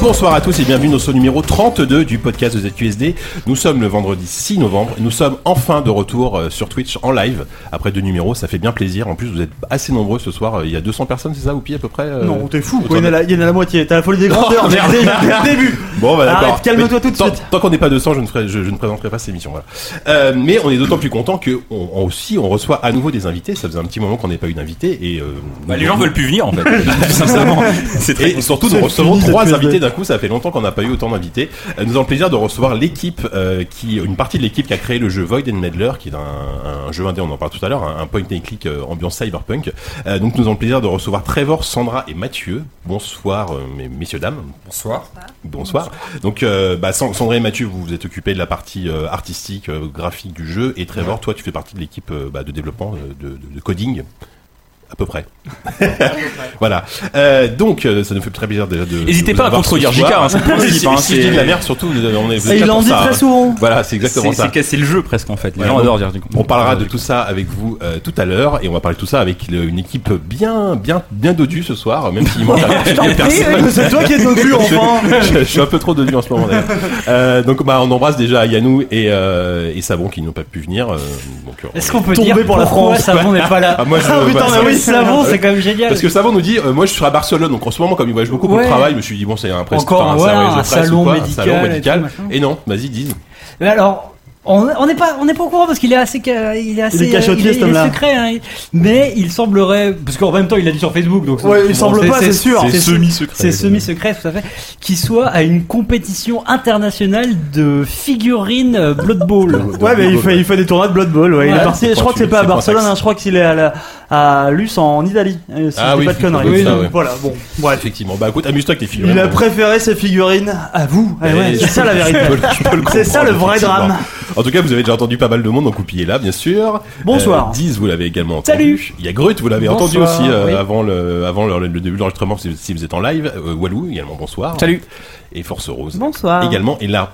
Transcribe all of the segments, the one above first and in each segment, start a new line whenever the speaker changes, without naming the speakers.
Bonsoir à tous et bienvenue dans ce numéro 32 du podcast de ZQSD. Nous sommes le vendredi 6 novembre et nous sommes enfin de retour euh, sur Twitch en live. Après deux numéros, ça fait bien plaisir. En plus, vous êtes assez nombreux ce soir. Euh, Il y a 200 personnes, c'est ça, ou pire à peu près euh,
Non, t'es fou.
autour
Il y, en a
de-
la, il y en a la moitié. T'as la folie des grandeurs.
Oh, merde.
dès, dès le début.
Bon, bah,
Arrête,
d'accord.
calme-toi
Mais
tout de
tant-
suite.
Tant qu'on n'est pas 200, je ne, ferai- je, je ne présenterai pas cette émission. Voilà. Euh, mais on est d'autant plus content que on, on aussi on reçoit à nouveau des invités. Ça faisait un petit moment qu'on n'est pas eu d'invité et euh,
Bah, les
nous-
gens veulent plus venir en fait, tout simplement. C'est très
Et surtout, nous
C'est
recevons
fini de
trois
plus
invités
belle.
d'un coup. Ça fait longtemps qu'on n'a pas eu autant d'invités. Euh, Nous avons le plaisir de recevoir l'équipe euh, qui, une partie de l'équipe qui a créé le jeu Void and Meddler, qui est un, un jeu indé. On en parle tout à l'heure, un, un point and click euh, ambiance cyberpunk. Euh, donc, nous avons le plaisir de recevoir Trevor, Sandra et Mathieu. Bonsoir, euh, mes- messieurs dames.
Bonsoir.
Bonsoir. Donc, euh, bah, San- Sandra et Mathieu, vous vous êtes occupés de la partie euh, artistique, euh, graphique du jeu. Et Trevor, toi, tu fais partie de l'équipe euh, bah, de développement, euh, de, de- de coding. À peu près. voilà. Euh, donc, euh, ça nous fait très plaisir déjà de.
N'hésitez
de
pas à
vous avoir
contredire
ce soir.
JK, hein, c'est le principe,
Si-
hein,
si je dis
c'est-
de la merde, surtout, euh, on est. vous
Et
êtes
il
là
en
pour
dit
ça,
très
hein.
souvent.
Voilà, c'est exactement
C'est
ça.
c'est casser le jeu presque en fait. Les
Ouais,
gens
on-
adorent dire du
On parlera de tout ça avec vous euh, tout à l'heure et on va parler de tout ça avec le- une équipe bien, bien, bien dodue ce soir, même s'il manque la personne.
C'est toi qui es docu, enfin.
je, je suis un peu trop devenu en ce moment d'ailleurs. Euh, donc bah, on embrasse déjà Yanou et, euh, et Savon qui n'ont pas pu venir. euh, donc, euh,
Est-ce
on-
qu'on peut
Tombé
dire
pour la
pourquoi
France,
Savon n'est pas là
Ah, moi, je-
Ah, putain,
bah,
mais
Parce que
oui.
Savon, c'est quand même génial.
Parce que Savon nous dit, euh, moi je suis à Barcelone, donc en ce moment comme il voyage beaucoup pour
Ouais.
le travail, je me suis dit bon c'est un presse,
Encore,
enfin,
voilà,
service de
un
presse
salon
ou quoi,
médical
salon
et tout,
médical.
machin.
Et, non, vas-y dis.
Mais alors, on on n'est pas, on n'est pas au courant parce qu'il est assez, ca- il est assez, euh,
Il est cachotier,
il est-
cet
il est
homme-là.
secret. hein. Mais il semblerait, parce qu'en même temps, il l'a dit sur Facebook, donc.
Ouais, il
bon,
semble pas, c'est sûr.
c'est-
semi-secret.
C'est semi-secret, tout à fait. Qu'il soit à une compétition internationale de figurines euh, Blood Bowl.
Ouais, mais il fait, il fait des tournois de Blood Bowl. Ouais. Il est
Ouais.
parti.
C'est
Je crois
quand
que c'est
tu-
pas à
c'est quand
Barcelone.
t'as-
hein, je crois qu'il est à, la, à Luce en Italie. euh, Si
Ah
je dis
oui,
pas de
c'est
conneries.
comme ça,
Donc,
ouais.
Voilà. Bon. Bref.
Effectivement, bah écoute, amuse-toi avec les figurines.
Il a préféré ses figurines à vous. Eh
Et
ouais, c'est ça la
je peux-
vérité.
je peux le
C'est ça
comprendre,
le vrai
effectivement.
drame.
En tout cas, vous avez déjà entendu pas mal de monde, donc vous pillez là, bien sûr.
Bonsoir.
Euh, Diz, vous l'avez également entendu.
Salut.
Il y a Grut, vous l'avez entendu
Bonsoir,
aussi euh,
oui.
avant, le, avant le, le début de l'enregistrement si, si vous êtes en live. Euh, Walou également, bonsoir.
Salut.
Et Force Rose
Bonsoir.
également est là.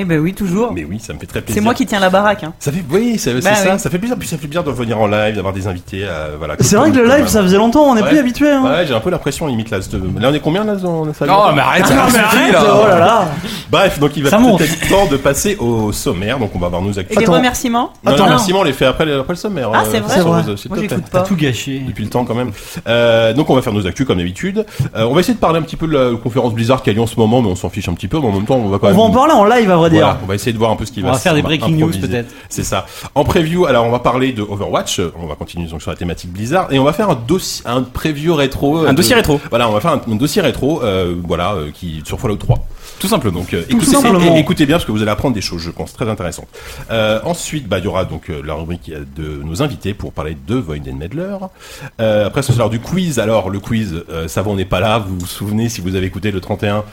Eh ben oui, toujours.
Mais oui, ça me fait très plaisir.
C'est moi qui tiens la baraque. Hein.
Ça fait, oui, ça- c'est
Bah
ça,
oui.
ça fait plaisir. Puis ça fait plaisir de revenir en live, d'avoir des invités. euh, voilà,
C'est vrai que le live, ça faisait longtemps. On n'est
Ouais.
plus habitué. hein.
Ouais, j'ai un peu l'impression limite là. de- Là, on est combien là dans la salle
Non, mais arrête, ça suffit, là.
Oh là là.
Bref, donc il va
Ça monte.
peut-être être temps de passer au sommaire. Donc on va avoir nos actus.
Et les
Attends.
remerciements
Non,
Attends.
non, merci, mais on les fait après, après le sommaire.
Ah,
euh,
c'est vrai
Force
C'est vrai.
Rose, s'il
Moi,
te plaît.
j'écoute pas.
Tout gâché.
depuis le temps quand même. Euh, donc on va faire nos actus comme d'habitude. Euh, on va essayer de parler un petit peu de la conférence Blizzard qui a lieu en ce moment, mais on s'en fiche un petit peu. Mais en même temps, on va quand
On
même.
va en parler en live, à vrai dire.
Voilà, on va essayer de voir un peu ce qui
On
va.
va faire des
se-
breaking news,
improviser.
peut-être.
C'est ça. En preview, alors on va parler de Overwatch. On va continuer donc sur la thématique Blizzard et on va faire un dossier, un preview rétro. euh,
Un
de-
dossier rétro,
Voilà, on va faire un, un dossier rétro, euh, voilà, euh, qui sur Fallout 3.
tout simplement.
Donc euh, écoutez,
simplement.
é- écoutez bien parce que vous allez apprendre des choses, je pense, très intéressantes. Euh, ensuite, bah, il y aura donc euh, la rubrique euh, de nos invités pour parler de Void and Medler. Euh, après, ce sera l'heure du quiz. Alors le quiz, euh, Savon n'est pas là. Vous vous souvenez si vous avez écouté le 31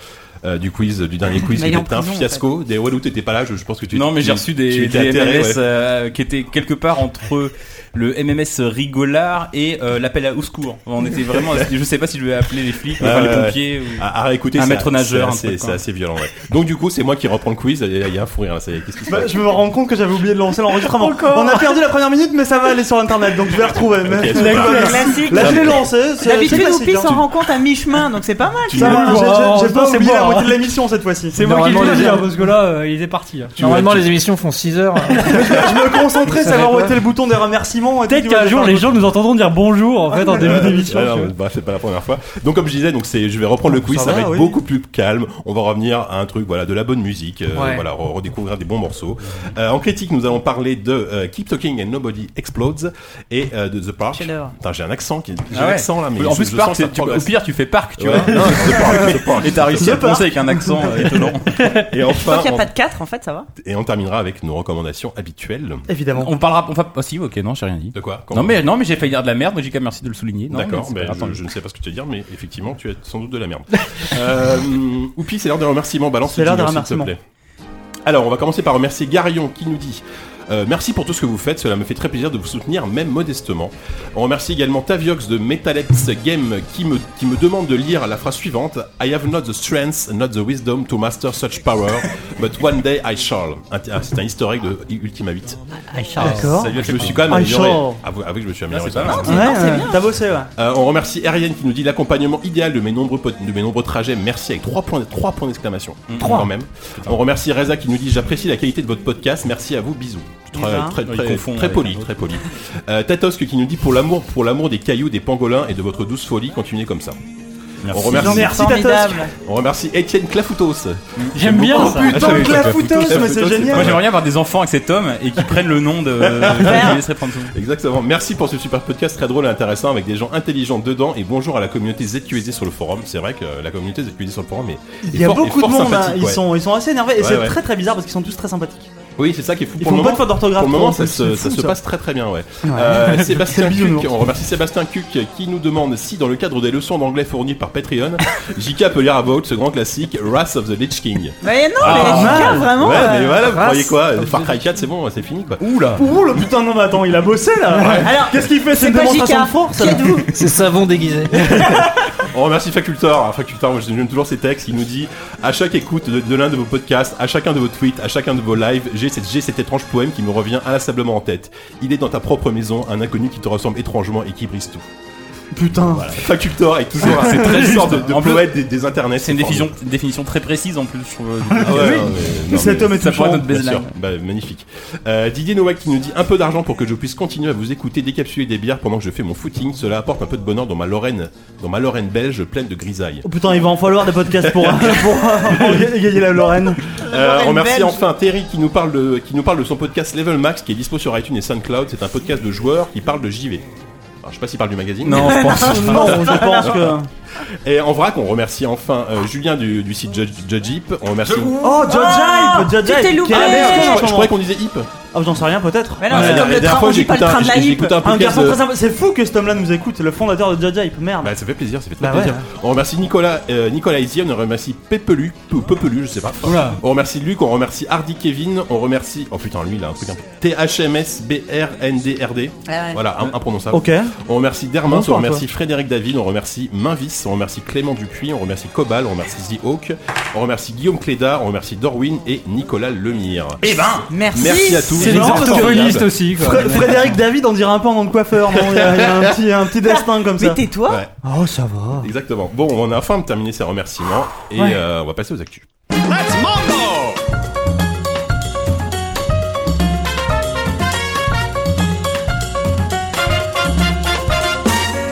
euh, du quiz, du dernier quiz,
Mais
qui
il est en
était un
prison, en
fiasco. Des Walou, t'étais pas là. Je, je pense que tu.
Non, mais j'ai
tu-
reçu des,
tu
des
étais atterré,
MMS
ouais.
euh, qui étaient quelque part entre le MMS rigolard et euh, l'appel à au secours. On était vraiment. Je sais pas si je vais appeler les flics, ou
Ouais,
enfin, les
ouais, ouais.
pompiers. Ou...
À, à réécouter,
Un
c'est-
maître nageur,
c'est assez,
un truc,
c'est
quoi.
assez violent. Ouais. Donc du coup, c'est moi qui reprends le quiz. Il y a- il y a un fou rire. là, ça y est, Qu'est-ce qui se
Bah,
passe
je me rends compte que j'avais oublié de lancer l'enregistrement. On a perdu la première minute, mais ça va aller sur internet, donc je vais retrouver. Mais...
Ok, super.
Classique.
Là, je l'ai lancé. c'est-
D'habitude, on
c'est classique,
pisse, on
hein.
rend compte à mi-chemin, donc c'est pas mal.
Ça
Wow,
va,
Oh,
j'ai- j'ai- j'ai
c'est
pas
bon,
oublié
c'est
la
bon,
moitié de l'émission cette fois-ci.
C'est moi qui
Normalement,
le dis,
les-
hein, parce que là, euh, il était parti. là.
Normalement, les émissions font 6 heures.
Je me concentrais,
Vous
savoir
savez
où
pas.
était le bouton des remerciements. et
Peut-être
tout, tu vois,
qu'un
j'ai
jour,
pas-
les gens nous entendront dire bonjour, en fait, en début
Ah, Ouais,
d'émission.
ouais,
tu vois.
non, bah, c'est pas la première fois. Donc comme je disais, donc c'est, je vais reprendre le quiz, ça,
Ça
va,
va,
être
oui.
beaucoup plus calme. On va revenir à un truc, voilà, de la bonne musique, euh,
Ouais.
voilà, re- redécouvrir des bons morceaux. Euh, en critique, nous allons parler de euh, Keep Talking and Nobody Explodes et euh, de The Park.
Chef-d'œuvre.
Putain, j'ai un accent qui, j'ai
Ah ouais.
un accent là, mais
en
je-
plus,
je
Park,
sens que ça
tu- au
progresse.
pire, tu fais parc, tu
Ouais.
vois.
Non, The Park, The Park.
Et t'as réussi à le prononcer avec un accent euh, étonnant.
Et
Tant
enfin,
qu'il n'y a
on-
pas de 4, en fait, ça va.
et on terminera avec nos recommandations habituelles.
Évidemment.
On parlera. On va... ah, si, ok, non, j'ai rien dit.
De quoi
Non mais, non mais j'ai failli dire de la merde, mais j'ai quand même merci de le souligner. Non, mais
D'accord,
c'est
ben,
pas grave,
je, je ne sais pas ce que tu veux dire, mais effectivement, tu as sans doute de la merde. euh, Oupi, c'est l'heure des remerciements, balance
C'est
le
l'heure des
jingle, s'il te
remerciements.
plaît. Alors, on va commencer par remercier Garion qui nous dit Euh, merci pour tout ce que vous faites, cela me fait très plaisir de vous soutenir, même modestement. On remercie également Taviox de Metalex Game qui me, qui me demande de lire la phrase suivante I have not the strength, not the wisdom to master such power, but one day I shall. Un- ah, C'est un historique de Ultima 8.
Ah, D'accord.
Salut, je me suis quand même
I
amélioré.
shall.
Avouez avouez que je me suis amélioré.
Ah, c'est pas
ça.
mal.
Non, c'est bien.
T'as bossé, ouais.
Euh, on remercie Ariane qui nous dit l'accompagnement idéal de mes nombreux, pot- de mes nombreux trajets. Merci avec trois points, trois points d'exclamation.
Mm.
Trois.
Quand même. On remercie Reza qui nous dit j'apprécie la qualité de votre podcast. Merci à vous. Bisous.
Reza.
Très, très,
Il
très,
confond
très
avec un
poli,
autre.
très poli. Euh, Tatosk qui nous dit pour l'amour, pour l'amour des cailloux, des pangolins et de votre douce folie, continuez comme ça.
Merci. Mm.
On remercie,
Merci,
Formidable.
on remercie Étienne Clafoutos.
J'aime bien
Oh
ça.
Ah, ça,
putain,
oui,
de la
ça,
fouteuse,
ça,
mais
ça,
c'est
ça,
Moi
génial.
j'aimerais bien avoir des enfants avec cet homme et qui prennent le nom de. Je les laisserai prendre tout.
Exactement. Merci pour ce super podcast très drôle et intéressant avec des gens intelligents dedans et bonjour à la communauté ZQSD sur le forum. C'est vrai que la communauté ZQSD sur le forum est,
Il y a
fort-
beaucoup de
fort
monde, hein.
sympathique,
ils
ouais.
sont, ils sont assez énervés et
Ouais,
c'est
ouais.
très très bizarre parce qu'ils sont tous très sympathiques.
Oui, c'est ça qui est fou.
Ils
pour le
font pas
moment.
de faute d'orthographe.
Pour le moment,
en
ça
plus,
se,
c'est
ça se
fou,
passe très très bien, ouais. Euh,
Quel
Sébastien
bisounours.
Cuc, on remercie Sébastien Cuc qui nous demande si dans le cadre des leçons d'anglais fournies par Patreon, JK peut lire à voix haute ce grand classique Wrath of the Lich King.
Mais non,
Ah,
mais
mal.
Jika, vraiment.
ouais, mais
euh,
voilà, vous
Wrath
croyez quoi
of
Far
the-
Cry 4, c'est bon, c'est fini quoi.
Oula
Ouh le putain, non mais attends, il a bossé là Alors, qu'est-ce qu'il fait C'est
C'est
une
pas
démonstration
Jika.
de force
Qui
là.
êtes-vous
C'est savon déguisé.
On remercie Facultor, hein, Facultor, moi j'aime toujours ses textes, il nous dit à chaque écoute de, de l'un de vos podcasts, à chacun de vos tweets, à chacun de vos lives, j'ai cette- j'ai cet étrange poème qui me revient inlassablement en tête. Il est dans ta propre maison, un inconnu qui te ressemble étrangement et qui brise tout.
Putain,
Facultor est toujours c'est très sort de, de
En plus,
poète des, des internets.
C'est une
formidable.
définition, une définition très précise en plus, je trouve.
Ah ouais, ouais, ouais, non,
Cet
mais-
homme est
euh, ça pourrait
touchant.
être
Bien
notre
sûr.
baseline.
Bah, magnifique. Euh, Didier Nowak qui nous dit un peu d'argent pour que je puisse continuer à vous écouter décapsuler des bières pendant que je fais mon footing. Cela apporte un peu de bonheur dans ma Lorraine, dans ma Lorraine belge pleine de grisailles.
Oh putain, il va en falloir des podcasts pour, pour, pour gagner la Lorraine.
Euh, on remercie
belge.
enfin Terry qui nous parle de, qui nous parle de son podcast Level Max qui est dispo sur iTunes et SoundCloud. C'est un podcast de joueurs qui parle de JV. Alors, je sais pas s'il parle du magazine.
Non, je pense.
Non, je pense que.
Et en vrac, on remercie enfin euh, Julien du, du site Judge, Judge Hip. On remercie.
Oh, Judge Hype Judge
tu t'es
Hype
loupé.
Quel
Ah, merde,
Je,
est-ce qu'on
crois- je
a en ce moment
croyais qu'on disait Hip.
Ah, j'en sais rien, peut-être.
Mais non,
Ouais,
c'est comme
la
le
dernière
train,
fois,
on dit
j'ai
pas le
écouté
train de la
un- j'ai
hype.
écouté un
Un
podcast.
garçon
de-
très sympa. C'est fou que cet homme-là nous écoute, c'est le fondateur de Judge Hype, merde.
Bah, ça fait plaisir, ça fait très
Bah ouais.
plaisir. On remercie Nicolas, euh, Nicolas Izzy, on remercie Pepelu, ou Pepelu, je sais pas. On remercie Luc, on remercie Hardy Kevin, on remercie. Oh putain, lui il a un truc un peu. THMSBRNDRD.
Ah ouais.
Voilà, im- imprononçable.
Ok.
On remercie Dermins, on
Bonsoir,
remercie Frédéric David, on remercie Mainvis, on remercie Clément Dupuis, on remercie Cobal, on remercie The Hawk, on remercie Guillaume Clédard, on remercie Dorwin et Nicolas Lemire.
Eh ben
Merci.
Merci à tous.
C'est marrant parce que-
Formidable.
Orthophoniste aussi, quoi.
Fré- Frédéric David, on dirait un peu un nom de coiffeur. non Il y a, il y a un, petit, un petit destin comme
Mais
ça.
tais-toi.
Ouais,
Oh, ça va.
exactement. Bon, on a enfin terminé ces remerciements et
Ouais.
euh, on va passer aux actus.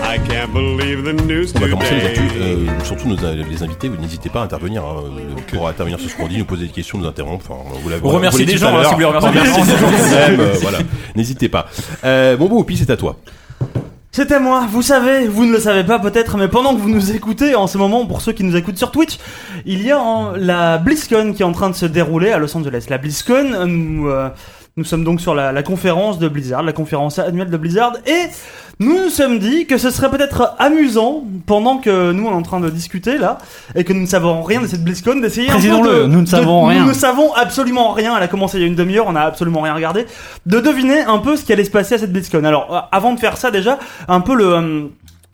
I can't believe the news
On
Eh
va commencer
ben,
les
today.
actus, euh, surtout nos, les invités, vous n'hésitez pas à intervenir hein, euh, pour intervenir sur ce qu'on dit, nous poser des questions, nous interrompre. Enfin, vous l'avez-
On
vous
remercie
l'avez
des
dit
gens,
tout à
hein, si vous voulez
l'heure.
remercier
On remercie
des gens.
des gens qui aiment, euh, voilà, n'hésitez pas. Euh, bon, bon, Oupi, c'est à toi.
C'était moi, vous savez, vous ne le savez pas peut-être, mais pendant que vous nous écoutez, en ce moment, pour ceux qui nous écoutent sur Twitch, il y a en- la BlizzCon qui est en train de se dérouler à Los Angeles. La BlizzCon, euh, nous, euh, nous sommes donc sur la, la conférence de Blizzard, la conférence annuelle de Blizzard, et nous nous sommes dit que ce serait peut-être amusant, pendant que nous on est en train de discuter là, et que nous ne savons rien de cette BlizzCon, d'essayer un peu
Précisons-le,
de-
nous ne savons
de-
rien.
Nous ne savons absolument rien, elle a commencé il y a une demi-heure, on a absolument rien regardé, de deviner un peu ce qui allait se passer à cette BlizzCon. Alors, euh, avant de faire ça déjà, un peu le... euh,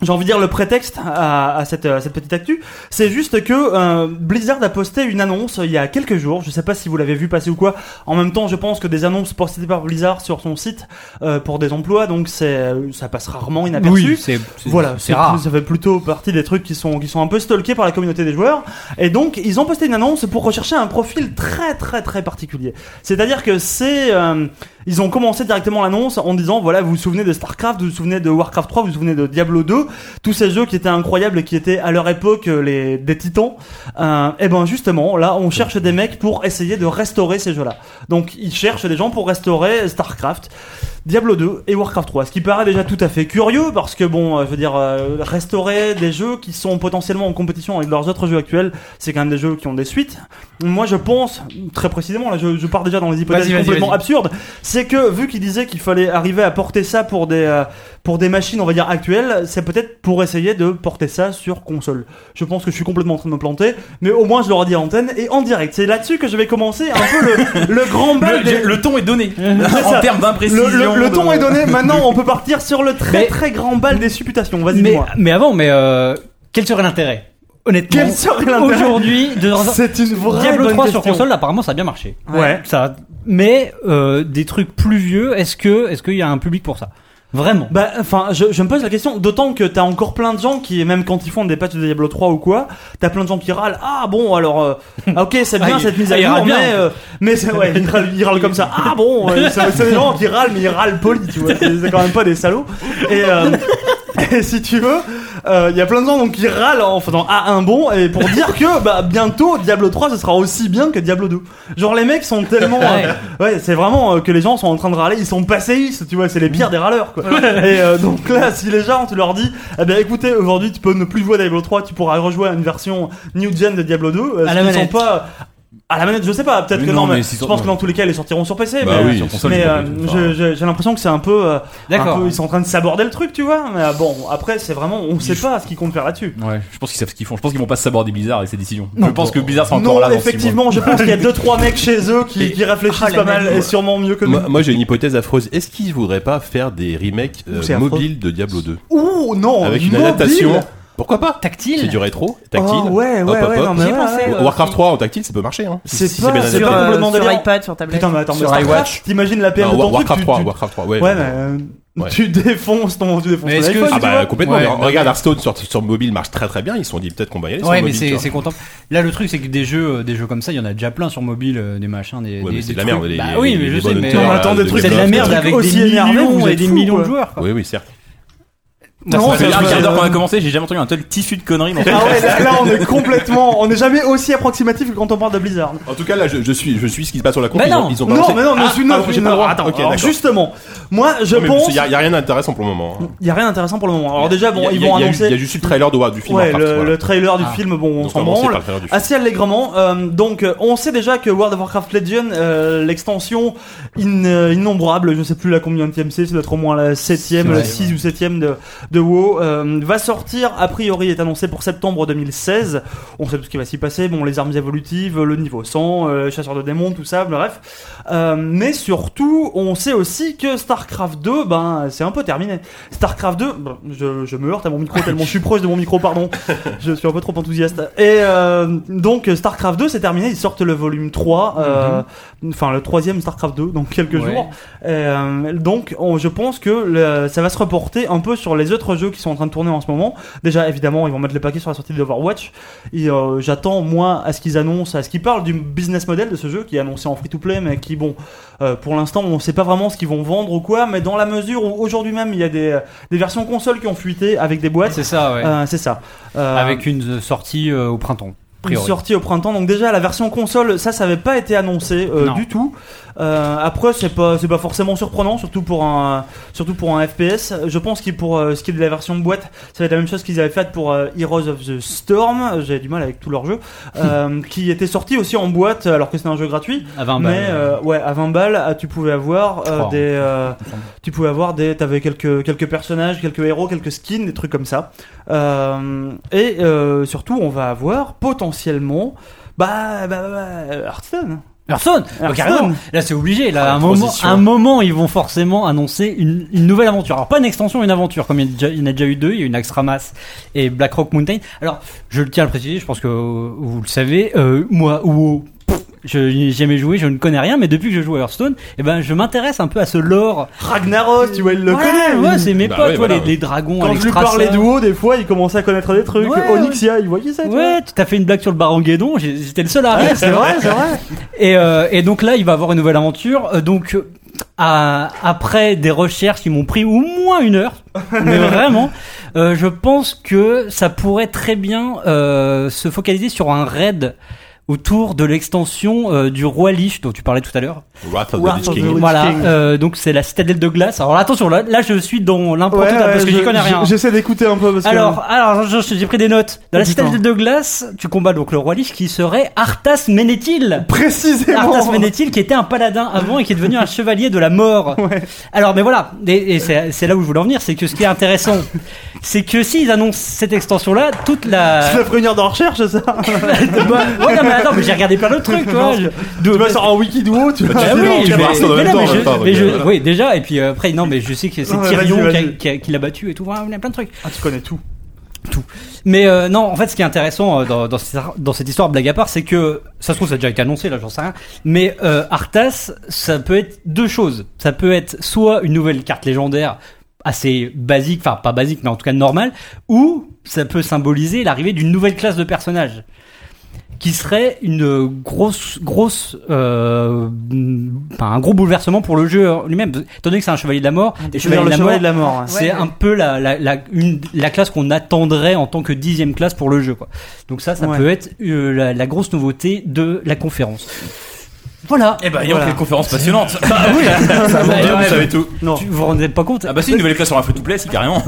j'ai envie de dire le prétexte à, à cette, à cette petite actu, c'est juste que euh, Blizzard a posté une annonce il y a quelques jours. Je sais pas si vous l'avez vu passer ou quoi. En même temps, je pense que des annonces postées par Blizzard sur son site euh, pour des emplois, donc c'est euh, ça passe rarement inaperçu.
Oui, c'est c'est-
Voilà,
c'est rare.
Ça fait plutôt partie des trucs qui sont qui sont un peu stalkés par la communauté des joueurs. Et donc ils ont posté une annonce pour rechercher un profil très très très particulier. C'est-à-dire que c'est euh, ils ont commencé directement l'annonce en disant voilà vous vous souvenez de Starcraft, vous vous souvenez de Warcraft 3, vous vous souvenez de Diablo 2, tous ces jeux qui étaient incroyables et qui étaient à leur époque euh, les des titans. Euh, et ben justement là on cherche des mecs pour essayer de restaurer ces jeux-là. Donc ils cherchent des gens pour restaurer Starcraft. Diablo 2 et Warcraft 3, ce qui paraît déjà tout à fait curieux parce que bon, euh, je veux dire, euh, restaurer des jeux qui sont potentiellement en compétition avec leurs autres jeux actuels, c'est quand même des jeux qui ont des suites. Moi, je pense, très précisément, là, je, je pars déjà dans les hypothèses
Vas-y, vas-y,
complètement
vas-y.
absurdes, c'est c'est que vu qu'il disait qu'il fallait arriver à porter ça pour des euh, pour des machines, on va dire actuelles, c'est peut-être pour essayer de porter ça sur console. Je pense que je suis complètement en train de me planter, mais au moins je l'aurais dit en antenne et en direct. C'est là-dessus que je vais commencer un peu le, le grand bal. des-
Le, le ton est donné
C'est
en
ça.
termes
Le,
d'imprécision.
le- le ton
de-
est donné, maintenant on peut partir sur le très
Mais-
très grand bal des supputations. Vas-y,
mais,
dis-moi.
mais avant, mais euh, quel serait l'intérêt Honnêtement,
Quel serait l'intérêt
aujourd'hui, de
C'est une vraie
Diablo
bonne
3
question.
sur console, apparemment, ça a bien marché.
Ouais.
Ça, mais euh, des trucs plus vieux, est-ce que, est-ce qu'il y a un public pour ça Vraiment
Bah, enfin, je, je me pose la question, d'autant que t'as encore plein de gens qui, même quand ils font des patchs de Diablo 3 ou quoi, t'as plein de gens qui râlent. Ah bon, alors, euh, ah, ok, c'est bien
Ah, il-
cette mise
ah,
à
il
jour,
râle
mais,
bien, en fait.
euh, mais c'est, ouais, ils râlent, ils râlent comme ça. Ah bon, euh, c'est c'est des gens qui râlent, mais ils râlent poli, tu vois. C'est c'est quand même pas des salauds. Et, euh, et si tu veux, euh, il y a plein de gens donc qui râlent en faisant ah un bon et pour dire que bah bientôt Diablo 3 ce sera aussi bien que Diablo 2. Genre les mecs sont tellement euh, ouais, c'est vraiment euh, que les gens sont en train de râler, ils sont passéistes, tu vois, c'est les pires des râleurs quoi. Et euh, donc là si les gens tu leur dis eh bien écoutez aujourd'hui tu peux ne plus jouer à Diablo 3, tu pourras rejouer à une version new gen de Diablo 2, euh,
À
ce
la
qu'ils sont
manette.
pas à la manette, je sais pas, peut-être
Mais
que
non,
non, mais,
mais s'ils
je
sont-
pense que dans tous les cas, ils les sortiront sur PC.
Bah
mais
oui, sur console,
mais
ils sont
euh,
obligés de
je-
faire.
je- j'ai l'impression que c'est un peu, euh,
D'accord.
un peu- ils sont en train de s'aborder le truc, tu vois. Mais euh, bon, après, c'est vraiment, on sait pas ce qui compte faire là-dessus.
Ouais, je pense qu'ils savent ce qu'ils font. Je pense qu'ils vont pas s'aborder Blizzard avec ces décisions.
Non.
je pense que Blizzard sera encore
Non,
là. dans six mois.
effectivement, je pense qu'il y a deux trois mecs chez eux qui,
Et-
qui réfléchissent
Ah, la
pas mal
manette.
et sûrement mieux que nous.
Moi, moi, j'ai une hypothèse affreuse. Est-ce qu'ils voudraient pas faire des remakes euh,
Ouh, c'est affreux.
mobiles de Diablo 2
Ouh non,
Avec une
mobile.
adaptation. Pourquoi pas C'est
Tactile
du rétro,
Oh,
tactile.
ouais, ouais,
Hop, hop,
ouais,
hop.
non, mais
J'y ai
ouais,
pensé,
ouais.
euh,
Warcraft 3 en tactile, ça peut marcher. Hein.
C'est
Si- si
pas
bien
sur-
adapté.
Sur,
pas
euh,
complètement
sur
délire.
iPad, sur tablette.
Putain, mais attends, mais
Sur
Starcraft,
iWatch.
T'imagines la PM
Non,
de ton
Warcraft
truc,
3,
tu, tu-
Warcraft 3, ouais.
ouais,
je-
mais euh,
Ouais.
tu défonces ton, tu défonces
Mais
ton
est-ce que-
iPhone,
Ah
tu
bah
vois.
complètement.
Ouais,
mais
non,
regarde, Hearthstone sur, sur mobile marche très très bien. Ils se sont dit peut-être qu'on va y aller. sur
Ouais, mais
mobile, tu
c'est
vois.
c'est content. Là, le truc, c'est que des jeux, euh, des jeux comme ça, il y en a déjà plein sur mobile, euh, des machins, des.
Ouais,
des-
mais c'est
des
de la merde.
trucs.
les-
Bah
les-
oui,
les
mais je sais,
bonnes
mais.
auteurs,
Ah,
Non, mais attends,
là,
des
de
trucs,
C'est de la
développeurs.
merde
Des
avec
trucs
des
aussi énervés,
millions
vous
et
êtes
des
fous,
millions
quoi.
de joueurs. quoi.
Oui, oui, certes.
Non,
Ça fait
ça,
un
je-
quart d'heure qu'on a commencé, j'ai jamais entendu un tel tissu de conneries dans ce
Ah ouais, là, là, on est complètement, on n'est jamais aussi approximatif que quand on parle de Blizzard.
En tout cas, là, je, je suis, je suis ce qui se passe sur la conf.
Mais
ils ont-
non.
ils ont
Non,
balancé-
mais non, mais
Bah Ah,
je suis neuf,
pardon,
j'ai
j'ai pas le droit. Ok,
alors
d'accord.
justement, moi, je
Non, mais
pense,
Il y a, il y a rien d'intéressant pour le moment. hein.
il y a rien d'intéressant pour le moment. Alors déjà, bon,
Il y a-
ils
il y a-
vont
il y a juste-
annoncer.
Il y a juste eu le trailer de War du film.
Ouais,
Warcraft,
le,
voilà. Ah.
le trailer du film, bon, on
Donc,
s'en
commencer par
branle.
le trailer du film.
Assez allègrement. Euh, donc, euh, on sait déjà que World of Warcraft Legend, euh, l'extension in- euh, innombrable, je sais plus la combien de TMC, c'est peut-être au moins la septième,
C'est
la
vrai,
six ou septième de, de WoW, euh, va sortir, a priori est annoncé pour septembre 2016. On sait tout ce qui va s'y passer, bon, les armes évolutives, le niveau 100, euh, chasseur de démons, tout ça, bref. Euh, mais surtout, on sait aussi que StarCraft 2, ben, c'est un peu terminé. StarCraft 2, bon, je, je me heurte à mon micro tellement je suis proche de mon micro, pardon. Je suis un peu trop enthousiaste. Et euh, donc, StarCraft 2, c'est terminé. Ils sortent le volume 3, euh, enfin le troisième StarCraft 2, dans quelques
Ouais.
jours. Et, euh, donc, on- je pense que le- ça va se reporter un peu sur les autres jeux qui sont en train de tourner en ce moment. Déjà, évidemment, ils vont mettre le paquet sur la sortie de Overwatch. Et euh, j'attends, moi, à ce qu'ils annoncent, à ce qu'ils parlent du business model de ce jeu qui est annoncé en free-to-play, mais qui, bon, euh, pour l'instant, on ne sait pas vraiment ce qu'ils vont vendre ou quoi, mais dans la mesure où aujourd'hui même, il y a des, des versions consoles qui ont fuité avec des boîtes.
C'est ça, ouais.
Euh, c'est ça. Euh,
Avec une sortie euh, au printemps. a
une
priori.
sortie au printemps. Donc déjà la version console, ça, ça avait pas été annoncé euh,
Non.
du tout. Euh, après, c'est pas, c'est pas forcément surprenant, surtout pour un, surtout pour un FPS. Je pense que pour euh, ce qui est de la version boîte, ça va être la même chose qu'ils avaient faite pour euh, Heroes of the Storm. J'ai du mal avec tous leurs jeux, euh, qui était sorti aussi en boîte alors que c'était un jeu gratuit.
À 20
mais
balles.
euh, ouais, à 20 balles, ah, tu pouvais avoir euh,
Trois.
des, euh, tu pouvais avoir des, t'avais quelques quelques personnages, quelques héros, quelques skins, des trucs comme ça. Euh, et euh, surtout, on va avoir potentiellement. Bah, bah, bah, bah, Hearthstone.
Hearthstone, bah,
Hearthstone.
carrément. Là, c'est obligé. Là,
Ah,
à un
la
moment,
transition.
à un moment, ils vont forcément annoncer une, une nouvelle aventure. Alors, pas une extension, une aventure. Comme il y, a déjà, il y en a déjà eu deux, il y a eu une Axtramas et Black Rock Mountain. Alors, je le tiens à le préciser. Je pense que euh, vous le savez. euh, moi, WoW, pff, je n'y ai jamais joué, je ne connais rien. Mais depuis que je joue à Hearthstone, eh ben, je m'intéresse un peu à ce lore.
Ragnaros, tu vois, il le
Voilà,
connaît.
Ouais,
lui.
c'est mes
Bah
potes,
ouais,
toi,
voilà,
les,
ouais.
les dragons.
Quand je lui
Alexstrasza.
parlais de haut, des fois, il commençait à connaître des trucs.
Ouais,
Onyxia, il voyait ça. tu vois.
Ouais, t'as fait une blague sur le Baranguédon, j'ai- j'étais le seul à rire.
c'est vrai, c'est vrai.
Et, euh, et donc là, il va avoir une nouvelle aventure. Euh, donc euh, à- après des recherches qui m'ont pris au moins une heure, mais vraiment, euh, je pense que ça pourrait très bien euh, se focaliser sur un raid autour de l'extension euh, du roi Lich dont tu parlais tout à l'heure.
Wrath of the
Wrath
Lich
of the
King.
Lich
Voilà,
King.
euh, donc c'est la citadelle de glace. Alors là, attention, là, là je suis dans l'impro
Ouais,
total
ouais,
parce que j'y
je-
connais rien.
J'essaie d'écouter un peu parce que. Oh,
Alors, alors je- je- j'ai pris des notes. Dans la
Dis-toi.
citadelle de glace, tu combats donc le roi Lich qui serait Arthas Ménétil.
précisément.
Arthas Ménétil qui était un paladin avant et qui est devenu un chevalier de la mort. Alors, mais voilà, et, et c'est c'est là où je voulais en venir, c'est que ce qui est intéressant, c'est que s'ils annoncent cette extension-là, toute la...
Tu vas prévenir dans recherche, ça
ouais, non, mais attends, mais j'ai regardé plein d'autres trucs, tu vois. je-
Tu vas sur un wiki duo, tu vas.
Ah oui,
tu
mais-
vas sur le
mais
même temps,
non, mais
en
je-
même temps,
mais
donc,
je-
voilà.
Oui, déjà, et puis euh, après, non, mais je sais que c'est
Ouais,
Tyrion
vas-y,
qui a-
vas-y.
qui a- qui l'a battu et tout, voilà, il y a plein de trucs.
Ah, tu connais tout.
Mais euh, non, en fait, ce qui est intéressant euh, dans, dans, cette, dans cette histoire, blague à part, c'est que ça se trouve, ça a déjà été annoncé, là, j'en sais rien. Mais euh, Arthas, ça peut être deux choses. Ça peut être soit une nouvelle carte légendaire assez basique, enfin pas basique, mais en tout cas normale, ou ça peut symboliser l'arrivée d'une nouvelle classe de personnages qui serait une grosse, grosse, euh, enfin, un gros bouleversement pour le jeu lui-même. Étant donné que c'est un chevalier de la mort, les chevaliers de
Vers le
la mort,
chevalier de la mort. ouais.
Ouais.
c'est un peu la, la, la, une- la classe qu'on attendrait en tant que dixième classe pour le jeu. Quoi. Donc ça, ça
Ouais.
peut être euh, la, la grosse nouveauté de la conférence. Voilà. Bah
Eh ben, il y
Voilà. Bah,
a une conférence passionnante.
Ouais,
Vous
ouais,
savez tout.
Non.
tu vous rendez pas compte
Ah bah c'est une nouvelle classe sur un free-to-play, si carrément.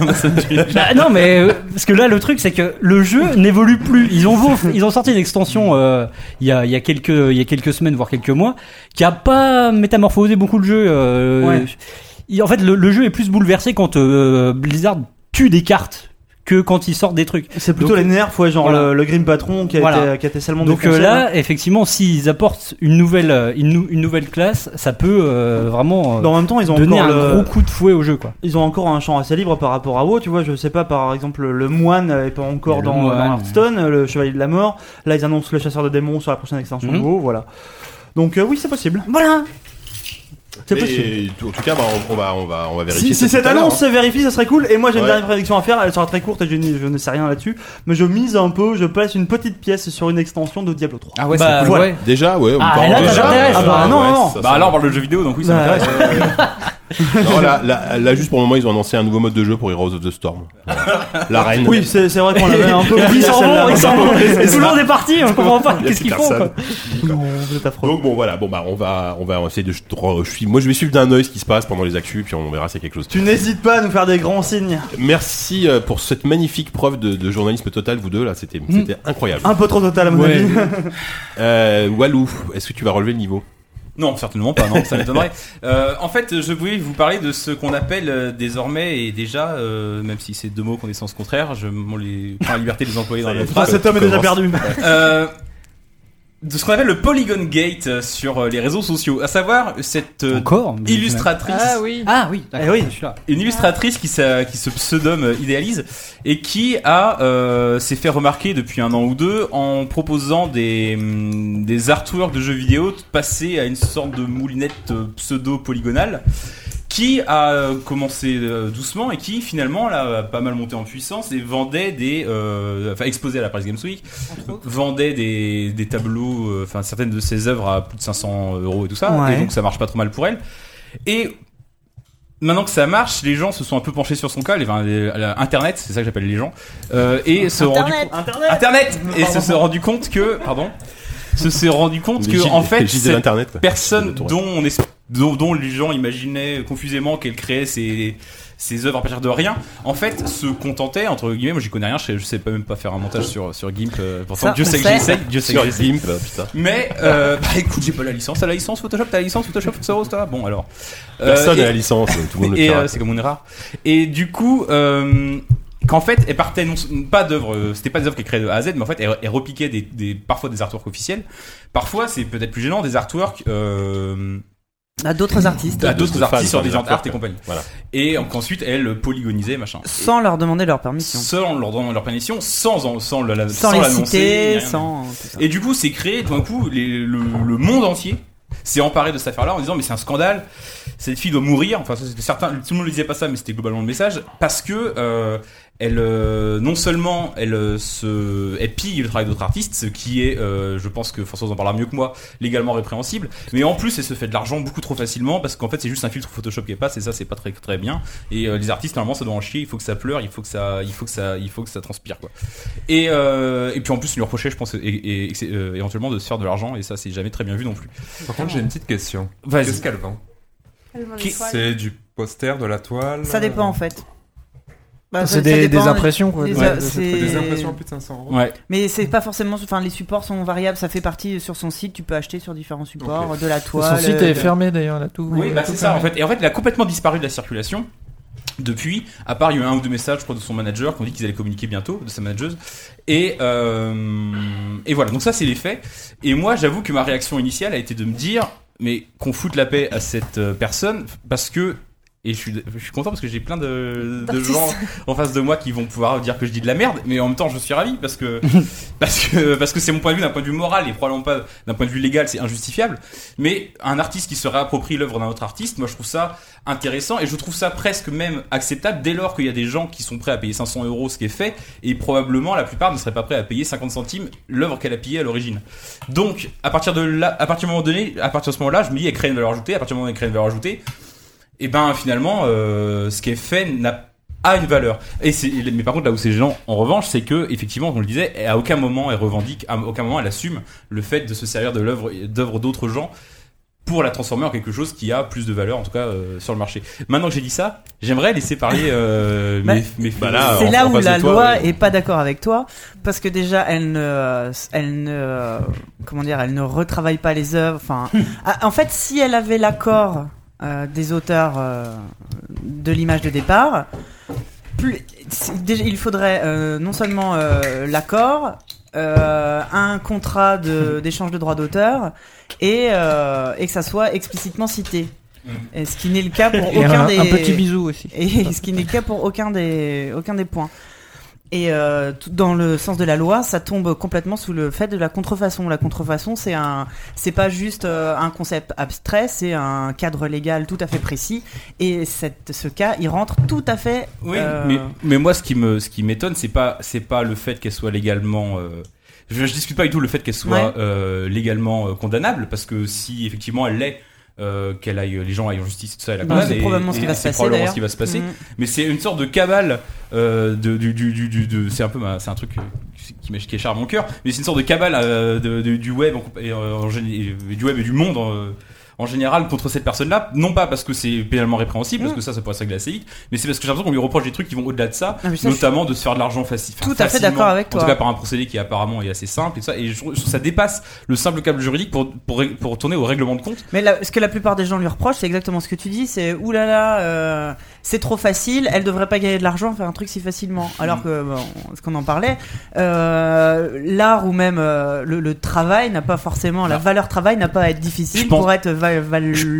Bah, non mais euh, parce que là le truc c'est que le jeu n'évolue plus. Ils ont ils ont sorti une extension euh, il y a il y a quelques il y a quelques semaines voire quelques mois qui a pas métamorphosé beaucoup le jeu. euh,
Ouais.
il- en fait le, le jeu est plus bouleversé quand euh, Blizzard tue des cartes que quand ils sortent des trucs.
C'est plutôt
Donc-
les nerfs, ouais, genre
Voilà.
le, le Grim Patron qui a,
Voilà.
été, qui a été salement
Donc euh,
défoncé,
là, effectivement, s'ils apportent une nouvelle, euh, une, nou- une nouvelle classe, ça peut euh, vraiment euh,
Mais Bah, en même temps, ils ont
donner
encore
un
le-
gros coup de fouet au jeu, quoi.
ils ont encore un champ assez libre par rapport à WoW, tu vois, je sais pas, par exemple, le moine est pas encore
Le
dans,
moine,
dans Hearthstone, le chevalier de la mort, là ils annoncent le chasseur de démons sur la prochaine extension de
Mhm.
WoW, voilà. Donc euh, oui, c'est possible. Voilà C'est possible.
Mais, en tout cas, bah, on, on va, on va, on va vérifier.
Si, si
ça
cette
tout à l'heure, hein.
annonce se vérifie, ça serait cool. Et moi j'ai une
Ouais.
dernière prédiction à faire, elle sera très courte et je, n'y- je ne sais rien là-dessus. Mais je mise un peu, je place une petite pièce sur une extension de Diablo 3.
Ah ouais,
Bah,
c'est
cool.
ouais.
hein. Déjà, ouais. on
Ah,
parle
là, ça
déjà.
t'intéresse.
Ah bah,
ouais,
non, non.
ça, ça-
Bah alors, on parle de jeu vidéo, donc oui, ça
Bah,
m'intéresse.
Non, là, là, là, juste pour le moment, ils ont annoncé un nouveau mode de jeu pour Heroes of the Storm. La reine.
Oui, c'est c'est vrai qu'on l'avait un peu oublié,
Ils s'en
celle-là.
vont, ils s'en vont. Et tout le monde est parti, on comprend pas
Il y a
qu'est-ce
plus
qu'ils font.
personne.
Quoi.
Non, vous êtes affreux.
Donc bon voilà, bon bah on va on va essayer de je, je suis moi je vais suivre d'un œil ce qui se passe pendant les actus puis on verra s'il y a quelque chose.
Tu n'hésites pas à nous faire des grands signes.
Merci euh, pour cette magnifique preuve de, de journalisme total vous deux là, c'était
Hmm.
c'était incroyable.
Un peu trop total à mon
Ouais.
avis.
Euh, Walou, est-ce que tu vas relever le niveau
Non, certainement pas, non, ça m'étonnerait. Euh, en fait, je voulais vous parler de ce qu'on appelle euh, désormais et déjà, euh, même si c'est deux mots qu'on est sens contraire, je m'en les prends la liberté de les employer dans
Ça y
la
est.
phrase.
Ah, cet homme est déjà perdu.
Euh, de ce qu'on appelle le Polygon Gate euh, sur euh, les réseaux sociaux, à savoir cette euh,
Encore mais-
illustratrice
oui.
Ah oui, d'accord,
Eh oui.
je suis là.
une illustratrice qui, s'a- qui se pseudome euh, idéalise et qui a euh, s'est fait remarquer depuis un an ou deux en proposant des hum, des artworks de jeux vidéo passés à une sorte de moulinette pseudo polygonale qui a euh, commencé euh, doucement et qui finalement là a pas mal monté en puissance et vendait des euh, enfin exposé à la Paris Games Week vendait des, des tableaux euh, enfin certaines de ses œuvres à plus de 500 euros et tout ça
Ouais.
et donc ça marche pas trop mal pour elle et Maintenant que ça marche, les gens se sont un peu penchés sur son cas, les- enfin, les- euh, la- Internet, c'est ça que j'appelle les gens, euh, et se sont rendu
Internet.
Internet
Internet et se sont rendu compte que, pardon, se sont rendu compte
Les
que
J-
en
les
fait,
J de
cette
l'internet. quoi.
personne
Le tour.
dont, on es- dont, dont les gens imaginaient confusément qu'elle créait ses, ses œuvres à partir de rien, en fait, se contentait, entre guillemets, moi j'y connais rien, je sais, je sais pas même pas faire un montage sur, sur Gimp, euh, pourtant
Ça,
Dieu
on
sait que
sait.
j'essaye, Dieu sait que
Sur
j'essaye.
Gimp, euh, putain.
Mais, euh, bah écoute, j'ai pas la licence, t'as la licence Photoshop, t'as la licence Photoshop, Xeros, t'as Bon alors. Euh,
Personne
et-
n'a la licence, tout le monde le
et
fera.
euh, c'est comme une rare. Et du coup, euh, qu'en fait, elle partait non, pas d'œuvres, euh, c'était pas des œuvres qu'elle créait de A à Z, mais en fait, elle, elle repiquait des, des- parfois des artworks officiels. Parfois, c'est peut-être plus gênant, des artworks euh,
À d'autres artistes.
à
de-
d'autres
de fans,
artistes sur
enfin,
des
des
arts et
artworks,
compagnie.
voilà.
Et en- qu'ensuite, elle polygonisait, machin.
Sans leur demander leur permission.
Sans leur donnant leur permission, sans, en- sans, la- la-
Sans,
sans
les
l'annoncer, ni
citer,
rien.
sans. tout ça.
Et du coup, c'est créé tout d'un coup les- le, le monde entier s'est emparé de cette affaire-là en disant mais c'est un scandale, cette fille doit mourir. Enfin, ça, c'était certain, tout le monde ne disait pas ça, mais c'était globalement le message parce que euh, elle, euh, non seulement elle euh, se, elle pille le travail d'autres artistes, ce qui est, euh, je pense que Françoise en parlera mieux que moi, légalement répréhensible, mais en plus elle se fait de l'argent beaucoup trop facilement parce qu'en fait c'est juste un filtre Photoshop qui passe et ça c'est pas très très bien. Et euh, les artistes normalement ça doit en chier, il faut que ça pleure, il faut que ça, il faut que ça, il faut que ça transpire quoi. Et, euh, et puis en plus, il lui reprochait, je pense, et, et- et c'est, euh, éventuellement de se faire de l'argent, et ça, c'est jamais très bien vu non plus.
Par contre, j'ai une petite question.
Vas-y.
Qu'est-ce qu'elle vend
Qui-
C'est du poster, de la toile
Ça dépend en fait. Bah,
C'est
ça-
des-
ça dépend
des impressions, quoi,
des-
ouais,
c'est-
Des impressions à plus de 500 euros.
Ouais.
Mais c'est pas forcément. Enfin, les supports sont variables. Ça fait partie sur son site. Tu peux acheter sur différents supports de la toile.
Son site est
de-
fermé d'ailleurs, là tout.
Oui, bah
tout
c'est ça en
fermé.
fait. Et en fait, il a complètement disparu de la circulation depuis. À part, il y a eu un ou deux messages, je crois, de son manager qu'on dit qu'ils allaient communiquer bientôt, de sa manageuse. Et, euh, et voilà. Donc ça, c'est les faits. Et moi, j'avoue que ma réaction initiale a été de me dire, mais qu'on foute la paix à cette euh, personne parce que. Et je suis, je suis content parce que j'ai plein de, de
D'artistes.
gens en face de moi qui vont pouvoir dire que je dis de la merde, mais en même temps je suis ravi parce que parce que parce que c'est mon point de vue d'un point de vue moral et probablement pas d'un point de vue légal, c'est injustifiable. Mais un artiste qui se réapproprie l'œuvre d'un autre artiste, moi je trouve ça intéressant et je trouve ça presque même acceptable dès lors qu'il y a des gens qui sont prêts à payer 500 euros ce qui est fait et probablement la plupart ne seraient pas prêts à payer 50 centimes l'œuvre qu'elle a pillée à l'origine. Donc à partir de là, à partir du moment donné, à partir de ce moment-là, je me dis elle crée une valeur ajoutée, à partir du moment où elle crée une valeur ajoutée, et ben finalement euh, ce qui est fait n'a a une valeur. Et c'est, mais par contre, là où c'est gênant, en revanche, c'est que, effectivement, on le disait, à aucun moment elle revendique, à aucun moment elle assume le fait de se servir de l'œuvre, d'œuvre d'autres gens pour la transformer en quelque chose qui a plus de valeur, en tout cas, euh, sur le marché. Maintenant que j'ai dit ça, j'aimerais laisser parler euh,
Bah,
mes, mes-
bah là,
c'est
en-
là
en
où
face de
la
toi,
loi
ouais.
est pas d'accord avec toi parce que déjà elle ne euh, elle ne comment dire elle ne retravaille pas les œuvres enfin ah, en fait si elle avait l'accord euh, des auteurs euh, de l'image de départ plus- c'est- déjà, il faudrait euh, non seulement euh, l'accord euh, un contrat de-
Hmm.
d'échange de, droits d'auteur et, euh, et que ça soit explicitement cité
Hmm.
Et ce qui n'est le cas pour
Et
aucun
un,
des
un petit bisou aussi.
et ce qui n'est le cas pour aucun des, aucun des points. Et euh, tout- dans le sens de la loi, ça tombe complètement sous le fait de la contrefaçon. La contrefaçon, c'est un, c'est pas juste euh, un concept abstrait, c'est un cadre légal tout à fait précis. Et cette, ce cas, il rentre tout à fait.
Oui,
euh,
mais, mais moi, ce qui me, ce qui m'étonne, c'est pas, c'est pas le fait qu'elle soit légalement. euh, je, je discute pas du tout le fait qu'elle soit
Ouais.
euh, légalement euh, condamnable, parce que si effectivement elle l'est, euh, qu'elle aille, les gens aillent en justice, tout ça, elle la
Bah,
condamne.
c'est
et-
probablement ce
et
qui va se
c'est
passer,
probablement
d'ailleurs.
ce qui va se passer.
Mhm.
Mais c'est une sorte de cabale euh, de, du, du, du, du- de- c'est un peu, ma- c'est un truc euh, qui, m'é- qui écharpe mon cœur. Mais c'est une sorte de cabale euh, de- de- du web, en compa- et, euh, en gé- et du web et du monde. euh, en général, contre cette personne-là, non pas parce que c'est pénalement répréhensible, parce que ça, ça pourrait se régler assez vite, mais c'est parce que j'ai l'impression qu'on lui reproche des trucs qui vont au-delà de ça,
Ah, mais ça, je
notamment de se faire de l'argent facile.
Tout à fait d'accord avec
En
toi.
tout cas, par un procédé qui apparemment est assez simple et tout ça, et je trouve ça dépasse le simple câble juridique pour, pour, pour tourner au règlement de compte.
Mais la- ce que la plupart des gens lui reprochent, c'est exactement ce que tu dis, c'est oulala, là là, euh, c'est trop facile, elle devrait pas gagner de l'argent à faire un truc si facilement.
Mm.
Alors que, bon, ce qu'on en parlait, euh, l'art ou même euh, le, le travail n'a pas forcément, la valeur travail n'a pas à être difficile
Ah. Je pense-
pour être va-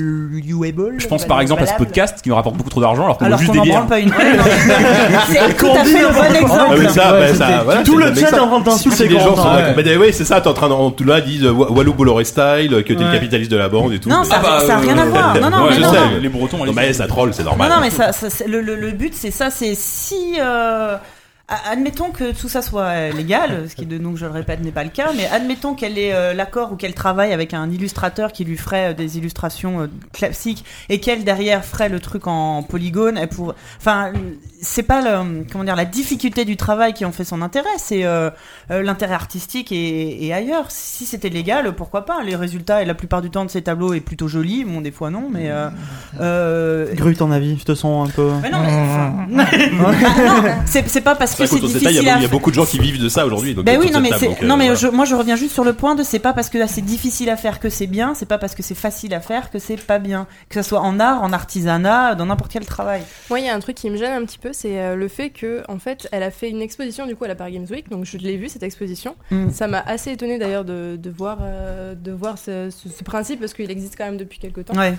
valuable.
Je pense par exemple à ce
valable.
podcast qui nous rapporte beaucoup trop d'argent alors qu'on veut
Alors
juste
qu'on
des
n'en
bières.
branle pas une. Ouais, non, mais- c'est tout à fait le bon
Ah, mais
exemple.
ça, bah,
Ouais,
ça,
c'était-
voilà,
Tout
c'est-
le
mais
chat
ça-
est en train de
Si, si
t'insulter,
les gens sont
Corentin.
d'accord. Bah, ouais, c'est ça, t'es en train de, en- là, ils disent euh, Wa- Walou Bolloré style, que t'es
Ouais.
le capitaliste de la bande et tout.
Non,
Mais-
ça n'a rien à voir. Non, non,
Ouais,
mais
je
non,
sais,
non.
mais
les Bretons,
Non, mais ça troll, c'est normal.
Non, non, mais ça, ça- c'est- le, le- le but, c'est ça, c'est si... euh, a- Admettons que tout ça soit euh, légal, ce qui, de donc, je le répète, n'est pas le cas, mais admettons qu'elle ait euh, l'accord ou qu'elle travaille avec un illustrateur qui lui ferait euh, des illustrations euh, classiques et qu'elle, derrière, ferait le truc en polygone. elle pour... Enfin, c'est pas le- comment dire, la difficulté du travail qui en fait son intérêt, c'est euh, euh, l'intérêt artistique et, et ailleurs. Si c'était légal, pourquoi pas Les résultats, et la plupart du temps, de ces tableaux est plutôt joli, bon, des fois non, mais... euh, euh,
Gru, ton avis, je te sens un peu.
mais non, mais- Ah, Bah, non, c'est c'est pas parce que
C'est vrai
c'est
qu'autour de cette table, il
difficile
y a-
à
il y a beaucoup de gens qui vivent de ça aujourd'hui. donc,
ben oui,
autour
non
de
mais,
cette
c'est-
table, donc, euh,
non mais
voilà.
je- moi je reviens juste sur le point de c'est pas parce que là c'est difficile à faire que c'est bien, c'est pas parce que c'est facile à faire que c'est pas bien, que ça soit en art, en artisanat, dans n'importe quel travail.
Moi, il y a un truc qui me gêne un petit peu, c'est euh, le fait que, en fait, elle a fait une exposition du coup à la Paris Games Week, donc je l'ai vue cette exposition.
Mm.
Ça m'a assez étonné d'ailleurs de, de voir, euh, de voir ce, ce- ce principe parce qu'il existe quand même depuis quelques temps.
Ouais.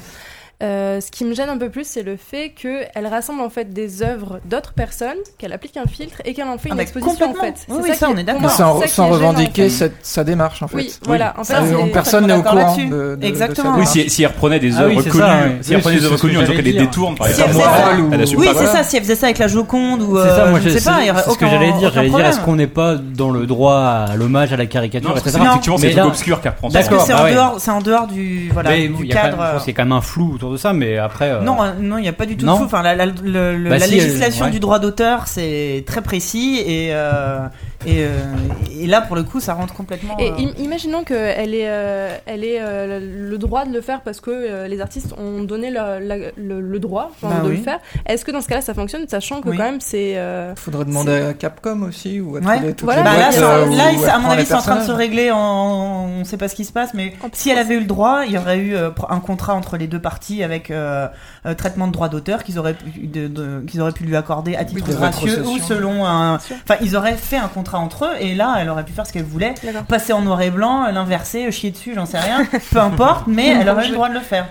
Euh, ce qui me gêne un peu plus, c'est le fait qu'elle rassemble en fait des œuvres d'autres personnes, qu'elle applique un filtre et qu'elle en fait
Ah
une
bah,
exposition en
complètement.
fait.
Oui, oui,
ça,
ça,
qui
on est d'accord.
Mais sans,
ça qui
sans
est gênant, en
revendiquer
fait.
sa, sa démarche en fait. Euh,
Oui, voilà. En fait,
Ça,
c'est-
on-
personne n'est au
d'accord
courant
là-dessus.
de- de-
Exactement.
de
Oui,
cette
si, si elle reprenait des
Ah oui,
œuvres
c'est
connues,
ça, ouais.
si elle reprenait
Oui,
des
c'est
œuvres
ce que
connues en disant
j'allais
qu'elle les
dire.
détourne, par
Si elle
exemple,
faisait ça.
elle assume
Oui,
pas.
c'est ça, si elle faisait ça avec la Joconde ou.
C'est ça,
euh,
moi,
je ne
c'est-
sais pas, il y
c'est
aurait
ce que
aucun-
j'allais dire.
aucun
J'allais dire,
problème.
est-ce qu'on n'est pas dans le droit à l'hommage, à la caricature,
Non, parce que
etc.
c'est effectivement
Mais
c'est des
là-
trucs obscurs qu'elle reprend.
Parce que
D'accord,
c'est
bah
en
ouais.
dehors, c'est en dehors du, voilà,
Mais
du
il y a quand même-
cadre. euh,
c'est quand même un flou autour de ça, mais après. euh,
Non, euh, non, il n'y a pas du tout
Non.
de fou. Enfin, la, la- le- le-
Bah
la
si, elle-
législation
ouais.
du droit d'auteur, c'est très précis et, euh, et, euh, et là, pour le coup, ça rentre complètement.
Et
euh,
im- imaginons qu'elle ait, euh, elle ait euh, le droit de le faire parce que euh, les artistes ont donné leur- la- le, le droit enfin,
Bah
de
oui.
le faire. Est-ce que dans ce cas-là, ça fonctionne, sachant que
Oui.
quand même, c'est. euh,
Faudrait demander à Capcom aussi ou à
Ouais,
toutes les- toutes
voilà.
les
bah, là,
boîtes,
c'est-
euh,
là,
où
il-
elle
à
prend
mon avis,
les
c'est en train de se
personnages.
régler. En, on ne sait pas ce qui se passe, mais si elle avait eu le droit, il y aurait eu euh, pr- un contrat entre les deux parties avec euh, un traitement de droit d'auteur qu'ils auraient, pu- de- de- qu'ils auraient pu lui accorder à titre
des
gracieux ou
rétrocessions.
selon un.
Bien sûr.
Enfin, ils auraient fait un contrat entre eux et là, elle aurait pu faire ce qu'elle voulait.
D'accord.
Passer en noir et blanc, l'inverser, chier dessus, j'en sais rien. Peu importe, mais elle aurait eu le droit de le faire.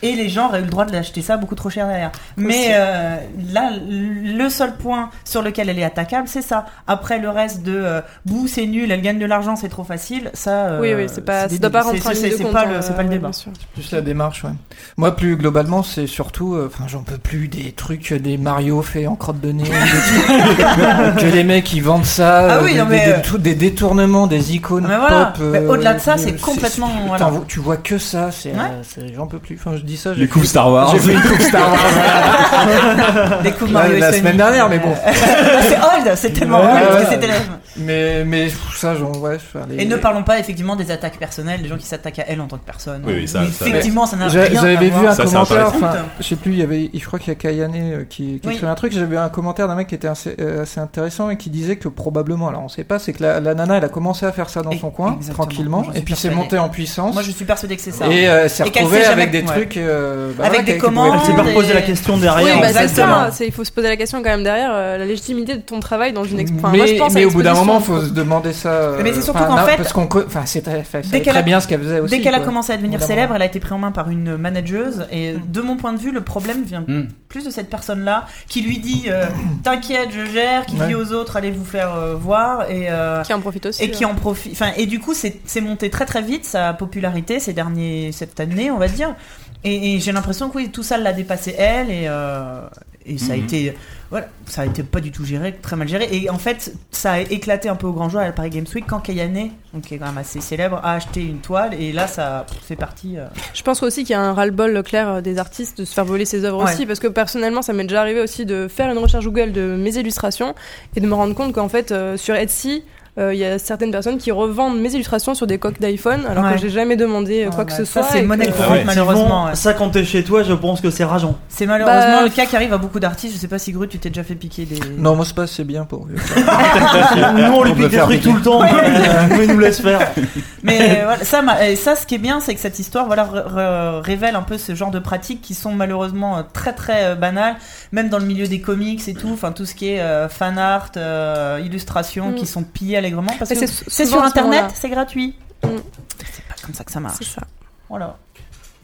Et les gens auraient eu le droit de l'acheter ça beaucoup trop cher derrière. Mais
Aussi.
euh, là, le seul point sur lequel elle est attaquable, c'est ça. Après le reste de euh, bouh, c'est nul, elle gagne de l'argent, c'est trop facile, ça. euh,
oui, oui, c'est pas. Ça
débile.
doit pas
C'est-
rentrer en
c'est-
ligne de
c'est
compte,
pas le-
euh,
C'est pas le
ouais,
débat.
bien sûr.
Plus la démarche, ouais. Moi, plus globalement, c'est surtout. euh, Enfin, j'en peux plus des trucs, euh, des Mario faits en crotte de nez. des trucs que les mecs, ils vendent ça.
Ah
euh,
oui,
des,
non, mais,
des-
euh, Ah,
tout- des détournements, des icônes
Mais voilà.
pop. euh,
Mais au-delà de ça, c'est
de-
complètement,
putain,
voilà.
vous- tu vois que ça, c'est. euh,
Ouais.
c'est- j'en peux plus. Enfin, je dis ça. j'ai
Les coups
fait-
Star Wars.
J'ai fait une coupe Star Wars
Découvre
la,
Mario et
la
Sonic.
semaine dernière, mais bon.
c'est old, c'est tellement
Ouais,
old parce que
ouais.
c'était la-
Mais, mais ça, j'en. Ouais, je fais les-
Et ne parlons pas effectivement des attaques personnelles, des gens qui s'attaquent à elle en tant que personne.
Oui, oui, ça- ça-
effectivement, ça n'a
J'a-
rien à
J'avais vu
voir.
un
Ça, c'est
commentaire,
intéressant.
enfin, je sais plus, il y avait, je crois qu'il y a Kayane euh, qui, qui
Oui.
écrivait un truc, j'avais vu un commentaire d'un mec qui était assez, euh, assez intéressant et qui disait que probablement, alors on sait pas, c'est que la, la nana elle a commencé à faire ça dans
Et-
son coin,
exactement. Moi,
tranquillement,
j'en
et
suis
puis c'est
persuadée.
monté en puissance,
Moi, je suis persuadée que c'est ça.
et euh, elle s'est
Et qu'elle
retrouvée
s'est
avec
jamais-
des
ouais.
trucs... euh, bah
Avec
voilà,
des
qu'elle- qu'elle
commandes,
pouvait
Elle s'est pas
et-
reposé la question derrière.
Oui, bah, c'est
exactement.
ça. c'est- Il faut se poser la question quand même derrière euh, la légitimité de ton travail dans une exposition.
mais, mais au bout d'un moment, faut se demander ça. euh,
Mais c'est surtout
enfin,
qu'en
non,
fait-
parce qu'on, co- enfin, c'est très, enfin, c'est
Dès qu'elle
très
a-
bien ce qu'elle faisait aussi.
Dès qu'elle a
quoi.
commencé à devenir
Évidemment.
célèbre, elle a été prise en main par une manageuse. Et
Mm.
de mon point de vue, le problème vient
Mm.
plus de cette personne-là qui lui dit euh, T'inquiète, je gère, qui dit
Ouais.
aux autres Allez vous faire euh, voir. Et, euh,
Qui en profite aussi.
et qui en profite. Enfin, et du coup, c'est c'est monté très très vite sa popularité ces derniers cette année, on va dire. Et, et j'ai l'impression que oui, tout ça l'a dépassé elle et, euh, et ça a
Mhm.
été voilà, ça a été pas du tout géré, très mal géré. Et en fait, ça a éclaté un peu au grand jour à la Paris Games Week quand Kayane, donc qui est quand même assez célèbre, a acheté une toile et là ça fait partie. euh,
Je pense aussi qu'il y a un ras-le-bol clair euh, des artistes de se faire voler ses œuvres
Ouais.
aussi, parce que personnellement, ça m'est déjà arrivé aussi de faire une recherche Google de mes illustrations et de me rendre compte qu'en fait, euh, sur Etsy, euh, il y a certaines personnes qui revendent mes illustrations sur des coques d'iPhone, alors
Ouais.
que j'ai jamais demandé euh, quoi
Ah,
que
bah,
ce
ça,
soit.
c'est
et
monnaie
que-
courante.
courante
ouais.
malheureusement. ouais.
Ça, quand t'es chez toi, je pense que c'est rageant.
C'est malheureusement
Bah,
le cas qui arrive à beaucoup d'artistes. Je sais pas si Gru, tu t'es déjà fait piquer des.
Non, moi c'est pas assez bien pour.
Nous, on lui
On
pique
peut
des
faire
trucs
piquer.
tout le temps. mais il nous laisse faire.
Mais euh, voilà, ça, m'a- euh, ça, ce qui est bien, c'est que cette histoire, voilà, r- r- révèle un peu ce genre de pratiques qui sont malheureusement euh, très très euh, banales, même dans le milieu des comics et tout, enfin tout ce qui est euh, fan art, euh, illustration,
Mm.
qui sont pillées allègrement parce
Mais
que
sou-
c'est sur
souvent à ce
internet,
moment-là.
c'est gratuit.
Mm.
C'est pas comme ça que ça
C'est
marche.
ça.
Voilà.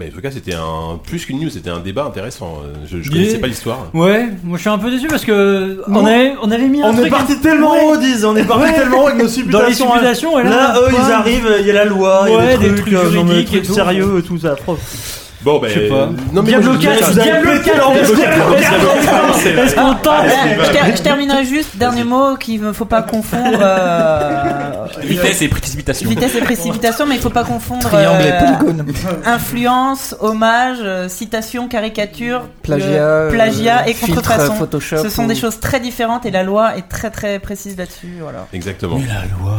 Mais en tout cas, c'était un plus qu'une news, c'était un débat intéressant. Euh, Je, je
Yeah.
connaissais pas l'histoire.
Ouais, moi je suis un peu déçu parce que
Non.
on avait, on avait mis un
On est
truc
parti tellement
Ouais.
haut, disent. On est parti tellement haut avec nos
dans les
supputations. hein.
supplications et là,
Là, eux, ils arrivent, il y a la loi, il y a
Ouais,
des
des
trucs,
trucs
euh, non, mais
juridiques
des
et tout.
sérieux et tout ça. trop.
Bon, ben.
Je sais pas.
Non, mais
Diablo
moi, je-
4,
je-
Diablo
je-
4,
Diablo
est-ce
4, Diablo 4, c'est
Est-ce qu'on tente
Euh, je, ter- je terminerai juste, dernier mot qu'il ne faut pas confondre euh,
Vitesse et précipitation.
vitesse et précipitation, mais il faut pas confondre
Triangle et
euh,
polygone.
influence, hommage, euh, citation, caricature,
Plagiat,
euh, plagiat
euh,
et
filtre,
contrefaçon.
euh, Photoshop
Ce sont
ou-
des choses très différentes et la loi est très très précise là-dessus. Voilà.
Exactement. Mais la loi.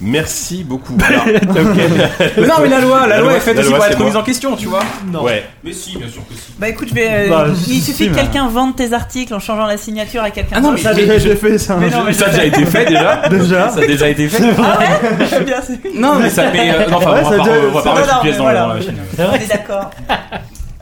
Merci beaucoup. Alors,
Non, mais la loi,
La loi, la loi, c'est moi.
question, tu vois.
ouais.
Mais si, bien sûr que si.
Bah écoute, je vais, euh,
Bah,
il
si, si,
suffit que
mais-
quelqu'un vende tes articles en changeant la signature à quelqu'un.
Ah non,
d'autre.
Ça, j'ai j'ai fait ça.
Mais non, mais
Ça a déjà été fait déjà.
Déjà.
Ça a déjà été fait. Ah
c'est bien, c'est-
Non, mais ça fait. euh, non, enfin,
Ouais,
on
ça
va pas
doit-
on va
ça
pas
doit-
rajouter
non,
pièce
mais
dans la-
voilà.
dans la machine.
on est d'accord.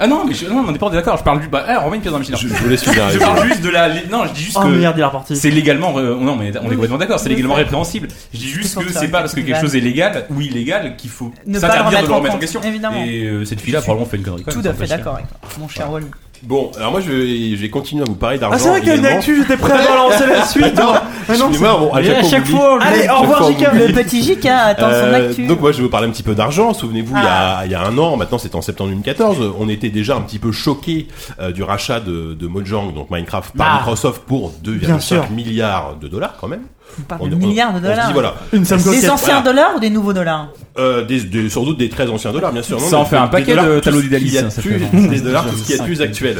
Ah non, mais je- non, on n'est pas d'accord. Je parle juste. Bah, eh, on remet une pièce dans la machine. à
Je,
remonter.
je vous laisse finir.
Je parle juste de la. Non, je dis juste
Oh
que.
milliard la partie.
C'est légalement, euh, non mais on est complètement d'accord, c'est
Oui,
légalement
c'est-
répréhensible. Je dis juste
pour
que
ça,
c'est pas parce que
c'est
quelque
une
chose est légal ou illégal qu'il faut
Ne pas le
s'interdire
remettre
de le
en
remettre en
compte,
question.
évidemment.
Et euh, cette fille-là probablement fait une connerie. quand
Tout
même,
à
ça
fait
va
d'accord avec toi, mon cher Wall.
Bon, alors moi je vais, je vais continuer à vous parler d'argent.
Ah, c'est vrai qu'il y a une
également.
actu, j'étais prêt à balancer la suite.
hein.
hein.
Ah Non,
mais non,
Mais
c'est-
moi, bon,
Et à
on
chaque
oublie.
fois, on
Allez,
le-
au revoir,
Chaque
Jika.
fois,
Le petit JK attend son
Euh,
actu.
donc moi je vais vous parler un petit peu d'argent. Souvenez-vous, il y
Ah.
a- il y, a un an, maintenant c'est en septembre 2014, on était déjà un petit peu choqué du rachat de, de Mojang, donc Minecraft, par
Ah.
Microsoft pour
Bien sûr.
2,5 milliards de dollars quand même.
On parle
On-
de
on-
milliards de
on se dit,
dollars.
voilà,
Une somme
Des
coquette.
anciens
voilà.
dollars ou des nouveaux dollars
Euh, des, des- sans doute des très anciens dollars, bien sûr.
Ça en
mais
fait un
des
paquet
dollars,
de
tout ce
tableaux
qu'il y a
d'idéalisme, ça
de plus,
fait vraiment.
Des dollars, tout ce qui est plus actuel.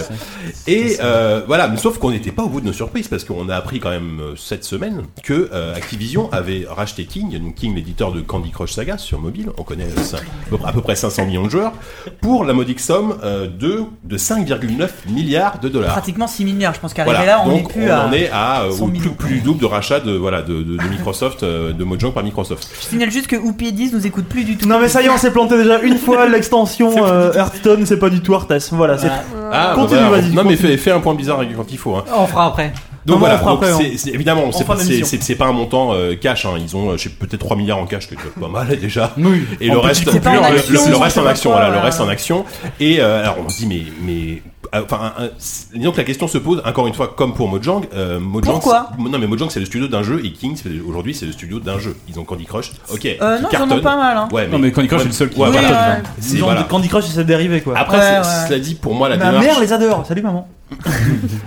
Et euh, voilà, mais sauf qu'on n'était pas au bout de nos surprises parce qu'on a appris quand même euh, cette semaine que euh, Activision avait racheté King, donc King l'éditeur de Candy Crush Saga sur mobile, on connaît euh, ça, à peu près- à peu près 500 millions de joueurs, pour la modique somme euh, de, de 5,9 milliards de dollars.
Pratiquement 6 milliards. Je pense qu'arrivé
Voilà,
là, on n'est
donc
plus
on
à.
en est à euh,
100
au plus,
millions.
plus du double de rachat de voilà de, de- de Microsoft, euh, de Mojang par Microsoft.
Je signale juste que Oupi 10 nous écoute plus du tout.
Non, mais ça y est, on s'est planté déjà une fois. L'extension euh, Hearthstone, c'est pas du tout Artes. Voilà, c'est
Ah, bah
Continue,
voilà.
vas-y,
Non mais
continue.
fais, fais un point bizarre quand il faut. hein.
On fera après.
Donc
Non,
voilà,
mais on fera
donc
après,
hein.
c'est- c'est- évidemment, c'est
fera une
c'est-
émission.
c'est- c'est pas un montant euh, cash, hein. ils ont euh, je sais, peut-être 3 milliards en cash, que pas mal déjà.
Oui.
Et
En
le
petite
reste,
coupure,
le-
en
le-
action,
le
je
reste
sais
en
pas
action,
quoi,
voilà, le
euh.
reste en action. Et euh, alors on se dit, mais, mais, euh, enfin, un- un- c'est- disons que la question se pose encore une fois, comme pour Mojang. euh, Mojang
Pourquoi
c'est- Non, mais Mojang c'est le studio d'un jeu et King c'est- aujourd'hui c'est le studio d'un jeu. Ils ont Candy Crush,
Euh,
ok. qui
non, ils en ont
cartonne.
pas mal. Hein.
Ouais, mais,
Non mais Candy Crush, c'est le seul qui. hein.
Ouais,
Oui,
voilà.
ouais.
C'est-
Disons,
voilà.
Candy Crush, c'est ses dérivés, quoi.
Après,
Ouais,
c'est-
ouais.
cela dit, pour moi, la
Ma
démarche.
mère les adore. Salut, maman.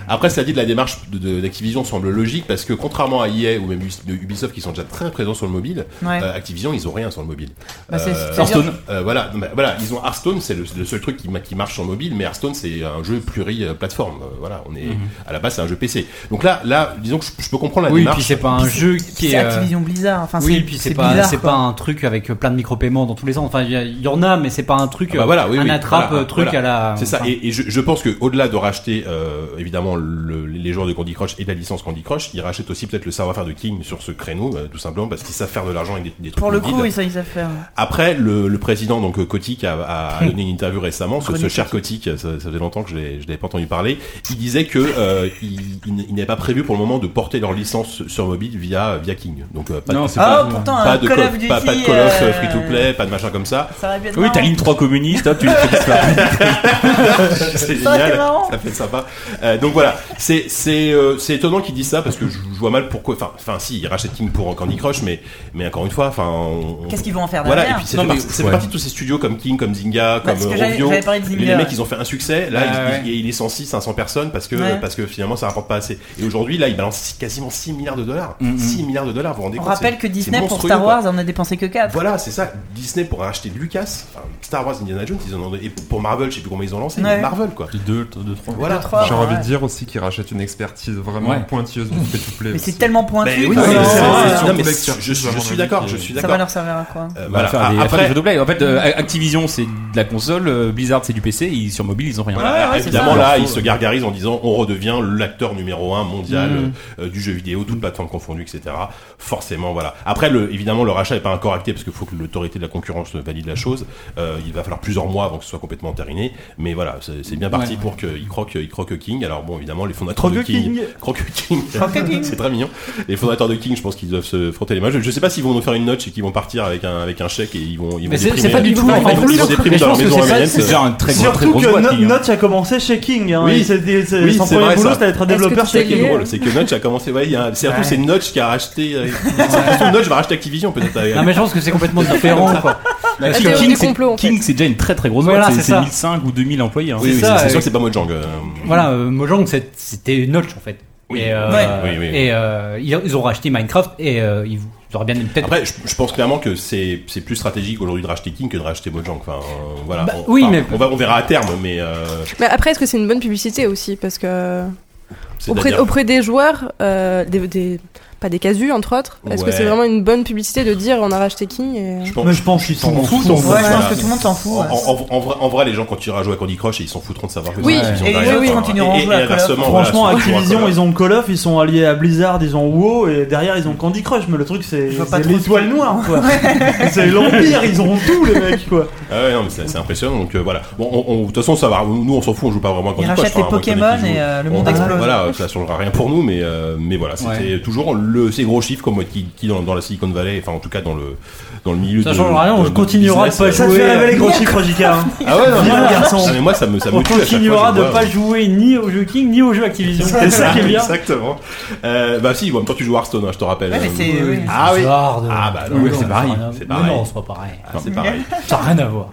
Après, cela dit, la démarche de- de- d'Activision semble logique parce que contrairement à EA ou même Ubis- de Ubisoft qui sont déjà très présents sur le mobile,
Ouais.
euh, Activision ils ont rien sur le mobile.
Bah, c'est-
Euh,
c'est-à-dire-
Hearthstone, euh, voilà, non, mais voilà, ils ont Hearthstone, c'est le, le seul truc qui, ma- qui marche sur le mobile, mais Hearthstone c'est un jeu pluri-plateforme. euh, voilà, on
Mhm.
est à la base c'est un jeu PC. Donc là, là, disons que je, je peux comprendre la
Oui, puis
démarche.
c'est pas un
Puis
jeu
Puis
qui
C'est
est. euh,
Activision Blizzard. Enfin,
Oui,
c'est-
puis c'est
c'est
pas,
bizarre,
c'est
quoi.
pas un truc avec plein de micro-paiements dans tous les sens. Enfin, il y, a- il y en a, mais c'est pas un truc, euh,
Ah bah voilà, oui,
un
oui,
attrape
voilà,
truc
voilà.
à la.
C'est ça.
enfin,
Et, et je, je pense que au-delà de racheter euh, évidemment le- les joueurs de Candy Crush et de la licence Candy Crush, ils rachètent aussi peut-être le savoir-faire de King sur ce créneau, euh, tout simplement parce qu'ils savent faire de l'argent avec des, des trucs
Pour le
mobiles.
coup, oui, ça, ils savent faire.
Après, le, le président, donc euh, Kotick, a, a donné une interview récemment. Ce, ce cher Kotick, ça, ça faisait longtemps que je l'ai- je l'avais pas entendu parler. Il disait que euh, il, il n- il n'avait pas prévu pour le moment de porter leur licence sur mobile via via King. Donc euh, pas,
Non,
de,
c'est
Ah,
pas.
pourtant,
pas
un
de
Call
co-
of Duty.
pas, pas de Call of
euh,
free to play, pas de machin comme ça.
Ça aurait pu être
Oui, t'as
marrant.
ligne 3 communiste, hop, tu le fais disparaître.
C'est
Ça, c'est
génial.
marrant.
Ça fait sympa. Euh, donc voilà, c'est c'est euh, c'est étonnant qu'ils disent ça parce que je, je vois mal pourquoi. Enfin, enfin, si ils rachètent King pour Candy Crush, mais mais encore une fois, enfin. on-
Qu'est-ce qu'ils vont en faire
Voilà, et
derrière
puis c'est
Non,
fait
mais-
partie- c'est fait
ouais.
partie de tous ces studios comme King, comme
Bah,
Zynga, comme euh,
parce que j'avais-
Rovio.
j'avais parlé de Zynga,
Les mecs,
ouais.
ils ont fait un succès. Là,
Ouais,
ils, ils- ils licencient 500 personnes parce que,
Ouais.
parce que finalement, ça rapporte pas assez. Et aujourd'hui, là, ils balancent six- quasiment 6 milliards de dollars.
Mhm.
6 milliards de dollars, vous vous rendez
On
compte
rappelle
c'est-
que
c'est
Disney, pour
monstrueux,
Star
quoi.
Wars, en a dépensé que 4.
Voilà, c'est ça. Disney pourrait acheter Lucas, enfin, Star Wars, Indiana Jones, ils en ont, et pour Marvel, je sais plus combien ils ont lancé, mais
Ouais.
Marvel, quoi.
2, 2, 3.
Voilà.
J'ai envie de dire aussi qu'ils rachètent une expertise vraiment
Ouais.
pointilleuse du free-to-play.
Mais c'est
aussi.
tellement pointu.
Ben oui,
que-
non, mais
Ouais,
c'est-
ouais,
c'est-
ouais.
non, mais
Ouais.
je, je- je
Ouais.
suis d'accord, je suis
Ça va
d'accord.
leur servir à quoi
Euh,
On va
voilà.
Bah, faire des,
Ah,
après,
après,
jeux de play. En fait, euh, Activision c'est de la console, euh, Blizzard c'est du PC, et sur mobile ils ont rien.
Ouais,
Voilà,
ouais, c'est
évidemment,
ça.
là,
Leur
ils
faux,
se
ouais.
gargarisent en disant on redevient l'acteur numéro un mondial
Mm.
euh, euh, du jeu vidéo, toute plateforme confondue, etc. Forcément, voilà. Après, le, évidemment, le rachat n'est pas encore acté parce qu'il faut que l'autorité de la concurrence valide la chose. Euh, il va falloir plusieurs mois avant que ce soit complètement terminé. Mais voilà, c'est c'est bien parti
Ouais.
pour qu'ils croquent, ils croquent King. Alors, bon, évidemment, les fondateurs
Croque
de King.
King.
Croque King,
Croque King.
c'est très mignon. Les fondateurs de King, je pense qu'ils doivent se frotter les mains. Je, je sais pas s'ils vont nous faire une note, et qu'ils vont partir avec un avec un chèque et ils vont ils vont
Mais c'est-
déprimer.
c'est pas du
Ils
tout-
vont-
en
ils vont
plus,
déprimer
mais je
dans leur
pense que
maison
c'est pas-
M&M's.
C'est déjà un très gros, très
Surtout
gros
que
boîte,
No-
King, hein.
Notch a commencé chez King. Hein,
Oui.
Et c'est- c'est-
Oui,
son
c'est
premier
vrai,
boulot,
ça.
c'était d'être
que
développeur
tu
chez
t'es
qui est
King.
lié
drôle, c'est que Notch a commencé. Ouais, il y a un- c'est surtout
Ouais.
c'est Notch qui a racheté. euh, c'est surtout Notch va racheter Activision peut-être. euh,
Non, mais je pense que c'est complètement différent, quoi.
Parce
théorie
que
du
King, c'est-
complot, en fait.
King, c'est déjà une très très grosse boîte,
Voilà,
c'est-
c'est
c'est
ça.
1005 ou 2000 employés. hein.
Oui, oui,
c'est
c'est
ça,
c'est sûr
et-
que c'est pas Mojang. euh,
Voilà, euh, Mojang, c'est- c'était Notch en fait.
Oui.
Et, euh,
Ouais.
Oui, oui, oui.
et euh, ils, ils ont racheté Minecraft et euh, ils ils auraient bien peut-être.
Après, je, je pense clairement que c'est c'est plus stratégique aujourd'hui de racheter King que de racheter Mojang. Enfin, euh, voilà.
Bah,
on,
oui,
enfin,
mais-
on va on verra à terme, mais euh,
Mais après, est-ce que c'est une bonne publicité aussi Parce que
c'est
auprès,
d'ailleurs-
auprès des joueurs, euh, des, des- pas des casus entre autres Est-ce
Ouais.
que c'est vraiment une bonne publicité de dire on a racheté qui et...
pense-
Mais je pense qu'ils s'en
Ils
foutent.
s'en
en fait.
Ouais, je
voilà.
pense que tout le monde s'en fout.
En,
ouais.
en- en vrai, en vrai, les gens continueront à jouer à Candy Crush et ils s'en foutront de savoir que
Oui,
c'est
et oui, oui, ils continueront à
et,
jouer à
et inversement, voilà,
Franchement,
ils sont toujours à
Activision,
Call of.
ils ont Call of, ils sont alliés à Blizzard, ils ont WoW, et derrière, ils ont Candy Crush. Mais le truc, c'est
Je vois pas
c'est
trop ce
l'étoile noire, quoi. c'est l'Empire, ils auront tout, les mecs, quoi.
Ah ouais, non, mais c'est c'est impressionnant. Donc euh, voilà. Bon, on- on- de toute façon, ça va. Nous, on s'en fout, on joue pas vraiment à Candy
Ils
Crush.
rachètent les
enfin, à moins qu'il y en ait qui
Pokémon
jouent.
et euh, le monde
On-
explose.
Voilà, ça changera rien pour nous, mais euh, mais voilà, c'était
Ouais.
toujours le ces gros chiffres comme qui, qui dans, dans la Silicon Valley, enfin en tout cas dans le dans le milieu.
Ça
de-
changera rien,
de-
on
de
continuera de
business.
pas
Ça te
jouer.
fait
euh,
rêver les gros chiffres, JK. hein.
Ah ouais, non, mais,
Vive les garçons.
non, mais moi ça me ça me
On
tue à chaque fois,
continuera
je
de
vois.
pas jouer ni au jeu King ni au jeu Activision. C'est ça qui est bien.
Exactement. Euh, bah si, en même temps tu joues à Hearthstone, hein, je te rappelle.
Ouais, mais
Euh,
c'est- oui.
Ah oui.
Bizarre de-
Ah bah non,
Oui,
non,
c'est
ça
pareil.
sert à rien.
C'est
Mais
pareil.
non,
non, c'est pas pareil.
Ah, c'est pareil.
Ça n'a rien à voir.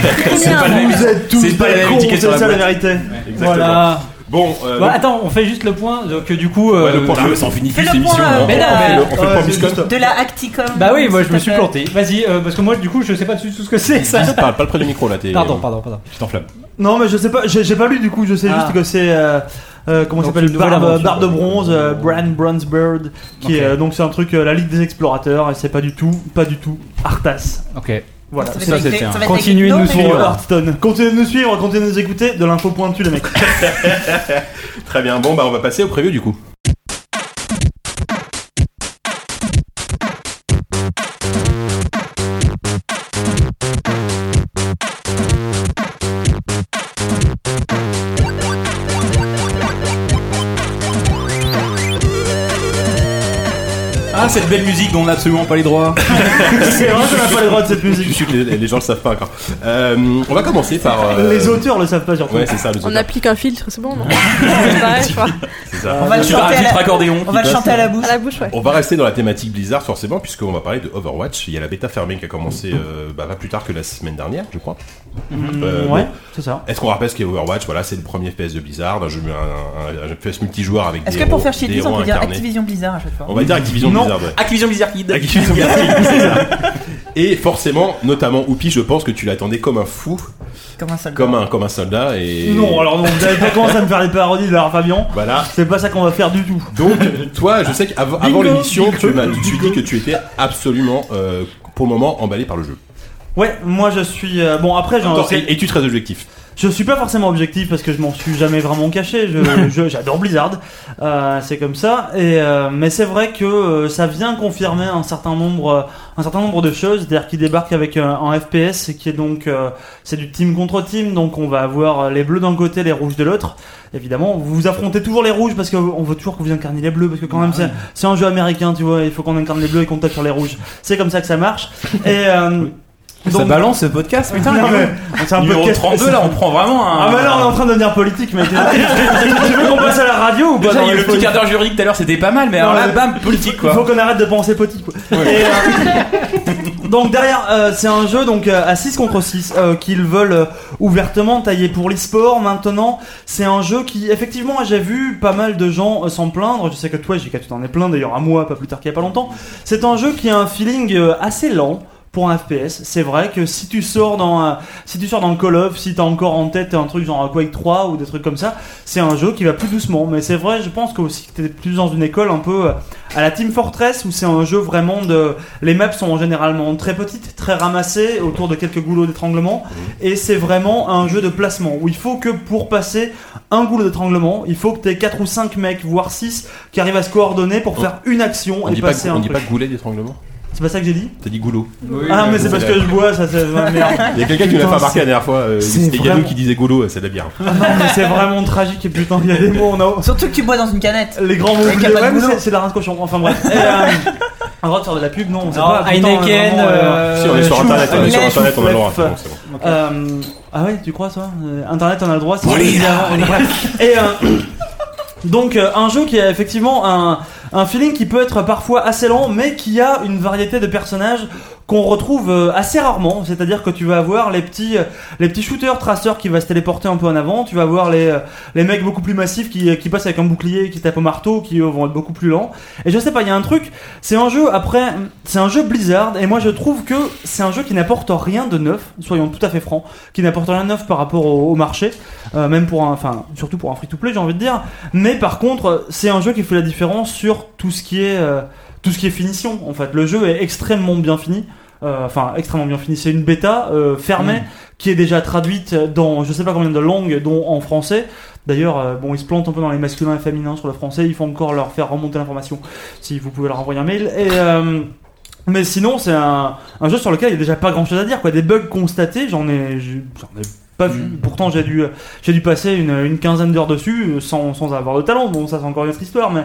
Vous êtes tous
C'est pas la
des
même
cons, c'est
étiquette sur la
ça la
boîte.
vérité.
Exactement.
Voilà.
Bon, euh,
Bah,
donc-
attends, on fait juste le point. Donc, du coup.
ouais,
euh,
le point, Ah, ça en finit
Fais
plus,
le
cette
point,
émission,
là.
on-
Mais
on
là,
fait le- on fait le point
ouais,
Biscotte.
juste-
De la Acticom.
Bah oui, moi je me suis
s'il te plaît.
planté. Vas-y, euh, parce que moi du coup je sais pas du tout ce que c'est ça.
Dis- Parle, parle près du micro là, t'es.
Pardon, pardon, pardon.
Tu t'enflammes.
Non, mais je sais pas, j'ai j'ai pas lu du coup, je sais
Ah.
juste que c'est. euh, euh, comment ça
Donc,
s'appelle
une nouvelle
barbe,
aventure.
barbe de bronze, euh, Bran Bronzebird, qui est
Ok.
euh, donc c'est un truc, euh, la Ligue des Explorateurs, et c'est pas du tout, pas du tout Arthas.
Ok.
Voilà.
Ça va
ça,
être
c'était
ça
un-
va être
Continuez de
avec- non, mais-
nous
Pour
suivre.
Hearthstone. Continuez de nous suivre, continuez de nous écouter, de l'info pointue les mecs.
Très bien, bon, bah on va passer au preview du coup.
Ah, cette belle musique dont on n'a absolument pas les droits.
c'est vrai qu'on n'a pas les droits de cette
Je
musique.
suis que les, les gens le savent pas encore. Euh, on va commencer par. euh,
Les auteurs le savent pas surtout.
Ouais, c'est ça, les
On
auteurs.
applique un filtre, c'est bon, non C'est pareil, je crois.
C'est ça.
On va le
Super
chanter à
arbitre
la-
accordéon.
on va le chanter à la bouche.
À la bouche, ouais.
On va rester dans la thématique Blizzard forcément puisqu'on va parler de Overwatch. Il y a la bêta fermée qui a commencé euh, bah, pas plus tard que la semaine dernière, je crois. Euh,
Mm-hmm. Ouais,
bon.
c'est ça.
Est-ce qu'on rappelle ce qu'est Overwatch Voilà, c'est le premier FPS de Blizzard, un, jeu, un, un- un FPS multijoueur avec
Est-ce
des
que pour
héros-
faire
des
chier
héros
on peut dire
incarnés.
Activision Blizzard à chaque fois
On va dire Activision
Non.
Blizzard. ouais.
Activision Blizzard Kid.
Activision Blizzard, c'est ça. Et forcément, notamment Oupi, je pense que tu l'attendais comme un fou,
Comme un seul.
comme un comme un soldat et
Non, alors non, vous avez pas commencé à me faire les parodies de Laurent Fabian.
voilà.
C'est pas ça qu'on va faire du tout.
Donc, toi, je sais qu'avant avant
Bingo,
l'émission,
bingo,
tu m'as tout de suite dit
bingo.
que tu étais absolument, euh, pour le moment, emballé par le jeu.
Ouais, moi je suis. euh, bon, après, j'en
Attends, et, et tu très objectif.
Je suis pas forcément objectif parce que je m'en suis jamais vraiment caché. Je- je- J'adore Blizzard, Euh, c'est comme ça. Et euh, mais c'est vrai que euh, ça vient confirmer un certain nombre, euh, un certain nombre de choses. C'est-à-dire qu'ils débarquent avec un, un FPS qui est donc, euh, c'est du team contre team. Donc on va avoir euh, les bleus d'un côté, les rouges de l'autre. Évidemment, vous vous affrontez toujours les rouges parce qu'on veut toujours que vous incarniez les bleus parce que quand
Bah
même c'est c'est un jeu américain, tu vois. Il faut qu'on incarne les bleus et qu'on tape sur les rouges. C'est comme ça que ça marche. Et euh,
Ça
donc-
balance ce podcast, hein. putain.
Non, mais c'est un
Numéro
podcast-
32, là, on prend vraiment un.
ah bah là on est en train de devenir politique mec. tu veux qu'on passe à la radio ou pas
Déjà,
Non,
il y a eu
il
le
faut-
petit quart d'heure juridique tout à l'heure, c'était pas mal, mais
Non,
alors là,
mais-
bam, politique
Il faut
quoi.
qu'on arrête de penser petit quoi. Et, euh, donc derrière euh, c'est un jeu donc euh, à 6 contre 6 euh, qu'ils veulent euh, ouvertement tailler pour l'e-sport maintenant. C'est un jeu qui effectivement j'ai vu pas mal de gens euh, s'en plaindre. Je sais que toi JK tu t'en es plaint d'ailleurs à moi pas plus tard qu'il y a pas longtemps. C'est un jeu qui a un feeling euh, assez lent. Pour un FPS, c'est vrai que si tu sors dans euh, si tu sors dans Call of, si t'as encore en tête un truc genre Quake 3 ou des trucs comme ça, c'est un jeu qui va plus doucement. Mais c'est vrai, je pense que aussi que t'es plus dans une école un peu euh, à la Team Fortress où c'est un jeu vraiment de les maps sont généralement très petites, très ramassées autour de quelques goulots d'étranglement et c'est vraiment un jeu de placement où il faut que pour passer un goulot d'étranglement, il faut que t'aies 4 ou 5 mecs voire 6 qui arrivent à se coordonner pour faire une action
Oh. On
et
dit pas,
passer
on
un
dit
truc.
pas goulet d'étranglement
C'est pas ça que j'ai dit
T'as dit goulot.
Ah mais c'est parce que je bois ça c'est ouais, merde.
Il y a quelqu'un qui nous l'a
Putain,
pas marqué la dernière fois. euh,
c'est
C'était Yannou
vraiment-
qui disait goulot, euh, c'est de la bière.
Ah non mais c'est vraiment tragique et putain il y a des mots on a
Surtout que tu bois dans une canette.
les grands mots
Avec
oubliés.
un pas de
Ouais, mais
boulot.
c'est- c'est de la race cochon enfin bref. Et, euh, un droit de faire de la pub non on sait
Non,
pas. Putain, on est
Heineken.
vraiment, euh,
euh,
si, on est sur
je
internet,
vous-
on est sur
je
internet,
vous
on a le droit.
lève.
c'est bon, c'est bon.
Euh, ah ouais, tu crois toi Euh, Internet, on a le droit. c'est- avant, hein. bref. Et euh, donc euh, un jeu qui a effectivement un, un feeling qui peut être parfois assez lent, mais qui a une variété de personnages qu'on retrouve euh, assez rarement. C'est-à-dire que tu vas avoir les petits, euh, les petits shooters traceurs qui va se téléporter un peu en avant. Tu vas avoir les, euh, les mecs beaucoup plus massifs qui, qui passent avec un bouclier, qui tapent au marteau, qui eux, vont être beaucoup plus lents. Et je sais pas, il y a un truc. C'est un jeu après, c'est un jeu Blizzard. Et moi, je trouve que c'est un jeu qui n'apporte rien de neuf. Soyons tout à fait francs, qui n'apporte rien de neuf par rapport au, au marché, euh, même pour un, enfin, surtout pour un free-to-play, j'ai envie de dire. Mais par contre, c'est un jeu qui fait la différence sur tout ce qui est euh, tout ce qui est finition. En fait, le jeu est extrêmement bien fini. Euh, Enfin, extrêmement bien fini. C'est une bêta euh, fermée qui est déjà traduite dans je sais pas combien de langues, dont en français. D'ailleurs, euh, bon, ils se plantent un peu dans les masculins et féminins sur le français. Il faut encore leur faire remonter l'information si vous pouvez leur envoyer un mail. Et euh, mais sinon, c'est un, un jeu sur lequel il y a déjà pas grand chose à dire. Quoi. Des bugs constatés, j'en ai, j'ai- j'en ai pas vu.
Mm.
Pourtant, j'ai dû, j'ai dû passer une, une quinzaine d'heures dessus euh, sans, sans avoir de talent. Bon, ça, c'est encore une autre histoire, mais,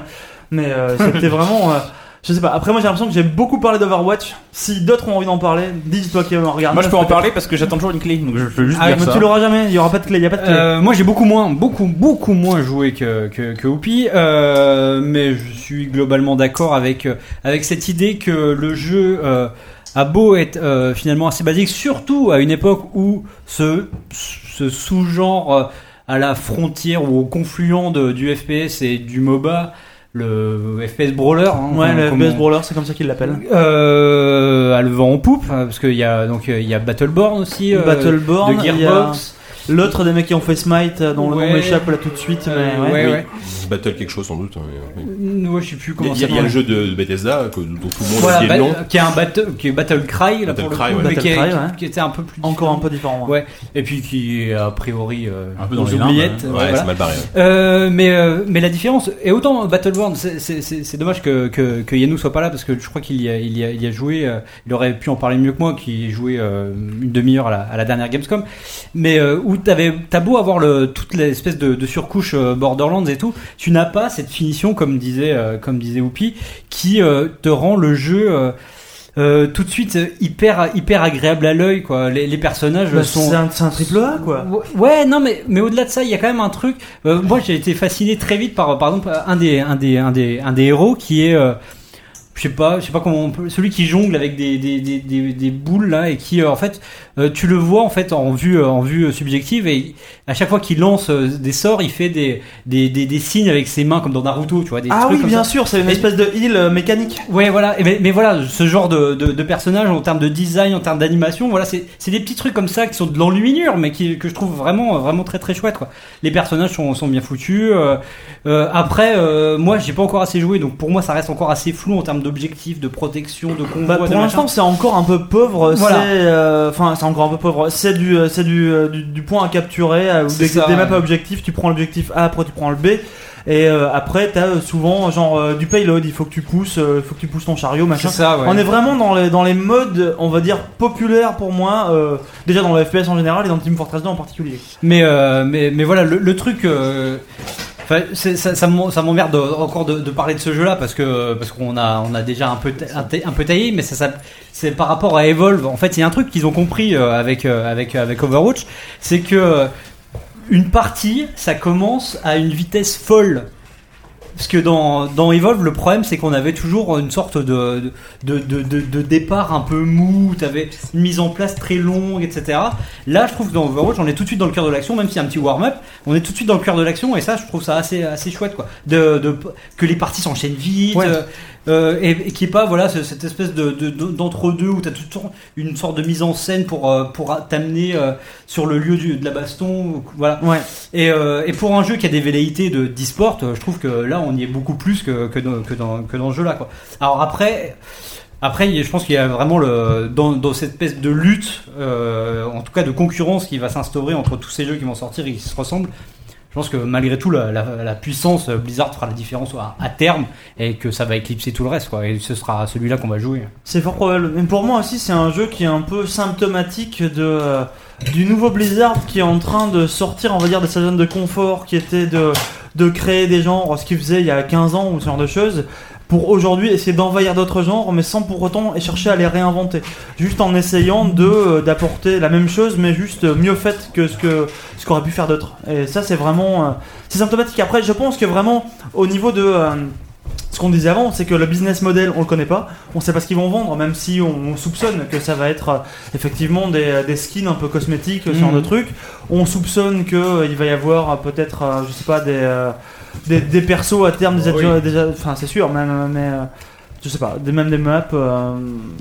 mais euh, c'était vraiment. euh, je sais pas. Après, moi, j'ai l'impression que j'ai beaucoup parlé d'Overwatch. Si d'autres ont envie d'en parler, dis-toi qui en regarde.
Moi, je peux en parler parce que j'attends toujours une clé, donc je peux juste
Ah,
dire
mais
ça.
tu l'auras jamais. Il y aura pas de clé. Il y a pas de clé.
Euh, moi j'ai beaucoup moins, beaucoup, beaucoup moins joué que, que, que Whoopi, euh, mais je suis globalement d'accord avec, euh, avec cette idée que le jeu euh, a beau être euh, finalement assez basique, surtout à une époque où ce, ce sous-genre euh, à la frontière ou au confluent de- du FPS et du MOBA, le FPS Brawler, hein,
ouais, le
comme
best
on-
brawler, c'est comme ça qu'ils l'appellent.
euh, à le vent en poupe, hein, parce qu'il y a donc euh, il y a Battleborn aussi, euh,
Battleborn,
de
il y a-
Gearbox.
L'autre des mecs qui ont fait Smite, euh, dont le
Ouais.
nom m'échappe là tout de suite. Mais
Euh,
ouais.
ouais,
Oui.
ouais.
Battle quelque chose sans doute. hein, mais- oui.
Ouais, je sais
Il
plus
y
comment
a, il
ça
y a- il y a
s'appelle.
le jeu de, de Bethesda que, dont tout le monde
Voilà,
dit
bat-
le nom.
qui est un battle, qui est Battle Cry, là,
Battle
pour le
Cry,
coup,
ouais.
mais qui, est-
Battle Cry,
qui-
ouais.
qui était un peu plus
Encore un
différent.
peu différent.
Ouais. et puis qui est a priori euh,
Un peu dans
aux
les limbes,
oubliettes.
hein.
Ouais,
euh, voilà.
c'est mal barré. ouais.
Euh, mais euh, mais la différence et autant Battleborn, c'est- c'est c'est- c'est dommage que que, que Yannou soit pas là parce que je crois qu'il y a il y a il y a joué, euh, il aurait pu en parler mieux que moi qui jouait euh, une demi-heure à la, à la dernière Gamescom, mais euh, où t'avais t'as beau avoir le toute l'espèce de, de surcouche euh, Borderlands et tout, tu n'as pas cette finition comme disait euh, comme disait Oupi qui euh, te rend le jeu euh, euh, tout de suite euh, hyper hyper agréable à l'œil quoi. Les, les personnages
Bah,
sont
c'est un, c'est un triple A quoi.
Ouais, Ouais, non, mais, mais au-delà de ça, il y a quand même un truc. euh, moi, j'ai été fasciné très vite par, par exemple, un des, un des, un des, un des héros qui est. euh, je sais pas, je sais pas comment on peut, celui qui jongle avec des, des, des, des, des boules là et qui euh, en fait euh, tu le vois en fait en vue euh, en vue euh, subjective et il- à chaque fois qu'il lance euh, des sorts, il fait des, des, des, des signes avec ses mains comme dans Naruto, tu vois des
Ah
trucs
oui,
comme
bien
ça.
sûr, c'est une
Et-
espèce de heal euh, mécanique.
Ouais, voilà. Et Mais, mais voilà, ce genre de, de, de personnage en termes de design, en termes d'animation, voilà, c'est c'est des petits trucs comme ça qui sont de l'enluminure, mais qui, que je trouve vraiment, euh, vraiment très très chouette. Quoi. Les personnages sont, sont bien foutus. euh, euh, après, euh, moi, j'ai pas encore assez joué, donc pour moi, ça reste encore assez flou en termes d'objectifs, de protection, de convoi.
Bah,
de
pour
machin.
l'instant, c'est encore un peu pauvre.
Voilà.
C'est, euh, enfin, c'est encore un peu pauvre. C'est du, euh, c'est du, euh, du, du point à capturer euh, ou
C'est
des,
ça,
des maps
ouais.
à objectifs. Tu prends l'objectif A, après tu prends le B. Et euh, après, t'as euh, souvent genre euh, du payload. Il faut que tu pousses, euh, faut que tu pousses ton chariot,
c'est
machin.
ça. Ouais.
On est vraiment dans les, dans les modes, on va dire, populaires pour moi, euh, déjà dans le FPS en général et dans Team Fortress 2 en particulier.
Mais, euh, mais, mais voilà, le, le truc. euh, enfin, c'est- ça, ça m'en- ça m'emmerde de- encore de, de parler de ce jeu-là parce que parce qu'on a on a déjà un peu ta- un, ta- un peu taillé, mais ça, ça- c'est par rapport à Evolve. En fait, il y a un truc qu'ils ont compris euh, avec euh, avec avec Overwatch, c'est que euh, une partie ça commence à une vitesse folle. Parce que dans, dans Evolve, le problème c'est qu'on avait toujours une sorte de, de, de, de, de départ un peu mou, t'avais une mise en place très longue, etc. Là, je trouve que dans Overwatch, on est tout de suite dans le cœur de l'action, même s'il y a un petit warm-up, on est tout de suite dans le cœur de l'action, et ça, je trouve ça assez, assez chouette, quoi. De, de- que les parties s'enchaînent vite,
Ouais.
euh, euh, et, et qu'il n'y ait pas, voilà, ce- cette espèce de, de- de- d'entre-deux où t'as tout le temps une sorte de mise en scène pour, euh, pour t'amener euh, sur le lieu du, de la baston, voilà.
Ouais.
Et, euh, et pour un jeu qui a des velléités de d'e-sport, euh, je trouve que là on y est beaucoup plus que, que, dans, que, dans, que dans ce jeu-là. quoi. Alors après, après il y a- je pense qu'il y a vraiment le, dans, dans cette espèce de lutte, euh, en tout cas de concurrence qui va s'instaurer entre tous ces jeux qui vont sortir et qui se ressemblent. Je pense que malgré tout, la, la- la puissance euh, Blizzard fera la différence à, à terme et que ça va éclipser tout le reste. Quoi. Et ce sera celui-là qu'on va jouer.
C'est fort probable. Mais pour moi aussi, c'est un jeu qui est un peu symptomatique de euh, du nouveau Blizzard qui est en train de sortir, on va dire, de sa zone de confort qui était de, de créer des genres, ce qu'il faisait il y a 15 ans ou ce genre de choses, pour aujourd'hui essayer d'envahir d'autres genres, mais sans pour autant chercher à les réinventer. Juste en essayant de euh, d'apporter la même chose, mais juste euh, mieux faite que ce que ce qu'aurait pu faire d'autres. Et ça, c'est vraiment euh, c'est symptomatique. Après, je pense que vraiment au niveau de euh, ce qu'on disait avant, c'est que le business model, on le connaît pas, on sait pas ce qu'ils vont vendre, même si on, on soupçonne que ça va être euh, effectivement des, des skins un peu cosmétiques, ce genre
Mhm.
de trucs. On soupçonne que euh, il va y avoir euh, peut-être, euh, je sais pas, des, euh, des, des persos à terme, des
Oui.
adjoints- des a- enfin c'est sûr, même, euh, mais euh, je sais pas, des, même des maps, euh,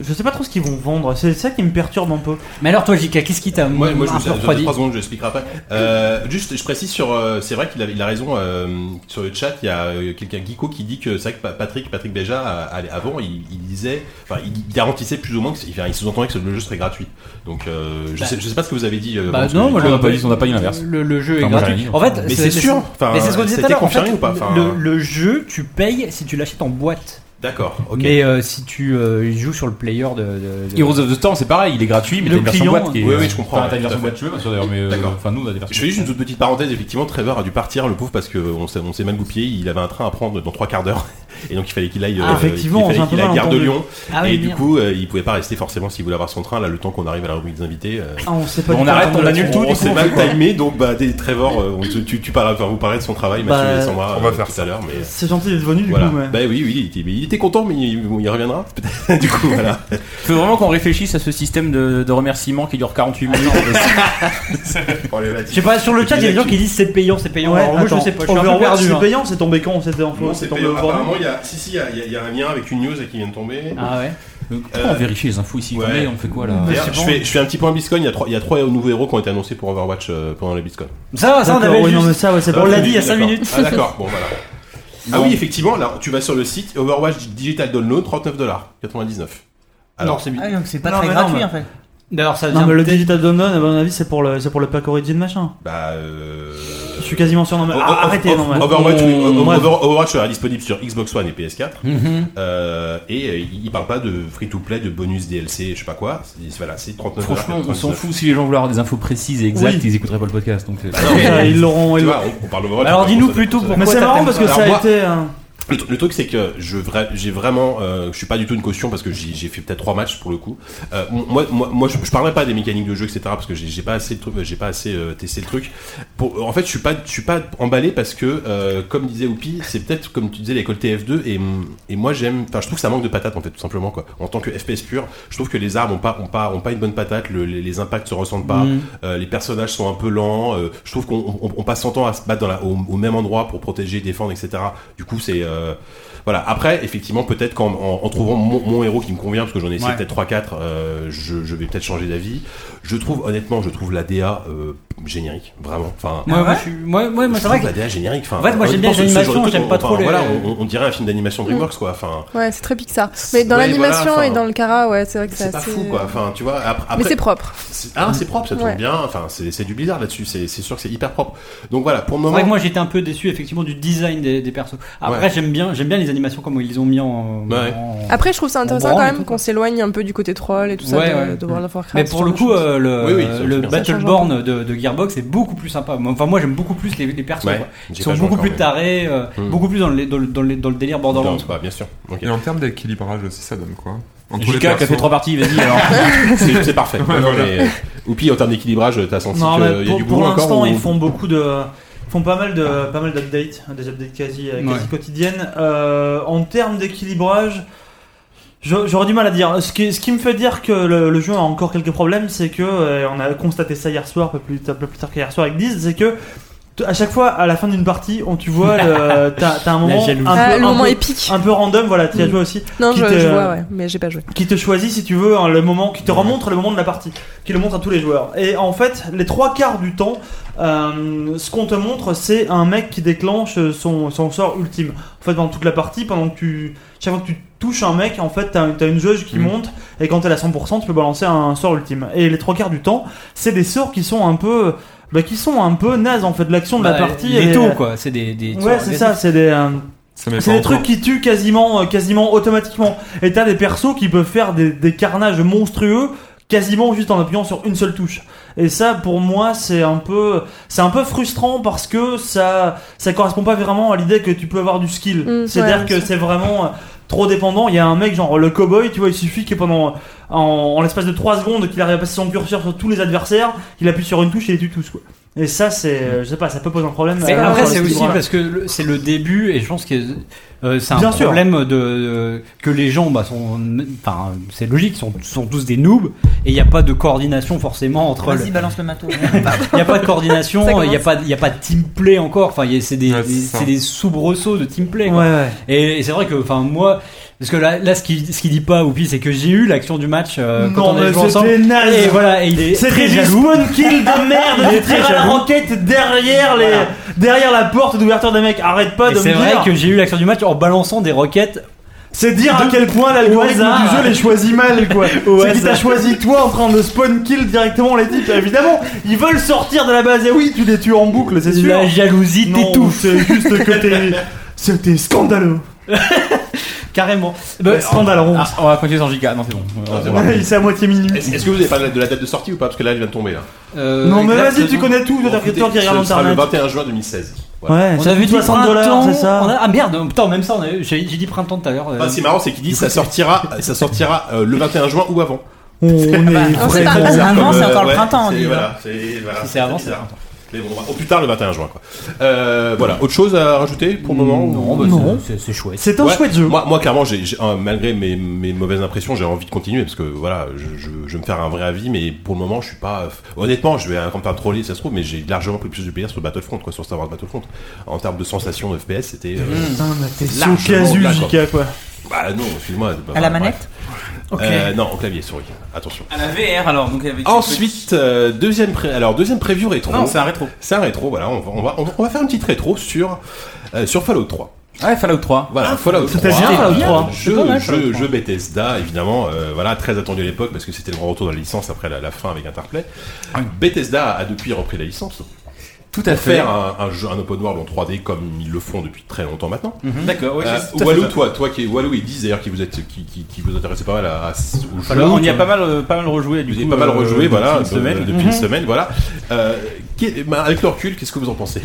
je sais pas trop ce qu'ils vont vendre. C'est ça qui me perturbe un peu.
Mais alors toi, JK, qu'est-ce qui t'a
Moi, moi je
un
me suis
peu refroidi
trois secondes, je l'expliquerai après. Euh, juste, je précise sur, euh, c'est vrai qu'il a, il a raison euh, sur le chat. Il y a euh, quelqu'un Geeko qui dit que c'est vrai que Pa- Patrick, Patrick Béja, a- a- avant, il, il disait, enfin, il garantissait plus ou moins, que, c'est- enfin, il sous-entendait que le jeu serait gratuit. Donc, euh, je,
Bah.
sais, je sais pas ce que vous avez dit. euh,
Bah
avant,
non,
parce
moi,
que-
je-
On n'a pas dit- on n'a pas dit l'inverse.
Le, le jeu est
Enfin, moi,
gratuit.
j'ai rien dit.
En fait,
mais c'est sûr. Enfin,
Mais c'est ce qu'on disait tout à
c'était
l'heure. En
confirmé
fait,
ou pas Enfin, euh,
le, le jeu, tu payes si tu l'achètes en boîte.
D'accord. Ok.
Mais euh, si tu euh, il joue sur le player de. de- de-
Heroes of the Storm, c'est pareil, il est gratuit, mais
Le
t'as une version
client,
boîte qui est.
oui, oui, je comprends,
Enfin, T'as une
tout à
version
fait.
boîte, tu veux, bien sûr, d'ailleurs, mais. euh,
D'accord.
Enfin, nous, on a des versions.
Je fais juste une toute petite parenthèse, effectivement, Trevor a dû partir le pauvre parce qu'on s'est, on s'est mal goupillé, il avait un train à prendre dans trois quarts d'heure, et donc il fallait qu'il aille, euh,
Ah, effectivement,
il fallait
j'ai un peu
qu'il aille
mal
gare de
entendu.
Lyon,
Ah oui,
et du
merde.
coup, euh, il pouvait pas rester forcément s'il voulait avoir son train, là, le temps qu'on arrive à la rubrique des invités. euh,
Ah, on sait pas.
Bon,
du
on
tout
arrête,
entendre
on annule tout,
là-dessus.
on
du coup.
s'est mal timé, donc bah, des, Trevor, euh, on te- tu, tu parles, enfin, vous parlerez de son travail,
Bah,
Mathieu et Sandra,
on va
euh,
faire
tout à l'heure, mais.
C'est gentil d'être venu du
Voilà.
coup. ouais.
Bah oui, oui, il était, mais il était content, mais il, il reviendra peut-être. du coup, voilà.
Faut vraiment qu'on réfléchisse à ce système de, de remerciements qui dure 48 minutes.
Je sais pas, sur le chat, il y a des gens qui disent c'est payant, c'est payant.
Ouais,
Alors, moi, je
attends.
sais pas, je suis un peu
Overwatch,
perdu.
C'est
hein.
payant, c'est tombé quand C'était en c'est tombé aujourd'hui.
apparemment, il y a, si, si, il y a- il y, a- il y a un lien avec une news qui vient de tomber.
Ah ouais.
Euh,
Pourquoi on vérifie les infos ici quand
ouais.
même, On fait quoi là
D'ailleurs, je, fais, je fais un petit point Biscone, il y a trois, il y a trois nouveaux héros qui ont été annoncés pour Overwatch euh, pendant la Biscone.
Ça va, ça, on
D'accord,
avait
oui, non, mais
juste.
ça, ouais, c'est
On
pas-
l'a dit il y a cinq
D'accord.
minutes.
Ah d'accord, bon voilà. Ah oui, effectivement, là, tu vas sur le site Overwatch Digital Download, 39,99$. Alors,
c'est
Ah, donc c'est pas
Non,
très
mais non,
gratuit
mais-
en fait.
D'ailleurs, ça
Non,
vient.
mais le
peut-être-
Digital Download, à mon avis, c'est pour le, c'est pour le pack Origin machin.
bah euh...
Je suis quasiment sûr. Non, mais
O- o-
ah, arrêtez,
o-
non, mais.
Overwatch, oui,
on-
o- o-
bref.
Over- Overwatch sera disponible sur Xbox One et PS4.
Mhm.
Euh, et euh, il il parle pas de free to play, de bonus DLC, je sais pas quoi. C'est- Voilà, c'est 39
Franchement, on
bah.
s'en fout si les gens voulaient avoir des infos précises et exactes,
Oui.
ils écouteraient pas le podcast. Donc, euh,
Bah, non, mais-
Ils l'auront.
Tu
ils
vois, on, on parle Overwatch.
Bah, Alors,
on parle
dis-nous
console,
plutôt
console.
l'auront. Mais
Pourquoi
c'est marrant
t'appelles
parce que
pas
ça a
Alors,
été. euh,
Le, tr- le truc c'est que je vra- j'ai vraiment, euh, je suis pas du tout une caution parce que j'ai j'ai fait peut-être trois matchs pour le coup. Euh, m- moi, moi, moi, je, je parlerai pas des mécaniques de jeu, etc. Parce que j'ai j'ai pas assez de trucs, j'ai pas assez euh, testé le truc. Pour, en fait, je suis pas, je suis pas emballé parce que, euh, comme disait Oupi, c'est peut-être comme tu disais l'école TF2 et, mm, et moi j'aime, enfin je trouve que ça manque de patate en fait tout simplement quoi. En tant que FPS pur, je trouve que les armes ont pas, ont pas, ont pas une bonne patate, le- les, les impacts se ressentent pas.
Mhm.
Euh, les personnages sont un peu lents. euh, je trouve qu'on on- on passe son temps à se battre dans la- au, au même endroit pour protéger, défendre, etc. Du coup, c'est euh, voilà. Après, effectivement, peut-être qu'en en, en trouvant mon, mon héros qui me convient, parce que j'en ai essayé
Ouais.
peut-être 3-4, je, je vais peut-être changer d'avis. Je trouve, honnêtement, je trouve la DA euh, générique, vraiment. Enfin,
Moi,
Ah
moi,
ouais
je suis- moi, moi, moi,
je
c'est vrai
trouve
que
la DA générique. Enfin,
En fait, moi, j'aime bien
honnêtement,
les
ce- ce genre de
animations,
truc,
j'aime pas
enfin,
trop les- Mm.
Voilà, on, on dirait un film d'animation DreamWorks, quoi. Enfin,
Ouais, c'est très Pixar. Mais dans
Ouais,
l'animation
voilà, enfin,
et dans le cara, ouais, c'est vrai que
c'est
c'est
pas
assez-
fou, quoi. Enfin, tu vois. ap- Après,
Mais c'est propre.
c'est- ah, c'est propre, ça tourne
Ouais.
bien. Enfin, c'est c'est du bizarre là-dessus. C'est c'est sûr que c'est hyper propre. Donc voilà, pour le
C'est
moment.
vrai que moi j'étais un peu déçu effectivement du design des, des persos. Après
Ouais.
j'aime bien j'aime bien les animations comme ils les ont mis en.
Ouais.
en-
Après, je trouve ça intéressant
branle
quand
et tout,
même
quoi.
qu'on s'éloigne un peu du côté troll et tout ça
Ouais,
de,
ouais.
de World of Warcraft.
Mais
ce
pour
genre
le
de
coup,
choses.
euh, le,
Oui, oui, ça,
le
c'est bien.
Ça
Battleborn de, de Gearbox est beaucoup plus sympa. Moi, Enfin, moi j'aime beaucoup plus les, les persos.
Ouais,
quoi.
j'ai
Ils
pas
sont
joué
beaucoup
encore,
plus
mais-
tarés, euh,
Hmm.
beaucoup plus dans le, dans le, dans le- dans le délire Borderlands.
Non, bah, bien sûr. Ok.
Et en termes d'équilibrage aussi, ça donne quoi Entre les
JK qui a fait
persos.
trois parties, vas-y alors.
C'est c'est parfait.
Ouais, voilà.
Mais, euh, Oupi, en termes d'équilibrage, euh, t'as senti
Non,
qu'il
mais
y a
pour,
du
pour
boulot encore
l'instant,
ou-
ils font beaucoup de. ils font pas mal de pas mal d'updates, hein, des updates quasi, euh, quasi
Ouais.
quotidiennes. Euh, en termes d'équilibrage, je- j'aurais du mal à dire. Ce qui, ce qui me fait dire que le, le jeu a encore quelques problèmes, c'est que euh, on a constaté ça hier soir, pas plus, un peu plus tard qu'hier soir avec 10, c'est que t- à chaque fois à la fin d'une partie, on tu vois, le- t'as t'as un moment un
jalousie.
peu,
Ah, le
un
moment
peu-
épique.
un peu random, voilà, tu as
Mm.
joué aussi.
Non,
qui
je,
te-
euh,
je vois, ouais, mais j'ai pas joué.
qui te choisit si tu veux hein, le moment, qui te remontre le moment de la partie, qui le montre à tous les joueurs. Et en fait, les trois quarts du temps, euh, ce qu'on te montre, c'est un mec qui déclenche son, son sort ultime. En fait, pendant toute la partie, pendant que tu, chaque fois que tu touches un mec, en fait, t'as t'as une jauge qui
Mm.
Mhm.
monte, et quand elle est à 100%, tu peux balancer un sort ultime. Et les trois quarts du temps, c'est des sorts qui sont un peu, bah, qui sont un peu nazes en fait. L'action de
Bah,
la partie,
Les
elle est-
taux quoi, c'est des. des
Ouais, c'est ça, c'est des. euh,
Ça met
c'est
pas
des
encore.
trucs qui tuent quasiment, euh, quasiment automatiquement. Et t'as des persos qui peuvent faire des, des carnages monstrueux quasiment juste en appuyant sur une seule touche. Et ça, pour moi, c'est un peu, c'est un peu frustrant parce que ça, ça correspond pas vraiment à l'idée que tu peux avoir du skill.
Mm,
C'est-à-dire
ouais,
que c'est vraiment euh, trop dépendant. Il y a un mec genre le cowboy, tu vois, il suffit que pendant, en, en l'espace de 3 secondes, qu'il arrive à passer son curseur sur tous les adversaires, il appuie sur une touche et les tue tous, quoi. Et ça, c'est, euh, je sais pas, ça peut poser un problème.
Mais
euh,
après,
sur
c'est
le
aussi
speedrun.
parce que le- c'est le début et je pense que euh, c'est un
Bien sûr.
problème de, de- que les gens bah, sont. Enfin, c'est logique, sont, sont tous des noobs et il n'y a pas de coordination forcément entre. le-
Vas-y, balance le matos.
Il n'y a pas de coordination,
Ça
il n'y a pas, il y a pas de team play encore. Enfin, il y a- c'est des,
Ouais, c'est
des-
ça.
c'est des soubresauts de team play.
Ouais,
quoi.
ouais.
Et, et c'est vrai que, enfin, moi, parce que là, là ce qui, ce qui dit pas, Oupi, c'est que j'ai eu l'action du match euh, quand
Non,
on a
mais
joué ensemble.
c'était naze.
Et voilà, et il est
C'était
très
du
jaloux.
spawn kill de merde,
Il
de
est très
tirer à la
jaloux.
roquette derrière, les,
Voilà.
derrière la porte d'ouverture des mecs. Arrête pas
Et
de me
c'est vrai
dire.
que j'ai eu l'action du match en balançant des roquettes.
C'est dire à quel point l'algorithme
hasard.
du jeu les choisit mal, quoi. C'est qu'il
hasard.
t'a choisi toi en train de spawn kill directement les types. Évidemment, ils veulent sortir de la base. Et oui, tu les tues en boucle, c'est sûr.
La jalousie
Non,
t'étouffe.
C'est juste que t'es. C'était scandaleux.
Carrément.
Bah, scandale ronde.
Ah, on va continuer sans giga. Non, c'est bon.
Ah, c'est bon.
Il s'est à moitié minuit.
Est-ce est-ce que vous avez parlé de la date de sortie ou pas Parce que là, elle vient de tomber. Là.
Euh,
Non, mais vas-y, tu connais tout. Toi, t'as fait toi qui
Ce
regarde
sera le
internet.
21 juin 2016. Voilà.
Ouais,
On
ça
avait
coûte
dit
60 dollars,
printemps.
c'est ça.
on a- Ah merde, putain, même ça, on avait- j'ai j'ai dit printemps tout à l'heure. euh.
Enfin, ce qui est marrant, c'est qu'il dit ça sortira, ça sortira euh, le 21 juin ou avant.
On est
on sait pas.
vraiment.
Ah, non,
Comme,
c'est
euh,
encore le
ouais,
printemps, on
c'est-
dit.
hein.
Voilà, c'est voilà,
Si c'est avant,
c'est
c'est
bizarre. Mais bon, on va- au plus tard le 21 juin. Quoi. Euh, voilà, autre chose à rajouter pour le moment ou-
Non, bah,
Non.
c'est- c'est c'est chouette.
C'est un
Ouais.
chouette jeu.
Moi, moi clairement, j'ai j'ai- euh, malgré mes, mes mauvaises impressions, j'ai envie de continuer parce que voilà, je, je, je vais me faire un vrai avis, mais pour le moment, je suis pas. Honnêtement, je vais euh, quand même pas me troller, ça se trouve, mais j'ai largement pris plus de plaisir sur Battlefront, quoi, sur Star Wars Battlefront. En termes de sensation FPS, c'était. euh,
Putain, mais t'es sous
Largement
casu,
là, quoi.
Jika, quoi.
Bah non, excuse-moi. bah,
À la
bref.
manette
Euh, Non, au clavier, souris. Attention.
À la VR alors. Donc avec
Ensuite, euh, deuxième pré- alors deuxième preview rétro.
Non, c'est un rétro.
C'est un rétro, voilà, on va, on va, on va- on va faire une petite rétro sur, euh, sur Fallout 3.
Ah Ouais, Fallout 3.
Voilà, Fallout 3.
bien, Fallout 3.
Jeu,
C'est pas mal,
jeu-
Fallout 3.
jeu Bethesda, évidemment, euh, voilà, très attendu à l'époque parce que c'était le grand retour de la licence après la, la fin avec Interplay. Bethesda a depuis repris la licence.
Ah Tout
Pour faire un, un jeu, un open world en 3D comme ils le font depuis très longtemps maintenant.
Mhm. D'accord. Ouais,
Euh,
c'est- tout à fait
Walou,
ça.
toi, toi qui Walou, ils disent d'ailleurs qui vous êtes, qui, qui, qui vous intéressez pas mal à, à- au jeu.
Alors, on y a pas mal, euh, pas mal rejoué. Du
Vous
coup,
avez pas mal
euh,
rejoué, voilà,
Depuis une
euh,
semaine.
depuis une semaine, voilà. Euh, qu'est- bah, avec le recul, qu'est-ce que vous en pensez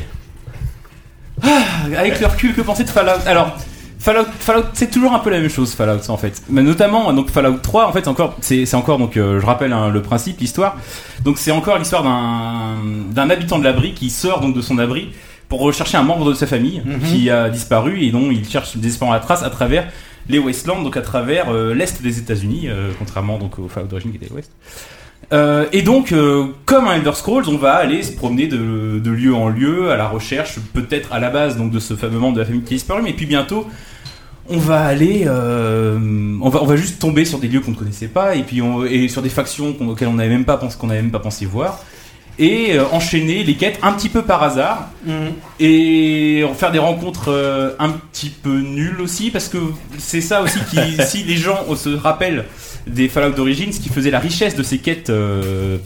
Ah, Avec le recul, que penser de Fallout Alors, Fallout, Fallout c'est toujours un peu la même chose, Fallout, en fait. Mais notamment, donc Fallout 3, en fait, c'est encore, c'est c'est encore, donc, euh, je rappelle hein, le principe, l'histoire. Donc, c'est encore l'histoire d'un d'un habitant de l'abri qui sort donc de son abri pour rechercher un membre de sa famille
Mhm.
qui a disparu et dont il cherche désespérément la trace à travers les Westlands, donc à travers euh, l'est des États-Unis, euh, contrairement donc au Fallout d'origine qui était l'Ouest. Euh, et donc, euh, comme un Elder Scrolls, on va aller se promener de, de lieu en lieu à la recherche, peut-être à la base donc de ce fameux membre de la famille qui est disparu, mais puis bientôt, on va aller, euh, on va, on va juste tomber sur des lieux qu'on ne connaissait pas et puis on, et sur des factions qu'on- auxquelles on n'avait même pas pensé, qu'on n'avait même pas pensé voir, et euh, enchaîner les quêtes un petit peu par hasard et faire des rencontres euh, un petit peu nulles aussi parce que c'est ça aussi qui, si les gens on se rappellent des Fallout d'origine, ce qui faisait la richesse de ces quêtes, euh,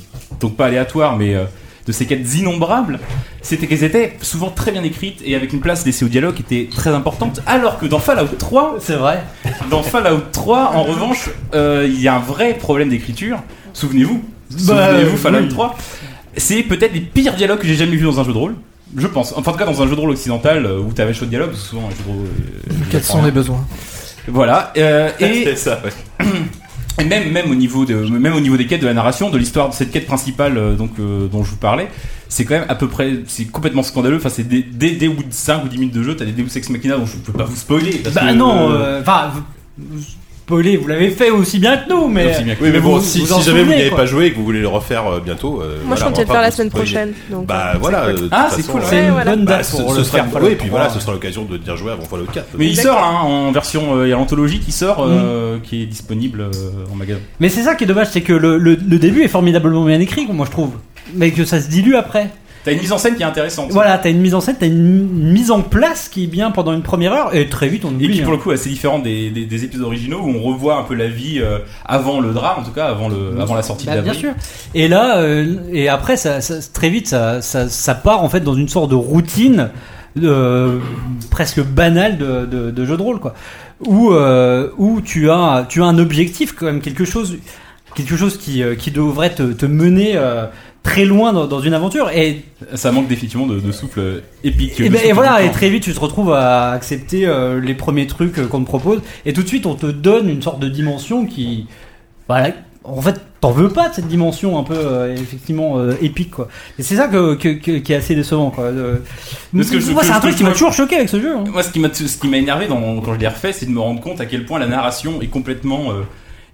donc pas aléatoires, mais euh, de ces quêtes innombrables, c'était qu'elles étaient souvent très bien écrites et avec une place laissée au dialogue qui était très importante. Alors que dans Fallout 3,
C'est vrai.
dans Fallout 3, en revanche, euh, il y a un vrai problème d'écriture. Souvenez-vous,
Bah,
souvenez-vous Fallout 3. C'est peut-être les pires dialogues que j'ai jamais vus dans un jeu de rôle. Je pense. Enfin, en tout cas, dans un jeu de rôle occidental euh, où t'avais chaud de dialogue, souvent un jeu de rôle. euh, je
Quels
prends
sont
rien.
les besoins
Voilà. euh, et
C'est ça, ouais.
et même, même, au niveau de, même au niveau des quêtes de la narration, de l'histoire de cette quête principale euh, donc, euh, dont je vous parlais, c'est quand même à peu près. C'est complètement scandaleux. Enfin, c'est dès, dès, dès au bout de 5 ou 10 minutes de jeu, t'as des Deus Ex Machina dont je peux pas vous spoiler. parce
Bah
que,
non,
euh,
euh, enfin, vous- vous- Paulé, vous l'avez fait aussi bien que nous, mais.
aussi bien que-
Oui, mais, bon,
vous-
si,
vous
si
en
jamais vous
souvenez,
n'y avez
quoi.
pas joué et que vous voulez le refaire euh, bientôt, euh,
Moi, je compte
voilà, on va
le faire
pas
la
vous
semaine
spoiler.
prochaine. Donc,
Bah voilà. euh, de toute
Ah, c'est
façon,
cool,
euh,
C'est une
Ouais, voilà.
bonne
Bah,
date
ce,
pour
ce
le
sera
faire.
pour
Fallout
et puis voilà,
3.
ce sera l'occasion de bien jouer avant Fallout 4.
Mais il
Exactement.
sort là, hein, en version. euh, Il y a l'anthologie qui sort, euh, qui est disponible euh, en magasin.
Mais c'est ça qui est dommage, c'est que le, le- le début est formidablement bien écrit, moi je trouve. Mais que ça se dilue après.
T'as une mise en scène qui est intéressante.
Voilà, t'as une mise en scène, t'as une mise en place qui est bien pendant une première heure, et très vite on
Et
oublie.
qui pour
hein.
le coup est assez différent des, des, des épisodes originaux où on revoit un peu la vie euh, avant le drame, en tout cas avant, le, euh, avant la sortie
Bah,
de la
bien sûr. Et là, euh, et après, ça, ça- très vite, ça, ça- ça part en fait dans une sorte de routine euh, presque banale de, de- de jeu de rôle, quoi. Où, euh, où tu, as, tu as un objectif, quand même, quelque chose, quelque chose qui, euh, qui devrait te, te mener euh, très loin dans, dans une aventure. Et,
Ça manque définitivement de, de souffle euh, épique.
et,
de
ben-
souffle
et voilà,
du
et
temps.
très vite, tu te retrouves à accepter euh, les premiers trucs euh, qu'on te propose. Et tout de suite, on te donne une sorte de dimension qui. Voilà, en fait, t'en veux pas de cette dimension un peu euh, effectivement euh, épique quoi. Et c'est ça que, que- que- qui est assez décevant quoi. De-
Parce que je-
Moi, c'est
que
un
je-
truc
que
qui
je-
m'a toujours choqué avec ce jeu. hein.
Moi, ce qui m'a ce qui m'a énervé dans- quand je l'ai refait, c'est de me rendre compte à quel point la narration est complètement euh,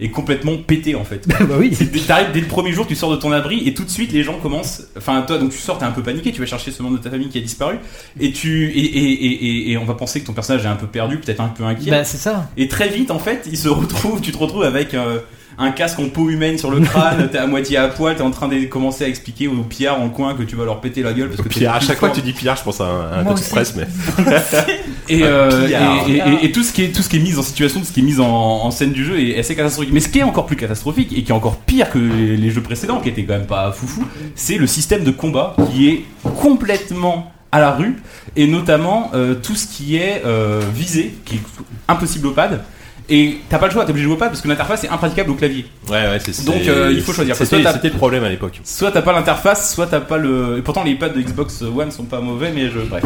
est complètement pétée en fait.
bah oui.
C'est- T'arrives dès le premier jour, tu sors de ton abri et tout de suite les gens commencent. Enfin, toi, donc tu sors, t'es un peu paniqué, tu vas chercher ce membre de ta famille qui a disparu et tu et, et, et, et- et on va penser que ton personnage est un peu perdu, peut-être un peu inquiet.
Bah c'est ça.
Et très vite, en fait, il se retrouve, tu te retrouves avec euh, un casque en peau humaine sur le crâne, t'es à moitié à poil, t'es en train de commencer à expliquer aux pillards en coin que tu vas leur péter la gueule parce que t'es
Pierre, à
plus
chaque fois
fort.
que tu dis Pierre, je pense à un, à un
Moi
Petit
aussi.
Express, mais
et, euh,
pillard.
et, et- et- et tout ce qui est tout ce qui est mis en situation, tout ce qui est mis en, en scène du jeu est assez catastrophique. Mais ce qui est encore plus catastrophique et qui est encore pire que les, les jeux précédents, qui étaient quand même pas foufou, c'est le système de combat qui est complètement à la rue et notamment euh, tout ce qui est euh, visé, qui est impossible au pad. Et t'as pas le choix, t'es obligé de jouer au pad parce que l'interface est impraticable au clavier.
ouais, ouais, c'est
Donc,
c'est-
euh, il faut choisir. Parce que
C'était
toi, t'as-
c'était le problème à l'époque.
Soit t'as pas l'interface, soit t'as pas le. Et pourtant les pads de Xbox One sont pas mauvais, mais je. Bref.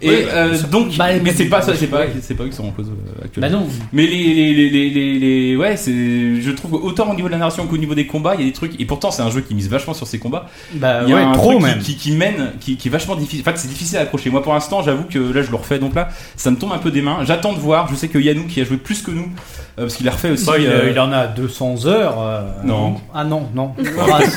Et
Ouais, bah,
euh, donc,
Bah,
mais
bah,
c'est pas
bah,
ça, c'est pas,
ouais.
c'est pas eux qui sont en cause euh,
Bah
actuellement.
non.
Mais les, les, les, les, les, les- ouais, c'est, je trouve autant au niveau de la narration qu'au niveau des combats, il y a des trucs. Et pourtant, c'est un jeu qui mise vachement sur ses combats.
Bah
il y a
ouais,
un
trop
truc qui-
même.
Qui, qui mène, qui, qui est vachement difficile. En fait, c'est difficile à accrocher. Moi, pour l'instant, j'avoue que là, je le refais. Donc là, ça me tombe un peu des mains. J'attends de voir. Je sais que Yannou, qui a joué plus que nous, euh, parce qu'il a refait aussi.
Bah, il,
euh,
euh, il en a 200 heures. euh,
Non.
Ah non, non. Ah, c'est-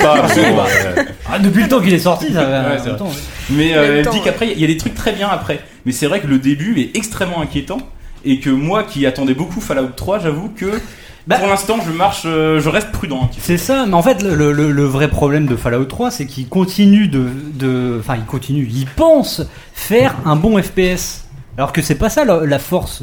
Bon,
bah,
ouais.
ah, depuis le temps qu'il est sorti, ça va.
Ouais,
en
c'est
même
vrai.
temps.
Mais
En même
euh, elle
temps,
dit
ouais.
qu'après, il y a des trucs très bien après. Mais c'est vrai que le début est extrêmement inquiétant. Et que moi qui attendais beaucoup Fallout 3, j'avoue que
Bah-
pour l'instant, je marche, euh, je reste prudent un petit peu.
C'est ça, mais en fait, le, le- le vrai problème de Fallout 3, c'est qu'il continue de, de. Enfin, il continue, il pense faire un bon FPS. Alors que c'est pas ça la, la force.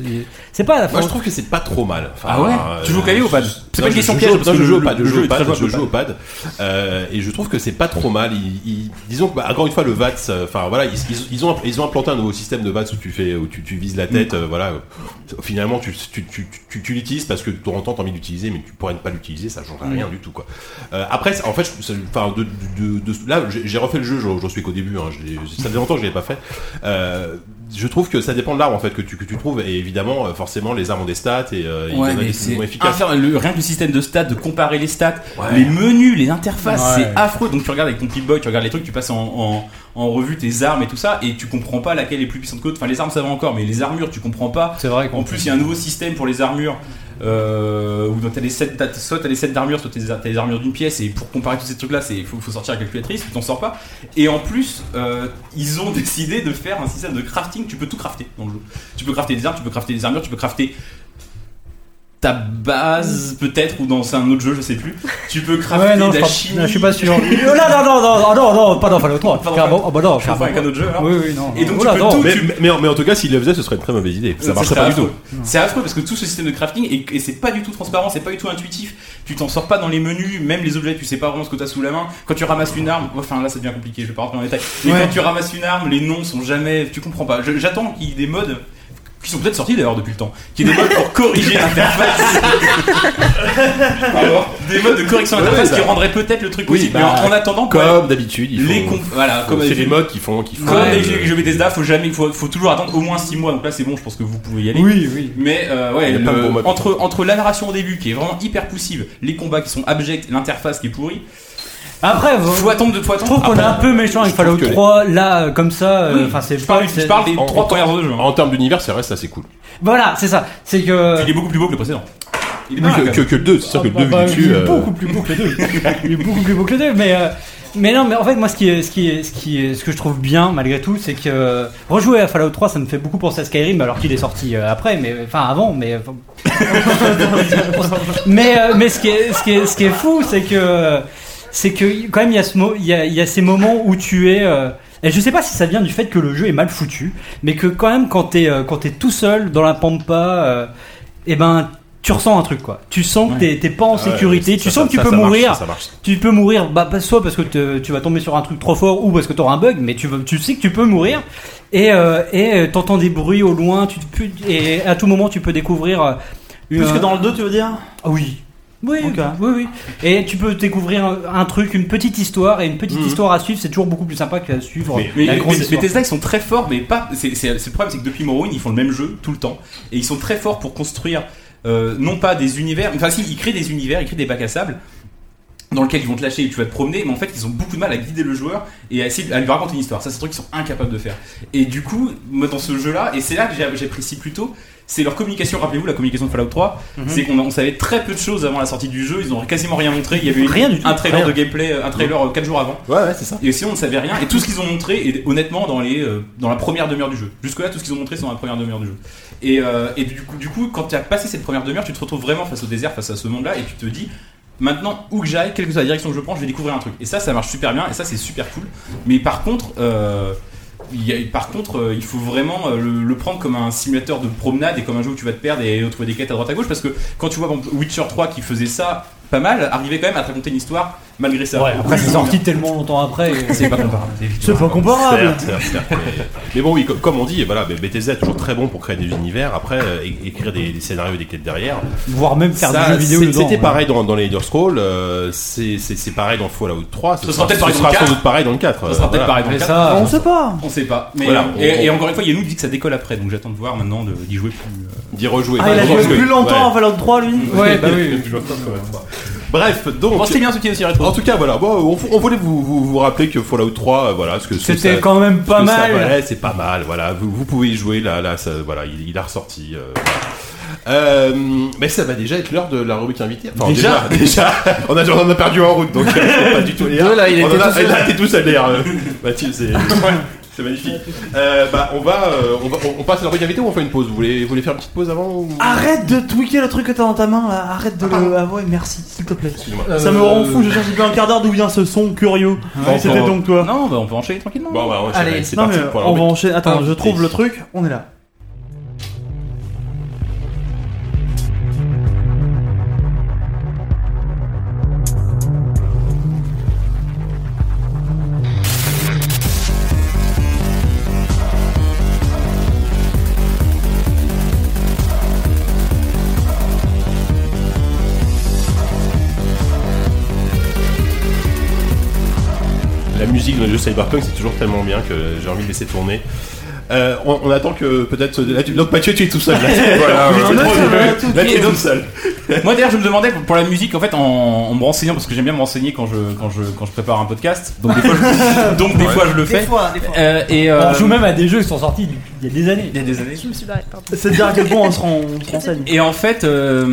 C'est pas la
Moi,
force.
je trouve que c'est pas trop mal. Enfin,
Ah ouais
euh,
Tu joues au clavier ou au pad
je-
C'est
non,
pas une
je-
question
je
piège,
joue-
parce
non,
que
je
le-
joue au pad,
le
je joue
jeu
au
est très
pad, je
jouable au
joue au pad. Euh, Et je trouve que c'est pas trop mal. Il- il- Disons que, bah, encore une fois, le VATS, euh, enfin voilà, ils- ils ils ont ils ont implanté un nouveau système de VATS où tu fais, où tu tu vises la
Mm.
tête, euh, voilà. Finalement, tu tu- tu- tu- tu l'utilises parce que de temps en temps, t'as envie d'utiliser, mais tu pourrais ne pas l'utiliser, ça changerait
Mm.
rien du tout, quoi. Euh, après, c'est- en fait, je- c'est- enfin, de, de- de- de- là, j'ai j'ai refait le jeu, j'en j'en suis qu'au début. hein, je l'ai- ça faisait longtemps que je l'avais pas fait. Euh, je trouve que ça dépend de l'arme en fait que tu que tu trouves, et évidemment, euh, forcément, les armes ont des stats et euh, il y en a
Ouais, mais
qui
c'est
sont moins efficaces.
infernal. Le- rien que le système de stats, de comparer les stats,
Ouais.
les menus, les interfaces,
Ouais.
c'est affreux. Donc tu regardes avec ton petit boy, tu regardes les trucs, tu passes en, en- en revue tes armes et tout ça, et tu comprends pas laquelle est plus puissante que l'autre. Enfin, les armes ça va encore, mais les armures, tu comprends pas.
C'est vrai
En plus, il y a un nouveau système pour les armures. Euh, où donc t'as les sets, t'as- soit t'as les sets d'armure, soit t'as t'as les armures d'une pièce, et pour comparer tous ces trucs là, il faut, faut sortir la calculatrice, tu t'en sors pas. Et en plus, euh, ils ont décidé de faire un système de crafting, tu peux tout crafter dans le jeu. Tu peux crafter des armes, tu peux crafter des armures, tu peux crafter ta base peut-être, ou dans un autre jeu, je sais plus. Tu peux crafter
Ah Ouais, non,
de
je,
la
crois-
chimie.
non, je suis pas sûr. Oh là, non, non, non, non, non, non, pas dans Fallout 3.
Pas dans
Clairement,
Fallout.
oh, bah non,
Je confonds avec un autre jeu, alors.
Oui, oui, non.
Et donc,
Oh
tu
là,
peux
non.
tout-
Mais,
tu-
mais- mais en, mais en tout cas, s'il le faisait, ce serait une très mauvaise idée. Ça
C'est-
marcherait
c'est
pas du tout.
affreux. C'est affreux parce que tout ce système de crafting est- et c'est pas du tout transparent, c'est pas du tout intuitif. Tu t'en sors pas dans les menus, même les objets, tu sais pas vraiment ce que t'as sous la main. Quand tu ramasses une arme, enfin là ça devient compliqué, je vais pas rentrer dans les détails. Mais
Ouais.
quand tu ramasses une arme, les noms sont jamais, tu comprends pas. Je- J'attends qu'il y ait des modes qui sont peut-être sortis d'ailleurs depuis le temps, qui est des modes pour corriger l'interface. Alors, des modes de correction
Ouais,
d'interface
bah.
qui rendraient peut-être le truc
Oui,
possible.
bah,
Mais en- en attendant,
Comme d'habitude, ils
les
font-
comp- voilà, comme
c'est les modes qui font, qui font.
comme
euh,
les jeux- jeux Bethesda, faut jamais, faut, faut toujours attendre au moins 6 mois. Donc là, c'est bon, je pense que vous pouvez y aller.
Oui, oui.
Mais euh, ouais,
Il y a
le-
plein de bons modes.
entre, entre la narration au début qui est vraiment hyper poussive, les combats qui sont abjects, l'interface qui est pourrie,
Après, vous-
faut attendre de fois
je trouve qu'on est un peu méchant avec
je trouve
Fallout
que les-
3, là, euh, comme ça. euh,
Oui,
Enfin, c'est
je parle,
c'est-
je parle des
en- en-
trois premières heures de jeu. hein.
En termes d'univers, ça reste assez cool.
Voilà, c'est ça. C'est que.
Il est beaucoup plus beau que le précédent. Il est
Oui,
pas mal,
que,
quand
que, que le 2, c'est sûr
Ah,
que le
bah,
2 vu
bah,
dessus.
Il est
euh,
beaucoup plus beau que le 2. il est beaucoup plus beau que le 2, mais. euh, Mais non, mais en fait, moi, ce qui est, ce qui est, ce qui est, ce que je trouve bien, malgré tout, c'est que euh, rejouer à Fallout 3, ça me fait beaucoup penser à Skyrim, alors qu'il est sorti euh, après, mais enfin avant, mais enfin, mais euh, mais ce qui est, ce qui est, ce qui est fou, c'est que c'est que quand même il y a ce mo- il y a, il y a ces moments où tu es euh, et je sais pas si ça vient du fait que le jeu est mal foutu, mais que quand même quand t'es euh, quand t'es tout seul dans la pampa, euh, et ben tu ressens un truc quoi. Tu sens que
Ouais.
t'es- t'es pas
ah
en
ouais,
sécurité,
ça-
tu
ça-
sens que tu
ça-
peux
ça marche,
mourir,
ça- ça marche.
tu peux mourir bah, bah, soit parce que te- tu vas tomber sur un truc trop fort ou parce que tu auras un bug, mais tu, vas- tu sais que tu peux mourir. Et euh, et euh, t'entends des bruits au loin, tu, te pu- et à tout moment tu peux découvrir euh, une-
Plus que dans le 2, tu veux dire
ah oui. Oui,
Ok.
oui, oui. Et tu peux découvrir un, un truc, une petite histoire, et une petite
Mhm.
histoire à suivre, c'est toujours beaucoup plus sympa qu'à suivre
Mais, mais,
la
mais,
grosse
mais
histoire.
Bethesda, ils sont très forts, mais pas. C'est c'est- c'est le problème, c'est que depuis Morrowind, ils font le même jeu tout le temps, et ils sont très forts pour construire euh, non pas des univers, enfin si, ils créent des univers, ils créent des bacs à sable. dans lequel ils vont te lâcher et tu vas te promener, mais en fait ils ont beaucoup de mal à guider le joueur et à essayer de- à lui raconter une histoire. Ça c'est un truc qu'ils sont incapables de faire. Et du coup, moi dans ce jeu là, et c'est là que j'ai- j'apprécie plutôt, c'est leur communication. Rappelez-vous la communication de Fallout 3, c'est qu'on on savait très peu de choses avant la sortie du jeu, ils ont quasiment rien montré, il y avait eu
Rien du tout,
un trailer
rien.
de gameplay, euh, un trailer 4 jours avant.
Ouais, ouais, c'est ça.
Et aussi on ne savait rien, et tout ce qu'ils ont montré est honnêtement dans, les, euh, dans la première demi-heure du jeu. Jusque-là, tout ce qu'ils ont montré c'est dans la première demi-heure du jeu. Et, euh, et du, coup, du coup, quand tu as passé cette première demi-heure, tu te retrouves vraiment face au désert, face à ce monde-là, et tu te dis, maintenant, où que j'aille, quelle que soit la direction que je prends, je vais découvrir un truc. Et ça, ça marche super bien, et ça c'est super cool. Mais par contre... euh, il y a- par contre, euh, il faut vraiment euh, le, le prendre comme un simulateur de promenade et comme un jeu où tu vas te perdre et retrouver des quêtes à droite à gauche parce que quand tu vois par exemple, Witcher 3 qui faisait ça pas mal, arrivait quand même à te raconter une histoire malgré ça. euh,
Ouais, après, c'est sorti tellement longtemps après. et-
C'est pas comparable.
C'est pas comparable.
Certes, certes, certes, mais- mais bon, oui, co- comme on dit, voilà, mais Bethesda est toujours très bon pour créer des univers. Après, euh, é- écrire des, des scénarios, et des quêtes derrière.
Voire même faire
Ça,
des jeux vidéo
c'est-
dedans. hein.
C'était
ouais.
pareil dans, dans les Elder Scrolls. euh, c'est c'est- c'est pareil dans Fallout 3.
Ce sera peut-être pareil dans le
sans
quatre.
doute pareil dans le euh, 4.
Ça sera peut-être pareil dans le
euh, Mais
cas.
ça,
on sait pas.
On sait pas. Mais,
Voilà.
et, et encore une fois, Yannou dit que ça décolle après, donc j'attends de voir maintenant de- d'y jouer plus. euh,
D'y rejouer.
Ah, il a
Ouais,
joué
parce que-
plus longtemps à
ouais.
Fallout 3, lui.
Ouais, bah oui.
Il a plus longtemps que Fallout 3. Bref, donc.
Bon, c'était bien ce petit aussi rétro.
En tout cas, voilà, bon, on, on voulait vous, vous, vous rappeler que Fallout 3, euh, voilà, ce que ce que ça-
c'était quand même pas
que ça
mal.
valait, c'est pas mal, voilà, vous, vous pouvez y jouer, là, là, ça, voilà, il, il a ressorti. euh, voilà. Euh, mais ça va déjà être l'heure de la rubrique invitée. Enfin, déjà, déjà, on, a, on en a perdu en route, donc euh, c'est pas du tout les
Deux, là, il
on en
était
a-
tout seul.
il a été tout seul d'ailleurs. euh, Mathilde, c'est c'est magnifique. Euh, bah, on va, euh, on va, on, on passe à la rubrique invitée ou on fait une pause vous voulez, vous voulez faire une petite pause avant ou...
Arrête de tweaker le truc que t'as dans ta main là, arrête de le. Ah Euh, ouais, merci, s'il te plaît.
Excusez-moi.
Ça me rend fou, je cherche depuis un quart d'heure d'où vient ce son curieux.
Ouais,
C'était
bon.
donc toi.
Non, bah, on peut enchaîner tranquillement.
Bon, bah, on enchaîne,
Allez,
allez, c'est
Non
parti
mais
pour la
on va
rubrique.
enchaîner. Attends, je trouve
Invité.
le truc, on est là.
La musique dans le jeu Cyberpunk, c'est toujours tellement bien que j'ai envie de laisser tourner. Euh, on, on attend que peut-être. Là, tu... Donc, Mathieu, tu es tout seul. Là, voilà,
ouais.
tu es
Non,
trop
ça va,
heureux.
tout
Là, tu es tout seul.
Moi d'ailleurs, je me demandais pour, pour la musique, en fait, en, en me renseignant, parce que j'aime bien me renseigner quand je, quand, je, quand je prépare un podcast, donc des fois je, donc, des fois, je le
Des
fais.
fois, des fois.
Euh, et, euh,
On joue même à des jeux qui sont sortis il y a des années.
il y a des années.
Je me suis barrée, pardon.
C'est dire à quel point on se rend- on se renseigne.
Et en fait, euh,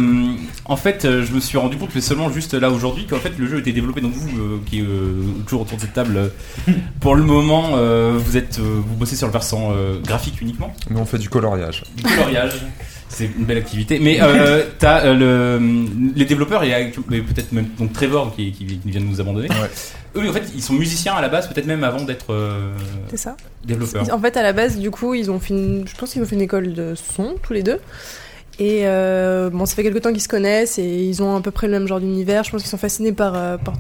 en fait, euh, je me suis rendu compte, mais seulement juste là aujourd'hui, qu'en fait le jeu était développé. Donc vous, euh, qui euh, toujours autour de cette table, euh, pour le moment, euh, vous êtes, euh, vous bossez sur le versant euh, graphique uniquement,
Nous, on fait du coloriage.
du coloriage. C'est une belle activité, mais euh, t'as euh, le, les développeurs et, euh, mais peut-être même donc Trevor qui, qui, qui vient de nous abandonner. Eux, en fait, ils sont musiciens à la base, peut-être même avant d'être euh,
C'est ça.
développeurs.
En fait, à la base, du coup, ils ont fait une... je pense qu'ils ont fait une école de son, tous les deux. Et euh, bon, ça fait quelques temps qu'ils se connaissent et ils ont à peu près le même genre d'univers. Je pense qu'ils sont fascinés par, euh, par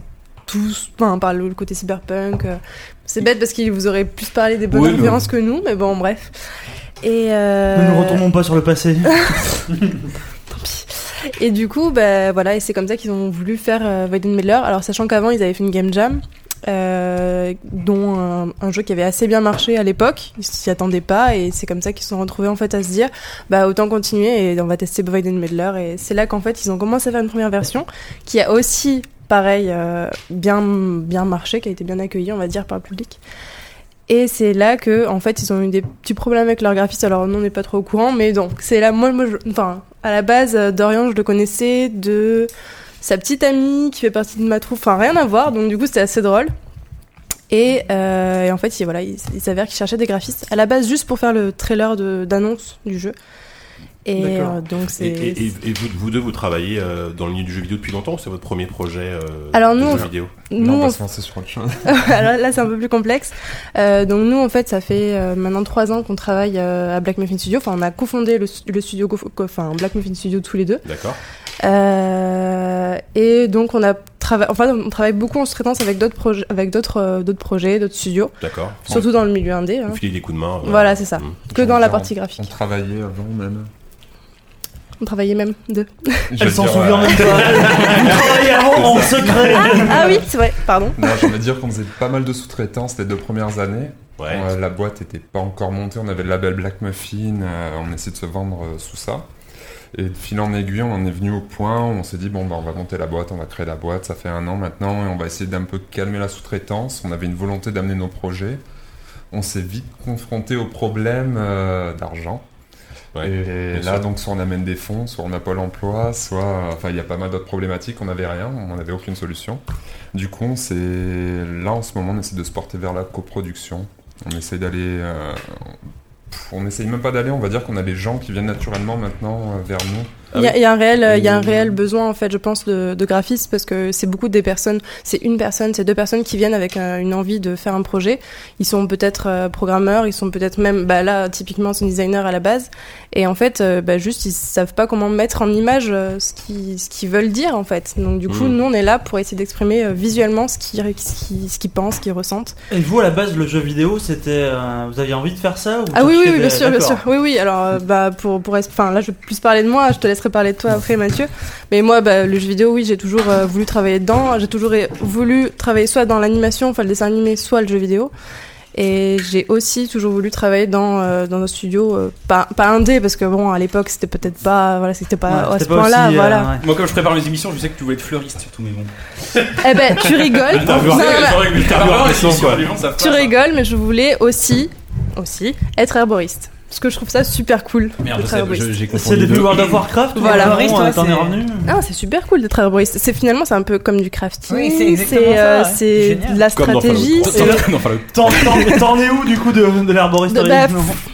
tous, enfin, par le le côté cyberpunk. euh. C'est bête parce qu'ils vous auraient plus parlé des bonnes
Oui, mais-
références que nous, mais bon, bref. Et
Nous
euh,
ne retournons pas sur le passé.
Et du coup, bah, voilà, et c'est comme ça qu'ils ont voulu faire euh, Void and Miller. Alors, sachant qu'avant, ils avaient fait une game jam, euh, dont un, un jeu qui avait assez bien marché à l'époque. Ils s'y attendaient pas, et c'est comme ça qu'ils se sont retrouvés en fait à se dire, bah autant continuer et on va tester Void and Miller. Et c'est là qu'en fait, ils ont commencé à faire une première version qui a aussi, pareil, euh, bien bien marché, qui a été bien accueillie, on va dire, par le public. Et c'est là que, en fait, ils ont eu des petits problèmes avec leur graphiste. Alors, nous, on n'est pas trop au courant, mais donc, c'est là, moi, moi je- enfin, à la base, euh, Dorian, je le connaissais de sa petite amie qui fait partie de ma troupe. Enfin, rien à voir, donc du coup, c'était assez drôle. Et, euh, et en fait, il, voilà, il, il s'avère qu'ils cherchaient des graphistes à la base juste pour faire le trailer de- d'annonce du jeu. Et
D'accord.
euh, donc,
Et,
c'est.
et- et- et vous, vous deux, vous travaillez euh, dans le milieu du jeu vidéo depuis longtemps ou c'est votre premier projet euh,
Alors,
de
nous, on-
jeu vidéo
Nous,
non, on
on
va se lancer sur autre chose.
Alors là, c'est un peu plus complexe. Euh, donc nous, en fait, ça fait euh, maintenant trois ans qu'on travaille euh, à Black Muffin Studio. Enfin, on a cofondé le, le studio, cof- co- enfin Black Muffin Studio tous les deux.
D'accord.
Euh, et donc on a travaillé, enfin, on travaille beaucoup en sous-traitance avec d'autres projets, avec d'autres euh, d'autres projets, d'autres studios,
D'accord.
surtout dans le milieu indé, hein,
Vous filez des coups de main.
Voilà, c'est ça.
Mmh.
Mm.
que dans la
On-
partie
On
graphique.
travaillait avant même.
On travaillait même deux.
J'allais
Elle s'en
dire,
souvient
euh,
même pas. Vous travaillez avant en secret.
Ah oui, c'est vrai. Pardon.
Non, je veux dire qu'on faisait pas mal de sous-traitance les deux premières années.
Ouais.
Euh, la boîte était pas encore montée, on avait le label Black Muffin, euh, on essayait de se vendre euh, sous ça. Et de fil en aiguille, on en est venu au point où on s'est dit, bon, bah, on va monter la boîte, on va créer la boîte, ça fait un an maintenant, et on va essayer d'un peu calmer la sous-traitance. On avait une volonté d'amener nos projets. On s'est vite confronté au problème euh, d'argent.
Ouais,
et
bien
là,
sûr.
donc, soit on amène des fonds, soit on n'a pas l'emploi, soit. Enfin, il y a pas mal d'autres problématiques, on n'avait rien, on n'avait aucune solution. Du coup, on s'est- là, en ce moment, on essaie de se porter vers la coproduction. On essaie d'aller. euh, pff, On essaye même pas d'aller, on va dire qu'on a des gens qui viennent naturellement maintenant euh, vers nous.
Ah
Il y, a-
oui.
il y a un réel, euh, il y a un
Ou-
réel besoin en fait, je pense, de, de graphistes parce que c'est beaucoup des personnes, c'est une personne, c'est deux personnes qui viennent avec euh, une envie de faire un projet. Ils sont peut-être euh, programmeurs, ils sont peut-être même, bah là, typiquement, son designer à la base. Et en fait, euh, bah, juste, ils savent pas comment mettre en image euh, ce qu'ils ce qu'ils veulent dire en fait. Donc du coup,
Mhm.
nous, on est là pour essayer d'exprimer euh, visuellement ce qu'ils ce qu'ils- ce qu'ils pensent, ce qu'ils ressentent.
Et vous, à la base, le jeu vidéo, c'était. euh, vous aviez envie de faire ça ou vous
Ah oui, oui,
cherchiez
oui,
des-
bien sûr, bien sûr.
d'accord.
Oui, oui, alors, euh, bah, pour, pour, es- enfin, là, je vais plus parler de moi, je te laisserai parler de toi après, Mathieu. Mais moi, bah, le jeu vidéo, oui, j'ai toujours euh, voulu travailler dedans. J'ai toujours é- voulu travailler soit dans l'animation, enfin, le dessin animé, soit le jeu vidéo. Et j'ai aussi toujours voulu travailler dans, euh, dans un studio, euh, pas, pas indé, parce que bon, à l'époque, c'était peut-être pas, voilà, c'était pas
Ouais,
à ce
c'était pas
point-là,
aussi, euh,
voilà.
ouais.
Moi, comme je prépare mes émissions, je sais que tu voulais être fleuriste surtout, mais bon.
Eh ben, tu rigoles.
Attends, je
Non,
vais
non, non.
Je prépare vraiment les émissions, les gens savent
Tu
pas.
rigoles, mais je voulais aussi, aussi, être herboriste. Parce que je trouve ça super cool.
Merde, je
d'être
sais,
herboriste.
je- j'ai
C'est
confondu.
depuis
deux.
World of Warcraft ou
Voilà,
Boris,
vraiment,
toi,
euh, t'en
c'est-
es revenu
Ah, c'est super cool d'être herboriste. C'est finalement c'est un peu comme du crafting.
Oui, c'est exactement
c'est, euh,
ça, ouais.
c'est
Génial.
de la
Comme dans
stratégie.
Fallout
c'est-
Non, enfin, le-
T'en- T'en t'en es où du coup de, de l'herboristerie
De- bah, pff,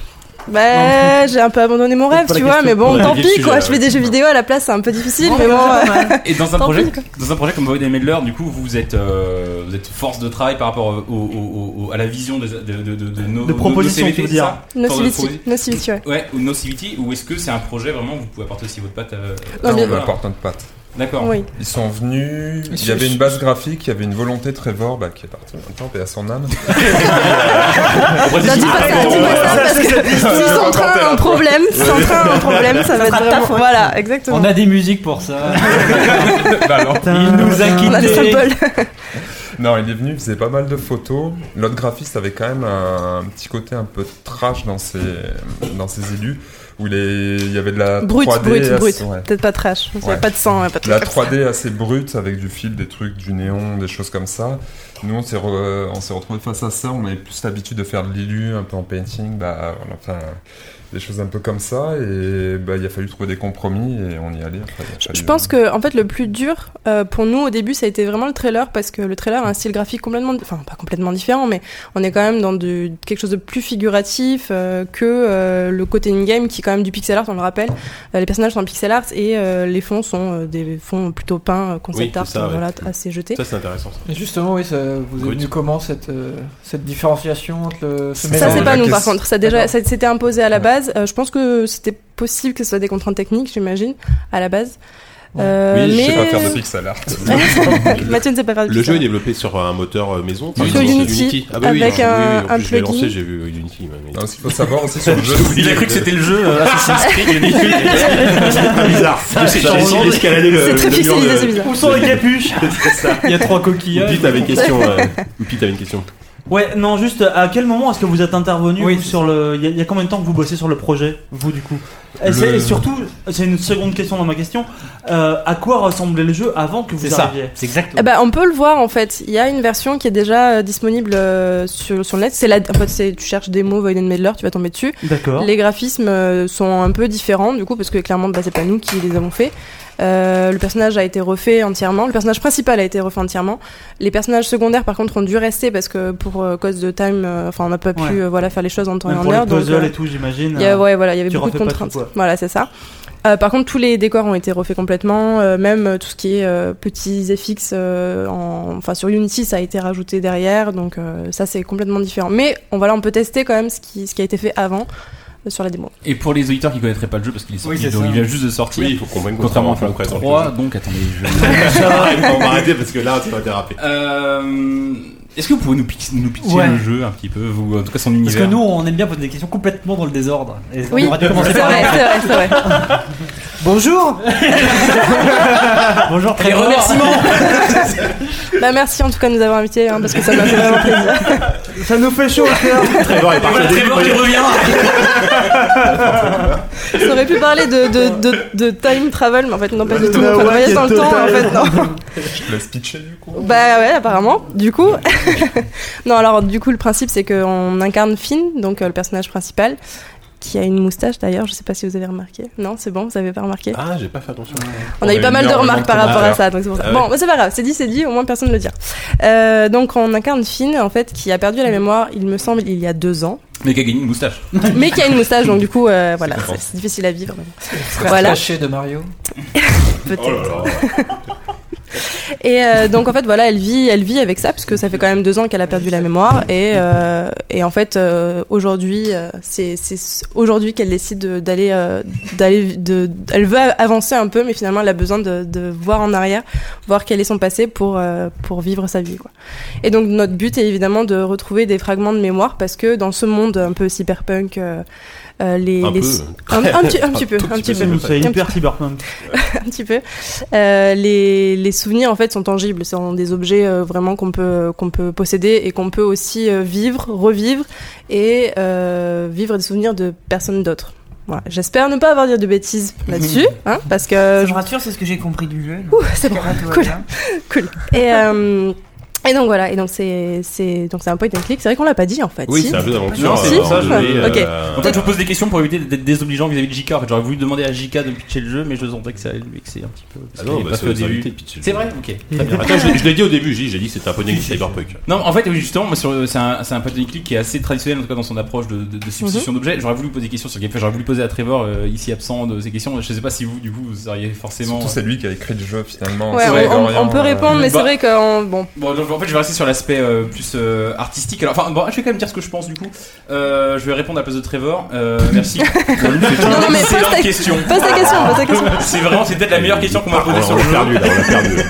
bah, j'ai un peu abandonné mon rêve,
pas la
tu vois,
question.
mais bon,
Ouais,
tant
le
pis
sujet,
quoi.
là,
Je fais des jeux vidéo à la place, c'est un peu difficile, mais bon. euh,
Et dans un
Tant
projet,
pis, quoi.
dans un projet comme Void and Medler, du coup, vous êtes, euh, vous êtes force de travail par rapport euh, au, au- au- au- à la vision de, de, de, de, de nos
De propositions,
nos
tu veux
CVT, c'est
dire.
ça
Nocivity, Nocivity, ouais.
Ouais, ou Nocivity, ou est-ce que c'est un projet vraiment où vous pouvez apporter aussi votre patte euh,
Non,
Là,
bien-
on va apporter notre patte.
D'accord.
Oui.
Ils sont venus, il
Je-
y avait
je-
une base graphique, il y avait une volonté Trevor, bah, qui est parti maintenant, paix à son âme.
Non, dis pas ça, dis pas ça, parce que s'ils sont en train d'un problème, s'ils sont en train d'un problème, ça va être vraiment.
hein.
Voilà, exactement.
On a des musiques pour ça.
Bah, alors.
Il nous a
On a le
quittés.
symbole.
Non, il est venu, il faisait pas mal de photos. L'autre graphiste avait quand même un, un petit côté un peu trash dans ses, dans ses élus, où il, est- il y avait de la
Brut,
3D
brut,
assez-
brut.
ouais.
Peut-être pas trash. Il y a
Ouais.
Pas de sang, ouais, pas de
La
trash.
3D assez brute avec du fil, des trucs, du néon, des choses comme ça. Nous, on s'est re- on s'est retrouvés face à ça. On avait plus l'habitude de faire de l'illu, un peu en painting, bah, voilà, enfin, des choses un peu comme ça. Et bah, il a fallu trouver des compromis et on y allait. Après, il a
Je
fallu-
pense que en fait le plus dur euh, pour nous au début ça a été vraiment le trailer parce que le trailer a un style graphique complètement enfin pas complètement différent mais on est quand même dans du quelque chose de plus figuratif euh, que euh, le côté in game qui est quand même du pixel art on le rappelle Euh, les personnages sont en pixel art et euh, les fonds sont euh, des fonds plutôt peints euh,
Oui,
concept
c'est
art
ça, ouais.
voilà assez jetés
Ça, c'est intéressant. ça.
Et justement, oui, ça, vous avez
Brut.
vu comment cette, euh, cette différenciation entre le,
ça
ce mélange
c'est pas
la
nous par
question.
contre ça déjà
D'accord.
ça c'était imposé à la
Ouais.
base Euh, je pense que c'était possible que ce soit des contraintes techniques j'imagine à la base Euh,
Oui,
Je
mais
sais pas faire de pixel art.
Mathieu ne sait pas faire du
Le
pixel
jeu est
art.
développé sur un moteur euh, maison.
Sur
c'est
Unity,
Ah bah oui,
avec
oui,
un-
oui, en
un
plus, je l'ai
plugin.
lancé, j'ai vu Unity. ouais, mais-
Non, ce qu'il faut savoir aussi sur le jeu, c'est
Il a cru que c'était le jeu euh, Assassin's Creed.
C'est bizarre. J'ai j'ai essayé d'escalader le.
c'est très
le mur
pixelisé
de-
c'est bizarre
Où sont les capuches Il y a trois coquillages.
Oupi, t'avais une question. euh, Oupi, t'avais une question.
Ouais, non, juste euh, à quel moment est-ce que vous êtes intervenu
Oui,
vous,
c'est
sur le. Il y, a- il y a combien de temps que vous bossez sur le projet, vous du coup et,
Le-
c'est- et surtout, c'est une seconde question dans ma question. euh, à quoi ressemblait le jeu avant que
C'est
vous
ça.
arriviez
C'est
Eh
exactement.
ben, on peut le voir en fait. Il y a une version qui est déjà euh, disponible euh, sur, sur le net. C'est la, en fait, c'est- tu cherches des mots Void and Medler, tu vas tomber dessus.
D'accord.
Les graphismes euh, sont un peu différents du coup parce que clairement bah, c'est pas nous qui les avons faits. Euh, le personnage a été refait entièrement. Le personnage principal a été refait entièrement. Les personnages secondaires par contre ont dû rester parce que pour euh, cause de time, euh, enfin on n'a pas
Ouais.
pu euh, voilà faire les choses en temps
Même
et en
pour les
heure. donc,
puzzles
euh,
et tout, j'imagine.
il y a- ouais, voilà, il y avait
Tu
beaucoup de
refais pas tout,
contraintes.
quoi.
Voilà, c'est ça. Euh, par contre, tous les décors ont été refaits complètement, euh, même euh, tout ce qui est euh, petits FX euh, en... enfin, sur Unity, ça a été rajouté derrière, donc euh, ça c'est complètement différent. Mais on, voilà, on peut tester quand même ce qui, ce qui a été fait avant euh, sur la démo.
Et pour les auditeurs qui connaîtraient pas le jeu, parce qu'il est sorti,
Oui, c'est
donc
ça.
il vient juste de sortir.
Oui, il faut qu'on comprenne
Contrairement à
qu'on
Fallout
comprenne
3, donc attendez, je...
Ah, il faut arrêter parce que là, ça va déraper.
Euh, Est-ce que vous pouvez nous, pic- nous pitcher
Ouais.
le jeu un petit peu, vous, en tout cas son
Parce
univers
que nous, on aime bien poser des questions complètement dans le désordre. Et on
Oui,
aurait dû
c'est
commencer
vrai,
par là.
c'est vrai, c'est vrai.
Bonjour
Bonjour, très
Les remerciements
Bah, merci en tout cas de nous avoir invités, hein, parce que ça m'a fait vraiment plaisir.
Ça nous fait chaud au cœur.
Trevor est parti
Voilà
au début.
Trevor qui revient
Ça aurait pu parler de, de, de, de time travel, mais en fait, non, pas du tout.
Le
Enfin, le
what
voyage dans
est
le temps, en
total.
fait, non.
Je te laisse pitcher du coup.
Bah ouais, apparemment. Du coup, non. Alors du coup, le principe c'est qu'on incarne Finn, donc euh, le personnage principal, qui a une moustache d'ailleurs. Je sais pas si vous avez remarqué. Non, c'est bon, vous avez pas remarqué.
Ah, j'ai pas fait attention.
on a
on
eu
a
pas
eu
mal de
énormément
remarques
de
par rapport à
commentaires.
ça, donc c'est pour ça.
Ah ouais.
Bon, bah, c'est pas grave. C'est dit, c'est dit. Au moins personne ne le dira. Euh, donc on incarne Finn, en fait, qui a perdu la mémoire. Il me semble il y a deux ans,
Mais qui a gagné une moustache.
mais qui a une moustache. Donc du coup, euh, voilà,
différent.
c'est c'est difficile à vivre.
Frère
Voilà.
caché de Mario.
Peut-être.
Oh là là.
Et euh, donc en fait voilà, elle vit, elle vit avec ça parce que ça fait quand même deux ans qu'elle a perdu la mémoire et euh, et en fait euh, aujourd'hui euh, c'est c'est s- aujourd'hui qu'elle décide de- d'aller euh, d'aller de elle veut avancer un peu mais finalement elle a besoin de, de voir en arrière, voir quel est son passé pour euh, pour vivre sa vie quoi. Et donc notre but est évidemment de retrouver des fragments de mémoire parce que dans ce monde un peu cyberpunk euh, euh, les,
Un
les-
peu.
un, un petit un petit peu
tout
un petit peu
c'est le
C'est
fait.
hyper cyberpunk.
un petit peu. Euh, les, les souvenirs en fait sont tangibles, ce sont des objets euh, vraiment qu'on peut qu'on peut posséder et qu'on peut aussi euh, vivre, revivre et euh, vivre des souvenirs de personnes d'autres. Voilà. J'espère ne pas avoir dit de bêtises là-dessus, hein, parce que
Je
je-
me rassure, c'est ce que j'ai compris du jeu.
Ouh, c'est bon.
Là, tout va
Cool.
bien.
Et, euh, et donc voilà, et donc c'est c'est donc c'est un point and click. C'est vrai qu'on l'a pas dit en fait.
Oui,
si.
c'est un peu d'aventure.
Non, c'est
euh,
pour ça,
en
je-
deux,
ok.
euh,
En fait, je vous pose des questions pour éviter d'être désobligeant vis-à-vis de JK. En fait, j'aurais voulu demander à JK de pitcher le jeu, mais je sentais que ça allait lui vexer un petit peu. parce
Ah
qu'il
non,
est
bah,
pas
c'est
fait au
aux
début.
invités de pitcher.
C'est vrai, ok. Très bien.
Attends, je l'ai- je l'ai dit au début, j'ai j'ai dit que c'était un peu négatif cyberpunk.
Non, en fait, oui, justement, moi, sur- c'est un, c'est un point and click qui est assez traditionnel, en tout cas dans son approche de,
Mhm.
de- de substitution d'objets. J'aurais voulu poser des questions sur Gameplay, j'aurais voulu poser à Trevor, euh, ici absent, de ces questions. Je sais pas si vous, du coup, vous seriez forcément.
Surtout, c'est lui qui a écrit le jeu finalement.
Ouais,
C'est
vrai,
on- on,
Dorian,
on peut
euh,
répondre, mais
bah-
c'est vrai que bon,
Bon, donc, en fait, je vais rester sur l'aspect euh, plus euh, artistique. Alors, enfin, bon, je vais quand même dire ce que je pense du coup. Euh, je vais répondre à la place de Trevor. Euh, merci. non,
Non, non, mais pose ta-
question.
pose ta question, pose ta question.
C'est vraiment, c'est peut-être la meilleure question qu'on m'a posée
Ah,
sur
on
le
l'a
jeu.
perdu, là, on l'a perdu.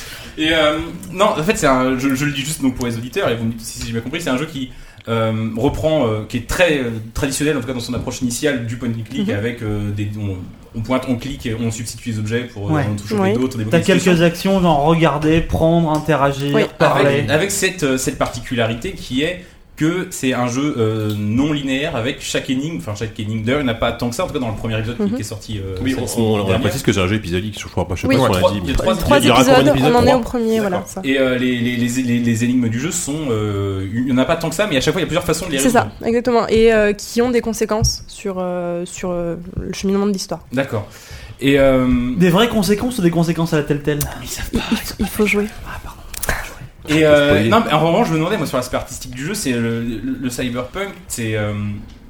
Et euh, non, en fait, c'est un, je, je le dis juste donc, pour les auditeurs, et vous me dites si j'ai bien compris, c'est un jeu qui euh, reprend, euh, qui est très euh, traditionnel, en tout cas dans son approche initiale du point and click, avec euh, des. On, on pointe, on clique, et on substitue les objets pour euh,
Ouais.
en toucher
Oui.
d'autres. des
T'as
modifications.
quelques actions, genre regarder, prendre, interagir,
Oui.
parler.
Avec, avec cette, euh, cette particularité qui est que c'est un jeu euh, non linéaire avec chaque énigme, enfin chaque énigme d'ailleurs il n'y en a pas tant que ça, en tout cas dans le premier épisode qui-
Mhm.
qui est sorti. euh,
Oui,
cette
on, on, on
dernière.
précise que c'est un jeu épisodique, je crois pas, je sais
Oui.
pas si on
Trois-
l'a dit.
il y
mais-
a trois
trois
Il y aura encore un
épisodes,
épisode
on en est
trois.
au premier, voilà.
D'accord.
ça.
Et euh, les, les, les, les- les énigmes du jeu sont... euh, il n'y en a pas tant que ça, mais à chaque fois il y a plusieurs façons de les
C'est
résoudre.
ça, exactement. Et euh, qui ont des conséquences sur, euh, sur euh, le cheminement de l'histoire.
D'accord. Et... euh,
Des vraies conséquences ou des conséquences à la telle telle
Il faut jouer.
Et euh,
Spoiler.
non, mais en revanche, je me demandais, moi, sur l'aspect artistique du jeu, c'est le, le- le cyberpunk, c'est. euh,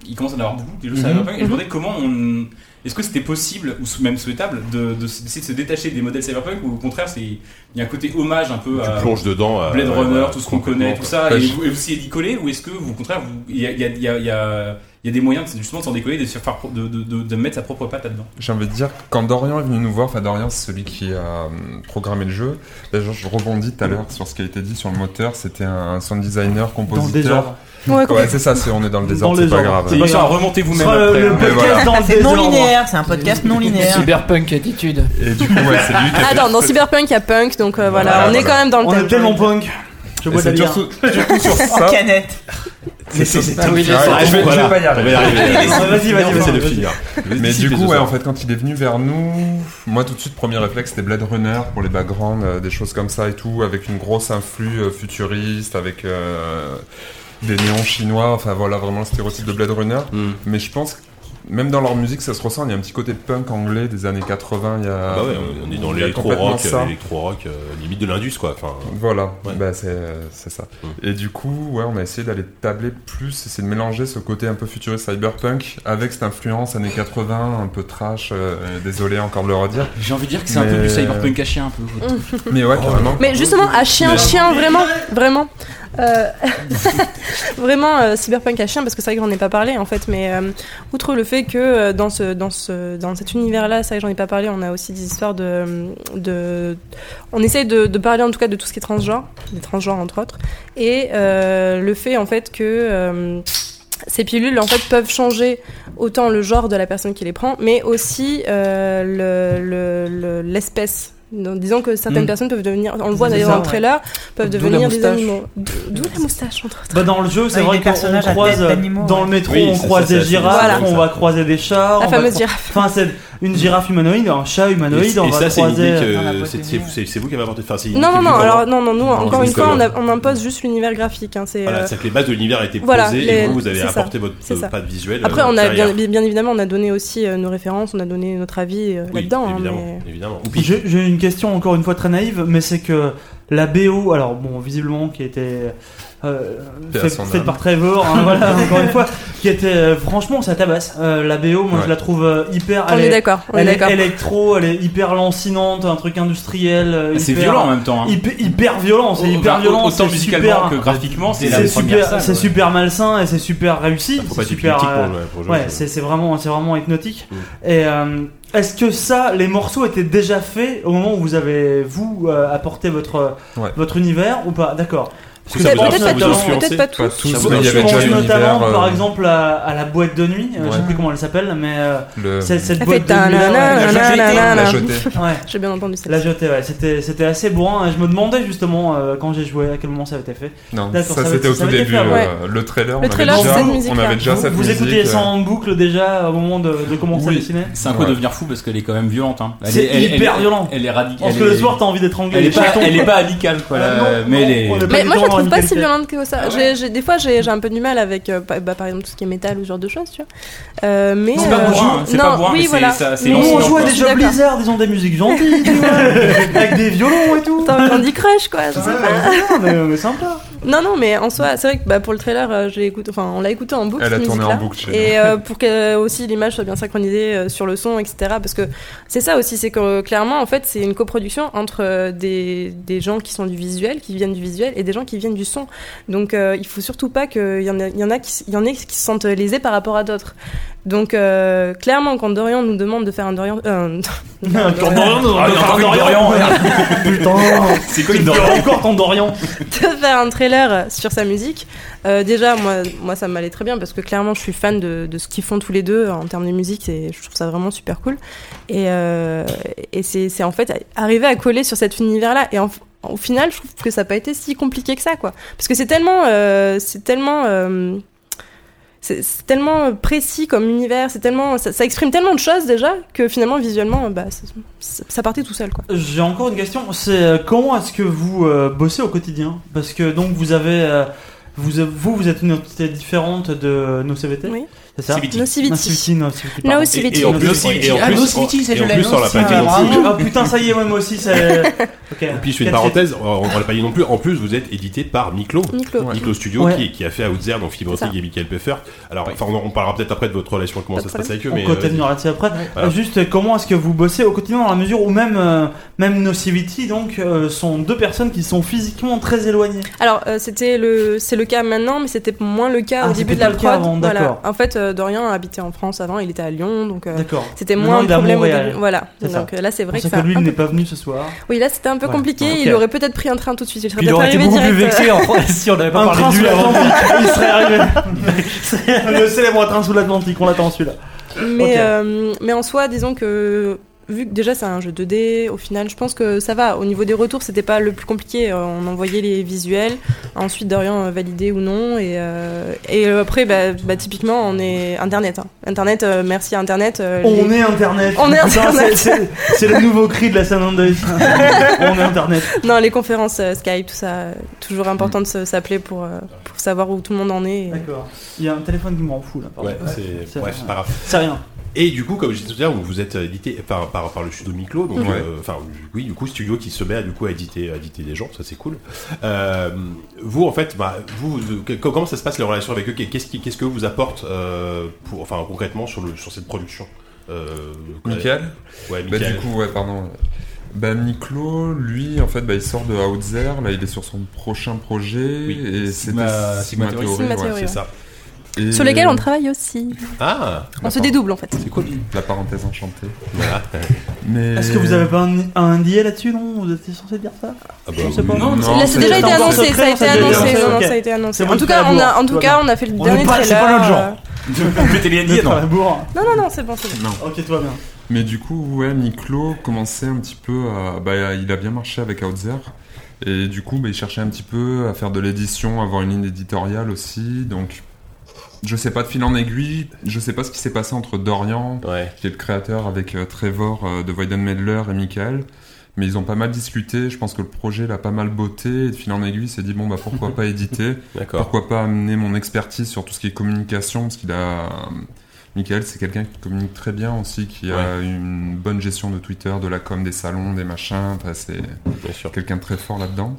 il commence à en avoir beaucoup, des jeux
Mhm.
cyberpunk, et je me demandais comment on. Est-ce que c'était possible, ou sou- même souhaitable, de, de, s- d'essayer de se détacher des modèles cyberpunk, ou au contraire, c'est, il y a un côté hommage un peu
Tu
à.
plonges dedans. euh,
Blade
ouais,
Runner,
voilà,
tout ce qu'on connaît,
complètement,
tout
quoi.
ça,
Ouais,
et
je-
vous, et vous essayez d'y coller, ou est-ce que vous, au contraire, vous- il y a, il y a- il y a- il y a- il y a des moyens de- justement de s'en décoller, de, se faire pro- de, de, de, de mettre sa propre patte là-dedans
J'ai envie de dire, que quand Dorian est venu nous voir, enfin Dorian c'est celui qui a hum, programmé le jeu, d'ailleurs je rebondis tout à l'heure sur ce qui a été dit sur le moteur, c'était un sound designer,
Dans le
compositeur.
désordre.
Ouais,
ouais c'est ça, c'est on est dans le désordre, c'est pas
désordre.
grave.
C'est pas
Ils sont à
grave.
remonter
Ce
vous-même
sera le,
après.
le
hein.
peu-
podcast
voilà.
dans le
C'est non
désordre.
linéaire, c'est un podcast non linéaire.
Cyberpunk attitude.
Et du coup, ouais, c'est lui qui a
Ah,
fait-
Attends, dans Cyberpunk, il y a punk, donc euh, voilà,
Voilà,
on est
voilà.
quand même dans le
On
thème.
est tellement punk. Je
Et
bois de la
c'est
bière.
surtout, surtout sur
Ah,
En
ça.
canette.
c'est sur-
Ah oui, j'ai
Ouais,
sorti.
je vais- je
Voilà.
vais pas y
On va y
arriver.
arriver.
Vas-y, vas-y,
On va
vas-y.
essayer de finir.
hein. Mais
Si,
du
si,
coup,
ce
ouais,
soir.
en fait, quand il est venu vers nous, moi tout de suite, premier réflexe, c'était Blade Runner pour les backgrounds, euh, des choses comme ça et tout, avec une grosse influx euh, futuriste, avec euh, des néons chinois, enfin voilà, vraiment le stéréotype de Blade Runner.
Mm.
Mais je pense que même dans leur musique, ça se ressent, il y a un petit côté punk anglais des années 80, il y a.
Bah ouais, on est dans
Ah il y a
l'électro-rock,
complètement ça.
l'électro-rock, euh, limite de l'Indus, quoi. Enfin,
Voilà,
Ouais.
bah, c'est c'est ça.
Mm.
Et du coup, ouais, on a essayé d'aller tabler plus, essayer de mélanger ce côté un peu futuriste cyberpunk avec cette influence années 80, un peu trash, euh, euh, désolé encore de le redire.
J'ai envie de dire que c'est un peu
Mais- euh,
du cyberpunk à chien, un peu.
Mais ouais, carrément.
Mais justement, à chien, chien, vraiment, vraiment. euh, vraiment euh, cyberpunk à chien parce que c'est vrai que j'en ai pas parlé en fait mais euh, outre le fait que euh, dans ce dans ce dans cet univers là c'est vrai que j'en ai pas parlé on a aussi des histoires de de on essaye de, de parler en tout cas de tout ce qui est transgenre des transgenres entre autres et euh, le fait en fait que euh, Ces pilules, en fait, peuvent changer autant le genre de la personne qui les prend, mais aussi euh, le- le- le- l'espèce. Donc, disons que certaines
Mm.
personnes peuvent devenir, on le voit
C'est
d'ailleurs
ça,
dans le
ouais.
trailer, peuvent
D'où la
devenir des
moustache.
animaux. D'où d'où la moustache, entre autres.
Bah dans le jeu, c'est
Avec
vrai
des
qu'on on
personnages à
croise
tête d'animaux,
dans
ouais.
le métro,
Oui,
on
ça,
croise
ça,
des
c'est-
girafes,
Voilà.
on va croiser des chats,
La
on va
fameuse
cro-
girafe.
enfin c'est une girafe humanoïde, un chat humanoïde,
Et,
on
et
va
ça, c'est
croiser.
euh,
euh,
l'idée
dans la
que
boîte
c'est-
de
c'est
nuit.
c'est- c'est vous qui avez apporté. Enfin, c'est une idée
Non,
qui
non,
est
non,
venue
alors,
d'avant.
non, non, nous, encore
je
une
dis
fois,
ça,
on,
ouais.
a- on impose juste l'univers graphique. hein, c'est,
Voilà,
euh,
c'est-à-dire que les bases de l'univers étaient posées
voilà,
et
les-
vous, vous avez
c'est ça,
apporté votre
c'est ça.
pas de visuel.
Après,
euh,
on a bien,
derrière.
bien évidemment, on a donné aussi euh, nos références, on a donné notre avis euh,
Oui,
là-dedans. hein,
évidemment,
mais-
évidemment. Ou
J'ai j'ai une question encore une fois très naïve, mais c'est que la BO, alors bon, visiblement qui était euh,
Paix à
faite
son
faite
âme.
par Trevor, hein, voilà, encore une fois, qui était euh, franchement ça tabasse. Euh, la BO, moi je
Ouais.
la trouve euh, hyper.
On
elle
est d'accord, on est
elle est
d'accord.
électro, elle est hyper lancinante, un truc industriel. euh,
Ah, C'est
hyper-
violent en même temps. hein.
Hyper, hyper violent, c'est
Au-
hyper
au-
violent,
autant
c'est
musicalement
super.
que graphiquement, c'est la
C'est
première
super,
salle.
c'est
ouais.
super malsain et c'est super réussi.
Bah, Faut
c'est
pas être
super.
épileptique
euh,
pour jouer- pour jouer
Ouais,
au jeu.
c'est c'est vraiment, c'est vraiment hypnotique.
Mm.
Et euh, est-ce que ça, les morceaux étaient déjà faits au moment où vous avez vous euh, apporté votre
Ouais.
votre univers ou pas D'accord. Parce
que ça
Peut-être
vous a-
peut-être
ça
pas tous,
vous a
peut-être
influencé
pas
Pas
tous.
tous,
Ça vous
mais il y
je
avait déjà
pense notamment,
l'univers. euh,
par exemple, à, à la boîte de nuit. euh, Je sais
Ouais.
plus comment elle s'appelle, mais euh,
le-
cette, cette
Elle
boîte
fait
de nuit.
nanana, nanana.
la jetée.
Ouais.
J'ai bien entendu ça.
La jetée, ouais, c'était c'était assez bourrin. Et je me demandais justement euh, quand j'ai joué à quel moment ça avait été fait.
Non,
D'accord,
ça
ça
c'était
va-
au
ça
tout
va être
début.
clair,
euh, Le trailer,
Le
on
trailer,
avait déjà,
cette musique-là.
on avait déjà
vous
cette
vous
musique.
écoutiez ça
euh,
en boucle déjà au moment de, de commencer à
Oui.
dessiner
C'est un peu
Ouais.
devenir fou parce qu'elle est quand même violente. Hein. Elle
C'est
est- elle-
hyper
elle-
violent.
Elle est radicale.
Parce que le soir, t'as envie d'étrangler
Elle
les
est pas,
chatons.
elle est pas amicale quoi. là,
Ah, non,
mais
non,
elle est-
on est pas-
Mais
du
moi,
tout
je la
en
trouve pas si
qualité.
violente que ça. J'ai- j'ai- des fois, j'ai j'ai un peu du mal avec, euh, pa- bah, par exemple, tout ce qui est métal ou ce genre de choses, tu vois. Euh, mais
C'est pas
euh,
bourrin, c'est
non,
pas bourrin,
oui,
mais c'est-
voilà.
ça- c'est
Mais-
Nous, on
lancinant,
jouait à
quoi.
des jeux
D'accord.
Blizzard, ils ont des musiques gentilles, tu vois, avec des violons et tout.
Putain, Candy Crush, quoi. je sais pas.
Ouais, mais, mais sympa.
Non, non, mais en soi, c'est vrai que bah, pour le trailer, euh, je l'ai écouté, enfin, on l'a écouté en boucle.
Elle a
cette
tourné en
musique-là.
boucle chez
Et euh, pour que euh, aussi l'image soit bien synchronisée euh, sur le son, etc. Parce que c'est ça aussi, c'est que euh, clairement, en fait, c'est une coproduction entre euh, des, des gens qui sont du visuel, qui viennent du visuel, et des gens qui viennent du son. Donc euh, il faut surtout pas qu'il y, en a- il y, en a qui s- il y en ait qui se sentent lésés par rapport à d'autres. Donc euh, clairement, quand Dorian nous demande de faire un Dorian. euh,
Encore Dorian, on
Ah, il y a encore une Dorian, merde.
Putain,
C'est quoi
il
une
me
Dorian
fait encore ton Dorian.
de faire un trailer sur sa musique. Euh, déjà, moi, moi, ça m'allait très bien parce que clairement, je suis fan de, de ce qu'ils font tous les deux en termes de musique et je trouve ça vraiment super cool. Et, euh, et c'est c'est en fait arriver à coller sur cet univers-là. Et en- au final, je trouve que ça n'a pas été si compliqué que ça, quoi. Parce que c'est tellement, euh, c'est tellement. euh, c'est c'est tellement précis comme univers, c'est tellement, ça, ça exprime tellement de choses déjà que finalement visuellement, bah, ça, ça- ça partait tout seul quoi.
J'ai encore une question, c'est euh, comment est-ce que vous euh, bossez au quotidien Parce que donc vous avez, euh, vous, vous, vous êtes une entité différente de nos CVT,
Oui.
c'est ça
CVT.
Nocivity.
Nocivity, Nocivity,
Là
pardon.
aussi,
Et, et en plus, et en
Ah,
plus,
Nocivity, ça,
et
je
en
l'ai
plus, on l'a
annoncé,
pas dit
ah,
non
Ah
plus.
ah, putain, ça y est, ouais, moi aussi, c'est. Ok.
Et puis je fais une parenthèse, on on l'a pas dit non plus. En plus, vous êtes édité par Miklo.
Miklo.
Ouais. Miklo Studio
Ouais.
qui, qui a fait Outzer, donc Fibre
C'est ça.
Optique et Michael Peffer. Alors, enfin, on, on parlera peut-être après de votre relation, comment
Pas
ça
de
se passe avec eux,
On
mais. euh,
continuera là-dessus après.
Voilà.
Juste euh, comment est-ce que vous bossez au quotidien dans la mesure où même euh, même Nocivity donc euh, sont deux personnes qui sont physiquement très éloignées.
Alors euh, c'était le c'est le cas maintenant, mais c'était moins le cas
Ah,
au début
c'était
de la
pas le cas
prod.
avant,
Voilà.
d'accord.
En fait, euh, Dorian habitait en France avant, il était à Lyon, donc euh,
D'accord.
c'était
Maintenant,
moins un
il est à
problème au
Montréal.
début. Voilà.
C'est ça.
Donc euh, là, c'est vrai
C'est
que,
que
ça.
lui
un
il n'est
peu-
pas venu ce soir.
Oui, là c'était un peu
Ouais.
compliqué.
Ok.
Il aurait peut-être pris un train tout de suite. Il serait
Il
peut-être
aurait été
arrivé
beaucoup plus
direct. euh,
vexé en vrai, si on n'avait pas
Un train
parlé de
sous
lui avant.
l'Atlantique, il serait arrivé. C'est le célèbre train sous l'Atlantique, on l'attend celui-là.
Mais,
Ok.
euh, mais en soi, disons que vu que déjà c'est un jeu 2D, au final, je pense que ça va. Au niveau des retours, c'était pas le plus compliqué. Euh, On envoyait les visuels, ensuite Dorian euh, validait ou non, et, euh, et euh, après, bah, bah, typiquement, on est Internet. hein. Internet, euh, merci à Internet. euh,
On
les-
est internet.
On est
Putain,
Internet.
c'est- c'est- C'est le nouveau cri de la San Andreas. On est internet.
Non, les conférences euh, Skype, tout ça, euh, toujours important de se- s'appeler pour, euh, pour savoir où tout le monde en est. et-
D'accord. Il y a un téléphone qui me rend fou là. pardon.
Ouais, c'est.
c'est-
Bref, c'est pas grave.
C'est rien.
Et du coup, comme je disais tout à l'heure, vous êtes édité par, par, par le studio Miklo, donc
Mhm.
euh, enfin oui, du coup studio qui se met à du coup à éditer, à éditer des gens, ça c'est cool. Euh, vous en fait, bah, vous, vous- que- comment ça se passe les relations avec eux Qu'est-ce qui- qu'est-ce que vous apporte euh, pour, enfin concrètement sur le sur cette production euh,
Michael
Ouais,
Bah,
Michael.
du coup, ouais, pardon. Bah, Miklo, lui, en fait, bah, il sort de Outzer. Là, il est sur son prochain projet.
Oui,
Et c'était
Sigma- Sigma Theory.
ouais. Euh,
Sigma Theory.
c'est ça.
Et-
Sur lesquels on travaille aussi.
Ah,
On se dédouble en fait.
c'est cool.
La parenthèse enchantée.
Voilà.
Mais...
Est-ce que vous avez pas un, un NDA là-dessus, non Vous étiez censé dire ça
Ah bah
Je sais
oui.
pas.
Non,
Là, c'est
c'est-
déjà
c'est
été
encore
annoncé,
secret,
ça a été
ça, déjà,
annoncé.
c'est
non, non,
ok.
ça a été annoncé.
C'est
En
bon,
tout
c'est à
cas, on a,
bourre,
en
tout
tout
va
cas, on a fait le
On
dernier
est pas- c'est
trailer.
pas notre genre.
euh,
Péter les NDA, non.
Non, non, non, c'est bon, c'est bon.
Non.
Ok, tout va bien.
Mais du coup, ouais, Miklo commençait un petit peu à... Bah, il a bien marché avec Outzer. Et du coup, bah, il cherchait un petit peu à faire de l'édition, avoir une ligne éditoriale aussi. Donc, je sais pas de fil en aiguille. Je sais pas ce qui s'est passé entre Dorian,
Ouais.
qui est le créateur avec euh, Trevor euh, de Voiden Medler et Michael. Mais ils ont pas mal discuté. Je pense que le projet l'a pas mal botté. Et de fil en aiguille, il s'est dit, bon, bah, pourquoi pas éditer
D'accord.
Pourquoi pas amener mon expertise sur tout ce qui est communication Parce qu'il a. Michael, c'est quelqu'un qui communique très bien aussi, qui a une bonne gestion de Twitter, de la com, des salons, des machins. Enfin, c'est
Bien sûr.
quelqu'un de très fort là-dedans.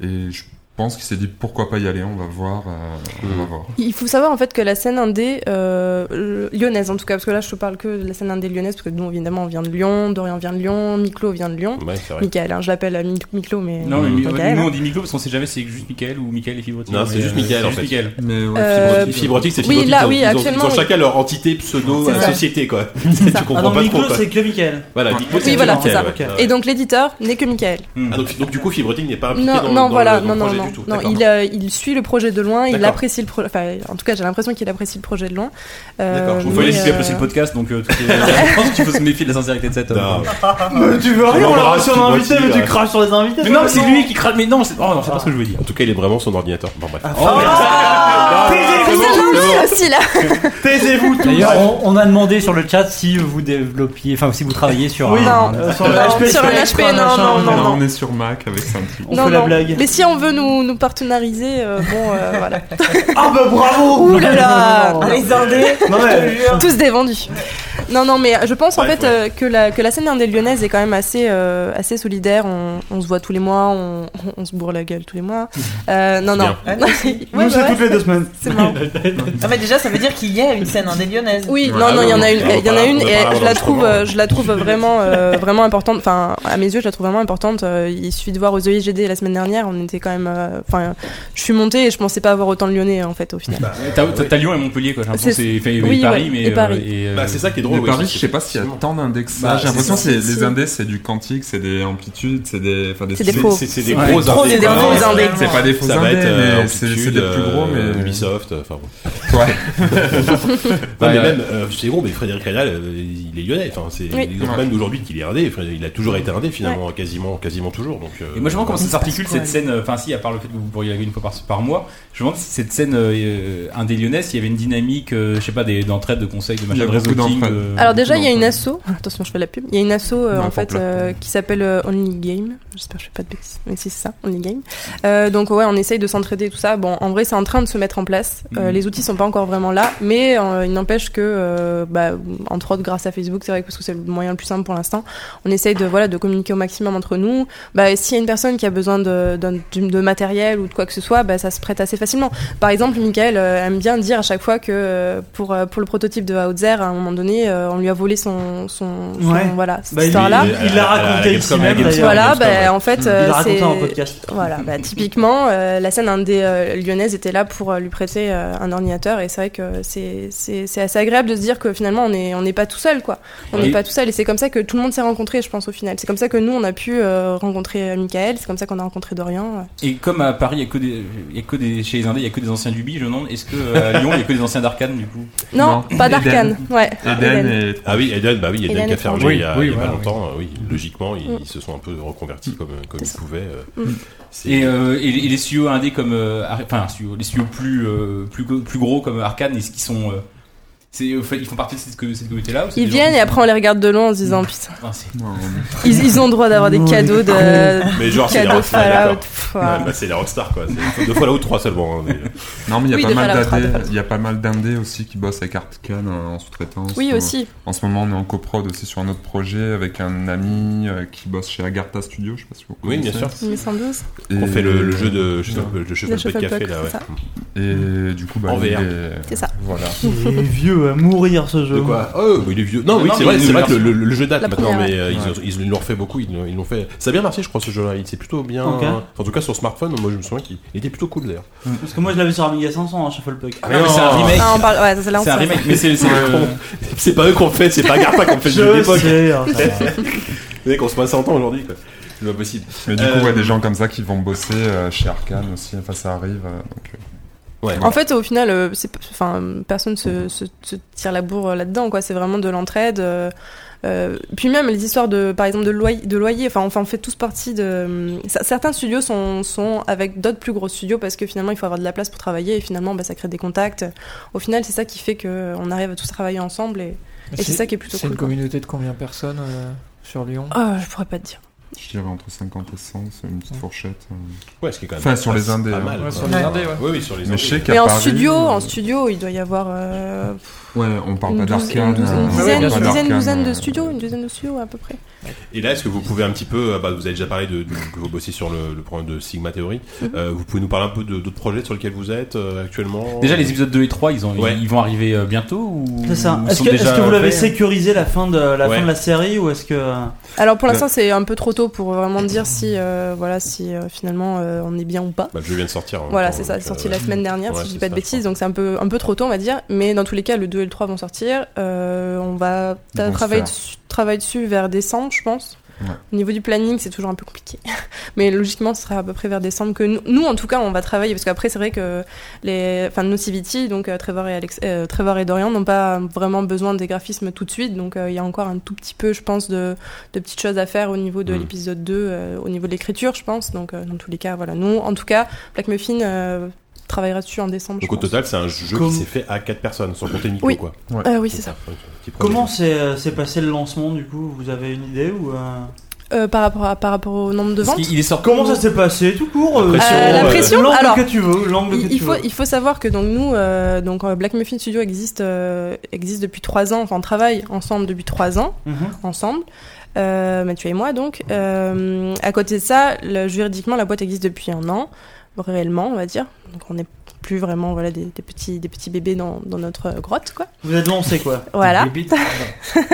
Et je pense qu'il s'est dit pourquoi pas y aller, on va voir. euh, on
Mm.
va voir.
Il faut savoir en fait que la scène indé euh, lyonnaise, en tout cas, parce que là je te parle que de la scène indé lyonnaise, parce que nous évidemment on vient de Lyon, Dorian vient de Lyon, Miklo vient de Lyon.
Ouais, c'est vrai.
Michael, hein, je l'appelle euh, Mi- Miklo, mais.
Non, mais
Michael,
nous
hein.
on dit Miklo parce qu'on sait jamais si c'est juste Michael ou Michael et Fibrotique.
Non, c'est
Mais,
juste
euh,
Michael, en
c'est juste
fait.
Michael.
Mais ouais,
Euh,
Fibrotique,
Fibrotique, c'est
Oui,
Fibrotique.
là,
ils ont-
oui,
ils ont- Ils
actuellement,
ont
oui.
chacun leur entité pseudo
C'est
euh,
ça.
société, quoi. tu comprends
Ah non,
pas trop,
Micro,
quoi.
c'est que Ah, Michael.
Voilà,
Oui,
Micro,
Ah, voilà,
Mickaël,
c'est ça.
ouais.
Et donc l'éditeur n'est que Michael.
Ah, donc, donc, du coup, Fibrotique n'est pas impliqué
Non,
dans,
non,
dans
voilà,
le, dans
non,
le
non,
projet
non,
du tout.
non.
D'accord.
Il, euh, il suit le projet de loin, il
D'accord.
apprécie le projet. Enfin, en tout cas, j'ai l'impression qu'il apprécie le projet de loin. Euh,
D'accord, je vous
Vous
mais,
voyez, c'est
euh,
apprécié le podcast, donc euh, tout est- je pense qu'il faut se méfier de la sincérité de cet
Non.
homme.
tu veux
rire,
rien,
on
on
l'a
l'a
reçu
sur
en
un
invité,
invité,
mais
mais
tu
tu craches sur les invités.
Mais non, mais c'est lui qui crame. Mais non, c'est oh, non, c'est pas ce que je Ah. voulais dire.
En tout cas, il est vraiment son ordinateur. Bon, bref.
Oh,
Ah, Non, non, non, ah. aussi là.
Taisez-vous tous
D'ailleurs, on, on a demandé sur le chat si vous développiez, enfin si vous travaillez sur
Oui,
un.
non.
Euh, Sur
Non,
le
sur le HP, non, non, non,
Là,
non.
on est sur Mac avec Saint-Truc.
On
non,
fait la
non.
blague.
Mais si on veut nous, nous partenariser, euh, bon, euh, voilà.
Ah bah bravo
Ouh là là
Non, non, non, non.
Les indés,
Non, mais-
Tous des vendus. Non, non, mais je pense en
Ouais,
fait euh, que, la, que la scène indé lyonnaise est quand même assez, euh, assez solidaire. On, on se voit tous les mois, on, on se bourre la gueule tous les mois. Euh, non, non.
bien.
Ouais, bah
Nous, c'est
ouais,
toutes les deux semaines.
c'est marrant.
Ah bah déjà, ça veut dire qu'il y a une scène hein, indé lyonnaise.
Oui,
Ouais,
non,
ah
non, il y en a
oui,
une,
on en
il y en a
parlera-
une,
on en
et
parlera
je
dans
la
le
trouve,
moment.
euh, je la trouve vraiment, euh, vraiment importante. Enfin, à mes yeux, je la trouve vraiment importante. Euh, Il suffit de voir aux EIGD la semaine dernière, on était quand même, euh, enfin, je suis montée et je pensais pas avoir autant de Lyonnais en fait au final.
Bah, T'as t'as- t'as Lyon et Montpellier, quoi. J'ai l'impression que c'est fait-
oui,
et Paris,
ouais,
mais.
et
euh,
Paris.
et, euh,
Bah, c'est ça qui est drôle.
Mais
ouais,
Paris,
c'est-
je sais pas s'il y a tant
Bah,
d'indexages. J'ai
c'est
l'impression que
ça.
c'est-
Si,
les
si.
index, c'est du quantique, c'est des amplitudes, c'est des. Enfin, des
C'est des
petits-
faux.
C'est c'est des
Ouais.
gros
Trop, c'est des
indés.
faux
Ouais.
indés.
C'est pas des faux
Ça va
indés,
être euh,
mais c'est c'est
Amplitude,
des plus gros, mais.
euh, Ubisoft, euh, enfin bon.
Ouais.
Non, mais
Ouais.
même, euh, c'est gros, mais Frédéric Réal, euh, il est lyonnais. Enfin, c'est
Oui.
l'exemple même d'aujourd'hui qu'il est indé. Frédéric- Il a toujours été indé, finalement, quasiment, quasiment toujours. Donc, euh,
Et moi je me demande comment ça s'articule
quoi,
cette scène, euh, enfin si, à part le fait que vous pourriez la voir une fois par, par mois, je me demande si cette scène euh, indé lyonnaise, s'il y avait une dynamique, euh, je sais pas, des- d'entraide, de conseils, de
y
machin, euh,
a
de
beaucoup
réseauting.
d'entraide.
de-
Alors déjà, il y a
Non,
une
pas-
asso, attention, je fais la pub, il y a une asso euh,
Non,
en
pas
fait
plat.
euh, qui s'appelle euh, Only Game, j'espère que je fais pas de bêtises, mais si c'est ça, Only Game. Euh, donc ouais, on essaye de s'entraider et tout ça. Bon, en vrai, c'est en train de se mettre en place, Euh,
Mhm.
les outils sont pas encore vraiment là, mais euh, il n'empêche que, euh, bah, entre autres grâce à Facebook, c'est vrai que parce que c'est le moyen le plus simple pour l'instant, on essaye de, voilà, de communiquer au maximum entre nous. Bah, s'il y a une personne qui a besoin de, d'un- d'une- de matériel ou de quoi que ce soit, bah, ça se prête assez facilement. Par exemple, Michael euh, aime bien dire à chaque fois que euh, pour, euh, pour le prototype de Outzer, à un moment donné, euh, on lui a volé son, son, son-
Ouais.
voilà, cette
Bah, il-
histoire-là.
il-
Il l'a
À la- à la
raconté ici
Gamescom,
même,
à la
d'ailleurs.
Voilà,
Gamescom,
bah,
ouais.
en fait,
Il
euh,
l'a raconté
c'est-
en podcast.
Voilà, bah, typiquement, euh, la scène indé euh, lyonnaise était là pour euh, lui prêter euh, un ordinateur et c'est vrai que c'est- c'est c'est assez agréable de se dire que finalement on n'est on n'est pas tout seul quoi. On n'est
Oui.
pas tout seul et c'est comme ça que tout le monde s'est rencontré je pense au final. C'est comme ça que nous on a pu euh, rencontrer euh, Michael, c'est comme ça qu'on a rencontré Dorian.
Et comme à Paris, il y a que des, il y a que des, chez les indés, il y a que des anciens d'Ubi, je me demande, est-ce que euh, à Lyon, il y a que des anciens d'Arcane du coup
Non,
Non.
pas d'Arkane. Ouais.
Eden
Eden.
et.
Ah oui, Eden, bah oui, Eden,
Eden
qui a
est
fermé
formé.
il y a,
Oui,
il y a
voilà,
pas
oui.
longtemps, euh, oui. Logiquement, ils,
Mm.
ils se sont un peu reconvertis comme, comme
C'est
ils
ça.
pouvaient. euh,
Mm.
c'est-
et, euh, et les- et les studios indés comme, euh, Ar- enfin les studios, les studios plus, euh, plus go- plus gros comme Arcane, est-ce qu'ils sont, euh, c'est- ils font partie de cette, com- cette communauté-là ou c'est
Ils
des gens
viennent
qui
et
sont-
après on les regarde de loin en se
Mm.
disant putain,
Ah, c'est-
Non,
ils, ils ont le droit d'avoir des
Non, les
cadeaux de
Mais genre, c'est les
cadeaux
rockstars, d'accord.
Fallout. pff, voilà.
Ouais, bah, c'est les rockstars, quoi. C'est deux fois là ou trois seulement. hein, mais-
Non, mais il y a
Oui,
pas
de
mal
Fallout, de
d'indés.
Fallout.
Il y a pas mal d'indés aussi qui bossent avec Artcan en en sous-traitance.
Oui
Ou-
aussi.
En ce moment, on est en coprod aussi sur un autre projet avec un ami euh, qui bosse chez Agartha Studio. Je sais pas si vous
Oui,
connaissez.
bien sûr.
1112.
Et-
On fait le, le jeu de, je sais
Non.
pas, le
Le
shuffle de
shuffle
café,
block,
là,
c'est ça.
ouais.
Et du coup, bah,
En
lui,
VR.
il est-
C'est ça.
Voilà. Euh,
Il est Ah, vieux à mourir ce jeu.
De quoi Oh, il est vieux. Non,
Non,
oui,
non,
c'est
mais
vrai,
il
c'est
est
vrai que
vieux.
le, le- le jeu date
La
maintenant,
première,
mais euh, ils,
ouais.
ont- ils l'ont refait beaucoup. Ils l'ont, ils l'ont fait. Ça a bien marché, je crois, ce jeu-là. Il s'est plutôt bien.
Ok.
enfin, en tout cas, sur smartphone, moi, je me souviens qu'il il était plutôt cool d'ailleurs.
Mm.
Parce que moi je l'avais sur Amiga 500, hein, Shuffle Puck.
Ah, non, mais c'est un remake.
Ah, on parle... ouais, ça, c'est là, on
C'est un
parle.
remake, mais c'est c'est le-
C'est pas eux qu'on fait, c'est pas Garpa qu'on fait le jeu
Je
d'époque.
sais. hein, ça va.
Les mecs, on se passe 100 ans aujourd'hui, quoi. C'est pas possible.
Mais du
Euh,
coup, ouais, des gens comme ça qui vont bosser euh, chez Arkane aussi, enfin ça arrive. euh, donc, euh,
Ouais.
En fait, au final, euh, c'est, enfin, personne se, se, se tire la bourre euh, là-dedans, quoi. C'est vraiment de l'entraide. euh, euh, puis même les histoires de, par exemple, de loyer, de loyer. Enfin, enfin, on fait tous partie de. ça- Certains studios sont, sont avec d'autres plus gros studios parce que finalement, il faut avoir de la place pour travailler et finalement, bah, ça crée des contacts. Au final, c'est ça qui fait que euh, on arrive à tous travailler ensemble et. Et c'est ça qui est plutôt
C'est
cool,
une
quoi.
communauté de combien de personnes euh, sur Lyon
Oh, je pourrais pas te dire.
je dirais entre 50 et 100, c'est une petite fourchette. euh.
Ouais, ce qui est quand même
Enfin, sur les
pas-
indés,
pas
hein.
mal,
Ouais,
quoi.
sur les indés, ouais.
Oui, oui, sur les
Mais
indés.
je sais qu'à
Mais en
Paris,
studio,
euh,
en studio, il doit y avoir euh,
Ouais, on parle
une,
pas
douze- une
d'Arkane.
douzaine,
euh,
une
on
dizaine,
parle pas
une dizaine,
d'Arkane,
douzaine de
euh,
studios, une douzaine de studios ouais, à peu près.
Et là, est-ce que vous pouvez un petit peu, euh, bah, vous avez déjà parlé de, de- que vous bossez sur le, le programme de Sigma Theory.
Mhm.
Euh, vous pouvez nous parler un peu de- d'autres projets sur lesquels vous êtes euh, actuellement
Déjà, les épisodes 2 et 3, ils, ont,
Ouais.
ils, ils vont arriver euh, bientôt ou
C'est ça.
ou
Est-ce
sont
que, est-ce
déjà
que vous l'avez
faits
sécurisé la fin de la
Ouais.
fin de la série ou est-ce que
Alors pour
Le-
l'instant, c'est un peu trop tôt pour vraiment dire si, euh, voilà, si euh, finalement euh, on est bien ou pas.
Bah, le jeu vient de sortir. en
Voilà,
même
c'est
temps,
ça,
donc,
sorti
euh,
la semaine dernière,
ouais,
si je
c'est
dis pas
ça,
de
je
bêtises, donc c'est un peu, un peu trop tôt, on va dire. Mais dans tous les cas, le 2 et le 3 vont sortir. Euh, on va
Ils vont se
travailler,
faire.
dessus, travailler dessus vers décembre, je pense.
Ouais.
Au niveau du planning, c'est toujours un peu compliqué. Mais logiquement, ce sera à peu près vers décembre que nous, nous, en tout cas, on va travailler. Parce qu'après, c'est vrai que les, enfin, Nocivity, donc euh, Trevor, et Alex, euh, Trevor et Dorian, n'ont pas vraiment besoin des graphismes tout de suite. Donc euh, il y a encore un tout petit peu, je pense, de, de petites choses à faire au niveau de
Mm.
l'épisode 2, euh, au niveau de l'écriture, je pense. Donc euh, dans tous les cas, voilà. Nous, en tout cas, Black Muffin euh, travaillera dessus en décembre.
Donc
je
au
pense.
total, c'est un jeu
Comme-
qui s'est fait à 4 personnes, sans compter Nico,
Oui.
quoi.
Euh, oui, c'est ça.
un petit projet.
comment s'est euh, s'est passé le lancement du coup Vous avez une idée ou euh,
Euh, par, rapport à, par rapport au nombre de
Parce
ventes.
qu'il- il est sorti.
comment ça s'est passé tout court
La pression, Euh, la euh,
pression,
L'angle
alors,
que tu veux, l'angle que
Il,
tu
il faut,
veux.
il faut savoir que donc nous, euh, donc euh, Black Muffin Studio existe, euh, existe depuis trois ans. Enfin, on travaille ensemble depuis trois ans,
Mhm.
ensemble. Euh, Mathieu et moi, donc. Euh, à côté de ça, le- juridiquement, la boîte existe depuis un an, réellement, on va dire. Donc on n'est plus vraiment voilà des, des petits des petits bébés dans, dans notre euh, grotte, quoi.
Vous êtes lancé quoi
Voilà.
Des bêtes.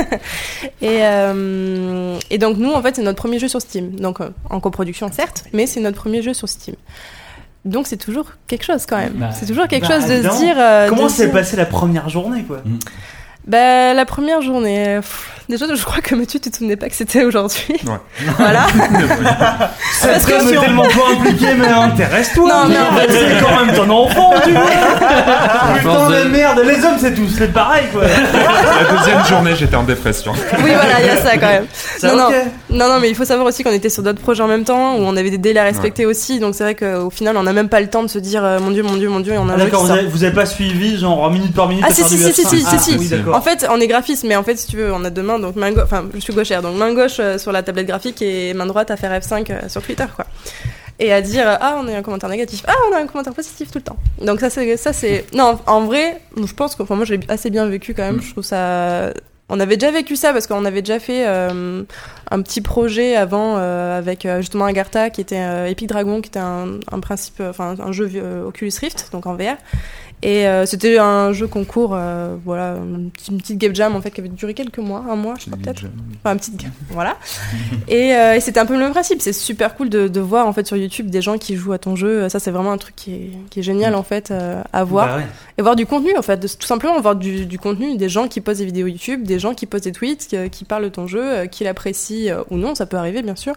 Et, euh, et donc nous, en fait, c'est notre premier jeu sur Steam. Donc euh, en coproduction, certes, mais c'est notre premier jeu sur Steam. Donc c'est toujours quelque chose quand même.
Bah,
c'est toujours quelque
bah,
chose de
non.
se dire. euh,
Comment
de se
s'est
dire-
passée la première journée quoi
Mm.
Bah, la première journée. euh, pff, déjà, je crois que Mathieu, tu te souvenais pas que c'était aujourd'hui.
Ouais.
voilà. Parce que
Cet homme
si
est
on-
tellement peu impliqué, mais intéresse-toi.
Non, mais en
merde, c'est quand même ton enfant, tu vois. Putain de merde, les hommes c'est tous, c'est pareil quoi.
La deuxième journée, j'étais en dépression.
Oui, voilà, il y a ça quand même.
Ça,
Non,
ok.
Non, non, mais il faut savoir aussi qu'on était sur d'autres projets en même temps, où on avait des délais à respecter aussi. Donc c'est vrai qu'au final, on n'a même pas le temps de se dire, euh, mon dieu, mon dieu, mon dieu, et on a
Ah,
un jeu qui
d'accord, vous,
sort.
avez- vous avez pas suivi genre minute par minute.
Ah,
à
si,
faire
si,
du
si, si,
F5.
si,
Ah,
si,
oui,
si.
d'accord.
En fait, on est graphiste, mais en fait, si tu veux, on a deux mains, donc main gauche, enfin, je suis gauchère, donc main gauche euh, sur la tablette graphique et main droite à faire F5 euh, sur Twitter, quoi. Et à dire, euh, ah, on a un commentaire négatif, ah, on a un commentaire positif tout le temps. Donc ça, c'est, ça, c'est, non, en vrai, je pense que, enfin, moi, j'ai assez bien vécu quand même, je trouve ça, on avait déjà vécu ça parce qu'on avait déjà fait euh, un petit projet avant euh, avec euh, justement Agartha qui était euh, Epic Dragon qui était un, un principe euh, enfin un jeu euh, Oculus Rift donc en VR et euh, c'était un jeu concours euh, voilà une petite, une petite game jam en fait qui avait duré quelques mois un mois je crois peut-être enfin une petite game voilà et, euh, et c'était un peu le même principe c'est super cool de, de voir en fait sur YouTube des gens qui jouent à ton jeu ça c'est vraiment un truc qui est, qui est génial en fait euh, à voir
Bah ouais.
et voir du contenu en fait, de- tout simplement voir du, du contenu, des gens qui posent des vidéos YouTube, des gens qui posent des tweets, qui, qui parlent de ton jeu, euh, qui l'apprécient euh, ou non, ça peut arriver bien sûr,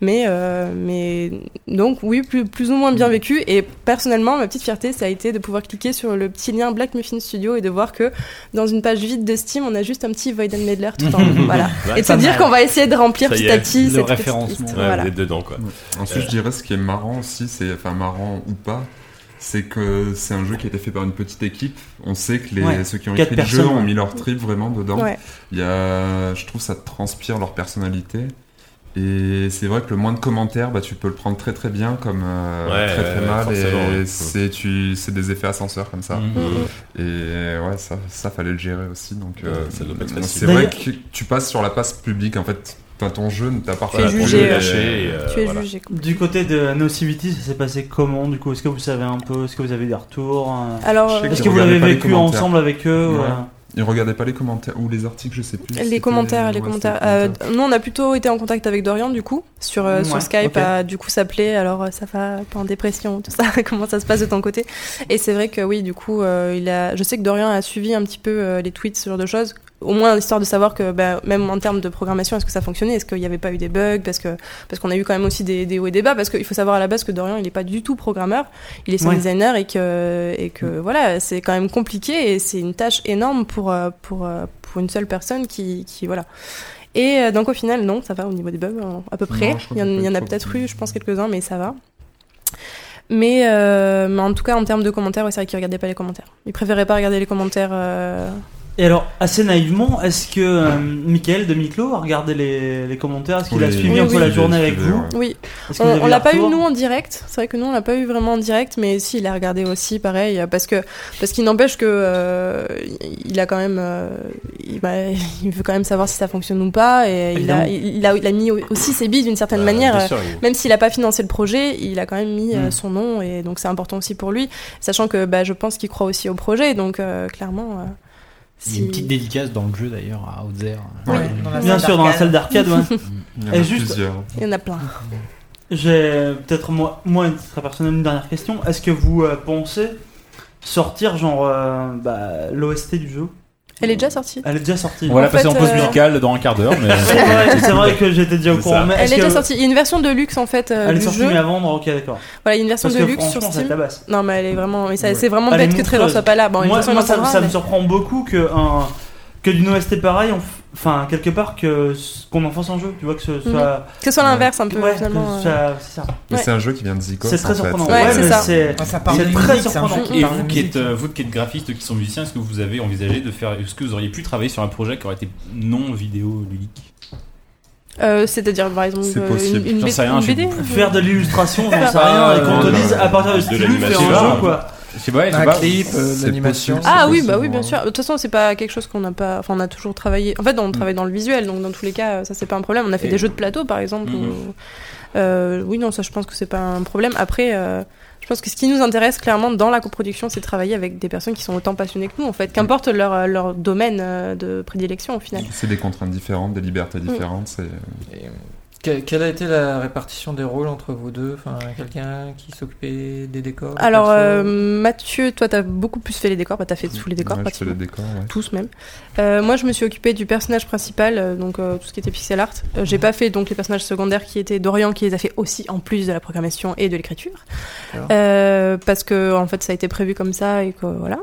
mais, euh, mais donc oui, plus, plus ou moins bien vécu, et personnellement ma petite fierté ça a été de pouvoir cliquer sur le petit lien Black Muffin Studio et de voir que dans une page vide de Steam on a juste un petit Void and Medler tout en voilà.
Mm. Ouais,
Et de se dire qu'on va essayer de remplir
Ça y
petit
est,
à petit
le
cette petite
référencement.
liste,
Ouais,
voilà.
vous êtes dedans, quoi.
Ensuite, je dirais ce qui est marrant aussi, c'est enfin marrant ou pas, c'est que c'est un jeu qui a été fait par une petite équipe. On sait que les
Ouais,
ceux qui ont
quatre
écrit le jeu
personnes,
ont
ouais.
mis leur trip vraiment dedans.
Ouais.
Il y a, je trouve, ça transpire leur personnalité. Et c'est vrai que le moins de commentaires, bah, tu peux le prendre très très bien comme euh,
Ouais,
très
ouais,
très
ouais,
mal.
forcément,
Et
ouais.
c'est tu, c'est des effets ascenseurs comme ça.
Mhm.
Et ouais, ça, ça fallait le gérer aussi. Donc, euh,
Ouais, ça doit pas être facile.
c'est vrai
D'ailleurs-
que tu passes sur la passe publique en fait. Enfin, ton jeu ne t'appartient
Tu es
pas.
ton
jugé,
jeu est
euh,
lâché, et, euh,
Tu es
voilà.
jugé. quoi.
Du côté de Nocivity, ça s'est passé comment Du coup, est-ce que vous savez un peu Est-ce que vous avez des retours euh,
Alors,
Je sais
euh,
que
Est-ce
Ils
que vous
regardaient
l'avez
pas les
vécu
commentaires.
ensemble avec eux
Ouais.
ouais.
Ils regardaient pas les commentaires ou les articles, je sais plus.
les
C'était-
commentaires, les
ouais, c'était
commentaires. Euh, nous, on a plutôt été en contact avec Dorian, du coup, sur, euh,
Ouais,
sur Skype,
ok.
à, du coup, s'appeler. Alors, euh, ça va pas en dépression, tout ça. Comment ça se passe de ton côté Et c'est vrai que, oui, du coup, euh, il a. Je sais que Dorian a suivi un petit peu euh, les tweets, ce genre de choses. Au moins, histoire de savoir que, bah, même en termes de programmation, est-ce que ça fonctionnait Est-ce qu'il n'y avait pas eu des bugs Parce que parce qu'on a eu quand même aussi des, des hauts et des bas. Parce qu'il faut savoir à la base que Dorian, il n'est pas du tout programmeur. Il est sound
Ouais. Mm.
designer et que, et que voilà, c'est quand même compliqué et c'est une tâche énorme pour, euh, pour, euh, pour une seule personne qui, qui voilà. Et euh, donc au final, non, ça va au niveau des bugs, euh, à peu près.
je crois
il y en,
qu'il y a
il y en a
pas eu de
peut-être
problème.
eu, je pense, quelques-uns, mais ça va. Mais, euh, mais en tout cas, en termes de commentaires, ouais, c'est vrai qu'ils regardaient pas les commentaires. Ils préféraient pas regarder les commentaires. euh,
Et alors, assez naïvement, est-ce que euh, Michael de Miclo a regardé les, les commentaires Est-ce qu'il a
Oui,
suivi
oui,
un peu
oui.
la journée
Je
avec
suivais,
vous
ouais.
Oui,
Est-ce que vous avez
on, on
des
l'a pas eu
retours
nous en direct. C'est vrai que nous on l'a pas eu vraiment en direct, mais si il a regardé aussi pareil euh, parce que parce qu'il n'empêche que euh, il a quand même euh, il, bah, il veut quand même savoir si ça fonctionne ou pas et il
Évidemment.
a, il, il a il a mis au- aussi ses billes d'une certaine
Bah,
manière.
bien
euh,
sûr, il-
Même s'il n'a pas financé le projet, il a quand même mis euh,
Mm.
son nom et donc c'est important aussi pour lui, sachant que bah, je pense qu'il croit aussi au projet, donc euh, clairement. euh,
Il y a
si-
une petite dédicace dans le jeu d'ailleurs à Outzer.
Ouais.
Bien sûr, dans la salle d'arcade, ouais.
Il y en
Et
a
juste-
plusieurs.
Il y en a plein.
J'ai euh, peut-être moi, moi une très personnelle, une dernière question. Est-ce que vous euh, pensez sortir genre euh, bah, l'OST du jeu
Elle est déjà sortie.
Elle est déjà sortie.
On va la
En
passer
fait,
en pause
euh,
musicale dans un quart d'heure, mais.
C'est vrai, c'est vrai que j'étais déjà au
C'est
courant.
ça.
mais
Elle
est-ce
est déjà
que-
sortie. Il y a une version de luxe en fait euh,
Elle est
du
sortie
jeu.
mais à vendre, ok d'accord.
Voilà, il y a une version
Parce
de
que
luxe sur
franchement, ça
Steam.
tabasse.
Non, mais elle est vraiment. Mais ça,
Ouais.
c'est vraiment
Elle est
bête que Trevor
monstrueuse.
soit pas là. Bon,
moi,
une fois,
moi,
on en
ça,
parlera,
ça me
mais-
surprend beaucoup que un que d'une OST pareille, on f- enfin quelque part que ce- qu'on en fasse un jeu, tu vois que ce soit
Mhm. Que ce soit l'inverse un peu
ouais,
finalement.
que
euh.
ça- c'est ça.
Mais
Ouais.
c'est un jeu qui vient de Zikos.
C'est très
en fait.
surprenant.
Ouais, c'est
mais
ça.
c'est
Ouais, ça parle
C'est
de
très
musique, c'est un
surprenant.
jeu qui
Et
parle de
vous qui,
musique.
êtes, euh, vous qui êtes graphiste, qui sont musiciens, est-ce que vous avez envisagé de faire. Est-ce que vous auriez pu travailler sur un projet qui aurait été non vidéo ludique
Euh, C'est-à-dire, par exemple,
C'est
euh,
possible.
une, une
J'en
B-
sais rien,
une
j'ai-
BD.
faire de l'illustration, j'en sais
Faire-
rien, et qu'on te
Euh,
dise à partir de
de
ce tu fais
l'animation.
un jeu quoi.
Je sais pas, je sais
Un
pas.
clip, euh, de
C'est
l'animation.
possible.
Ah
C'est hein.
oui,
possible,
bah oui, bien
ouais.
sûr. De toute façon, c'est pas quelque chose qu'on n'a pas. Enfin, on a toujours travaillé. En
Mm.
fait, on travaille dans le visuel, donc dans tous les cas, euh, ça c'est pas un problème. On a fait
Et-
des jeux de plateau, par
Mm-hmm.
exemple.
Mhm.
où- Euh, oui, non, ça, je pense que c'est pas un problème. Après, euh, je pense que ce qui nous intéresse clairement dans la coproduction, c'est de travailler avec des personnes qui sont autant passionnées que nous, en fait, qu'importe leur, euh, leur domaine euh, de prédilection au final.
C'est des contraintes différentes, des libertés différentes. C'est...
Et, euh, que- Quelle a été la répartition des rôles entre vous deux enfin, Quelqu'un qui s'occupait des décors des
Alors,
persos
euh, Mathieu, toi, t'as beaucoup plus fait les décors. Bah, t'as fait tous les décors,
Ouais, je fais
pratiquement.
les décors, ouais.
tous même. Euh, moi, je me suis occupée du personnage principal, euh, donc euh, tout ce qui était pixel art. Euh,
Mhm.
J'ai pas fait donc les personnages secondaires qui étaient Dorian, qui les a fait aussi en plus de la programmation et de l'écriture,
D'accord.
Euh, parce que en fait, ça a été prévu comme ça et que voilà.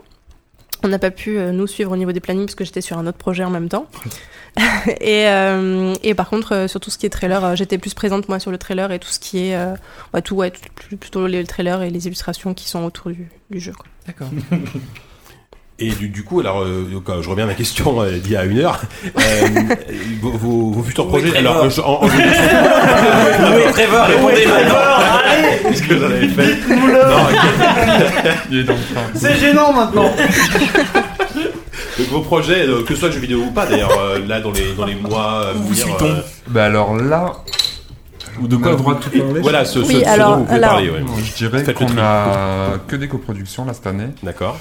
On n'a pas pu euh, nous suivre au niveau des plannings parce que j'étais sur un autre projet en même temps. et, euh, et par contre, euh, sur tout ce qui est trailer, euh, j'étais plus présente moi sur le trailer et tout ce qui est euh, ouais, tout, ouais, tout- plutôt les trailers et les illustrations qui sont autour du, du jeu. quoi.
D'accord.
Mm.
Et du, du coup, alors, euh, quand je reviens à ma question euh, d'il y a une heure. euh, vos, vos, vos futurs projets. alors, je- en, en-
Trevor,
Ouais, Trevor, allez,
qu'est-ce que j'en avais fait
dites-nous-le.
Non,
Il est dans le train.
C'est gênant maintenant.
Donc, vos projets, euh, que ce soit jeux vidéo ou pas, d'ailleurs, euh, là, dans les, dans les mois. à
Où vous
venir,
suit-on
euh,
Bah alors là,
Ou de
on a
quoi
le droit de tout parler
Voilà, ce, ce,
Oui,
ce dont
alors,
vous pouvez
alors.
parler. ouais.
Je dirais
Faites
qu'on
le tri.
a que des coproductions là cette année.
D'accord.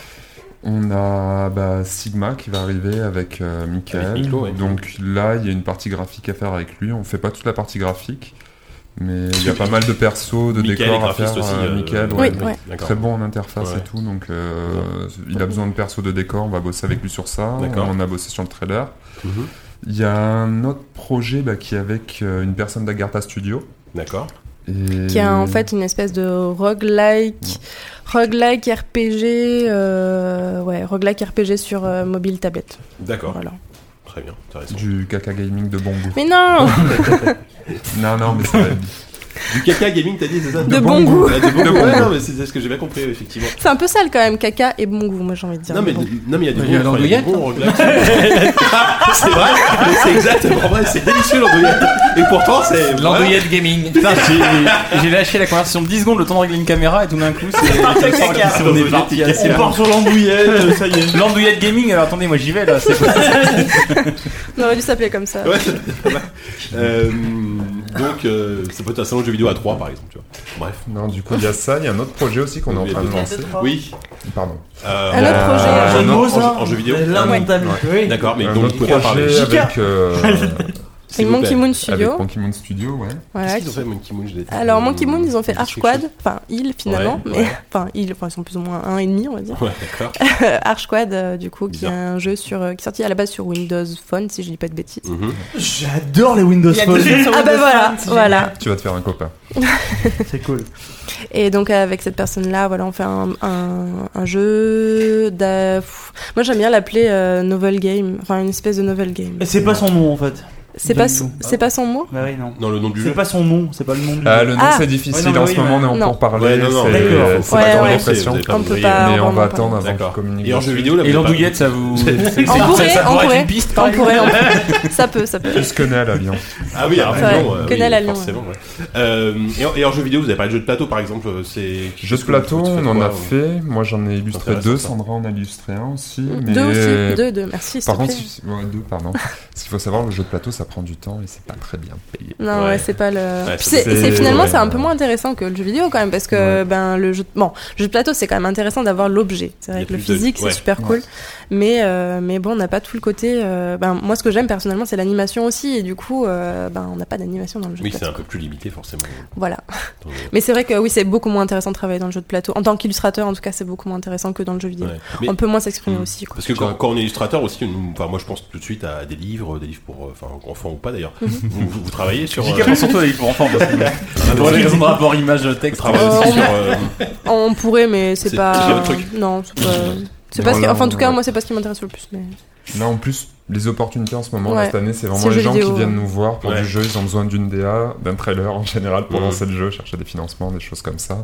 On a bah, Sigma qui va arriver avec euh, Michael.
Avec Nico, ouais.
Donc là, il y a une partie graphique à faire avec lui. On fait pas toute la partie graphique, mais il y a pas mal de persos, de
Michael est
décors à
graphiste
faire.
aussi.
euh,
euh,
Michael,
euh,
ouais,
Oui, ouais.
D'accord.
Très bon en interface
Ouais.
et tout, donc euh, il a besoin de perso de décor, on va bosser avec lui sur ça,
D'accord.
on a bossé sur le trailer.
Mhm.
Il y a un autre projet bah, qui est avec euh, une personne d'Agartha Studio.
D'accord.
Et...
qui a
Euh.
en fait une espèce de roguelike, roguelike RPG, euh, ouais, roguelike RPG sur euh, mobile tablette.
D'accord.
Voilà.
Très bien. Intéressant.
Du caca gaming de bon goût.
Mais non,
Non, non, mais ça va être-
Du caca gaming, t'as dit, c'est ça
De bon goût.
Ouais, de bon
De
goût.
bon
Ouais,
goût.
non, mais c'est c'est ce que j'ai bien compris, effectivement.
c'est un peu sale quand même, caca et bon goût, moi j'ai envie de dire.
Non, mais
Bon.
non, mais il y a des
Il y a
bons, il y a
l'andouillette,
des bons roguelates. Ah, c'est vrai, mais c'est exactement vrai, c'est délicieux l'andouillette. Et pourtant, c'est.
L'andouillette gaming. Putain, j'ai- j'ai lâché la conversation de 10 secondes, le temps de régler une caméra et tout d'un coup, c'est. c'est- on est parti assez
On
loin.
part sur l'andouillette, ça y est.
L'andouillette gaming, alors attendez, moi j'y vais là. c'est quoi
On aurait dû s'appeler comme ça.
Ouais, c'est pas mal. Euh, donc, euh, ça peut être un salon de jeux vidéo à 3 par exemple, tu vois. Bref.
Non, du coup, il y a ça, il y a un autre projet aussi qu'on est en train de lancer.
Oui.
Pardon.
Euh,
Un autre projet.
en-
Jeu de
en-
mots,
en,
ça.
en jeu vidéo.
Mais Lamentable. Oui.
D'accord, mais
un
donc
autre
vous pouvez pas parler.
projet
Jika.
avec, euh,
Et
S'il vous
Monkey
plaît.
Moon
avec
Studio.
Monkey Moon Studio, ouais.
Voilà,
Qu'est-ce qu'ils ont fait, Monkey Moon Je l'ai-
Alors Monkey Moon, ils ont fait
Ça me dit quelque
Archquad, enfin ils finalement,
Ouais,
mais
ouais.
enfin ils, enfin, ils sont plus ou moins un et demi on va dire.
chose. Ouais, d'accord.
Archquad euh, du coup, qui est
Bizarre.
un jeu sur euh, qui est sorti à la base sur Windows Phone si je dis pas de bêtises.
Mhm.
J'adore les Windows
Il y a deux
Phone.
jeux sur
Ah bah
Windows
voilà,
Phone, si j'ai-
voilà.
Tu vas te faire un copain.
C'est cool.
Et donc avec cette personne-là, voilà, on fait un, un, un jeu. d'a- pff. Moi j'aime bien l'appeler euh, novel game, enfin une espèce de novel game.
Et c'est pas son nom en fait.
C'est pas,
du
son-
tout.
c'est pas son mot.
Bah oui, non.
Dans le nom du
C'est
jeu.
pas son nom, c'est pas le nom du
Ah,
jeu.
le nom,
Ah.
c'est difficile.
Ouais, non, mais
en
oui,
ce moment,
mais-
on est
non.
en pourparler.
Ouais, non, non,
c'est-
d'accord.
Euh,
c'est
Ouais,
pas
ouais.
l'impression.
Vous avez pas
On
compris,
peut pas-
Mais
on
on
va
va
en
attendre
parler.
avant qu'ils
D'accord.
communiquent.
Et en jeu vidéo, là, vous
Et
avez pas-
l'andouillette, ça vous.
On pourrait,
ça
on
pourrait être
pourrait.
une piste
On pourrait, on pourrait. ça peut, ça peut.
Plus que Nel à Lyon.
Ah oui, alors
Ouais,
Lyon, euh,
que
oui,
dalle à Lyon,
forcément, ouais. Euh, et, en, et en jeu vidéo, vous avez parlé de jeux de plateau par exemple, euh, c'est.
Jeux de plateau,
Tu
on
fais
en
quoi,
a
ouais
fait. Moi, j'en ai illustré
Intéressant,
deux.
ça.
Sandra en a illustré un aussi. mais-
Deux aussi, deux, deux. Merci. s'il
Par
te
contre,
plaît.
si- ouais, deux, pardon. Ce qu'il faut savoir, le jeu de plateau, ça prend du temps et c'est pas très bien payé.
Non, ouais,
Ouais.
c'est pas le.
Ouais,
Puis
c'est-
c'est
c'est-
c'est- finalement,
ouais.
c'est un peu moins intéressant que le jeu vidéo quand même, parce que
Ouais.
ben le jeu, de... bon, le jeu de plateau, c'est quand même intéressant d'avoir l'objet. C'est
Il y
vrai
a
que le
plus de-
physique,
ouais.
c'est super
Ouais.
cool, mais euh, mais bon, on n'a pas tout le côté. euh, ben moi, ce que j'aime personnellement, c'est l'animation aussi, et du coup, euh, ben on n'a pas d'animation dans le jeu.
Oui,
de
c'est
plateau.
un peu plus limité forcément.
Voilà.
Dans le-
Mais c'est vrai que oui, c'est beaucoup moins intéressant de travailler dans le jeu de plateau. En tant qu'illustrateur, en tout cas, c'est beaucoup moins intéressant que dans le jeu vidéo.
Ouais. Mais-
On peut moins s'exprimer
Mm.
aussi. Quoi.
Parce que quand, quand on est illustrateur aussi, nous- enfin moi je pense tout de suite à des livres, des livres pour euh, enfin enfants ou pas d'ailleurs.
Mhm.
vous, vous- vous travaillez sur.
Jika,
euh,
pense surtout à pour enfants parce que. Pour les raisons de rapport
vous
image-texte.
travaillez aussi
Euh,
sur. euh,
On pourrait, mais c'est
C'est-
pas.
c'est votre truc.
Non, c'est pas. C'est pas
Non,
ce qui-
là,
Enfin, en tout cas,
ouais.
moi, c'est pas ce qui m'intéresse le plus. Mais...
Là, en plus, les opportunités en ce moment,
Ouais.
là, cette année, c'est
C'est
vraiment les
jeux
gens
vidéo.
qui viennent nous voir pour
Ouais.
du jeu. Ils ont besoin d'une DA, d'un trailer en général pour
Mhm.
lancer le jeu, chercher des financements, des choses comme ça.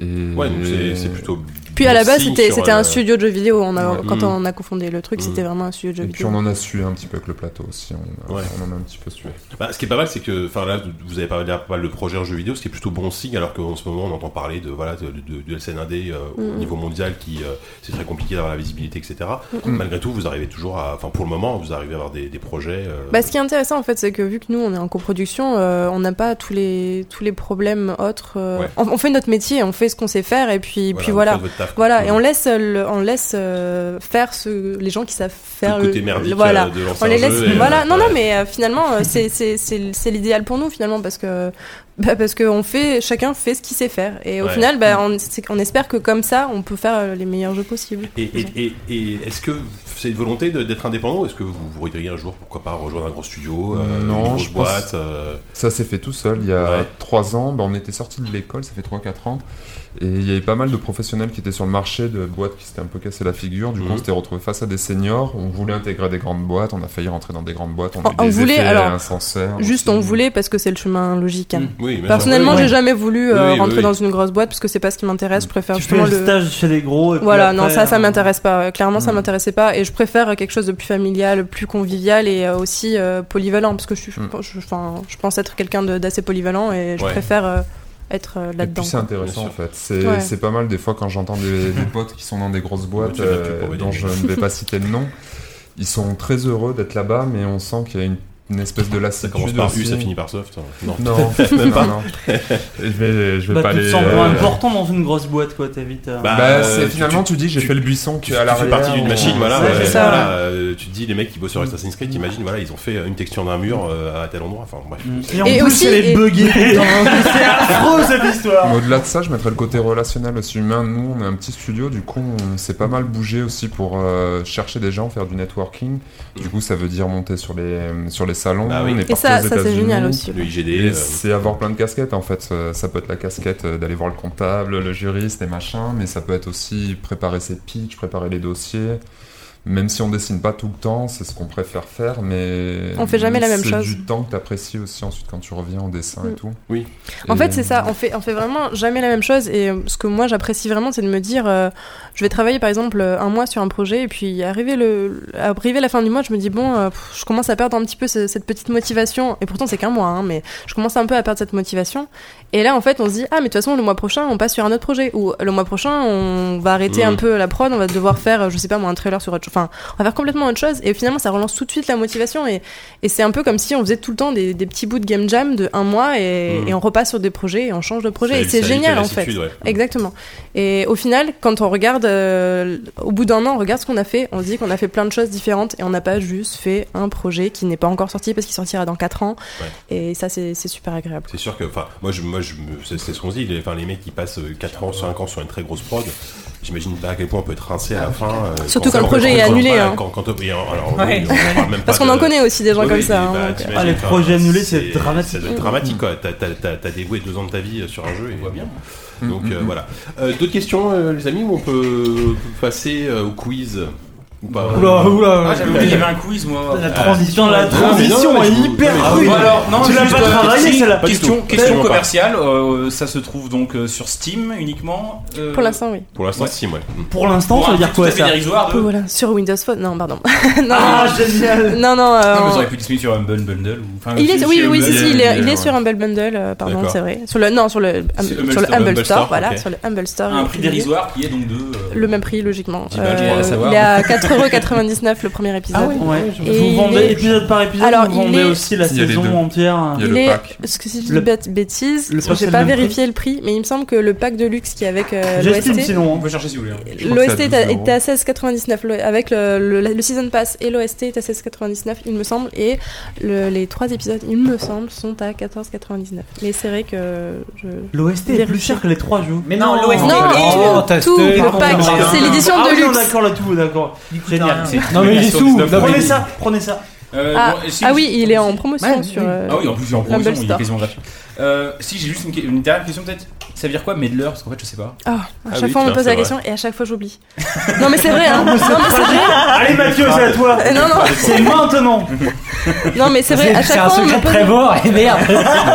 Et
Ouais, donc c'est c'est plutôt.
Puis
bon
à la base,
signe
c'était
sur,
c'était
euh,
un studio de jeux vidéo. On a-
Ouais.
Quand
Mm.
on a confondé le truc,
Mm.
c'était vraiment un studio de jeux
Et puis
vidéo.
on en a su un petit peu avec le plateau aussi, on, a-
Ouais.
on en a un petit peu su.
Bah, ce qui est pas mal, c'est que, enfin là, vous avez parlé pas mal de projets en jeu vidéo, ce qui est plutôt bon signe, alors qu'en ce moment, on entend parler de voilà de, de, de la scène indé euh, au
Mm.
niveau mondial, qui euh, c'est très compliqué d'avoir la visibilité, etc.
Mm.
Malgré tout, vous arrivez toujours à, enfin pour le moment, vous arrivez à avoir des, des projets. euh,
Bah, ce qui est intéressant en fait, c'est que vu que nous on est en coproduction, euh, on n'a pas tous les tous les problèmes autres. euh,
Ouais.
on, on fait notre métier, on fait ce qu'on sait faire, et puis puis
vous
voilà.
faites votre taf, quoi.
Voilà, et
Mm.
on laisse, le- on laisse euh, faire ce, les gens qui savent
Tout
faire
le côté
le-
merdique
voilà.
euh, de lancer
On
un
les laisse,
jeu et, euh,
voilà. Non, non,
ouais.
mais euh, finalement, euh, c'est c'est- c'est- c'est l'idéal pour nous finalement parce que bah, parce que on fait, chacun fait ce qu'il sait faire. Et au
Ouais. Mm.
final, bah, on, c'est- on espère que comme ça, on peut faire euh, les meilleurs jeux possibles.
Et, et, et, et est-ce que c'est une volonté de- d'être indépendant ou Est-ce que vous vous regretteriez un jour, pourquoi pas, rejoindre un gros studio, euh,
Non,
une grosse
je pense-
boîte euh,
Ça s'est fait tout seul, il y a
Ouais.
trois ans, ben, on était sorti de l'école, ça fait 3-4 ans, et il y avait pas mal de professionnels qui étaient sur le marché, de boîtes qui s'étaient un peu cassé la figure, du coup
Mhm.
on s'était retrouvé face à des seniors, on voulait intégrer des grandes boîtes, on a failli rentrer dans des grandes boîtes, on a
On-
eu
on
des
voulait,
effets
alors,
insincères.
Juste, on voulait parce que c'est le chemin logique. hein.
Mm, Oui, bien sûr.
Personnellement,
Ouais.
j'ai jamais voulu euh,
Oui, oui,
rentrer
oui.
dans une grosse boîte parce que c'est pas ce qui m'intéresse. Je préfère
Tu fais
justement
le
le.
stage chez les gros. et puis
Voilà,
après,
non, ça, ça
euh,
m'intéresse pas. Euh, Clairement, ça
Mm.
m'intéressait pas. Et je préfère euh, quelque chose de plus familial, plus convivial et euh, aussi euh, polyvalent. Parce que je, suis, je
Mm.
pense- je, enfin, je pense être quelqu'un de- d'assez polyvalent et je
Ouais.
préfère euh, être euh,
Et
là-dedans.
puis c'est intéressant
Bien
en fait, c'est
Ouais.
c'est pas mal des fois quand j'entends des, des potes qui sont dans des grosses boîtes
Bah, Tu l'as pu
euh,
prouver,
dont je
Daniel.
ne vais pas citer de nom, ils sont très heureux d'être là-bas mais on sent qu'il y a une, une espèce de
Ça
lassitude
commence par U,
aussi.
ça finit par soft. hein. Non.
Non,
Même
même
pas.
pas. Non. Je vais, je vais
Bah,
pas
tu te
les.
sens
euh,
moins important dans une grosse boîte, quoi, t'es vite. euh,
Bah,
Bah,
Euh,
c'est
tu-
finalement, tu, dis, j'ai
tu-
fait le buisson
Tu,
que à euh, la
tu fais partie d'une machine, voilà.
Ouais, c'est
ouais,
ça,
voilà, euh, tu te dis, les mecs qui bossent sur Assassin's
Mm.
Creed, imagine, voilà, ils ont fait une texture d'un mur euh, à tel endroit. Enfin, bref.
Et en
Et
plus,
aussi-
elle est
et-
buggée. C'est affreux cette histoire.
Au-delà de ça, je mettrais le côté relationnel aussi humain. Nous, on est un petit studio, du coup, on s'est pas mal bougé aussi pour euh, chercher des gens, faire du networking. Du coup, ça veut dire monter sur les, sur les salons.
Bah oui.
on est
Et
parti
ça,
aux
ça c'est
États-Unis.
génial aussi.
Le IGD.
Et
euh,
c'est avoir plein de casquettes en fait. Euh, Ça peut être la casquette euh, d'aller voir le comptable, le juriste et machin, mais ça peut être aussi préparer ses pitchs, préparer les dossiers. Même si on dessine pas tout le temps, c'est ce qu'on préfère faire, mais.
On fait jamais la même chose.
C'est du temps que t'apprécies aussi ensuite quand tu reviens en dessin et
Mm.
tout.
Oui.
En
Et-
fait, c'est ça. On fait, on fait vraiment jamais la même chose. Et euh, ce que moi, j'apprécie vraiment, c'est de me dire, euh, je vais travailler par exemple euh, un mois sur un projet, et puis arrivé le, arrivé la fin du mois, je me dis bon, euh, pff, je commence à perdre un petit peu ce- cette petite motivation. Et pourtant, c'est qu'un mois, hein, mais je commence un peu à perdre cette motivation. Et là, en fait, on se dit ah, mais de toute façon, le mois prochain, on passe sur un autre projet, ou le mois prochain, on va arrêter
Mhm.
un peu la prod, on va devoir faire, euh, je sais pas moi, un trailer sur autre chose. Enfin, on va faire complètement autre chose. Et finalement, ça relance tout de suite la motivation. Et et c'est un peu comme si on faisait tout le temps des, des petits bouts de game jam de un mois et,
Mmh.
Mm.
et on repasse sur des projets et on change de projet. Et
Ça-
c'est
ça évite
génial
la
en fait.
lassitude, ouais.
Exactement. Et au final, quand on regarde, euh, au bout d'un an, on regarde ce qu'on a fait, on se dit qu'on a fait plein de choses différentes et on n'a pas juste fait un projet qui n'est pas encore sorti parce qu'il sortira dans 4 ans. Et ça, c'est c'est super agréable.
C'est sûr que, enfin, moi, je, moi, je, me- c'est c'est ce qu'on se dit. les- Enfin, les mecs qui passent 4 ans, 5 ans sur une très grosse prod, j'imagine pas à quel point on peut être rincé à la fin. euh,
Surtout quand le projet est annulé,
voilà,
hein.
Quand, quand- et en- alors,
Ouais.
oui, on parle même
Parce
pas
qu'on en
de-
connaît aussi des gens
Oui,
comme
oui,
ça. hein,
bah,
donc, euh.
t'imagines,
Ah, les
enfin,
projets annulés, c'est dramatique.
Ça doit être dramatique, quoi. T'as- T'as t'as- t'as dévoué 2 ans de ta vie euh, sur un jeu et bien. Donc
Mm,
euh,
mm,
voilà. Euh, D'autres questions, euh, les amis, ou on peut passer euh, au quiz ou pas
Oula, oula.
Ah, j'avais oublié, il y avait un quiz, moi.
La transition, la
non, mais non,
transition
mais
est
je-
hyper
non, mais-
Ah,
rude.
bon, alors, non,
Tu l'as
juste,
pas
euh,
travaillé,
question-
celle-là.
Pas
Question,
du tout.
question
Tellement pas.
commerciale, euh, ça se trouve donc euh, sur Steam uniquement. euh,
Pour l'instant, oui.
Pour l'instant,
Ouais.
si, ouais. Mm.
Pour l'instant,
pour
ça
un
veut dire
prix tout
quoi
à fait
ça
dérisoire de-
Voilà. Sur Windows Phone. Non, pardon. non,
Ah, génial
non, non. euh,
Non, mais
on-
ça aurait pu être disponible sur Humble Bundle ou. enfin,
Il est,
sur-
oui,
sur
oui,
Humble
si, si,
Bundle,
il est,
euh,
il est
ouais.
sur Humble Bundle, euh, pardon,
D'accord.
c'est vrai. Sur le, non, sur le, hum-
Sur Humble
sur le Humble
Store.
Humble
Store,
Store,
voilà,
ok.
sur le Humble Store.
Un
et
prix
puis,
dérisoire qui est donc de. euh,
Le même prix, logiquement. Euh,
10 balles, je crois, à savoir.
il est à 4,90€ le premier
Ah
épisode.
Ouais.
Et
Vous
il
vendez
est-
épisode par épisode,
Alors,
vous
il
vendez
est-
aussi la
Il y a les deux.
saison entière.
Il y a
Il
le
est-
pack.
Parce que si je dis
Le-
bête- bêtises,
Le pack, c'est
j'ai
le
pas
même
vérifié le prix, mais il me semble que le pack de luxe qui est avec euh,
J'estime
l'OST.
sinon.
On peut chercher si vous voulez. hein.
Je crois que
L'OST
c'est à
est à
12 euros.
est à 16,99 le- avec le, le, le season pass et l'OST est à 16,99 il me semble et le- les trois épisodes il me semble sont à 14,99 mais c'est vrai que je...
L'OST est plus
Vérifier.
cher que les trois jeux.
Mais non, l'OST.
non
le-
et
Oh,
le,
t'as
tout
testé.
le pack
Ah,
c'est
non,
l'édition
ah,
de
oui, non,
luxe
d'accord, là tout, d'accord.
Du coup,
Génial.
t'as rien.
Non, mais il est sous. Non, mais-
Prenez ça, prenez ça.
Euh,
ah,
bon, et si-
ah oui il est en promotion
Ouais,
sur
oui.
euh,
Ah oui, en plus, il est en
Humble
promotion, il est
Store.
quasiment gratuit. Euh, Si, j'ai juste une que- une dernière question peut-être. Ça veut dire quoi, Medler Parce qu'en fait, je sais pas.
Ah, à
Ah
chaque
oui,
fois on me
tiens,
pose
c'est
la
vrai.
question et à chaque fois j'oublie. non mais c'est vrai, hein. non, mais
Ah, Allez Mathieu, c'est
Ah.
à toi.
c'est- non, non,
C'est maintenant.
non, mais c'est vrai, à
C'est c'est
chaque
un
fois on me
secret
pose...
Trevor, et merde.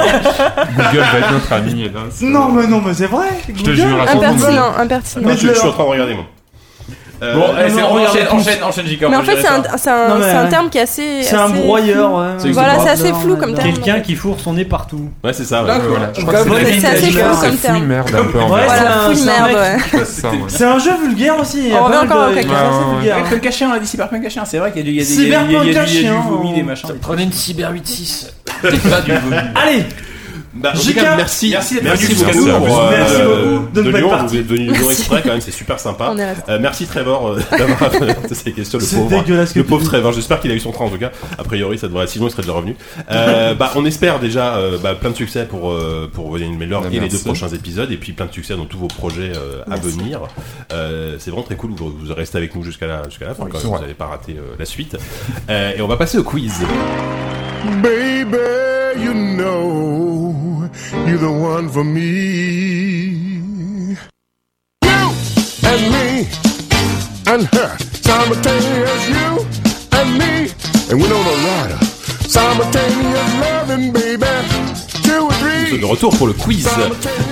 Google va être notre ami. et là, c'est-
Non mais non mais c'est vrai.
Je te jure, à son
Impertinent, impertinent.
Non, je, je suis en train de regarder, moi. Euh,
Bon, allez,
non,
c'est-
non, regarde
enchaîne,
tous.
enchaîne, enchaîne, Jacob,
Mais en
moi, je
fait c'est
dirais ça.
un, c'est un,
Non, mais-
c'est un terme qui est assez...
C'est un
assez flou.
broyeur. ouais.
C'est
Voilà,
exactement-
c'est assez flou comme terme.
Quelqu'un qui fourre son nez partout.
Ouais, c'est ça. ouais.
Ouais, voilà. Je crois que
Comme-
c'est-
C'est assez
c'est-
flou
c'est-
comme
c'est fouille
terme.
merde un peu en
Ouais,
vrai.
c'est un-
Voilà, fouille
c'est
merde,
un mec-
ouais.
C'est ça, ouais.
C'est un jeu vulgaire aussi. il y a
On
pas
revient
mal
encore
de-
à
il y a
quelqu'un.
assez
Ouais, ouais, ouais.
vulgaire, hein.
Cyberpunk Cachin, on a dit Cyberpunk Cachin, c'est vrai qu'il y a du- il y a des- il y a- il y a-
Cyberpunk
il y a du- il y a
Cachin,
du vomi,
on-
des machins.
Prenez une cybervitis.
euh,
Pas du vomi.
Allez,
Bah, en tout
Jika,
cas, merci.
merci d'être
merci
venu
beaucoup.
jusqu'à nous.
pour,
Merci beaucoup de
euh, de
nous être
Lyon.
partis.
Vous êtes venu du Lyon exprès quand même, c'est super sympa.
On est resté.
Euh, merci Trevor euh, d'avoir posé ces questions. Le
C'est
pauvre,
dégueulasse que
le
tu
pauvre
dis.
Trevor. J'espère qu'il a eu son train en tout cas. A priori, ça devrait. Sinon, il serait déjà revenu. Euh, bah, on espère déjà euh, bah, plein de succès pour euh, pour Voyage Miller
Ah,
et les
merci.
deux prochains épisodes, et puis plein de succès dans tous vos projets euh, à
Merci.
venir. Euh, c'est vraiment très cool. Vous, vous restez avec nous jusqu'à la jusqu'à la fin.
Oui,
quand
c'est
même.
vrai.
Vous n'allez pas rater euh, la suite. Euh, et on va passer au quiz.
Baby, you know you're the one for me. You and me and her. Simultaneous you and me and Winona Ryder. Simultaneous loving, baby. Two or
Nous sommes
three.
de retour pour le quiz.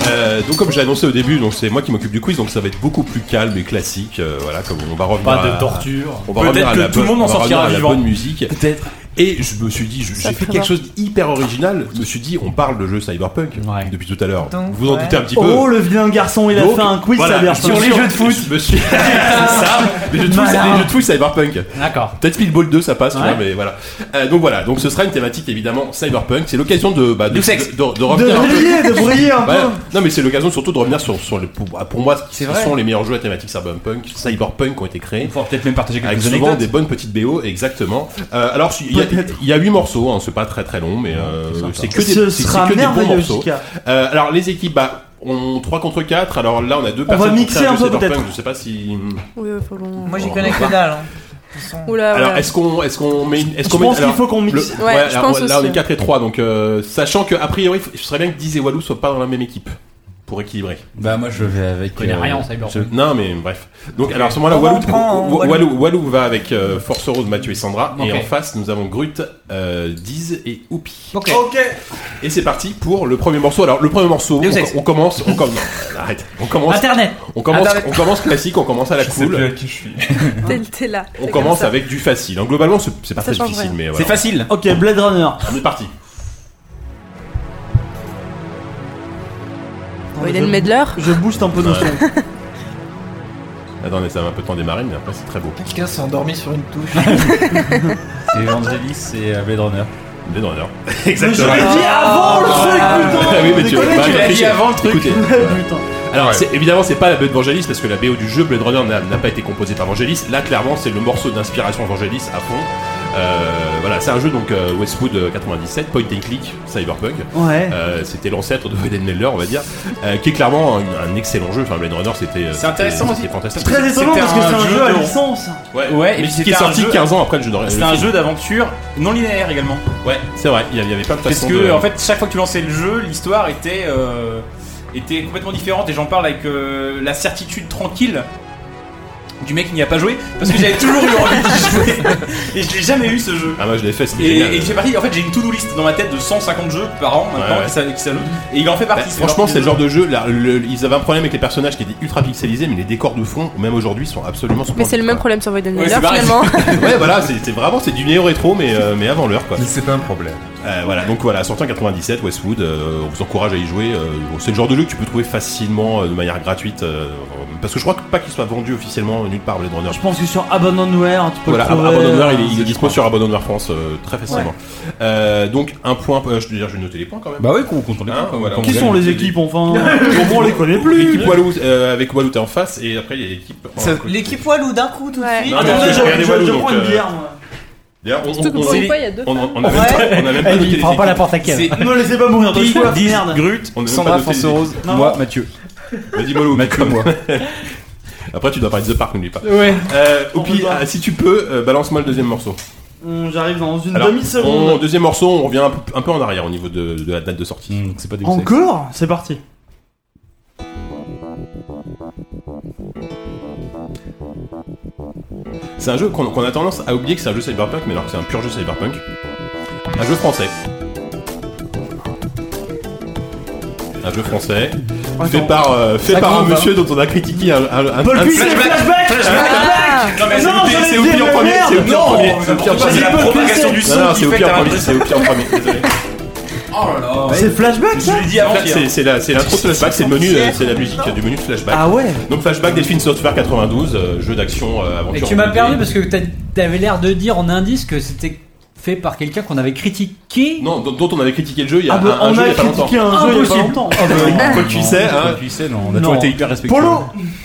Euh, donc comme j'ai annoncé au début, donc c'est moi qui m'occupe du quiz, donc ça va être beaucoup plus calme et classique. euh, voilà, comme on va revenir. à-
torture.
On va
Peut-être
revenir à
que
la
tout le
bonne-
monde en
on va revenir
sortira
à la
vivant.
bonne musique.
Peut-être.
Et je me suis dit, je- j'ai fait
fait
quelque
peur.
chose d'hyper original. Je me suis dit, on parle de jeu cyberpunk
Ouais.
depuis tout à l'heure.
Donc,
vous en
ouais.
doutez un petit peu.
oh le vilain garçon, il a
Donc,
fait un quiz
voilà,
cyberpunk.
sur les jeux de foot. Je me suis... c'est ça, les jeux de foot,
Malin.
les jeux de foot cyberpunk.
D'accord.
Peut-être Speedball 2, ça passe, tu
Ouais.
vois, mais voilà. Euh, donc voilà, donc ce sera une thématique évidemment cyberpunk. C'est l'occasion de, bah, de,
Du sexe.
de- de- de
De
revenir un peu
briller, de briller un peu.
Ouais. Non mais c'est l'occasion surtout de revenir sur, sur le, pour, bah, pour moi ce
C'est
qui
vrai.
sont les meilleurs jeux à thématique cyberpunk, cyberpunk qui ont été
On
créés.
pourra peut-être même partager
Avec
quelques
souvent
anecdotes.
des bonnes petites BO, exactement. Euh, alors, il y a-
Peut-être.
il y a huit morceaux, hein, c'est pas très très long, mais euh, c'est que des,
Ce
c'est- c'est
sera
que des bons
merveilleux,
morceaux.
Jika.
Euh, alors, les équipes, bah, on 3 contre 4. Alors là, on a deux
va
personnes. qui
mixer
créent
un
jeu
peu,
cyberpunk,
peut-être.
Je sais pas si.
Oui, oui, faut qu'on-
Moi, j'y connais que dalle. hein. De toute façon.
Oula,
Alors,
voilà.
est-ce qu'on, est-ce qu'on met, une- est-ce
Je
qu'on met,
pense qu'il
alors,
faut qu'on
le-
mixe.
Ouais, je
alors,
pense
là, on est
aussi.
4 et 3, donc euh, sachant que a priori, f- je serais bien que Diz et Walou soient pas dans la même équipe. pour équilibrer.
Bah moi je vais avec.
connais
euh,
rien en cyberpunk.
je-
Non, mais bref. Donc, alors à ce moment-là,
On va en
Walou,
prendre, hein,
Wa-
Walou.
Walou- Walou va avec euh, Force Rose, Mathieu et Sandra. Et
Ok.
en face, nous avons Grut, euh, Diz et Oupi.
Ok.
Ok.
Et c'est parti pour le premier morceau. Alors, le premier morceau,
Deus
on,
Ex.
on commence. On commence. Arrête. On commence.
Internet.
On commence,
Internet.
on commence classique, on commence à la
Je sais plus
cool.
avec qui je suis.
T'es- T'es là.
On
C'est
commence
comme ça.
avec du facile. hein. Globalement, c'est c'est pas
Ça
très
change
difficile,
rien.
mais
C'est
voilà.
facile.
Ok, Blade Runner.
On est parti.
Oh, Hélène Medler.
Je booste un peu nos
Ouais.
sons.
Attendez, ça va un peu de temps démarrer, mais après, c'est très beau.
Quelqu'un s'est endormi sur une touche.
C'est Vangelis et euh, Blade Runner.
Blade Runner.
Mais je l'ai dit avant le truc, putain
Ah oui, mais tu
Déconnez,
bah,
tu l'as
réfléchis.
dit avant le truc
Écoutez,
Putain.
Alors
Ouais.
c'est- évidemment c'est pas la BO de Vangelis parce que la BO du jeu Blade Runner n'a n'a pas été composée par Vangelis. Là clairement c'est le morceau d'inspiration Vangelis à fond. Euh, voilà c'est un jeu donc euh, Westwood euh, 97 point and click cyberpunk.
Ouais.
Euh, c'était l'ancêtre de Blade Runner on va dire, euh, qui est clairement un, un excellent jeu. Enfin Blade Runner c'était euh,
C'est intéressant
c'était- c'était
aussi.
fantastique.
Très étonnant
c'était
parce que
un
c'est un
jeu
jeu à
de-
licence.
Ouais,
Ouais, et
mais
puis
qui est
c'était
sorti
un jeu-
15 ans après le jeu. de- le
C'était un
film.
jeu d'aventure non linéaire également.
Ouais c'est vrai il y avait pas de
Parce
façon
que
de.
en fait, chaque fois que tu lançais le jeu, l'histoire était euh, était complètement différente et j'en parle avec euh, la certitude tranquille du mec qui n'y a pas joué parce que j'avais toujours eu envie d'y jouer et je l'ai jamais eu ce jeu.
Ah moi je l'ai fait c'était
Et,
génial.
et il fait partie. En fait, j'ai une to-do list dans ma tête de 150 jeux par an maintenant
Ouais, ouais.
qui s'a- qui s'ajoute et il en fait
Bah,
partie.
franchement, c'est le genre
partie
de jeu. là, le- ils avaient un problème avec les personnages qui étaient ultra pixelisés, mais les décors de fond, même aujourd'hui, sont absolument.
Mais c'est le même
quoi.
problème sur Void
Ouais,
Medler
c'est pareil.
finalement.
ouais, voilà, c'est c'est vraiment c'est du néo rétro, mais euh, mais avant l'heure quoi.
Mais c'est pas un problème.
Euh, voilà, donc voilà, sorti en 97, Westwood. euh, on vous encourage à y jouer. euh, c'est le genre de jeu que tu peux trouver facilement, euh, de manière gratuite, euh, parce que je crois que pas qu'il soit vendu officiellement nulle part Blade Runner.
Je pense que sur Abandonware, tu peux
Voilà,
le trouver.
Abandonware, il
euh,
est, il est dispo sur Abandonware France euh, très facilement. Euh, donc un point, euh, je veux dire, je vais noter les points quand même.
Bah oui qu'on compte les
Hein,
points,
voilà.
comme
Qui
vous
sont
voulez.
les équipes enfin Au moins on les connaît plus
L'équipe Walou euh, avec Walou t'es en face et après il y a l'équipe.
Ça- L'équipe Walou d'un coup tout de
Ouais.
suite.
Non,
Euh,
mais
Attendez, je,
j'ai regardé
je-
Walou,
je
donc,
prends une
euh,
bière moi.
D'ailleurs, on,
Surtout que
on-
pour
on-
une fois, il y a deux
on-
femmes.
on avait pas- on a même pas
Elle
noté
il
les
prend pas la
équipes.
porte à
C'est
quelle
Ne me laissez pas mourir de soif,
Dis-
merde
Grut,
On a même pas
Sandra,
noté les
Force
équipes.
Rose,
Non,
moi,
non.
Mathieu.
Vas-y Walou,
Mathieu, moi.
Après tu dois parler de The Park, n'oublie pas.
Ouais.
Euh,
On
Oupi,
peut pas.
ah, si tu peux, euh, balance-moi le deuxième morceau.
Hum, J'arrive dans une
Alors, on-
demi-seconde.
deuxième morceau, on revient un peu, un peu en arrière au niveau de, de la date de sortie.
Hmm, c'est pas des sexe.
Encore C'est parti.
C'est un jeu qu'on qu'on a tendance à oublier que c'est un jeu cyberpunk, mais alors que c'est un pur jeu cyberpunk. Un jeu français. Un jeu français fait par, euh, fait
Ça
par un
grimpe, hein.
monsieur dont on a critiqué un, un, un-
Paul
un-
Puy, c'est flashback
Non, mais
Non,
c'est-
j'allais
c'est
C'est au pire en premier, c'est au pire en
Non,
premier, c'est au pire en
C'est
premier.
la
Paul Puy,
propagation
c'est-
du
Non,
son
non,
qui
c'est au
fait que
pire
t'as
en premier,
l'impression-
c'est au pire en premier, désolé.
Oh là là.
C'est flashback
Je
ça
l'ai dit avant
Flashback,
hier.
c'est- C'est la- c'est l'intro de flashback, c'est le menu, euh, c'est la musique du menu de flashback.
Ah ouais
Donc flashback Delphine Software 92, euh, jeu d'action euh,
Et
aventure.
tu m'as
en
perdu
BD.
parce que t'as- t'avais l'air de dire en indice que c'était fait par quelqu'un qu'on avait critiqué. Ah
Non, dont, dont on avait critiqué le jeu il y a
Ah bah,
un, un
on
jeu il y
a
a pas longtemps.
critiqué un jeu il y a pas
Impossible.
longtemps.
Paul Puy, c'est, hein.
Paul Puy, c'est, non, on a
Non.
toujours été hyper respectueux.
Polo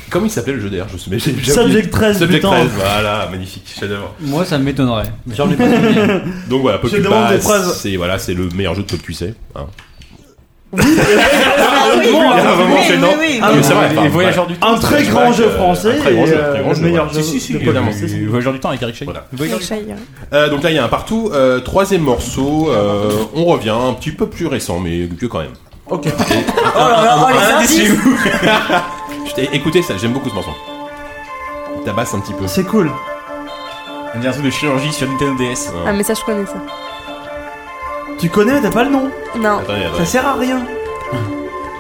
Comment il s'appelait le jeu d'ailleurs Je sais j'ai- j'ai oublié.
Subject 13,
Subject
putain.
13, voilà, magnifique, chef-d'œuvre.
Moi, ça m'étonnerait. J'en ai pas souvenir.
Donc voilà,
Je demande des
Pokémon,
phrases.
c'est voilà, c'est le meilleur jeu de Paul Cuisset. Hein.
Ah oui,
Bon,
oui,
ah,
vraiment,
oui,
c'est non.
oui, oui,
Ah,
Mais
oui.
c'est vrai, enfin,
Les voyageurs du temps.
Un très grand jeu français.
un très grand
et,
jeu,
euh,
très grand
le
jeu,
meilleur
voilà.
jeu.
Si, si, si,
de
évidemment.
Pokémon.
Les voyageurs du temps avec Eric Shea.
Voilà.
Avec Shai, hein.
Euh, donc là, il y a un partout. Euh, troisième morceau, euh, on revient un petit peu plus récent, mais que quand même.
Ok.
Oh là là, oh, les indices.
Je t'ai- Écoutez ça, j'aime beaucoup ce morceau. Il Tabasse un petit peu.
C'est cool.
On dit un truc de chirurgie sur Nintendo DS.
Ah, mais ça, je connais ça.
Tu connais mais t'as pas le nom.
Non.
Attendez, attendez,
Ça sert à rien.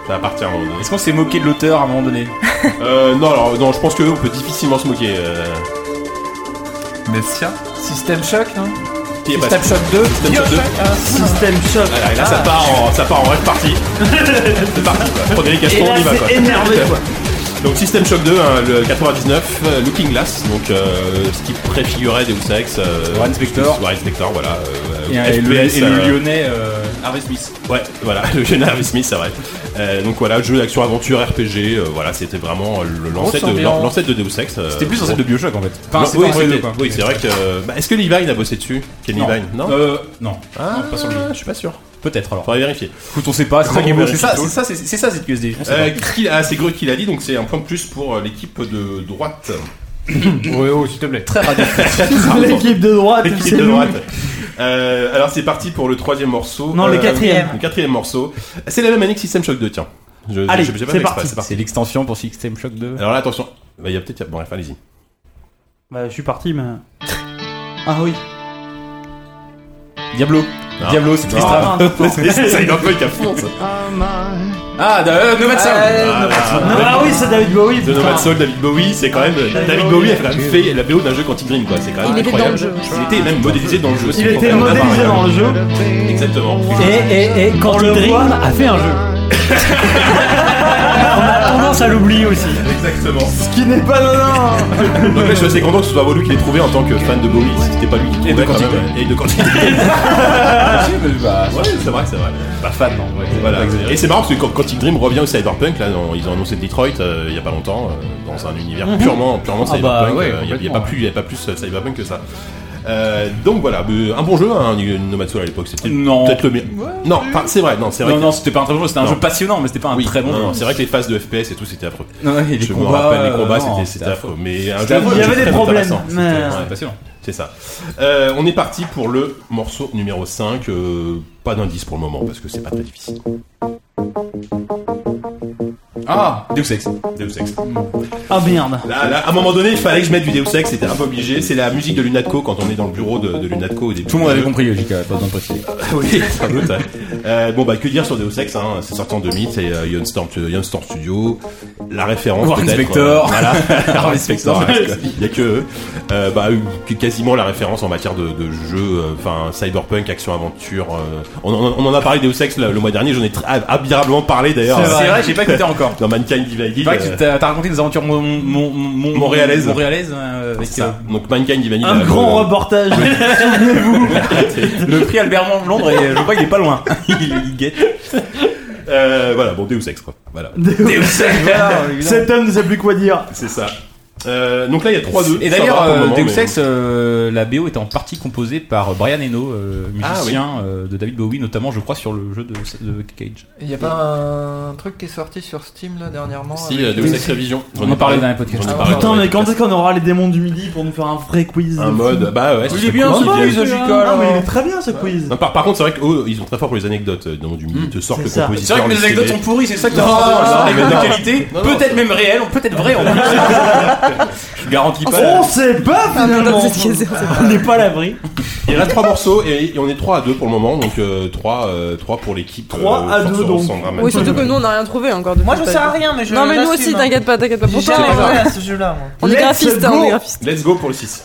ça va partir à un moment donné.
Est-ce qu'on s'est moqué de l'auteur à un moment donné
Euh, non, alors, non, je pense que on peut difficilement se moquer. Euh,
Messia
System Shock, non
qui est
System
passé
Shock 2
System Shock 2.
System Shock.
Voilà, et là, ça part en, ça part en rêve parti. c'est parti, quoi. Prenez les
Et
casseroles,
là,
on y va, quoi.
c'est énervé quoi.
Donc System Shock 2, hein, le 99, euh, Looking Glass, donc euh, ce qui préfigurait Deus Ex, euh,
Warren Spector.
Warren Spector, voilà, euh,
Et,
euh,
euh, et le,
FPS,
et le
euh,
lyonnais euh, Harvey Smith.
ouais, voilà, le jeune Harvey Smith, c'est vrai. Euh, donc voilà, jeu d'action aventure RPG, euh, voilà, c'était vraiment le- l'ancêtre de,
ambiance.
l'ancêtre de Deus Ex. euh,
C'était plus
bon.
dans cette de Bioshock en fait.
Enfin,
Non,
c'est
oui,
pas vrai,
c'était-
quoi.
oui, c'est vrai que. euh, bah, Est-ce que Levine a bossé dessus Ken
Non.
Levine Non
Euh, non.
Ah,
non, pas sur le jeu.
je suis pas sûr.
Peut-être alors.
Faudrait vérifier.
Écoute, on sait pas. Ah, C'est ça qui est beau. C'est ça, c'est ça, c'est c'est ça cette QSD. On sait
Euh,
pas.
qui- ah, c'est Greux qui l'a dit, donc c'est un point de plus pour euh, l'équipe de droite.
Ouais, oh, s'il te plaît.
Très radio.
L'équipe de droite,
L'équipe
c'est
de
nous.
droite. Euh, alors c'est parti pour le troisième morceau.
Non, le
Euh,
quatrième.
Le quatrième morceau. C'est la même année que System Shock 2, tiens. Je- je-
Allez,
je- j'ai pas
c'est
fait exprès,
parti.
c'est parti.
C'est l'extension pour System Shock 2.
Alors là, attention. Bah, il y a peut-être. Bon, bref, allez-y.
Bah, je suis parti, mais. Ah oui.
Diablo.
Ah.
Diablo, c'est triste.
Ah, non, non.
C'est Silent Punk à fond, ça.
Ah, de- euh, Nomad Soul.
Ah,
Non, ah oui, c'est David Bowie.
De
putain.
Nomad Soul, David Bowie, c'est quand même.
David
David
Bowie
Bowie a quand même fait la BO d'un jeu quand il green, quoi. C'est quand même
Il était dans
incroyable.
le jeu aussi.
Il était même modélisé dans le jeu.
Il était modélisé dans le jeu.
Exactement.
Et, et, et quand
On
le
le
Dream
voit.
a fait un jeu. On a tendance à l'oublier aussi.
Exactement.
Ce qui n'est pas non, non.
Donc là, je suis assez content que ce soit Walou qui l'ait trouvé en tant que fan de Bowie. Si c'était pas lui qui
Et de
trouvait quand
quantité.
même. Et de quantité.
Bah,
Ah, bah, Ouais, c'est vrai, c'est vrai.
pas fan, non. ouais.
Voilà. Et c'est marrant parce que quand Quantic Dream revient au Cyberpunk, là, dans- ils ont annoncé Detroit euh, il y a pas longtemps, euh, dans un univers
Mhm.
purement, purement
Ah bah,
Cyberpunk.
ouais,
euh, il y a- il n'y a,
complètement,
pas plus, il y a pas plus euh, Cyberpunk que ça. Euh, donc voilà, mais un bon jeu, hein, Nomad Soul à l'époque, c'était
Non.
peut-être le meilleur. Non, enfin, c'est vrai, non, c'est vrai.
Non,
que-
non, c'était pas un très bon jeu, c'était un
Non.
jeu passionnant, mais c'était pas un
oui,
très bon
non, non,
jeu.
c'est vrai que les phases de FPS et tout, c'était affreux.
Ouais, et les
je me
combats,
rappelle les combats,
euh, non,
c'était c'était affreux. Mais un
C'était
jeu-
affreux,
un
il y
jeu
avait des
très
problèmes,
intéressant. C'était-
mais-
ouais.
Ouais, passionnant.
C'est ça. Euh, on est parti pour le morceau numéro 5. euh, pas d'indice pour le moment parce que c'est pas très difficile.
Ah, Deus Ex.
Deus Ex.
Ah merde.
Là, là, à un moment donné, il fallait que je mette du Deus Ex, c'était un peu obligé. C'est la musique de Lunatco quand on est dans le bureau de, de Lunatco. au début
Tout le monde
du
avait
jeu.
compris, Jika, pas besoin de préciser.
oui, sans doute. ouais. Euh, bon, bah, que dire sur Deus Ex hein, C'est sorti en 2000, c'est euh, Ion Storm, Ion Storm Studio. La référence.
Warren
peut-être,
Spector.
euh, voilà. Warren Spector.
Spector.
ouais, Il y a que eux. Euh, bah, euh, qui est quasiment la référence en matière de, de jeu, euh, enfin, cyberpunk, action-aventure. euh. on, en- on en a parlé Deus Ex le, le mois dernier, j'en ai très- admirablement parlé d'ailleurs.
C'est vrai, j'ai pas écouté encore.
Dans Mankind Divided.
C'est vrai
euh,
que t'as t'as raconté des aventures mon, mon, mon,
Montréalaises.
Montréalaises, euh, avec
c'est ça. Donc Mankind Divided.
Un
euh,
grand
euh,
reportage.
euh, le prix Albert Mont de Londres et euh, je vois qu'il est pas loin. il, il guette.
Euh, voilà, bon, Deus Ex, quoi. Voilà,
Deus Ex, voilà, évidemment.
Cet homme ne sait plus quoi dire.
c'est ça. Euh, donc là, il y a 3-2.
Et
Ça
d'ailleurs,
va pour le
euh,
moment,
Deus
mais-
Ex, euh, la BO est en partie composée par Brian Eno, euh,
Ah,
musicien euh, de David Bowie, notamment, je crois, sur le jeu de, de Cage.
Il y a pas un truc qui est sorti sur Steam là dernièrement
Si,
avec-
euh, Deus Ex Revision.
On en parlait dans les podcasts.
J'en ai
Ah,
parlé
Putain,
dans les
mais quand est-ce
podcasts.
qu'on aura les démons du midi pour nous faire un vrai quiz
Un mode, bah ouais, ce serait
bien,
cool
ce
qu'ils viennent.
quiz.
Ah, mais il est très bien ce quiz.
Non, par, par contre, c'est vrai que eux, ils sont très forts pour les anecdotes. euh, Dans du milieu, ils te sortent
C'est
le
ça.
Hmm. C'est vrai
compositeur.
que
le
les anecdotes
CD.
sont pourries, c'est ça que
Non, Oh, non,
t'as
non, non.
de qualité,
Non, non,
peut-être
c'est-
même réelles, ou peut-être vraies en plus. Je garantis pas.
On sait pas finalement.
c'est ce qu'il y a, c'est-
On n'est pas à l'abri.
Il reste 3 morceaux et, et on est 3 à 2 pour le moment. Donc euh, 3, pour l'équipe. euh,
Trois à
sans-
deux,
sans-
donc.
sans drame.
Oui, surtout que nous on n'a rien trouvé encore. de
Moi,
fait,
je
pas
sers à
du tout.
rien, mais je.
Non, mais nous
l'assume.
aussi, t'inquiète pas, t'inquiète pas.
J'ai
Bah, Pour toi,
jamais
on
joué
est-
à ce jeu-là, moi.
on est
Let's
graphiste, hein,
go.
on est graphiste.
Let's go pour le 6.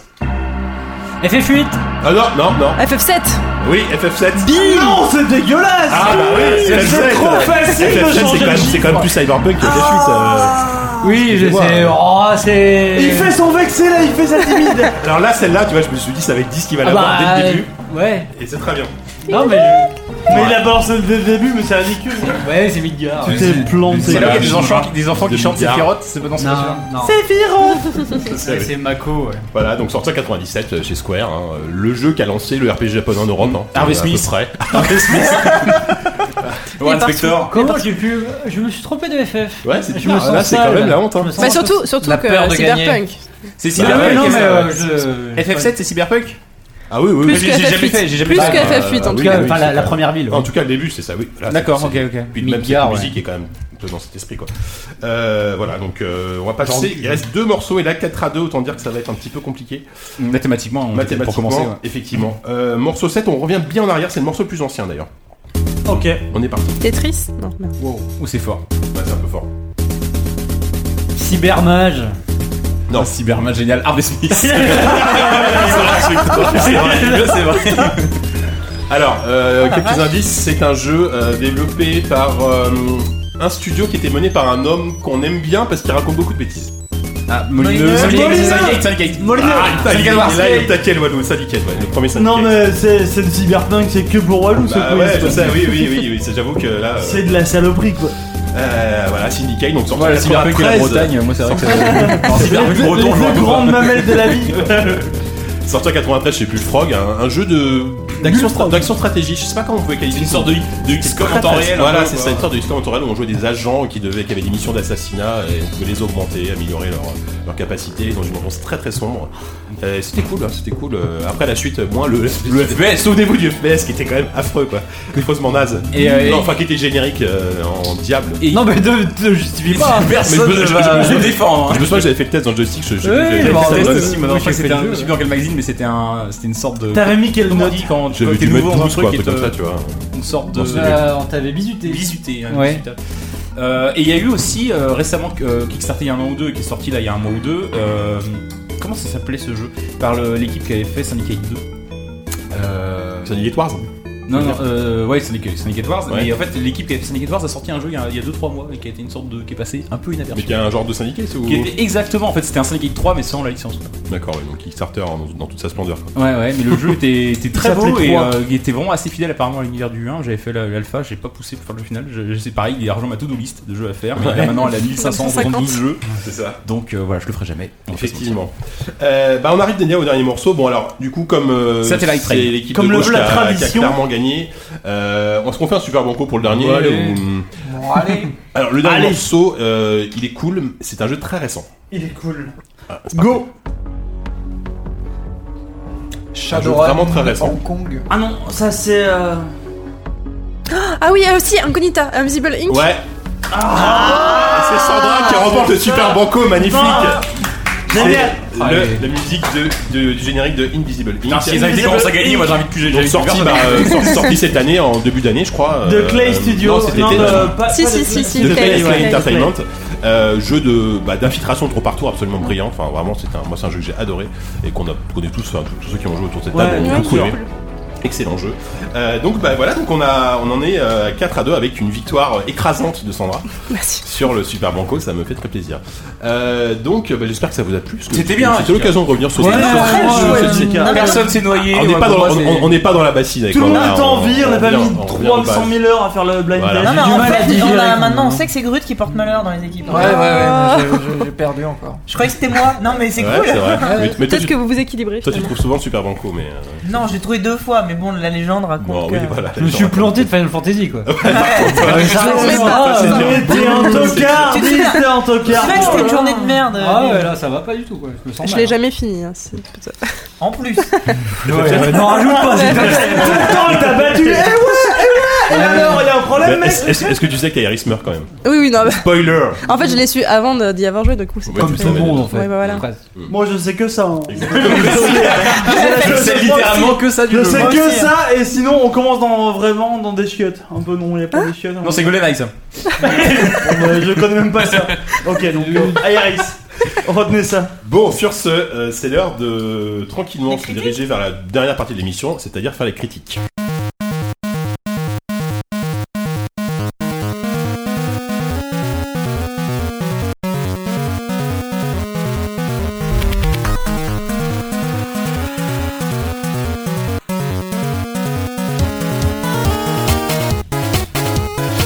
FF8
Ah non, non, non.
FF7
Oui, FF7.
Non, c'est dégueulasse.
Ah bah oui,
c'est
FF7.
trop facile de
FF7, c'est
changer
quand même-
de
c'est quand même plus cyberpunk que FF8.
Ah.
Oui, je sais. Oh, c'est.
Il fait son vexé là, il fait sa timide.
euh. Alors là, celle-là, tu vois, je me suis dit, ça va être 10 qui va
Ah
l'avoir
bah,
dès le début.
Ouais.
Et c'est très bien.
Non, mais.
Mais il a balancé dès le début, mais c'est ridicule.
Ouais, c'est
Ah,
Midgar.
Tu t'es planté.
C'est là où il y a des
Voilà.
enfants qui, des enfants qui
Des
chantent
milliards.
Sephiroth, c'est pas dans ce jeu.
Non, non.
C'est virant.
Ça, oui.
Ah, C'est Mako, ouais.
Voilà, donc sorti en 97 euh, chez Square, hein, euh, le jeu qu'a lancé le RPG japonais en Europe. Hein,
Harvey
Euh, à peu
Smith.
près.
Warren Spector.
Comment j'ai pu. Je me suis trompé de FF.
Ouais, c'est
Je
bizarre.
me sens
Là, c'est
sale.
quand même la honte. Hein.
Je me sens
Bah
sale.
surtout, surtout
La
que
peur de gagner.
Cyberpunk.
C'est
Bah,
Ah
Cyberpunk.
ouais, non, mais.
qu'est-ce
euh,
que-
je-
FF7, c'est Cyberpunk
Ah oui, oui,
Plus
oui.
que
j'ai jamais
FF8.
fait, j'ai jamais
Plus
fait.
que
Ah,
FF8 en tout cas.
oui,
En tout cas,
oui,
enfin,
c'est
la, la
pas-
première ville. ouais.
En tout cas, le début, c'est ça, oui. Voilà,
D'accord,
c'est-
ok,
c'est-
ok.
Puis même
Midgar,
cette
ouais.
musique est quand même un peu dans cet esprit, quoi. Euh, voilà, donc euh, on va passer. Il reste deux morceaux et là 4 à 2, autant dire que ça va être un petit peu compliqué.
Mathématiquement, on était pour
Mathématiquement,
commencer. ouais.
effectivement. Euh, morceau 7, on revient bien en arrière, c'est le morceau le plus ancien d'ailleurs.
Ok.
On est parti.
Tetris Non, merde.
Ou c'est fort.
Ouais, c'est un peu fort.
Cybermage.
Non.
Ah, Cyberman génial. Harvey Smith. c'est
C'est vrai.
vrai.
Alors, euh, quelques indices, c'est un jeu euh, développé par euh, un studio qui était mené par un homme qu'on aime bien parce qu'il raconte beaucoup de bêtises.
Ah, Molineux.
Molineux.
Sandgate, Sandgate, Sandgate.
Molineux.
Ah,
Ah, il est
Sandgate Wars.
là, il est taquet, le Walou, syndicat, ouais, le premier syndicat.
Non mais c'est c'est le cyberpunk, c'est que pour Walou ce
Bah
quiz.
ouais, je sais, oui, oui, oui, oui, c'est- j'avoue que là. euh,
C'est de la saloperie quoi.
euh, voilà, Syndicate, donc sorti
Moi,
en
la Cyberpunk et la
93.
Bretagne, moi, c'est vrai que ça. Non, Cyberpunk
Les
breton, je
deux
vois
grandes mamelles de la vie.
Sorti en 93 chez Bullfrog, un, un jeu de d'action stra- d'action stratégie. Je sais pas comment on pouvait qualifier.
Une sorte de, de XCOM
Très,
en temps
très-
réel.
Voilà, c'est ça, une sorte de histoire en temps réel où on jouait des agents qui, devaient, qui avaient des missions d'assassinat et on pouvait les augmenter, améliorer leur, leur capacité dans une ambiance très très sombre. Euh, c'était cool, hein, c'était cool. Euh, Après la suite, euh, moins le, le FPS, souvenez-vous du FPS qui était quand même affreux quoi, faussement naze.
Et, euh, et-
non, enfin qui était générique euh, en diable.
Non, mais ne te justifie pas.
Personne
Personne ne va se défendre. hein.
Je me souviens que j'avais fait le test dans le joystick, je, je,
Oui,
j'avais
je
fait
me
ça
rappelle
dans le-
aussi.
aussi, maintenant,
Oui,
je crois que
j'ai fait
c'était
le
un,
jeu.
je sais plus dans quel magazine, mais c'était un, c'était une sorte de.
T'avais mis quel
Comment on
note
dit quand
J'avais
quand t'es
dû mettre
nouveau dans un
12 quoi, un
truc et
truc comme ça,
te-
tu vois.
une sorte de.
Dans ce
Euh, on t'avait bisuté.
Bisuté, hein,
Ouais.
bisuté. Euh, et il y a eu aussi euh, récemment euh, Kickstarter il y a un an ou deux et qui est sorti là il y a un mois ou deux. euh, comment ça s'appelait ce jeu Par le- l'équipe qui avait fait Syndicate 2. Euh,
C'est Elite Wars. hein.
non, non, euh, ouais, Syndicate, Syndicate Wars.
Ouais.
Mais en fait, l'équipe qui avait fait Syndicate Wars a sorti un jeu il y a 2-3 mois et qui a été une sorte de. qui est passé un peu
Mais
inaperçu.
qui a un genre de syndicat, c'est où
Qui était exactement, en fait, c'était un Syndicate 3 mais sans la licence.
D'accord, ouais, donc Kickstarter dans, dans toute sa splendeur. quoi.
Ouais, ouais, mais le jeu était, était très
Ça
beau
s'appelait
et
trois.
euh, il était vraiment assez fidèle apparemment à l'univers du 1. J'avais fait la- l'alpha, j'ai pas poussé pour faire le final. Je, je- c'est pareil, il rejoint ma to-do list de jeux à faire. Mais là, maintenant, elle a 1572 jeux.
C'est ça.
Donc euh, voilà, je le ferai jamais. On va pas se mentir.
Effectivement. Euh, bah, on arrive déjà au dernier morceau. Bon alors, du coup, comme euh,
Satellite
c'est
Train.
l'équipe
Comme
de
le
gauche
veut
qui
la
a, qui a
tradition.
clairement gagné, euh, on se confie un super banco pour le dernier.
Ouais, allez.
ou-
Bon, allez.
Alors le dernier
Allez.
morceau, euh, il est cool. mais C'est un jeu très récent.
Il est cool.
Ah, c'est
Go
jeu
Shadowrun,
vraiment très récent.
Hong Kong.
Ah non, ça c'est. euh,
Ah oui, euh, aussi Incognita, Invisible Ink.
parti. Ouais. Ah, c'est Sandra qui remporte le super banco magnifique.
Ah.
C'est
Génial.
le-
Allez.
la Ah. musique de, de- du générique de Invisible. Ink.
Putain, Ah, si les invités commencent à gagner, moi j'invite plus
Donc
j'ai
sorti, bah, euh, sorti, sorti cette année, en début d'année, je crois.
De
euh,
Clay Studios.
Non, cet été,
de-
non.
pas-
Si,
pas
si,
de
si,
Clay.
si,
de
Clay,
Clay
ouais,
Sky
de
Entertainment, euh, jeu de bah, d'infiltration de trop partout absolument brillant. Enfin vraiment c'est un moi c'est un jeu que j'ai adoré et qu'on a qu'on est tous enfin, tous ceux qui ont joué autour de cette
Ouais,
table ont
ouais,
beaucoup
c'est
aimé. Excellent jeu. Euh, donc bah voilà donc on a on en est euh, 4 à 2 avec une victoire euh, écrasante de Sandra
Merci.
sur le Super Banco ça me fait très plaisir. Euh, donc bah, j'espère que ça vous a plu. parce que
C'était bien,
C'était l'occasion de revenir sur
Ouais,
sur-
très
sur-
chouette.
sur- sur-
Non, mais
Personne s'est noyé.
on n'est
moi,
pas,
pour
dans-
moi, c'est-
on- on n'est pas dans la bassine. avec
Tout le monde
Laura,
est
Ah, on-
en vie, on a pas
revient-
mis
on revient aux
300
bases.
000 heures à faire le blind
Voilà.
Non, mais
test.
du
en
mal à
fait,
digérer,
on a-
quand
maintenant,
même.
on sait que c'est Grut qui porte malheur dans les équipes.
Ouais, ouais, ouais, mais j'ai- j'ai- j'ai perdu encore.
Je croyais que c'était moi. Non, mais c'est
Ouais,
cool.
c'est vrai.
Ouais.
Mais- mais toi,
Peut-être
tu,
que vous vous équilibrez.
toi, tu
finalement.
trouves souvent le Super Banco, mais. euh,
Non, je l'ai trouvé deux fois, mais bon, la légende raconte.
bon,
que-
oui, voilà.
Je me suis planté de Final Fantasy quoi.
mais
Ah,
Ah, c'est
ouais.
dur.
Mais T'es un tocard,
Tu te
mais
souviens-
t'es un tocard.
C'est vrai que c'était une journée de merde.
Ah
mais-
ouais, là ça va pas du tout quoi. Je me sens
Je
mal.
l'ai jamais fini. hein, c'est tout ça.
En plus.
Ouais, ouais, non, rajoute pas, c'est pas-
Attends, t'as battu. Eh ouais, eh ouais. Et alors, il y a un problème,
Mais
mec.
Est-ce est-ce- est-ce que tu sais qu'Airis meurt quand même
Oui, oui, non. bah,
Spoiler
En fait, je l'ai su avant de- d'y avoir joué, donc c'est pas
Ouais, tu
Comme
le
tout le
savais
monde
déjà.
en fait.
Ouais, bah voilà.
Presque.
Moi, je sais que ça. hein.
Je sais littéralement que ça du
Je
jeu.
sais
Moi
que
aussi, hein.
ça, et sinon, on commence dans, vraiment dans des chiottes. Un peu, non, il n'y a pas des chiottes. hein.
Non, c'est GoldenEye ça.
Bon, bah, je connais même pas ça. Ok, donc, euh, Iris, retenez ça.
Bon, sur ce, euh, c'est l'heure de tranquillement se diriger vers la dernière partie de l'émission, c'est-à-dire faire les critiques.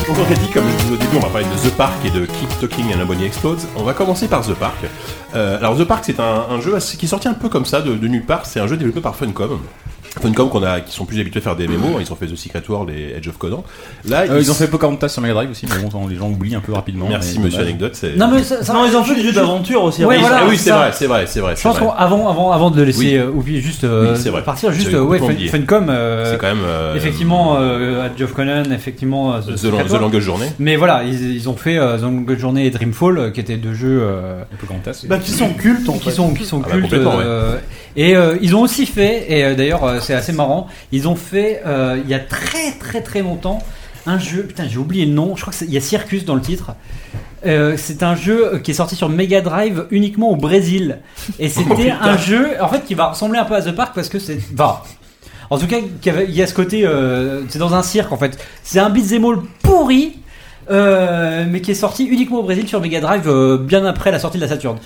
Donc on critique, comme je disais au début, on va parler de The Park et de Keep Talking and Nobody Explodes. On va commencer par The Park. Euh, alors The Park, c'est un, un jeu assez- qui est sorti un peu comme ça, de, de nulle part. C'est un jeu développé par Funcom. Funcom qu'on a, qui sont plus habitués à faire des MMO. Ils ont fait The Secret World et Edge of Conan. Là,
Euh, ils ont fait Pocahontas sur Mega Drive aussi, mais bon, les gens oublient un peu rapidement.
Merci Monsieur Anecdote. c'est-
Non mais ça, ça
non, ils ont
je-
fait des jeux
je-
d'aventure aussi.
Ouais,
Iris.
voilà.
ah oui, c'est
ça.
vrai, c'est vrai, c'est vrai.
Je
c'est
pense
vrai.
qu'avant avant, avant, avant de le laisser
Oui.
euh, oublier juste euh,
Oui, c'est vrai.
partir, juste
J'avais
euh, ouais,
complètement
Fun-
oublié.
Funcom, euh,
C'est quand même euh,
effectivement, euh, Geoff Conan, effectivement, euh,
The,
Secret
Long- The
World.
Longest Journey.
Mais voilà, ils, ils ont fait euh, The Long Journey et Dreamfall, euh, qui étaient deux jeux euh,
Pocahontas.
Bah, qui sont cultes, en
qui
fait.
sont qui sont
Ah bah,
cultes.
complètement, ouais.
euh, Et euh, ils ont aussi fait, et euh, d'ailleurs euh, c'est assez marrant, ils ont fait euh, il y a très très très longtemps un jeu. Putain, j'ai oublié le nom. Je crois que c'est- il y a Circus dans le titre. Euh, c'est un jeu qui est sorti sur Mega Drive uniquement au Brésil.
Oh,
Et c'était un jeu, en fait, qui va ressembler un peu à The Park parce que c'est. Bah, en tout cas, qui avait- il y a ce côté. euh, c'est dans un cirque en fait. C'est un beat'em all pourri. euh, mais qui est sorti uniquement au Brésil sur Mega Drive euh, bien après la sortie de la Saturn.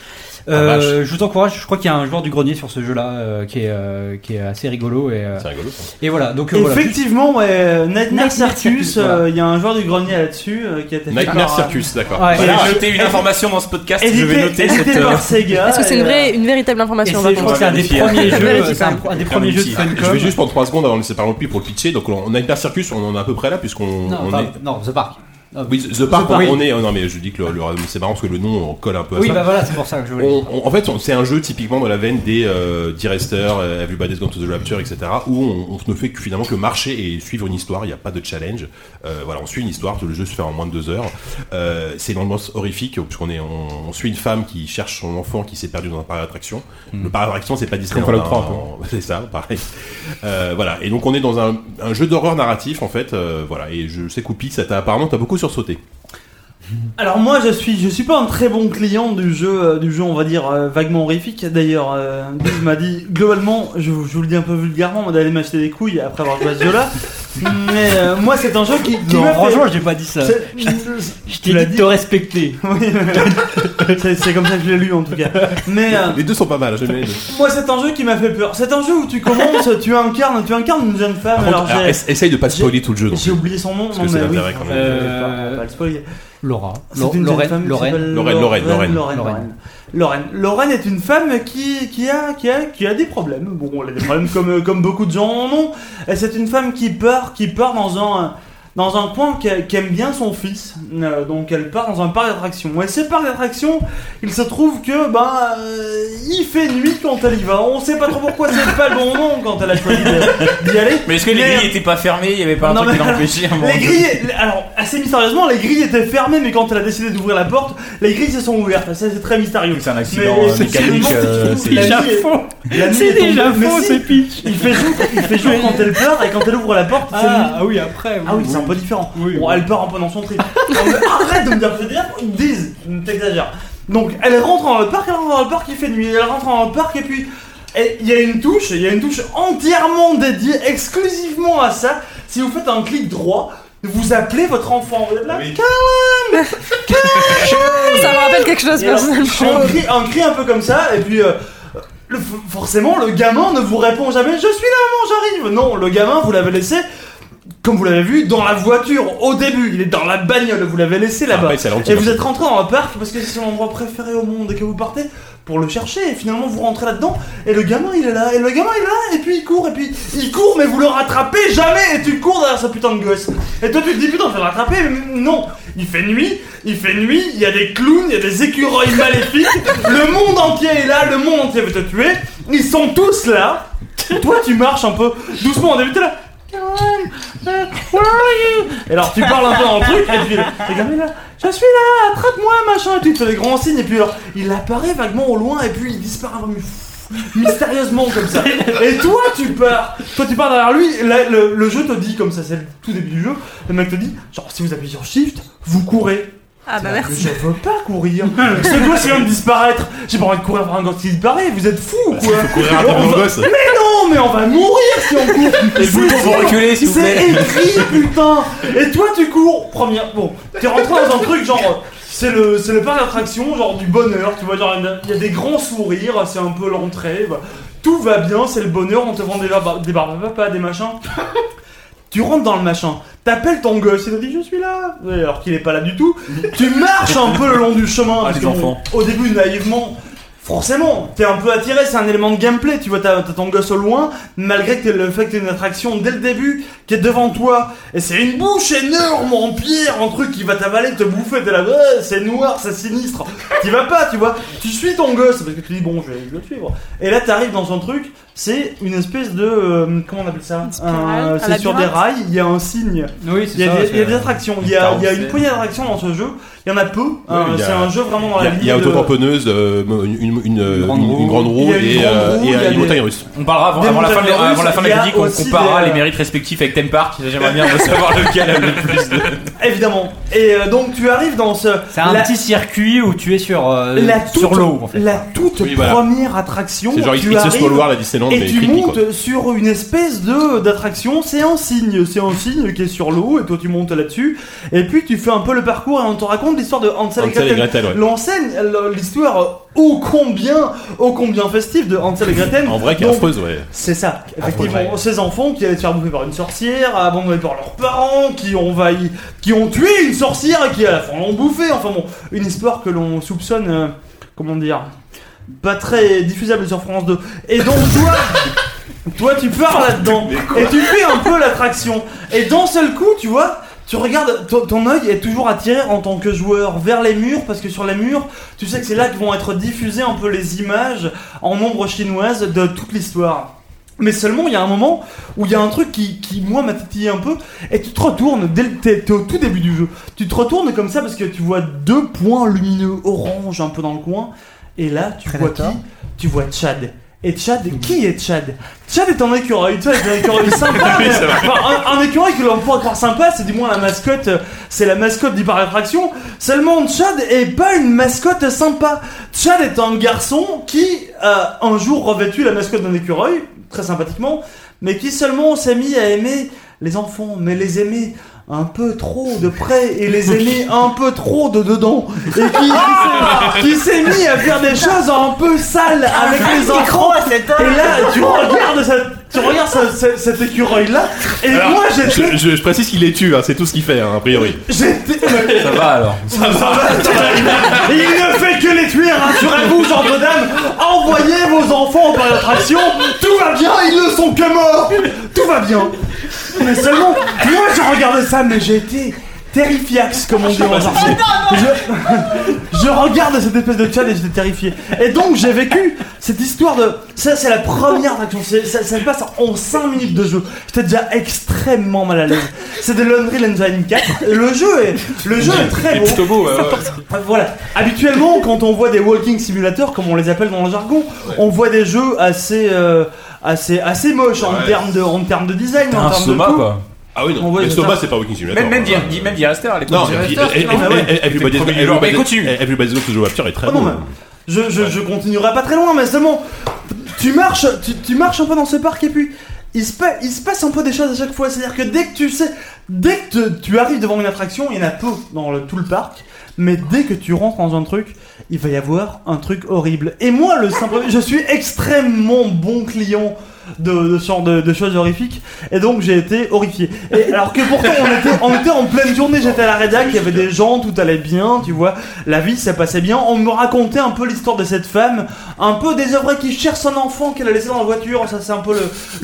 Ah,
Euh, je vous encourage. Je crois qu'il y a un joueur du grenier sur ce jeu-là euh, qui, est, euh, qui est assez rigolo. Et, euh,
C'est rigolo,
Et voilà. Donc, euh, voilà.
Effectivement, ouais, Nightmare
Nightmare
Circus,
Circus,
euh, il
voilà.
y a un joueur du grenier là-dessus euh, qui a été fait
Nightmare
par- euh,
Circus, d'accord.
Ouais.
Voilà,
Et-
j'ai noté une
et-
information dans ce podcast.
édité,
Je vais noter
édité
cette. euh,
par Sega.
Est-ce que c'est une,
et,
vraie, une véritable
Et
information
c'est- je crois que c'est un des
vérifier.
premiers
Vérifier.
jeux, c'est un, un des premiers jeux de
Vérifier.
Je
Funcom.
vais juste prendre 3 secondes avant de laisser parler au plus pour le pitcher. Donc on a Hyper Circus, on en est à peu près là puisqu'on
Non,
on
enfin,
est.
non, The Park. Non,
Oui, The Park,
Park,
on
oui.
est. oh, Non mais je dis que le, le- c'est marrant parce que le nom on colle un peu à
Oui,
ça.
bah voilà, c'est pour ça que je voulais.
On- on- en fait, on- c'est un jeu typiquement dans la veine des euh, D-Rester, euh, Everybody's Gone to the Rapture, etc. où on, on ne fait que, finalement que marcher et suivre une histoire. Il n'y a pas de challenge. Euh, voilà, on suit une histoire. Le jeu se fait en moins de deux heures. Euh, c'est une ambiance horrifique puisqu'on est, on, on suit une femme qui cherche son enfant qui s'est perdu dans un parc d'attraction. Le parc d'attraction, c'est pas Disney.
Hmm. Comme
on a
Fallout 3,
un- C'est ça, pareil. Euh, voilà. Et donc on est dans un, un jeu d'horreur narratif en fait. euh, voilà. Et je sais qu'Oupi, ça t'a apparemment t'as beaucoup sursauté.
Alors moi je suis je suis pas un très bon client du jeu euh, du jeu on va dire euh, vaguement horrifique d'ailleurs euh, Guise m'a dit globalement je, vous- je vous le dis un peu vulgairement moi, d'aller m'acheter des couilles après avoir joué à ce jeu là mais euh, moi c'est un jeu qui, qui
Non,
m'a fait-
franchement, j'ai pas dit ça.
C'est-
Je
tu l'as
t'ai dit de te respecter.
Oui, mais- c'est c'est comme ça que je l'ai lu en tout cas mais euh,
Les deux sont pas mal. j'aime les deux.
moi c'est un jeu qui m'a fait peur c'est un jeu où tu commences tu incarnes tu incarnes une jeune femme
Par
alors,
contre, alors,
j'ai-
ess- essaye de pas spoiler tout le jeu. non
j'ai
plus.
oublié son nom
Parce
non,
que
mais
c'est
oui,
l'intérêt, quand même.
euh, on va pas le spoiler.
Laura.
C'est une jeune
Lorraine.
femme qui
Lorraine.
s'appelle
Lorraine, Lorraine,
Lorraine.
Lorraine.
Lorraine. Lorraine. Lorraine est une femme qui, qui, a, qui, a, qui a des problèmes. Bon, elle a des problèmes comme, euh, comme beaucoup de gens en ont. Et C'est une femme qui part, qui part dans un, euh, dans un coin qui, qui aime bien son fils. Euh, donc elle part dans un parc d'attractions. Et ce parc d'attractions, il se trouve que bah, euh, il fait nuit quand elle y va. On sait pas trop pourquoi c'est pas le bon moment quand elle a choisi de- d'y aller.
Mais est-ce que les
Mais-
grilles étaient pas fermées Il y avait pas un
Non,
truc qui
mais-
l'empêchait à un moment
Les
donné
grilles, alors assez mystérieusement, les grilles étaient fermées, mais quand elle a décidé d'ouvrir la porte, les grilles se sont ouvertes. Ça, c'est très mystérieux.
C'est un
Mais
accident euh,
c'est-
mécanique.
c'est-
euh,
c'est-
c'est-
la
déjà
nuit est-
faux.
la nuit est
C'est déjà
tombée.
faux
Mais
ce
si,
pitch.
Il fait jour, il fait jour quand elle part et quand elle ouvre la porte, c'est nuit.
ah oui, après.
Ah oui, c'est un peu différent.
Oui,
bon,
oui.
elle part un peu dans son trip. Non, mais Arrête de me dire que c'est bien, ils me disent, t'exagères. Donc, elle rentre dans le parc, elle rentre dans le parc, il fait nuit, elle rentre dans le parc, et puis, et il y a une touche, il y a une touche entièrement dédiée exclusivement à ça. Si vous faites un clic droit, vous appelez votre enfant, vous êtes là,
Ça me rappelle quelque chose
et alors,
personnellement.
un, cri, un cri un peu comme ça, et puis euh, le- f- forcément le gamin ne vous répond jamais Je suis là, maman, j'arrive Non, le gamin, vous l'avez laissé, comme vous l'avez vu, dans la voiture au début, il est dans la bagnole, vous l'avez laissé là-bas.
Après, c'est
Et
l'entière.
vous êtes rentré dans le parc parce que c'est son endroit préféré au monde et que vous partez pour le chercher et finalement vous rentrez là-dedans et le gamin il est là et le gamin il est là et puis il court et puis il court mais vous le rattrapez jamais et tu cours derrière ce putain de gosse et toi tu te dis putain je vais le rattraper mais non il fait nuit il fait nuit il y a des clowns il y a des écureuils maléfiques le monde entier est là le monde entier veut te tuer ils sont tous là toi tu marches un peu doucement en début t'es là Where are you? Et alors tu parles un peu en truc et puis le gamin est là je suis là, attrape-moi, machin, et tu te fais des grands signes, et puis alors, il apparaît vaguement au loin, et puis il disparaît vraiment, pff, mystérieusement comme ça. Et toi, tu pars, toi, tu pars derrière lui, là, le, le jeu te dit comme ça, c'est le tout début du jeu, le mec te dit, genre, si vous appuyez sur Shift, vous courez.
Ah bah merci.
Je veux pas courir. Ce gosse vient de disparaître. J'ai pas envie de courir vers un gosse qui disparaît. Vous êtes fous ou quoi
Ah, Courir à travers le gosse.
Mais non, mais on va mourir si on court. C'est
Faut reculer s'il vous plaît.
c'est écrit, putain Et toi, tu cours, première... Bon, t'es rentré dans un truc, genre... C'est le, c'est le parc d'attraction, genre du bonheur, tu vois, genre il y a des grands sourires, c'est un peu l'entrée, bah, tout va bien, c'est le bonheur, on te vend des, barba- des papa, des machins. tu rentres dans le machin, t'appelles ton gosse, il te dit je suis là, Ouais, alors qu'il est pas là du tout, tu marches un peu le long du chemin, parce
Ah, les
que, bon,
enfants.
au début naïvement, Forcément, t'es un peu attiré, c'est un élément de gameplay, tu vois, t'as t'as ton gosse au loin, malgré que t'aies le fait que t'aies une attraction dès le début qui est devant toi, et c'est une bouche énorme en pierre, un truc qui va t'avaler, te bouffer, t'es là, Ouais, c'est noir, c'est sinistre, t'y vas pas, tu vois, tu suis ton gosse, parce que tu dis, bon, je vais, je vais le suivre. Et là, t'arrives dans un truc, c'est une espèce de, euh, comment on appelle ça
Une spirale,
Un-
un
C'est sur des
labyrinthe.
rails, il y a un signe,
Oui, c'est
il y a,
ça.
des, il y a des
c'est-
attractions, il y a, il y a
carrousel.
une poignée d'attractions dans ce jeu, il y en a peu, hein,
il y a-
c'est un jeu vraiment dans
Il y
la
a,
ligne
il y a
de-
auto-tamponneuse, euh, une, une, une, une
grande roue.
une grande roue
Il y a une
et,
grande
euh,
roue,
et
il y a
une
des-
montagne russe.
On parlera
Des
avant, avant la fin de
montagnes
la, avant la fin de la
russes,
chronique,
il y a
on
aussi
comparera
des, euh,
les mérites respectifs avec Theme Park. J'aimerais bien savoir lequel a le plus de.
Évidemment. Et euh, donc tu arrives dans ce
C'est un
la,
petit circuit où tu es sur, euh,
la toute,
sur l'eau en fait.
la toute
Oui, voilà.
première attraction.
C'est genre
tu
It's a
arrives-
Small World à Disneyland Land
et
mais
tu
creepy, quoi.
montes sur une espèce de d'attraction, c'est un signe, c'est un signe qui est sur l'eau et toi tu montes là-dessus et puis tu fais un peu le parcours et on te raconte l'histoire de Hansel,
Hansel et Gretel, ouais.
L'enseigne euh, l'histoire ô combien ô combien festive de Hansel et Gretel.
En vrai, qui est
Donc,
affreuse, ouais.
C'est ça,
Affreuse,
effectivement, ces enfants qui allaient se faire bouffer par une sorcière, abandonnés par leurs parents, qui ont envahi, qui ont tué une sorcière et qui à la fin l'ont bouffé. Enfin bon, une histoire que l'on soupçonne, euh, comment dire, pas très diffusable sur France 2. Et donc toi, toi tu pars là-dedans et tu fais un peu l'attraction. Et d'un seul coup, tu vois. Tu regardes, ton, ton œil est toujours attiré en tant que joueur vers les murs, parce que sur les murs, tu sais que c'est là que vont être diffusées un peu les images en ombre chinoise de toute l'histoire. Mais seulement, il y a un moment où il y a un truc qui, qui moi, m'a titillé un peu, et tu te retournes, dès le- t'es t'es au tout début du jeu, tu te retournes comme ça parce que tu vois deux points lumineux orange un peu dans le coin, et là, tu vois qui Tu vois Chad. Et Chad, qui est Chad Chad est un écureuil, toi, est un écureuil sympa.
Oui, c'est vrai.
Enfin, un, un écureuil que l'on pourrait croire sympa, c'est du moins la mascotte, euh, c'est la mascotte d'hyperattraction. Seulement, Chad est pas une mascotte sympa. Chad est un garçon qui a un jour revêtu la mascotte d'un écureuil, très sympathiquement, mais qui seulement s'est mis à aimer les enfants, mais les aimer un peu trop de près et les aimer un peu trop de dedans et qui,
Ah
qui s'est- qui s'est mis à faire des choses un peu sales avec les enfants et là tu regardes cette- tu regardes ce- ce- cet écureuil là et
Alors,
moi j'étais
je, je- je précise qu'il les tue, hein, c'est tout ce qu'il fait, hein, a priori.
J'étais.
Ça va alors. Ça va.
Il ne fait que les tuer, rassurez-vous, genre de dame. Envoyez vos enfants par l'attraction, tout va bien, ils ne sont que morts, tout va bien. Mais seulement, moi je regardais ça, mais j'ai été terrifiax, comme on dit en jargon. Je, je regarde cette espèce de chat et j'étais terrifié. Et donc j'ai vécu cette histoire de. Ça, c'est la première attraction, c'est- ça, ça se passe en 5 minutes de jeu. J'étais déjà extrêmement mal à l'aise. C'est de l'Unreal Engine 4. Le jeu est, le jeu est très
Il est
beau.
plutôt beau, ouais, ouais.
Euh, Voilà. Habituellement, quand on voit des walking simulators, comme on les appelle dans le jargon, on voit des jeux assez, euh, assez, assez moches en
Ouais.
termes de, en termes de design, en
Un
termes
Soma,
de coût.
quoi. Ah oui, non.
On voit
mais
des
Soma,
stars.
c'est pas Walking Simulator.
Même- même
hein.
Di-
même Di Raster, à l'époque,
Non,
Di
et puis-
Raster,
et- et-
c'est normal.
et- et- Everybody's
C'était le premier joueur, mais
Everybody's-
continue.
Everybody's Got to Joe Rapture est très
Oh non,
beau.
mais je, je, je continuerai pas très loin, mais seulement, tu marches, tu, tu marches un peu dans ce parc et puis il se, pa- il se passe un peu des choses à chaque fois. C'est-à-dire que dès que tu sais, dès que te- tu arrives devant une attraction, il y en a peu dans le- tout le parc, mais dès que tu rentres dans un truc, il va y avoir un truc horrible. Et moi, le simple, je suis extrêmement bon client. De, de ce genre de, de choses horrifiques et donc j'ai été horrifié et alors que pourtant on était, on était en pleine journée j'étais à la rédac il y avait des gens tout allait bien tu vois la vie ça passait bien on me racontait un peu l'histoire de cette femme un peu désœuvrée qui cherche son enfant qu'elle a laissé dans la voiture ça c'est un peu le,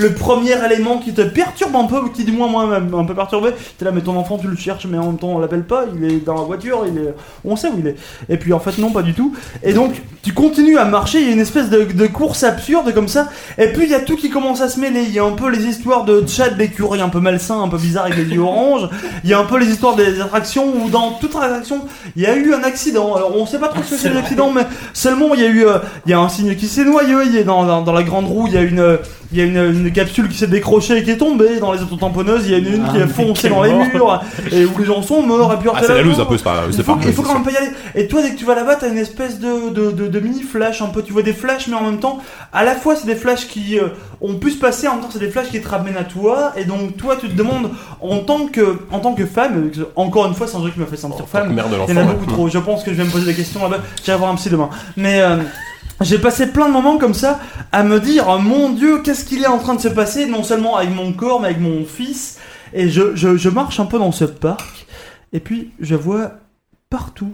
le premier élément qui te perturbe un peu ou qui du moins moi m'a un peu perturbé t'es là mais ton enfant tu le cherches mais en même temps on l'appelle pas il est dans la voiture il est on sait où il est et puis en fait non pas du tout et donc tu continues à marcher il y a une espèce de, de course absurde comme ça et puis il y a tout qui commence à se mêler il y a un peu les histoires de Chad d'écurie un peu malsain un peu bizarre avec les yeux orange il y a un peu les histoires des attractions où dans toute attraction il y a eu un accident alors on sait pas trop ce que c'est l'accident mais seulement il y a eu euh, il y a un signe qui s'est noyé il y a dans, dans, dans la grande roue il y a une euh, il y a une, une capsule qui s'est décrochée et qui est tombée dans les auto-tamponneuses il y a une, une qui est foncée dans les murs et où les gens sont morts et puis
Ah,
alors,
c'est la
là,
loose
non.
un peu, c'est pas
Il
c'est
faut,
pas-
il faut quand même pas y aller. Et toi, dès que tu vas là-bas, t'as une espèce de, de, de, de mini flash un peu. Tu vois des flashs, mais en même temps, à la fois, c'est des flashs qui euh, ont pu se passer, en même temps, c'est des flashs qui te ramènent à toi. Et donc, toi, tu te demandes, en tant que, en tant que femme, euh, encore une fois, c'est un jeu qui m'a fait sentir femme.
mère de
Il y en a
l'enfant,
beaucoup
ouais.
trop. Je pense que je vais me poser des questions là-bas. J'irai voir un psy demain. Mais. euh, j'ai passé plein de moments comme ça à me dire oh mon Dieu qu'est-ce qu'il est en train de se passer non seulement avec mon corps mais avec mon fils et je, je, je marche un peu dans ce parc et puis je vois partout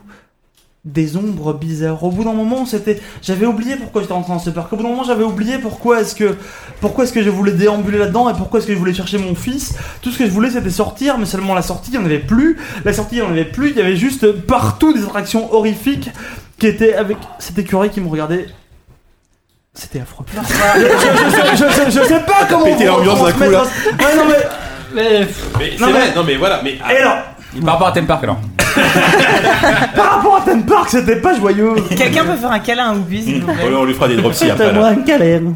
des ombres bizarres. Au bout d'un moment, c'était, j'avais oublié pourquoi j'étais rentré dans ce parc. Au bout d'un moment, j'avais oublié pourquoi est-ce que, pourquoi est-ce que je voulais déambuler là-dedans et pourquoi est-ce que je voulais chercher mon fils. Tout ce que je voulais, c'était sortir, mais seulement la sortie, il n'y en avait plus. La sortie, il n'y en avait plus. Il y avait juste partout des attractions horrifiques qui étaient avec cet écureuil qui me regardait. C'était affreux. je, je- je sais- je sais- je sais pas comment
Péter
vous
l'ambiance d'un coup, là.
retransmettre- Ouais, non, Ah mais-
Mais c'est
Non, mais-
vrai, non mais voilà, mais
et alors,
Par rapport à Theme Park alors.
Par rapport à Theme Park, c'était pas joyeux.
Quelqu'un peut faire un câlin à Obi,
Mm.
s'il vous plaît
on lui fera des dropsies après.
Faites-moi
là.
un câlin.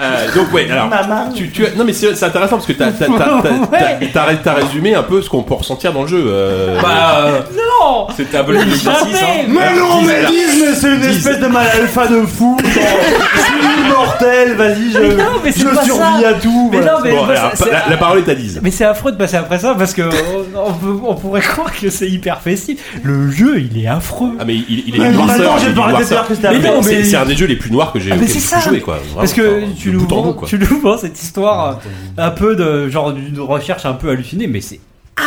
Euh, donc ouais, alors
Maman.
tu, tu as- non mais c'est c'est intéressant parce que t'as t'as- t'as- t'as- t'as- t'as- t'as résumé un peu ce qu'on peut ressentir dans le jeu. euh,
Bah, euh,
Non
c'était un peu le exercice. hein.
Mais non,
Dix,
mais
là.
10, mais c'est une
Dix.
espèce de mal alpha de fou. Je suis immortel, vas-y, je,
Mais non, mais c'est
je
pas
survis
ça.
à tout.
Mais
voilà.
non, mais
bon,
bah,
alors,
c'est-
la, la parole est à 10.
Mais c'est affreux de passer après ça parce que on, on peut- on pourrait croire que c'est hyper festif. Le jeu, il est affreux.
Ah mais il, il est
Mais
noirceur,
maintenant,
il
j'ai
est
pas arrêté de
noirceur.
dire que c'était
Mais
affreux.
non,
Mais c'est
mais-
c'est un des jeux les plus noirs que j'ai
Ah, mais
auxquels
c'est
j'ai
ça.
joué quoi. Vraiment, Bah,
Parce que
enfin,
tu
de
nous,
bout en bout,
vends,
quoi.
tu nous vends cette histoire euh, un peu de genre d'une recherche un peu hallucinée, mais c'est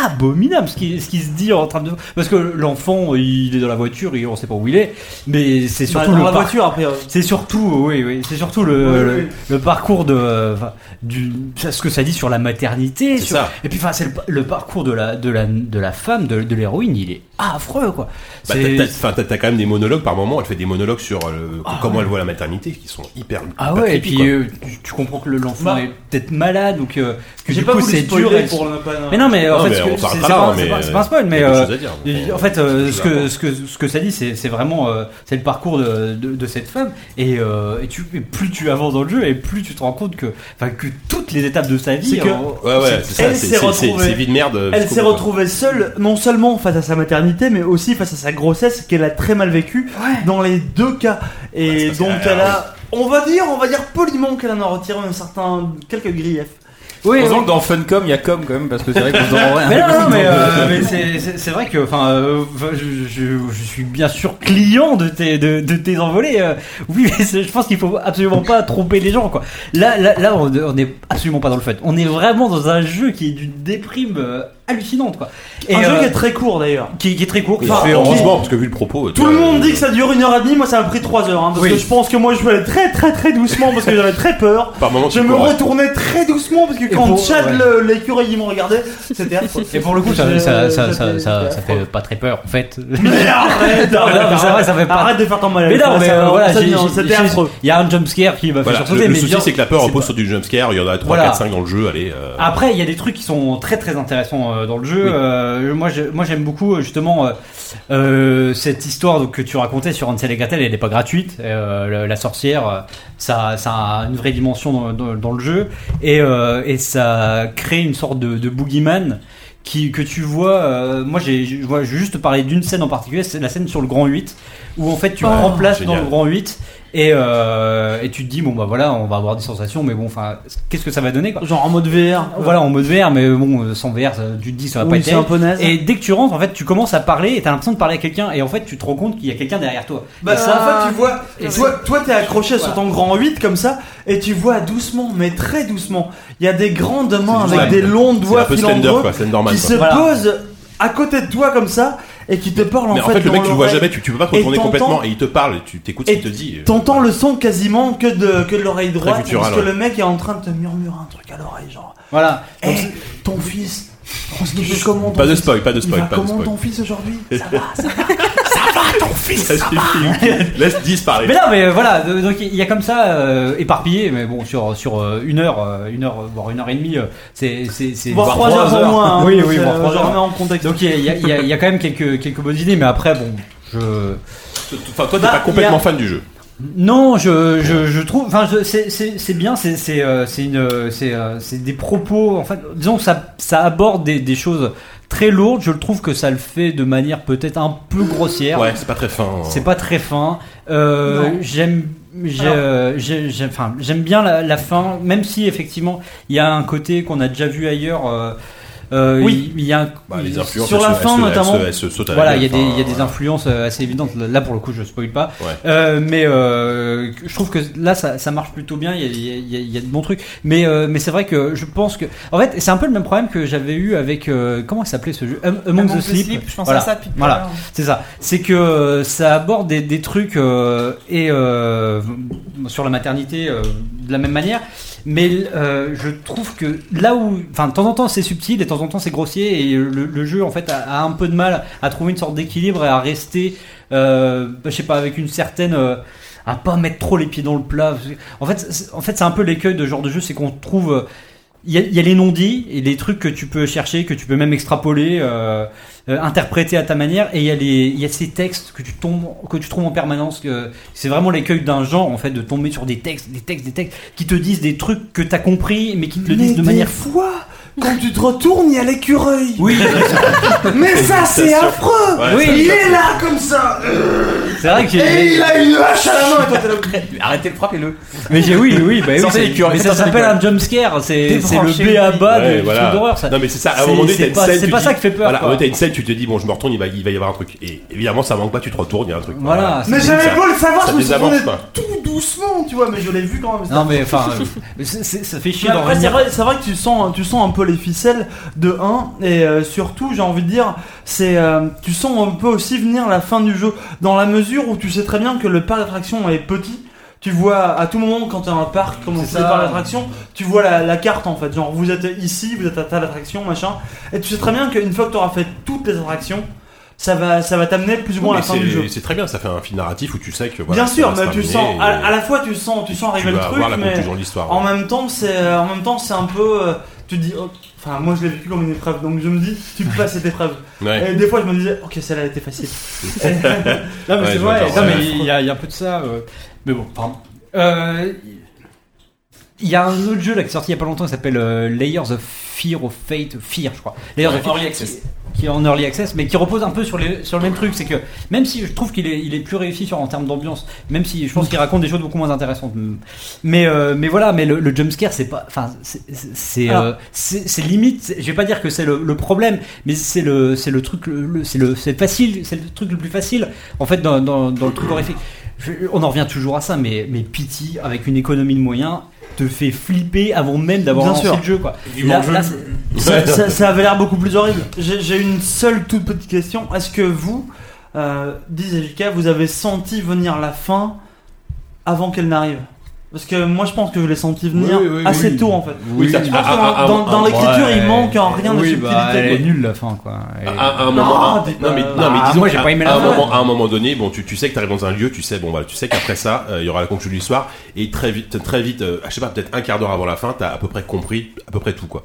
abominable ce qui, ce qui se dit en train de parce que l'enfant il est dans la voiture et on sait pas où il est, mais c'est surtout
Bah, dans
le
la
par-
voiture après.
C'est surtout, oui, oui, c'est surtout le,
Oui,
le,
oui.
le parcours de, euh, enfin, du, ce que ça dit sur la maternité.
C'est
sur-
ça.
Et puis, enfin, c'est le, le parcours de la, de la, de la femme, de, de l'héroïne, il est affreux, quoi.
Bah,
C'est-
t'as- t'as- enfin, t'as t'as quand même des monologues par moment. Elle fait des monologues sur euh, comment elle voit la maternité qui sont hyper.
ah
hyper
ouais, et
creepy,
puis
quoi.
euh, tu, tu comprends que le- l'enfant
Bah.
est peut-être malade ou que, que
J'ai
du
pas
coup
voulu
c'est dur.
spoiler
et-
pour ne pas.
Mais non, mais en
Non,
fait,
mais
ce
on
que- c'est
parlera
c'est
là,
pas,
hein,
c'est
mais
pas- c'est pas un spoil, mais
il y a des
euh,
choses à dire.
Et En fait, euh, ce, que, ce, que, ce que ça dit, c'est c'est vraiment euh, c'est le parcours de, de- de cette femme. Et, euh, et tu, et plus tu avances dans le jeu, et plus tu te rends compte que, enfin, que toutes les étapes de sa vie. euh,
C'est que-
en-
Ouais, ouais, c'est ça,
elle
c'est-
s'est
c'est- c'est
retrouvée-
c'est vie de merde. euh,
Elle
jusqu'au
s'est
bout, quoi.
retrouvée seule, non seulement face à sa maternité, mais aussi face à sa grossesse qu'elle a très mal vécue dans les deux cas.
Ouais, c'est
Et
parce
donc
qu'elle
elle
a-
a, on va dire, on va dire poliment qu'elle en a retiré un certain quelques griefs.
Oui,
Heureusement
oui.
que dans Funcom, il y a com quand même, parce que c'est vrai que vous en
Mais non, non, mais, euh, mais c'est- c'est c'est vrai que, enfin, euh, enfin, je, je- je suis bien sûr client de tes de, de tes envolées. euh. oui, mais c'est- je pense qu'il faut absolument pas tromper les gens, quoi. Là, là, là, on, on est absolument pas dans le fun. On est vraiment dans un jeu qui est d'une déprime euh, hallucinante, quoi. Et,
un jeu
euh,
qui est très court d'ailleurs.
qui, qui est très court.
Oui,
Enfin,
c'est
en-
heureusement, parce que vu le propos.
Ah,
euh,
Tout le monde dit que ça dure une heure et demie, moi ça m'a pris trois heures, hein, parce
Oui.
que je pense que moi je jouais très très très doucement parce que j'avais très peur.
Par moment,
Je
tu
me
cours.
retournais très doucement parce que quand
pour-
Chad
ouais.
le- l'écureuil il m'en regardait, c'était affreux.
Et pour le coup, ça,
Je-
ça, ça, ça,
j'étais-
ça,
j'étais
ça
affreux.
fait pas très peur en fait.
Mais arrête,
Non, mais
arrête,
c'est vrai, ça fait
arrête,
pas-
arrête de faire ton mal à
mais
l'enfant,
non, mais
ça-
euh, voilà,
ça,
j'ai-
non,
j'ai-
c'était
j'ai-
affreux.
il y a un jumpscare qui m'a fait
Voilà,
sursauter.
le, le
mais
souci
bien-
c'est que la peur
c'est
repose sur du jumpscare, il y en a 3,
Voilà.
4, 5 dans le jeu, allez. euh,
Après, il y a des trucs qui sont très très intéressants euh, dans le jeu.
Oui.
Euh, moi, je- moi, j'aime beaucoup euh, justement euh, euh, cette histoire donc, que tu racontais sur Hansel et Gretel. Elle n'est pas gratuite. Euh, la, la sorcière, euh, ça, ça a une vraie dimension dans, dans- dans le jeu et, euh, et ça crée une sorte de, de boogeyman. Qui, que tu vois, euh, moi j'ai, je vois- je vais juste parler d'une scène en particulier, c'est la scène sur le Grand 8, où en fait
Oh.
tu remplaces dans
Ah, génial.
le Grand 8 et, euh, et tu te dis, bon bah voilà, on va avoir des sensations, mais bon, enfin, qu'est-ce que ça va donner quoi
Genre en mode VR.
voilà en mode VR mais bon euh, sans VR ça- tu te dis ça va pas
Oui,
être
c'est un
terrible.
peu naze.
et dès que tu rentres en fait tu commences à parler et t'as l'impression de parler à quelqu'un et en fait tu te rends compte qu'il y a quelqu'un derrière toi Et
Bah, en fait, tu vois,
et
toi, toi, t'es accroché sur
Voilà.
ton grand 8 comme ça, et tu vois doucement, mais très doucement, il y a des grandes mains
C'est
avec
juste
des
ça.
longues
C'est un
doigts
peu Slender,
filandreux
quoi, Slenderman.
qui
quoi.
se
Voilà.
posent à côté de toi comme ça, et qui te parlent
Mais
en fait.
le mec,
dans
tu le vois
l'oreille.
jamais, tu, tu peux pas te
Et
retourner complètement
t'entends-
et il te parle, tu t'écoutes ce
et
qu'il te dit. euh,
T'entends le son quasiment que de, que de l'oreille droite,
guttural,
parce que
ouais.
le mec est en train de te murmurer un truc à l'oreille, genre.
voilà
Eh, ton fils, on se dit comment ton
Pas de
fils
spoil, pas de
Il va
spoil, pas de
comment
spoil.
ton fils aujourd'hui
Ça suffit, Laisse 10 parler.
mais non mais euh, voilà de- donc il y a comme ça euh, éparpillé mais bon sur sur euh, une heure euh, une heure euh, voire une heure et demie euh, c'est c'est c'est
Voire trois heures au moins. hein,
oui
parce
oui
que,
voire trois
euh,
heures
je remets en contexte.
donc il y a, il y, a, il y a- il y a quand même quelques quelques bonnes idées mais après bon je
Enfin, toi, t'es
Bah,
pas complètement
y a-
fan du jeu.
Non, je, je, je trouve. Enfin, je- c'est- c'est c'est bien, c'est c'est euh, c'est une euh, c'est euh, c'est des propos. En fait, disons que ça ça aborde des, des choses très lourdes. Je le trouve que ça le fait de manière peut-être un peu grossière.
Ouais, c'est pas très fin. hein.
C'est pas très fin. Euh,
Non.
J'aime. j'ai,
Alors.
euh, j'ai- j'ai- enfin, J'aime bien la, la fin, même si effectivement il y a un côté qu'on a déjà vu ailleurs. euh, euh,
Oui.
il il y a un-
Bah, les influences,
sur la
elles se-
fin
elles se-
notamment.
elles se- elles se sautent à la
Voilà,
gueule,
il y, a des-
enfin,
il y a des influences euh, assez évidentes. Là, pour le coup, je spoil pas.
Ouais.
Euh, mais euh, je trouve que là, ça, ça marche plutôt bien. Il y a, il y a- il y a- il y a de bons trucs. Mais, euh, mais c'est vrai que je pense que. En fait, c'est un peu le même problème que j'avais eu avec. euh, comment il s'appelait ce jeu Am- Among,
Among
the
the
Sleep.
Sleep, je pense
Voilà.
à ça depuis tout à
Voilà.
l'heure.
C'est ça. C'est que euh, ça aborde des, des trucs euh, et euh, sur la maternité euh, de la même manière. Mais euh, je trouve que là où, enfin, de temps en temps c'est subtil et de temps en temps c'est grossier et le, le jeu en fait a, a un peu de mal à trouver une sorte d'équilibre et à rester, euh, bah, je sais pas, avec une certaine, euh, à pas mettre trop les pieds dans le plat. En fait, c'est- en fait, c'est un peu l'écueil de ce genre de jeu, c'est qu'on trouve euh, il y, a- il y a les non-dits et les trucs que tu peux chercher, que tu peux même extrapoler, euh, euh, interpréter à ta manière. Et il y a les, il y a ces textes que tu tombes, que tu trouves en permanence. Que c'est vraiment l'écueil d'un genre en fait de tomber sur des textes, des textes, des textes qui te disent des trucs que t'as compris, mais qui te le disent de manière
fois, quand tu te retournes, il y a l'écureuil.
Oui.
Mais ça, c'est affreux.
Ouais, ça,
il
ça,
est là comme ça.
C'est vrai que j'ai-
Et il a une hache à la main. Et toi, t'es là.
Arrêtez le frappez-le.
Mais j'ai oui, oui, bah oui.
Sortez
c'est-
les culs,
mais ça
sortez les
s'appelle
culs.
un jumpscare, c'est c'est
Débranchez-vous.
le B.A.B.A.
Ouais,
du
voilà.
truc d'horreur. ça.
Non mais c'est ça. À un moment donné, t'as
C'est- c'est
une
pas-
scène.
C'est
tu
pas
dis-
ça qui fait peur.
Voilà,
quoi.
ouais, t'as une scène, tu te dis bon, je me retourne, il va, il va y avoir un truc. Et évidemment, ça manque pas, tu te retournes, il y a un truc.
Voilà.
Mais
C'est
j'avais
ça.
beau le savoir,
Ça
je me suis
désavance
tourné
pas.
tout doucement, tu vois, mais je l'ai vu quand même.
Non mais enfin, euh, c'est- c'est- ça fait chier
Mais
d'en
après, c'est
revenir.
vrai, c'est vrai que tu sens, tu sens un peu les ficelles de 1 et euh, surtout, j'ai envie de dire, c'est, euh, tu sens un peu aussi venir la fin du jeu dans la mesure où tu sais très bien que le parc d'attraction est petit. Tu vois à tout moment quand t'es dans un parc, comme on
C'est
fait
ça.
par l'attraction, tu vois la, la carte en fait. Genre vous êtes ici, vous êtes à telle attraction, machin. Et tu sais très bien qu'une fois que t'auras fait toutes les attractions, ça va, ça va t'amener plus ou moins à
Mais
la fin du jeu.
c'est- C'est très bien, ça fait un film narratif où tu sais que. voilà,
Bien
ça
sûr,
va se
mais tu
terminer
sens,
et-
à, à la fois tu sens, tu sens
tu
arriver
vas
le truc,
avoir la
mais
conclusion de l'histoire.
en
ouais.
même temps, c'est en même temps, c'est un peu euh, tu te dis oh, enfin moi je l'ai vécu comme une épreuve donc je me dis tu passes cette épreuve.
Ouais.
Et des fois je me disais OK, celle-là elle était facile. Et-
Non mais
Ouais,
c'est
je
vrai.
vois bien,
Non
ouais.
mais il y, a- il y a un peu de ça. euh, Mais bon, pardon. Euh, Il y a un autre jeu là qui est sorti il y a pas longtemps qui s'appelle euh, Layers of Fear of Fate, Fear je crois. Layers of Fear,
Early access.
Qui, qui est en early access, mais qui repose un peu sur, les, sur le même truc. C'est que même si je trouve qu'il est, il est plus réussi sur, en termes d'ambiance, même si je pense qu'il raconte des choses beaucoup moins intéressantes. Mais, euh, mais voilà, mais le, le jumpscare, c'est pas. Enfin, c'est- c'est- c'est
Alors-
euh, c'est- c'est limite. c'est- Je vais pas dire que c'est le, le problème, mais c'est le, c'est le truc. Le, le- c'est le, c'est facile, c'est le truc le plus facile, en fait, dans, dans, dans le truc horrifique. Je- on en revient toujours à ça, mais, mais Pity, avec une économie de moyens, te fait flipper avant même d'avoir
Bien
lancé
sûr.
le jeu, quoi.
Vivement
Là-
le jeu.
là, c'est-
ça, ça- ça avait l'air beaucoup plus horrible. J'ai j'ai une seule toute petite question. Est-ce que vous, euh, Diz et JK, vous avez senti venir la fin avant qu'elle n'arrive Parce que moi je pense que je l'ai senti venir
Oui, oui,
assez
oui.
tôt en fait.
Oui, ça- ah,
Je
à-
pense que dans,
à- à-
dans- dans
à-
l'écriture
ouais.
il manque en rien de
Oui,
subtilité.
bah, elle est
quoi.
nulle la fin, quoi. Et-
À, à un
Non,
moment,
dis
non,
pas.
mais, non,
Ah,
mais disons,
moi, j'ai
à-
pas aimé la
à un
fin.
moment, à un moment donné, bon, tu, tu sais que t'arrives dans un lieu, tu sais, bon, voilà, tu sais qu'après ça, euh, il y aura la conclusion de l'histoire, et très vite, très vite, euh, je sais pas, peut-être un quart d'heure avant la fin, t'as à peu près compris, à peu près tout, quoi.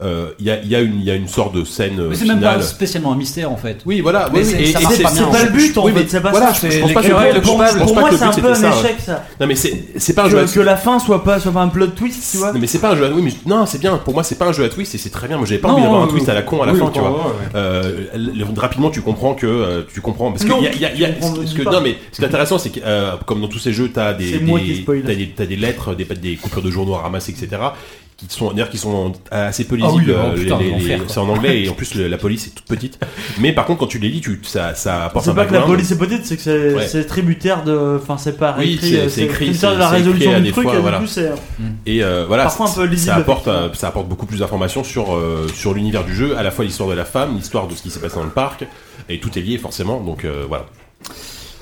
Euh, Il y, a, il y a une, il y a une sorte de scène euh,
Mais c'est même pas
finale.
spécialement un mystère, en fait.
Oui, voilà.
Mais
oui,
c'est-
oui,
ça
et- et
marche
c'est-
pas
c'est
bien,
C'est pas le but en
Oui, mais
fait, c'est pas
voilà,
ça.
je pense pas que le
Ouais,
but- je
pour
pense-
moi,
je pense
pour
pas
moi,
que le
c'est
but,
un peu
c'était
un
ça, ouais.
échec ça.
Non, mais c'est c'est pas un jeu à
que, que la fin soit pas, soit pas un plot twist, tu vois.
Non mais c'est pas un jeu à oui mais je- non c'est bien pour moi c'est pas un jeu à twist et c'est très bien moi j'avais pas envie
Non,
d'avoir un
euh,
twist à la con à la
oui,
fin tu
bah,
vois
ouais, ouais.
Euh, le- rapidement tu comprends que euh, tu comprends parce que
Non,
il y a, il y a- il y a-
tu comprends
ce- ce
pas.
que- non mais ce qui est intéressant c'est que euh, comme dans tous ces jeux t'as des
C'est moi qui
des,
spoil.
t'as des t'as des lettres des des coupures de journaux à ramasser etc qui sont d'ailleurs qui sont assez peu
Ah
lisibles
oui, oh,
euh,
putain,
les- les-
l'enfer,
les-
quoi.
c'est en anglais et en plus le- la police est toute petite mais par contre quand tu les lis tu ça ça apporte un
C'est pas que la
background.
police est petite, c'est que c'est
Ouais.
c'est tributaire de. Enfin, c'est pas
Oui,
réécrit,
c'est-
euh,
c'est écrit,
tributaire de la
c'est- c'est écrit
résolution
à
du
des
truc,
fois,
et du
voilà.
coup, c'est.
Et euh, voilà,
Parfois un peu lisible,
ça apporte,
effectivement.
euh, ça apporte beaucoup plus d'informations sur euh, sur l'univers du jeu, à la fois l'histoire de la femme, l'histoire de ce qui s'est passé dans le parc, et tout est lié forcément. Donc euh, voilà.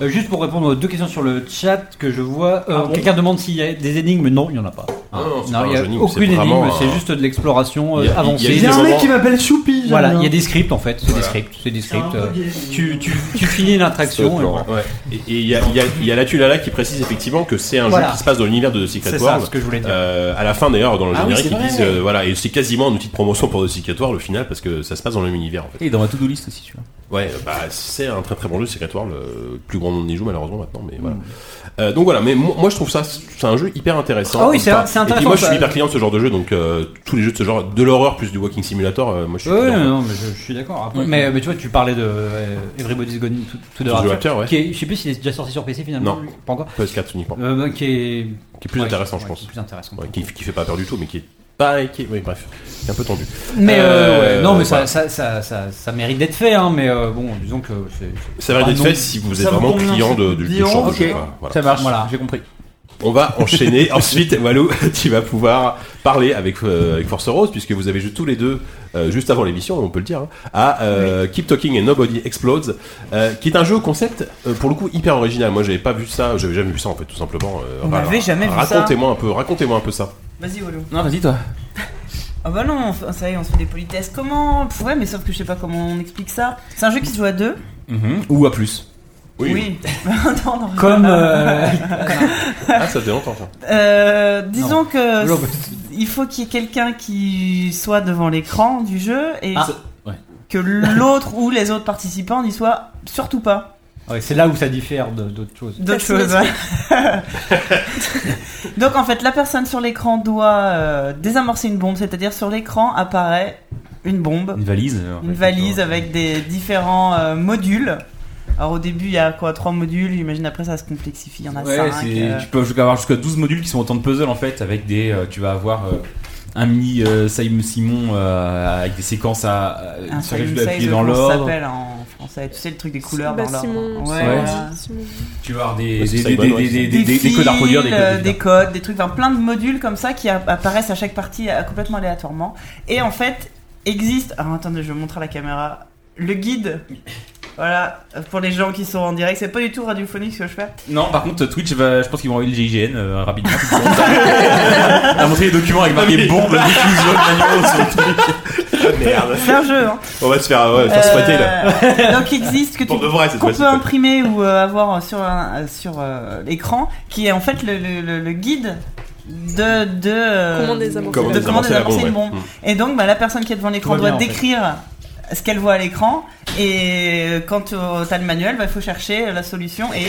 Euh, juste pour répondre aux deux questions sur le chat que je vois, euh,
Ah bon
quelqu'un demande s'il y a des énigmes. Non, il n'y en a pas.
Ah non, c'est
Non,
pas
il n'y
un
a
énigme, c'est
aucune
vraiment
énigme,
un-
c'est juste de l'exploration euh,
Il y a- il y a
avancée.
des
Il y a un mec
moments-
qui m'appelle Choupi, j'aime
Voilà,
bien.
il y a des scripts en fait, c'est des
Voilà.
scripts, c'est des
C'est un
scripts.
peu
euh,
gay.
tu, tu, tu finis l'attraction. et voilà.
Et et il y a il y a il y a la Tulala qui précise effectivement que c'est un
Voilà.
jeu qui se passe dans l'univers de The Secret
C'est ça
World.
ce que je voulais dire.
Euh, à la fin d'ailleurs dans le
Ah oui,
générique
c'est
ils
vrai,
disent
ouais.
euh, voilà et c'est quasiment un outil de promotion pour The Secret World le final parce que ça se passe dans le même univers en fait.
Et dans ma to-do list aussi, tu vois.
Ouais, euh, bah, c'est un très très bon jeu, Secret World. Le plus grand monde y joue malheureusement maintenant, mais
Hmm.
voilà. Euh, donc voilà, mais mo- moi je trouve ça, c'est un jeu hyper intéressant.
Ah oui, c'est
Enfin,
un- c'est
Et puis
intéressant,
moi je
ça.
suis hyper client de ce genre de jeu, donc euh, tous les jeux de ce genre, de l'horreur plus du Walking Simulator, euh, moi je suis.
Ouais,
client.
ouais, non, mais je, je suis d'accord. Après, Mais, mais tu vois, tu parlais de euh, Everybody's Gone to, to the
To the
Rapture,
Rapture, ouais.
qui est- je sais plus s'il est déjà sorti sur PC finalement.
Non.
lui, pas encore.
PS4 uniquement.
Euh, bah, qui est
Qui est plus
ouais,
intéressant,
ouais,
je
qui
pense.
est Plus intéressant.
Ouais, qui, qui fait pas peur du tout, mais qui est pas. Qui est- oui, bref, qui est un peu tendu.
Mais euh,
Euh,
ouais, non, mais
voilà.
ça, ça, ça, ça, ça mérite d'être fait. Hein, mais euh, bon, disons que c'est.
Ça va
Ah
d'être
non.
fait si vous êtes
Ça vous
vraiment
convient,
client
ça
de,
vous
du,
dit,
du genre
oh,
de jeu.
ok.
quoi. Voilà.
Ça marche,
Voilà.
j'ai compris.
On va enchaîner. Ensuite, Walou, tu vas pouvoir parler avec, euh, avec Force Rose, puisque vous avez joué tous les deux, euh, juste avant l'émission, on peut le dire, hein, à euh, Keep Talking and Nobody Explodes, euh, qui est un jeu concept, euh, pour le coup, hyper original. Moi, j'avais pas vu ça, j'avais jamais vu ça, en fait, tout simplement. euh,
On
ra-
n'avait jamais vu ça.
Racontez-moi un peu, racontez-moi un peu ça.
Vas-y, Walou.
Non, vas-y, toi.
Ah bah non, on fait- ça y est, on se fait des politesses. Comment Pff, Ouais, mais sauf que je sais pas comment on explique ça. C'est un jeu qui se joue à deux.
Ou à plus.
non, non.
Comme. euh,
Ah, ça fait longtemps, ça.
Euh, disons
Non.
que
Non, mais-
il il faut qu'il y ait quelqu'un qui soit devant l'écran du jeu et
Ah,
que l'autre ou les autres participants n'y soient surtout pas.
Ouais, c'est là où ça diffère de- d'autres choses.
D'autres choses. Donc en fait, la personne sur l'écran doit euh, désamorcer une bombe, c'est-à-dire sur l'écran apparaît une bombe.
Une valise.
Une valise avec des différents euh, modules. Alors au début, il y a quoi Trois modules, j'imagine après ça se complexifie, il y en a
Ouais,
cinq.
c'est-
euh.
tu peux jusqu'à avoir jusqu'à 12 modules qui sont autant de puzzles en fait avec des euh, tu vas avoir euh, un mini euh, Simon Simon euh, avec des séquences à euh,
Un
sur lesquelles
Simon
tu dois appuyer
Says,
dans
comment ça
l'ordre.
s'appelle en français Tu sais le truc des couleurs
Bah,
dans l'ordre.
Simon,
Ouais,
Ouais.
voilà.
Tu vas avoir des
Parce que
des- des-
Simon, ouais,
des-
c'est-
des- des- des- des
fils,
codes à reproduire, des codes à
euh,
faire.
des codes, des trucs, enfin, plein de modules comme ça qui a- apparaissent à chaque partie euh, complètement aléatoirement. Et en fait, existe. Alors attendez, je vais montrer à la caméra le guide. Voilà, pour les gens qui sont en direct, c'est pas du tout radiophonique ce que je fais.
Non, par contre, Twitch, va, je pense qu'ils vont envoyer le GIGN euh, rapidement. à montrer les documents avec marqué bombe, diffusion, manuaux sur le truc.
Merde.
C'est un jeu, hein.
On va se faire, ouais, faire squatter là.
Euh, donc existe que tu
Pour de vrai cette
qu'on
fois-ci.
peut imprimer ou euh, avoir sur un- euh, sur euh, l'écran, qui est en fait le, le- le- le guide de de euh,
Comment désamorcer
de
Comment
comment
désamorcer la
désamorcer
bombe,
une
ouais.
bombe.
Mm.
Et donc bah, la personne qui est devant l'écran
Tout
doit
va bien, en fait.
décrire ce qu'elle voit à l'écran et euh, quand tu as le manuel, il faut chercher la solution et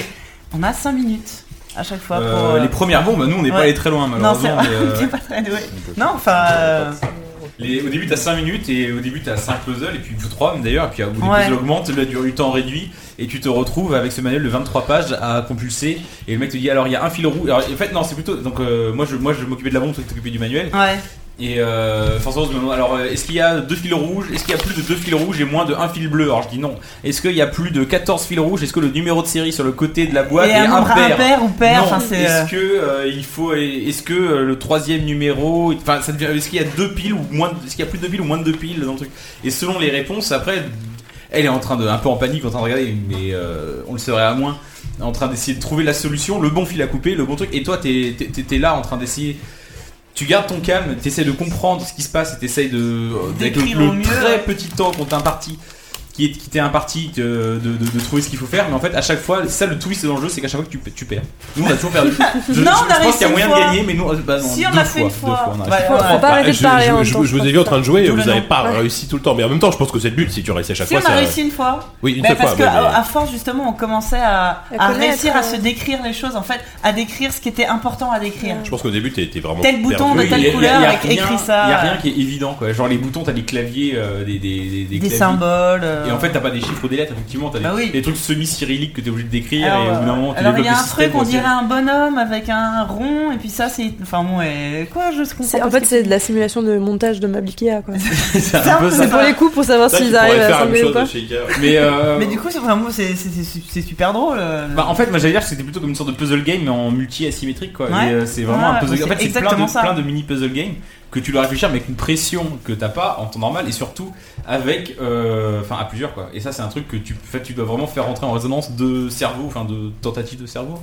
on a 5 minutes à chaque fois pour
Euh,
euh,
les premières bombes, nous on n'est pas
Ouais.
allé très loin
Non, c'est
malheureusement. mais, euh,
t'es pas très doué. Non, enfin euh,
les- au début t'as 5 minutes et au début t'as 5 puzzles et puis 3 même d'ailleurs, et puis au bout des
Ouais.
puzzles augmentent, la durée du temps réduit et tu te retrouves avec ce manuel de 23 pages à compulser et le mec te dit alors il y a un fil rouge. Alors, en fait non c'est plutôt donc euh, moi je moi je m'occupais de la bombe, toi tu t'occupais du manuel.
ouais.
Et euh, forcément, on se demande, alors euh, est-ce qu'il y a deux fils rouges Est-ce qu'il y a plus de deux fils rouges et moins de un fil bleu Alors je dis non. Est-ce qu'il y a plus de 14 fils rouges Est-ce que le numéro de série sur le côté de la boîte
et
est
un nombre
impair
impair ou pair,
Non.
enfin c'est euh,
Est-ce que euh, il faut Est-ce que euh, le troisième numéro Enfin, ça devient. Est-ce qu'il y a deux piles ou moins de- Est-ce qu'il y a plus de deux piles ou moins de deux piles dans le truc Et selon les réponses, après, elle est en train de un peu en panique, en train de regarder, mais euh, on le saurait à moins. En train d'essayer de trouver la solution, le bon fil à couper, le bon truc. Et toi, t'es t'es- t'es- t'es là en train d'essayer. Tu gardes ton calme, t'essayes de comprendre ce qui se passe et t'essayes de avec le,
D'écrire
le
au mieux.
très petit temps qu'on t'a imparti qui est qui t'est imparti de, de, de- de trouver ce qu'il faut faire mais en fait à chaque fois ça le twist dans le jeu c'est qu'à chaque fois que tu, tu perds nous on a toujours perdu je, je-
Non, on
je
a
pense qu'il
réussi
y a
une
moyen
fois.
de gagner mais nous bah non,
Si, on
deux
l'a fait une
deux
fois.
on a
Ouais,
réussi.
Faut, faut pas
Bah,
arrêter
je,
de parler
je-
hein,
en même
je-
temps,
je vous ai vu en train de jouer,
Tout le
vous n'avez
long.
pas
Ouais.
réussi tout le temps, mais en même temps, je pense que c'est le but. Si tu réussis à chaque
Si
fois,
on a
ça-
réussi une fois,
Oui, une
Bah,
seule
parce
fois.
que
mais-
à, à force justement, on commençait à,
À
à
connaître,
réussir
euh.
à se décrire les choses, en fait, à décrire ce qui était important à décrire.
Je pense qu'au début, t'es t'es vraiment.
Tel bouton de
perdu.
telle
Oui,
y a-
couleur,
y a
avec
rien-
écrit ça.
y a rien qui est évident quoi genre les boutons t'as des claviers euh, des des des, des
Des
claviers.
symboles. euh.
et en fait t'as pas des chiffres ou des lettres effectivement t'as des,
Bah oui.
des trucs semi cyrilliques que t'es obligé de décrire
alors,
et au bout d'un
euh,
moment tu
alors, il y
développes
a
le
un
système
truc, on
pour essayer-
dirait un bonhomme avec un rond, et puis ça, c'est. Enfin bon, et quoi, je comprends.
C'est-
pas
En
ce
fait,
que-
c'est de la simulation de montage de Mablikia, quoi.
c'est
Ça,
un peu ça
C'est pour les coups, pour savoir
Ça, tu
s'ils
pourrais
arrivent à
faire la même
assembler ou
chose
pas.
de chez Ikea.
mais euh,
Mais du coup, c'est vraiment, c'est c'est- c'est- c'est super drôle. euh.
Bah, en fait, moi j'allais dire que c'était plutôt comme une sorte de puzzle game mais en multi asymétrique quoi.
Ouais.
Et, euh, c'est vraiment
Ouais,
un puzzle.
c'est
En fait, c'est plein
exactement ça.
de, plein de mini puzzle game que tu dois réfléchir mais avec une pression que t'as pas en temps normal et surtout avec, euh, enfin, à plusieurs quoi. Et ça, c'est un truc que tu, en fait, tu dois vraiment faire rentrer en résonance de cerveau, enfin, de tentative de cerveau.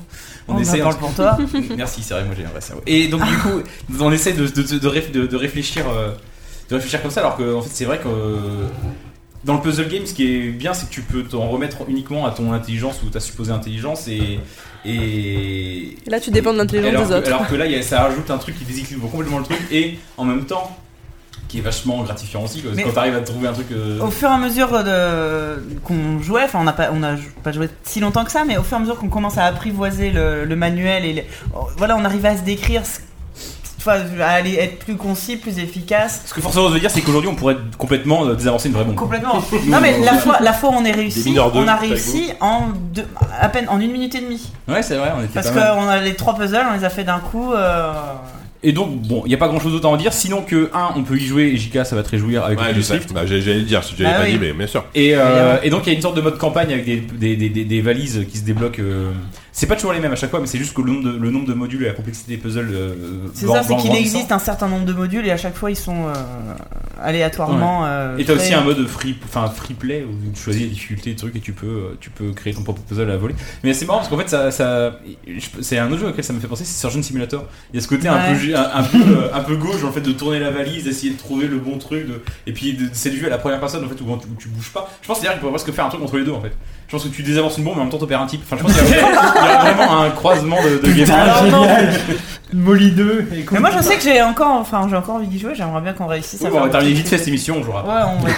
On
essaie
parle pour toi.
Merci, c'est vrai, moi j'ai un vrai cerveau. Et donc du coup, on essaie de, de, de, de réf- de- de réfléchir, euh, de réfléchir comme ça, alors que en fait c'est vrai que euh, dans le puzzle game, ce qui est bien, c'est que tu peux t'en remettre uniquement à ton intelligence ou ta supposée intelligence et et
Là, tu dépends de
alors
l'intelligence
que,
des autres.
alors que là, il y a- ça rajoute un truc qui déséquilibre complètement le truc et en même temps qui est vachement gratifiant aussi quoi, parce que
Mais-
quand t'arrives à trouver un truc. euh,
Au fur et à mesure euh, de qu'on jouait, enfin on n'a pas on a pas joué si longtemps que ça, mais au fur et à mesure qu'on commence à apprivoiser le, le manuel et les- oh, voilà, on arrivait à se décrire, ce- enfin, à aller être plus concis, plus efficace.
Ce que forcément on veut dire, c'est qu'aujourd'hui, on pourrait complètement euh, désamorcer une vraie bombe.
Complètement. non mais la fois la fois où on est réussi,
mineurs de
on a
avec
réussi en deux, à peine en une minute et demie
Ouais, c'est vrai, on était
parce
pas
que
mal.
on a les trois puzzles, on les a fait d'un coup. euh,
Et donc, bon, il n'y a pas grand chose d'autre à en dire, sinon que, un, on peut y jouer, et JK, ça va te réjouir avec
Ouais,
le
je sais.
Swift.
Bah, j'ai- J'allais le dire, si je l'avais
Ah
pas
oui.
dit, mais bien sûr.
Et, euh, et donc, il y a une sorte de mode campagne avec des, des, des, des- des valises qui se débloquent. euh, C'est pas toujours les mêmes à chaque fois, mais c'est juste que le nombre de, le nombre de modules et la complexité des puzzles. euh,
C'est
grand-
ça, c'est
grand-
qu'il
grandissant.
existe un certain nombre de modules et à chaque fois ils sont euh, aléatoirement. euh,
Et t'as aussi
créés.
un mode free, enfin free play où tu choisis la difficulté des trucs et tu peux, euh, tu peux créer ton propre puzzle à voler. Mais c'est marrant parce qu'en fait, ça, ça, je- c'est un autre jeu auquel ça me fait penser, c'est Surgeon Simulator. Il y a ce côté un
Ouais.
peu, ju- un, un peu, euh, un peu gauche, en fait, de tourner la valise, d'essayer de trouver le bon truc, de, et puis de, c'est du jeu à la première personne, en fait, où, où tu bouges pas. Je pense c'est-à-dire qu'il pourrait presque faire un truc entre les deux, en fait. Je pense que tu désamorces une bombe, mais en même temps t'opères un type. Enfin, je pense qu'il y, a- il y a vraiment un croisement de, de gameplay.
Alors, non.
Molly 2. et
Mais moi, je sais que j'ai encore, enfin, j'ai encore envie d'y jouer. J'aimerais bien qu'on réussisse
Oui,
à
bon, on
faire.
va terminer vite fait cette émission, on jouera.
Ouais, on va-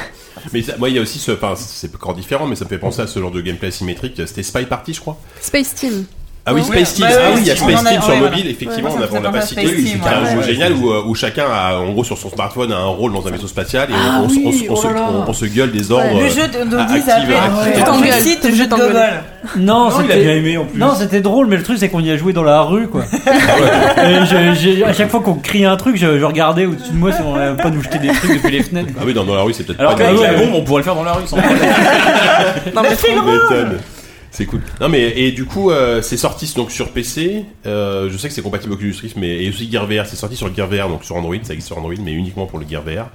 Mais ça- moi, il y a aussi ce. Enfin, c'est encore différent, mais ça me fait penser à ce genre de gameplay asymétrique. C'était Spy Party, je crois.
Space Team.
Ah oui,
Ouais.
Space Team.
Ouais,
ah
ouais,
oui, il y a
Space Team.
Space Team
Ouais,
sur
voilà.
mobile, effectivement,
Ouais,
on
ça,
n'a
ça
on l'a
s'appelle
pas
Space
cité.
Team,
C'est un
ouais.
jeu
Ouais.
génial où, euh, où chacun a, en gros, sur son smartphone, a un rôle dans un vaisseau spatial et
Ah
on, on-
oui,
on- on se,
oh là là.
on- on se gueule des ordres.
Le
euh,
jeu de
à-
Doggy
active-
s'appelle.
hein.
active-
ouais.
Je
t'engueules.
cite, le jeu de
t'engueules.
Gogol.
Non,
Non, il a
c'était-
bien aimé en plus.
Non, c'était drôle, mais le truc, c'est qu'on y a joué dans la rue, quoi.
Ah
Et je- j'ai- à chaque fois qu'on criait un truc, je, je regardais au-dessus de moi si on n'avait pas nous jeter des trucs depuis les fenêtres.
Ah oui, dans, dans la rue, c'est peut-être
Alors
pas
qu'avec
mal.
la bombe, on pourrait le faire dans la rue sans problème.
Non, mais
Tu m'étonnes. C'est cool. Non mais et du coup euh, c'est sorti donc sur PC. euh, je sais que c'est compatible avec Oculus Rift, mais et aussi Gear VR. C'est sorti sur le Gear VR donc sur Android. Ça existe sur Android, mais uniquement pour le Gear VR.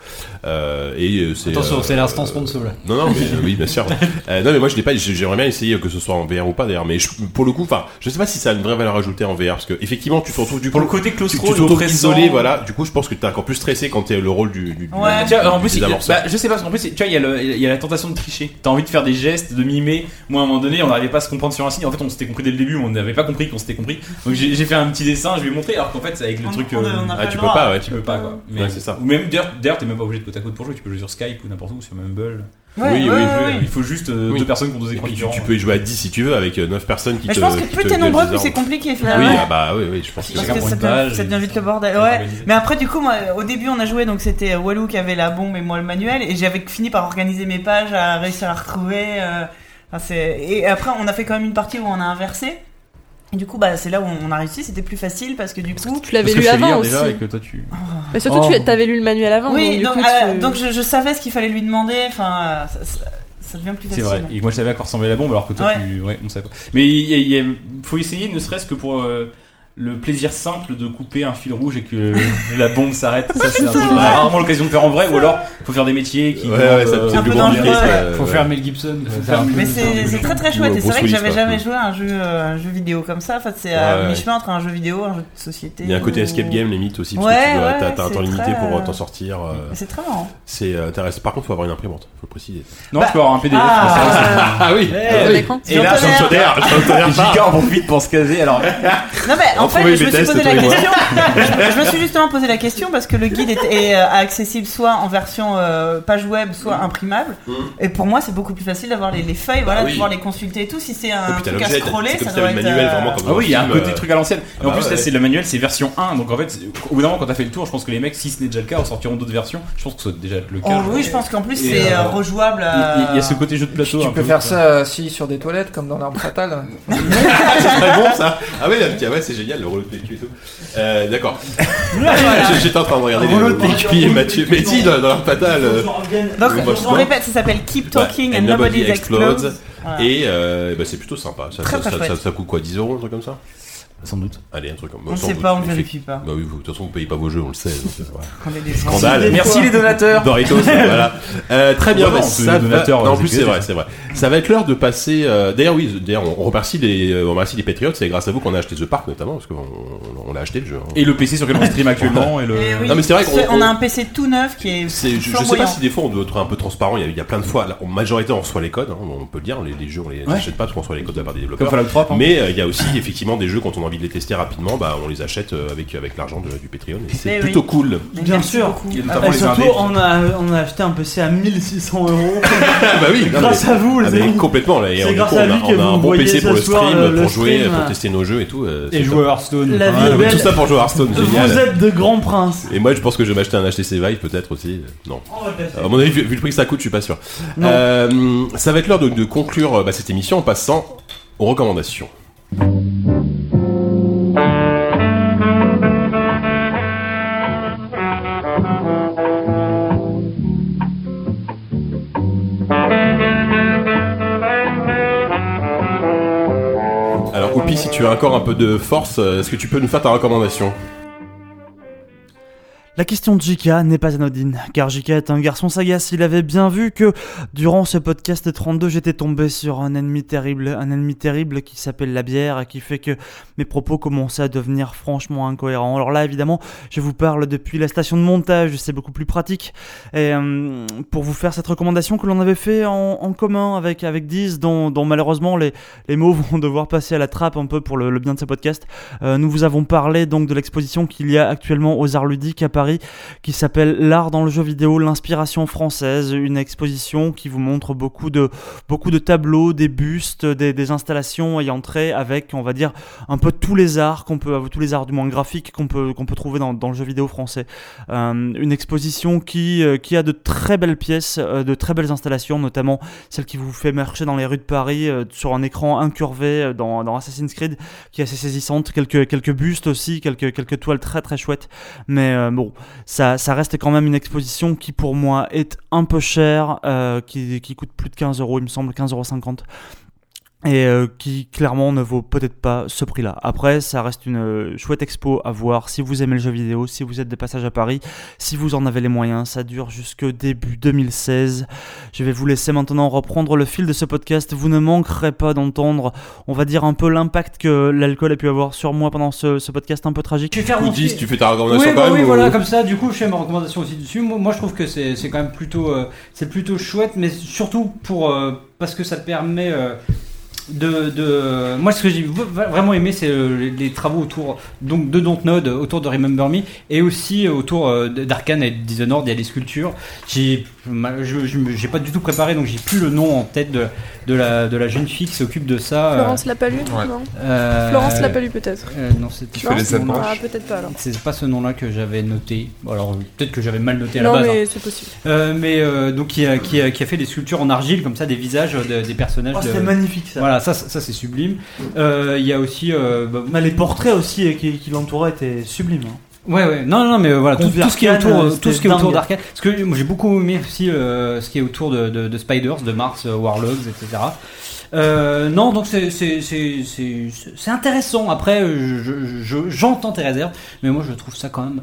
Euh, et euh, c'est
Attention,
euh,
c'est l'instant sponsor, là.
non, non, mais euh, oui, bien sûr. Euh, non, mais moi, je l'ai pas. j'ai- J'aimerais bien essayer que ce soit en VR ou pas, d'ailleurs. Mais je- pour le coup, enfin, je sais pas si ça a une vraie valeur ajoutée en VR, parce que effectivement, tu te retrouves du
Pour
coup,
le côté
tu,
claustro,
tu te
et
retrouves
oppressant.
isolé, voilà. Du coup, je pense que t'es encore plus stressé quand t'es le rôle du. du, du-
Ouais.
du-
Tiens, alors, en
du
plus, il y a-
désamorceur.
bah, je sais pas, parce qu'en plus, tu vois, il y, a le- il y a la tentation de tricher. T'as envie de faire des gestes, de mimer. Moi, à un moment donné, on n'arrivait pas à se comprendre sur un signe. En fait, on s'était compris dès le début, mais on n'avait pas compris qu'on s'était compris. Donc, j'ai j'ai fait un petit dessin, je lui ai montré, alors qu'en fait, c'est avec le
On-
truc.
on-
euh,
on a-
Ah, tu peux
droit.
pas, ouais.
tu peux pas, quoi. Mais-
Ouais, c'est ça.
Ou même, d'ailleurs, d'ailleurs, t'es même pas obligé de côte à côte pour jouer. Tu peux jouer sur Skype ou n'importe où, sur Mumble.
Ouais,
Oui,
ouais,
oui,
ouais, ouais.
Il faut juste euh,
Oui.
deux personnes qui ont deux
Et
écrans
puis, tu,
différents.
tu peux y jouer à 10 si tu veux avec 9 personnes qui
Mais
te.
je pense que
qui
plus
te
t'es
gueulent
nombreux,
des
plus c'est
ordres.
compliqué
Oui,
finalement.
ah bah oui, oui, je pense que.
Parce
Chacun
que
prend
ça
une
devient,
page
ça
et-
devient vite le bordel.
et
Ouais.
organiser.
Mais après, du coup, moi, au début, on a joué, donc c'était Walou qui avait la bombe et moi le manuel, et j'avais fini par organiser mes pages, à réussir à retrouver. euh, enfin, c'est- et après, on a fait quand même une partie où on a inversé. Et du coup, bah, c'est là où on a réussi, c'était plus facile parce que du coup.
Tu l'avais
Parce que
lu
je sais lire
avant aussi.
hein,
Ah.
déjà et que toi, tu.
Mais surtout,
Oh. ah,
tu avais lu le manuel avant.
Oui,
donc,
donc,
du coup,
euh,
tu-
donc je, je savais ce qu'il fallait lui demander, enfin, euh, ça, ça- ça devient plus
C'est
facile.
vrai. Et moi, je savais à quoi ressemblait la bombe, alors que toi,
Ouais.
tu... ouais, on savait pas. Mais il y a- il y a- faut essayer, ne serait-ce que pour euh, le plaisir simple de couper un fil rouge et que la bombe s'arrête. Ça, c'est un truc qu'on a rarement l'occasion de faire en vrai. Ou alors, faut faire des métiers qui.
Ouais, ouais, ça
demandent, euh,
c'est
un
plus
peu
compliqué,
dangereux,
ça,
Faut
ouais.
faire Mel Gibson. faut faire un peu-
euh, Mais c'est c'est très très
Ou,
chouette
euh,
et c'est
Bruce
vrai que
Willis,
j'avais
quoi.
jamais joué à un jeu, euh, un jeu vidéo comme ça. Enfin, c'est à
Ouais, ouais.
mi-chemin entre un jeu vidéo, un jeu de société.
Il y a un côté
ou-
escape game limite aussi, parce
Ouais,
que tu dois-
ouais,
t'as- t'as un
c'est
temps limité
très,
pour euh,
euh,
t'en sortir. euh,
Mais C'est très marrant. Bah,
C'est euh, intéressant. Par contre, faut avoir une imprimante, faut le préciser.
Non, tu peux avoir un PDF.
Ah,
Ah oui.
sur l'écran.
Et là,
Jean
Jean
Tonnerre, Jean Tonnerre part.
Giga en profite pour se caser. Alors,
non mais en fait,
Retrouvez
je me suis
Bethesda,
posé la
toi et moi.
question. je me suis justement posé la question parce que le guide est, est, euh, accessible soit en version euh, page web, soit imprimable. Et pour moi, c'est beaucoup plus facile d'avoir les, les feuilles, voilà,
Mm. Bah
de
oui.
pouvoir les consulter et tout. Si c'est
Et
un
puis t'as
truc à
l'objet, t'as-
scroller,
c'est comme
ça
si t'avais
doit
le
être.
manuel
euh,
vraiment comme
Ah
dans
oui, il y a un
film,
côté
euh,
truc à l'ancienne. Et
ah
en
bah
plus, là,
ouais.
c'est le manuel, c'est version 1. Donc en fait, au bout d'un moment, quand t'as fait le tour, je pense que les mecs, si ce n'est déjà le cas, ressortiront d'autres versions. Je pense que ça doit déjà être le
oh,
cas.
oui, je pense qu'en plus
Et,
c'est
euh,
euh, rejouable.
Il y a- il y a ce
euh,
côté jeu de
Et puis,
plateau.
tu
un
peux
peu.
faire ça assis sur des toilettes comme dans l'arme fatale.
C'est très bon ça. Ah oui, la petite- ouais, c'est génial le rouleau de PQ et tout. Euh, D'accord. J'étais en train de regarder
Rouleau
le
de PQ.
PQ et Mathieu Petit dans, dans leur fatale. euh,
Donc,
Bon, bah, je
on
crois.
répète, ça s'appelle Keep Talking
Ouais,
and Nobody Explodes. Ah, Voilà.
Et euh, bah, c'est plutôt sympa. Ça,
Très,
ça,
très
ça-
chouette.
ça coûte quoi 10 euros, un truc comme ça
Sans doute.
Allez, un truc comme bah,
On ne
sans
sait
doute,
pas, on ne
mais-
vérifie pas.
Bah oui, vous- de toute façon, vous payez pas vos jeux, on le sait. donc, euh, voilà.
Quand on est des gens.
Scandale.
Merci les donateurs.
Doritos, voilà. Euh, très bien,
Ouais,
bah,
on peut
ça
les
va...
donateurs, hein,
non, en
c'est
plus c'est
que-
vrai, c'est vrai. Ça va être l'heure de passer. euh, D'ailleurs, oui, d'ailleurs, on on remercie les, euh, on remercie les Patriotes. C'est grâce à vous qu'on a acheté The Park notamment parce qu'on on,
Bah,
on l'a acheté le jeu. hein.
Et le PC sur lequel on stream actuellement. Et le...
Eh oui.
Non, mais c'est vrai qu'on-
on a un PC tout neuf qui est.
C'est- je, je sais
flamboyant.
pas si des fois on doit être un peu transparent. Il y a, il y a plein de fois, là, en majorité, on reçoit les codes. hein, on peut le dire, les, les jeux on les
Ouais.
achète pas parce qu'on reçoit les codes de la part des
Comme
développeurs.
Fallout 3. hein.
Mais euh, il y a aussi effectivement des jeux quand on a envie de les tester rapidement, bah on les achète euh, avec avec l'argent de- du Patreon. et C'est
Eh oui.
plutôt cool.
Mais
Bien
merci
sûr.
beaucoup.
Il y a
Ah, Et
notamment les
surtout,
indés.
on a, on a acheté un PC à 1600 euros.
Ah bah oui. non, mais-
grâce à vous,
Ah,
les
mais
amis.
complètement là, et
C'est
du coup,
grâce
on
à
a,
lui que
on a
vous
un bon
voyez
PC
ce
pour le
soir,
stream,
euh, le
pour jouer,
stream.
pour tester nos jeux et tout. euh,
Et
c'est
jouer à Hearthstone.
La
top.
vie est
Ouais, euh, Tout
belle.
ça pour jouer à Hearthstone,
Vous
génial.
êtes de grands princes.
Et moi je pense que je vais m'acheter un HTC Vive peut-être aussi. Non. À mon avis, vu, vu le prix que ça coûte, je suis pas sûr.
Non.
Euh, ça va être l'heure de, de conclure euh, bah, cette émission en passant aux recommandations. Alors, Oupi, si tu as encore un peu de force, euh, est-ce que tu peux nous faire ta recommandation
La question de JK n'est pas anodine, car JK est un garçon sagace. Il avait bien vu que, durant ce podcast 32, j'étais tombé sur un ennemi terrible, un ennemi terrible qui s'appelle la bière, et qui fait que mes propos commençaient à devenir franchement incohérents. Alors là, évidemment, je vous parle depuis la station de montage, c'est beaucoup plus pratique. Et euh, pour vous faire cette recommandation que l'on avait fait en, en commun avec, avec Diz, dont, dont malheureusement les, les mots vont devoir passer à la trappe un peu pour le, le bien de ce podcast, euh, nous vous avons parlé donc de l'exposition qu'il y a actuellement aux Arts Ludiques à Paris qui s'appelle L'art dans le jeu vidéo, l'inspiration française, une exposition qui vous montre beaucoup de, beaucoup de tableaux, des bustes, des, des installations ayant trait avec, on va dire, un peu tous les arts qu'on peut, tous les arts du moins graphiques qu'on peut, qu'on peut trouver dans, dans le jeu vidéo français. Euh, une exposition qui, euh, qui a de très belles pièces, euh, de très belles installations, notamment celle qui vous fait marcher dans les rues de Paris euh, sur un écran incurvé euh, dans, dans Assassin's Creed, qui est assez saisissante, quelques, quelques bustes aussi, quelques, quelques toiles très très chouettes, mais euh, bon, ça, ça reste quand même une exposition qui pour moi est un peu chère, euh, qui, qui coûte plus de 15 euros, il me semble, 15,50 euros et euh, qui clairement ne vaut peut-être pas ce prix-là. Après, ça reste une euh, chouette expo à voir si vous aimez le jeu vidéo, si vous êtes de passage à Paris, si vous en avez les moyens. Ça dure jusque début 2016. Je vais vous laisser maintenant reprendre le fil de ce podcast. Vous ne manquerez pas d'entendre, on va dire, un peu l'impact que l'alcool a pu avoir sur moi pendant ce, ce podcast un peu tragique.
Je vais faire
Ou
mon
10,
petit-
tu fais ta
Oui,
recommandation quand
bah
même
oui,
ou-
voilà, comme ça, du coup, je fais ma recommandation aussi dessus. Moi, moi, je trouve que c'est c'est quand même plutôt, euh, c'est plutôt chouette, mais surtout pour euh, parce que ça permet euh, de, de- Moi, ce que j'ai v- vraiment aimé, c'est euh, les, les travaux autour donc de Dontnod, autour de Remember Me, et aussi autour euh, d'Arkane et de Dishonored. Il y a des sculptures. J'ai ma- je- je me- j'ai pas du tout préparé, donc j'ai plus le nom en tête de, de la de la jeune fille qui s'occupe de ça.
Florence l'a pas lu
Ouais.
non
Euh,
Florence l'a pas lu peut-être.
euh, non, c'était
Tu fais les
c'est mon nom.
approches.
Ah, peut-être pas alors.
C'est pas ce nom-là que j'avais noté. Bon, alors euh, peut-être que j'avais mal noté à
Non,
la base. hein.
mais c'est possible.
Euh, mais euh, donc qui a, qui, a, qui a fait des sculptures en argile comme ça, des visages euh, de- des personnages. de-
Oh, magnifique ça.
Voilà, ça, ça, ça, c'est sublime. Euh, Il y a aussi. euh, bah,
Mais les portraits aussi euh, qui, qui l'entouraient étaient sublimes. hein.
Ouais, ouais, non, non, non, mais euh, voilà, tout,
Contre
tout ce qui est
Arkane,
autour,
euh,
euh, tout ce qui est
c'était
autour
dingue.
d'Arkane. Parce que moi, j'ai beaucoup aimé aussi euh, ce qui est autour de, de, de Spiders, de Mars, euh, Warlocks, etc. Euh, non, donc c'est c'est c'est c'est c'est intéressant. Après, euh, je- je- je- j'entends tes réserves, mais moi je trouve ça quand même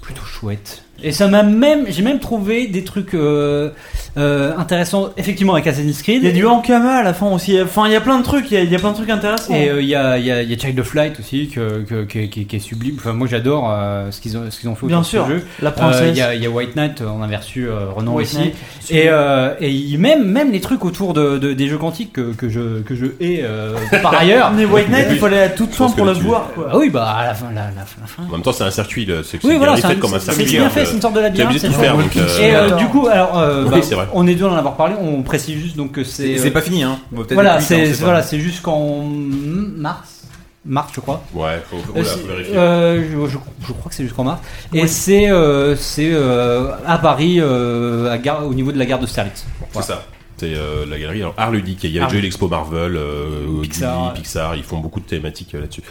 plutôt chouette. Et ça m'a même, j'ai même trouvé des trucs euh, euh, intéressants, effectivement avec Assassin's Creed.
Il y a du Ankama à la fin aussi. Enfin, il y a plein de trucs. Il y a, il y a plein de trucs intéressants.
Et euh, il y, a, il y, a, il y a Child of Light aussi, que, que- qui, qui- qui est sublime. Enfin, moi j'adore euh, ce qu'ils ont, ce qu'ils ont fait
Bien
autour de ce
sûr.
jeu.
la
Euh,
princesse.
Il y a- il y, a White Knight, euh, on avait reçu euh, Renan
White
ici.
Knight.
Et, euh, et il- même, même les trucs autour de, de- des jeux quantiques que, que je, que je hais euh, par ailleurs.
Mais White Knight,
Oui.
il fallait à toute
Je
fin
pense
pour
que
le
tu-
voir. Quoi.
Ah oui, bah à la fin. La, la fin, la fin.
En même temps, c'est un circuit, le- c'est
Oui,
c'est
voilà,
bien
c'est
fait comme un
c'est
circuit.
bien
hein,
fait,
euh,
c'est une sorte de
T'es
labyrinthe.
obligé de tout
c'est
faire,
vraiment-
donc. euh,
Et euh, du coup, alors, euh,
Oui,
bah,
c'est vrai.
on est deux d'en avoir parlé, on précise juste donc que c'est.
C'est
euh,
pas fini, hein. Bon, peut-être
Voilà,
plus, hein, on
c'est
sait pas.
voilà, c'est jusqu'en mars. Mars, je crois.
Ouais, faut, faut-
Euh,
oula,
c'est-
faut vérifier.
euh, je, je- je crois que c'est jusqu'en mars. Et c'est euh, c'est euh, à Paris, euh, à gare, au niveau de la gare de Sterlitz.
C'est ça. C'est euh, la galerie alors, Art Ludique. Il y avait
Art
déjà eu l'Expo Marvel, euh,
Pixar,
Gulli,
ouais.
Pixar. Ils font beaucoup de thématiques euh, là-dessus.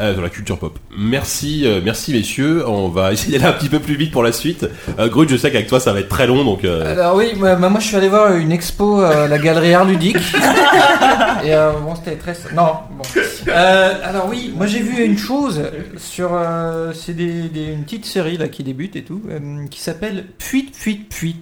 Euh, dans la culture pop. Merci, euh, merci messieurs. On va essayer d'aller un petit peu plus vite pour la suite. Euh, Grut, je sais qu'avec toi, ça va être très long, donc. euh,
Alors oui, moi, bah, moi, je suis allé voir une expo euh, à la galerie Art Ludique. Et euh, bon, c'était très. Non, bon. Euh, alors oui, moi j'ai vu une chose sur. euh, c'est des, des- une petite série là qui débute et tout, euh, qui s'appelle Puit Puit Puit.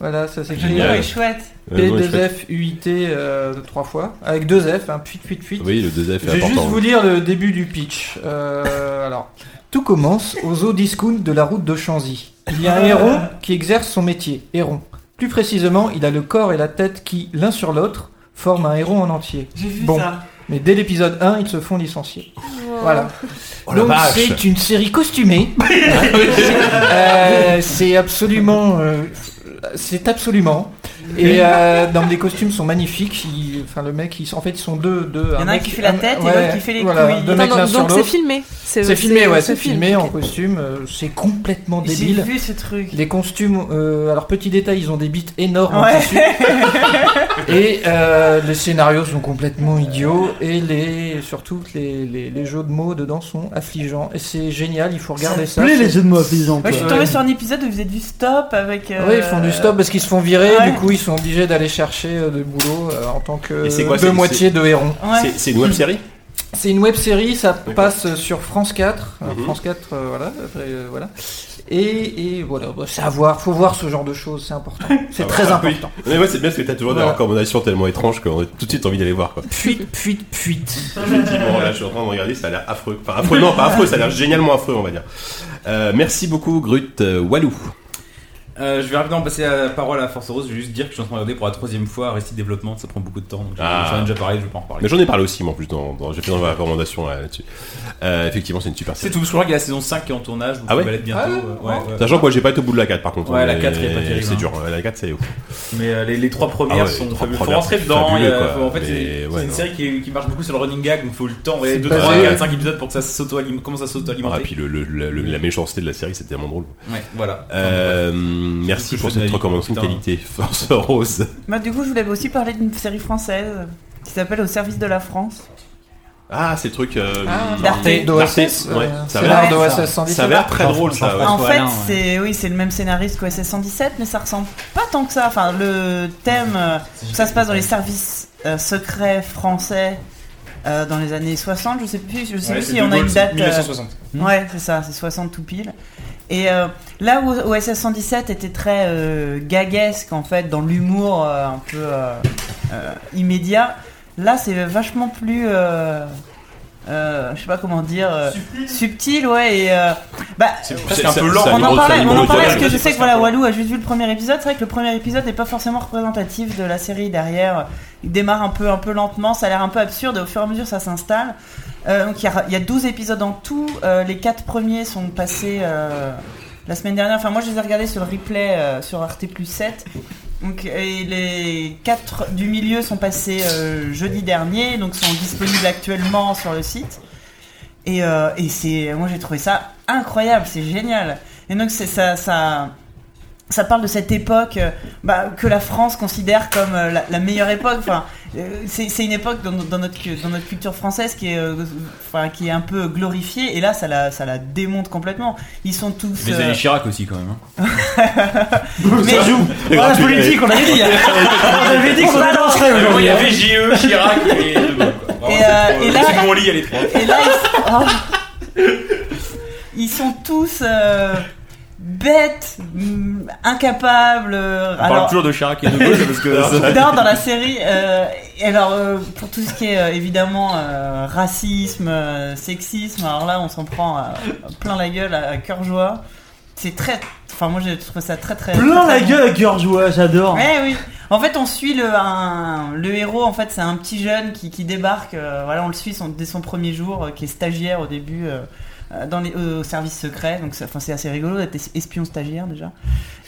voilà, ça s'écrit
Génial.
Ouais, chouette.
euh, non, je fais-
P2FUIT euh, trois fois, avec deux F, hein, Puit Puit Puit.
Oui, le 2F
Je
est
vais juste
important.
vous lire le début du pitch. Euh, alors, tout commence aux eaux discount de la route de Chanzy. Il y a un héron qui exerce son métier, héron. Plus précisément, il a le corps et la tête qui, l'un sur l'autre, forment un héron en entier.
J'ai vu
Bon.
ça.
Mais dès l'épisode 1, ils se font licencier. Voilà.
Oh la
Donc
vache.
c'est une série costumée. Euh, c'est absolument, euh, c'est absolument. Et euh, non, mais les costumes sont magnifiques. Il- Enfin, le mec, ils, en fait, ils sont deux, deux.
y en a un
mec-
qui fait la tête et l'autre qui fait les
voilà,
couilles.
Deux
Attends,
mecs l'un
donc
sur
donc c'est
l'autre.
filmé.
C'est filmé, ouais,
ce
c'est
film.
filmé en
Ok.
costume. euh, C'est complètement
J'ai
débile.
vu ce truc.
Les costumes, euh, alors petit détail, ils ont des bites énormes en
Ouais.
tissu. et euh, les scénarios sont complètement idiots. Et les, surtout, les, les, les jeux de mots dedans sont affligeants. Et c'est génial, il faut regarder ça.
Plaît
c'est-
les jeux de mots affligeants.
Moi, je suis
quoi.
tombée sur un épisode où ils faisaient du stop avec. euh,
Oui, ils font du stop parce qu'ils se font virer,
Ouais.
du coup ils sont obligés d'aller chercher euh, de boulot euh, en tant que
Et c'est quoi,
deux
c'est-
moitiés de héron.
Ouais.
C'est- C'est une web série
C'est une web série, ça passe sur France 4. euh,
Mhm.
France 4, euh, voilà. après, euh, voilà. Et, et voilà, bah, c'est à voir. Faut voir ce genre de choses, c'est important. C'est
Ah,
très
voilà.
important.
Oui. Mais ouais, c'est bien parce que t'as toujours des
Voilà.
recommandations tellement étranges qu'on a tout de suite envie d'aller voir, quoi.
Fuite, fuite, fuite.
Euh,
Effectivement, là, je suis en train de regarder, ça a l'air affreux. Enfin, affreux, non, pas affreux, ça a l'air génialement affreux, on va dire. Euh, merci beaucoup, Grut euh, Walou.
Euh, je vais rapidement passer la parole à Force Rose. Je vais juste dire que je suis en train de regarder pour la troisième fois Aristide Développement. Ça prend beaucoup de temps. Donc
Ah.
J'en ai déjà parlé, je vais pas en reparler.
Mais j'en ai parlé aussi, moi, en plus, dans, dans- j'ai fait dans ma recommandation là, là-dessus. Euh, effectivement, c'est une super
C'est
série.
tout, parce que je crois qu'il y a la saison 5 qui est en tournage. Donc
Ah ouais
on va l'être bientôt.
Ah ouais.
euh, ouais, ouais.
Sachant que moi, j'ai pas été au bout de la 4, par contre.
Ouais, la
mais
4 est pas terrible,
C'est
hein.
dur, la 4, c'est ouf.
Mais euh, les, les trois premières
Ah ouais,
sont
les trois
fabuleuses. Faut
premières
rentrer
sont
dedans.
fabuleux,
il y a-
quoi.
faut- en fait,
Mais
c'est
ouais,
c'est une
non.
série qui, qui marche beaucoup sur le running gag. Donc faut le temps.
C'est
2,
Bah,
basé-
3, 4, 5 épisodes pour que ça s'auto-alimente. Comment ça
Ah,
s'auto-alimente
puis le, le- le- le- la méchanceté de la série, c'est tellement drôle.
Ouais, voilà.
Euh, merci
je
pour
fais
cette
de la vie,
recommandation de
putain.
qualité, Force Rose.
Bah, du coup, je voulais aussi parler d'une série française qui s'appelle Au service de la France.
Ah, ces trucs. euh,
D'Arte.
d'OSS.
ouais,
euh,
ça
c'est
va.
l'art d'OSS 117.
Ça a l'air très drôle, ça. ouais.
en
Ouais,
fait,
Alain, ouais.
c'est oui, c'est le même scénariste que SS 117, mais ça ressemble pas tant que ça. Enfin, le thème, euh, ça se passe dans les services euh, secrets français euh, dans les années 60. Je sais plus, je sais
Ouais,
plus
c'est
si
De
on a
Gaulle,
une
c'est
date. euh,
1960.
Ouais, c'est ça, c'est 60 tout pile. Et euh, là où OSS 117 était très euh, gaguesque en fait, dans l'humour euh, un peu euh, euh, immédiat, là c'est vachement plus, euh, euh, je sais pas comment dire, euh, subtil. ouais. Et euh, bah,
presque un peu lent.
ça a
on
une
en
grosse- ça a
parlait,
une
on en
grosse
parlait parce
gueule.
que je sais que voilà, Walou a juste vu le premier épisode. C'est vrai que le premier épisode n'est pas forcément représentatif de la série derrière. Il démarre un peu, un peu lentement, ça a l'air un peu absurde et au fur et à mesure ça s'installe. Euh, donc il y a, il y a 12 épisodes en tout. Euh, les quatre premiers sont passés euh, la semaine dernière. Enfin, moi je les ai regardés sur le replay euh, sur Arte Plus 7. Donc, et les quatre du milieu sont passés euh, jeudi dernier, donc sont disponibles actuellement sur le site. Et, euh, et c'est, moi j'ai trouvé ça incroyable, c'est génial. Et donc c'est ça, ça, ça parle de cette époque euh, bah, que la France considère comme euh, la, la meilleure époque. Enfin, euh, c'est c'est une époque dans, no- dans notre cu- dans notre culture française qui est, euh, enfin, qui est un peu glorifiée. Et là, ça la, ça la démonte complètement. Ils sont tous.
Les
euh,
années Chirac aussi, quand même. hein.
mais-
Voilà la politique, on avait dit.
hein.
On avait dit qu'on allait lancer
Bon, Il
aujourd'hui.
y
hein.
avait JE, E, Chirac et De Gaulle, quoi. Vraiment,
Et,
c'est
euh,
trop-
et là-
c'est comme on lit, il y a les trois.
Et là, ils, oh. Ils sont tous euh, bêtes, mm, incapables. euh,
On parle
alors,
toujours de Chirac et de Gaulle parce que.
non, dans la série, euh, et alors euh, pour tout ce qui est euh, évidemment euh, racisme, euh, sexisme, alors là on s'en prend euh, plein la gueule à, à cœur joie. C'est très, enfin moi j'ai trouvé ça très très
Plein
très,
la
très
gueule à Gurjoa, j'adore.
Ouais, oui. En fait, on suit le, un- le héros. En fait, c'est un petit jeune qui, qui débarque. euh, voilà, on le suit son- dès son premier jour, euh, qui est stagiaire au début euh, euh, dans les, euh, au service secret. Donc, c'est- enfin, c'est assez rigolo d'être es- espion stagiaire déjà.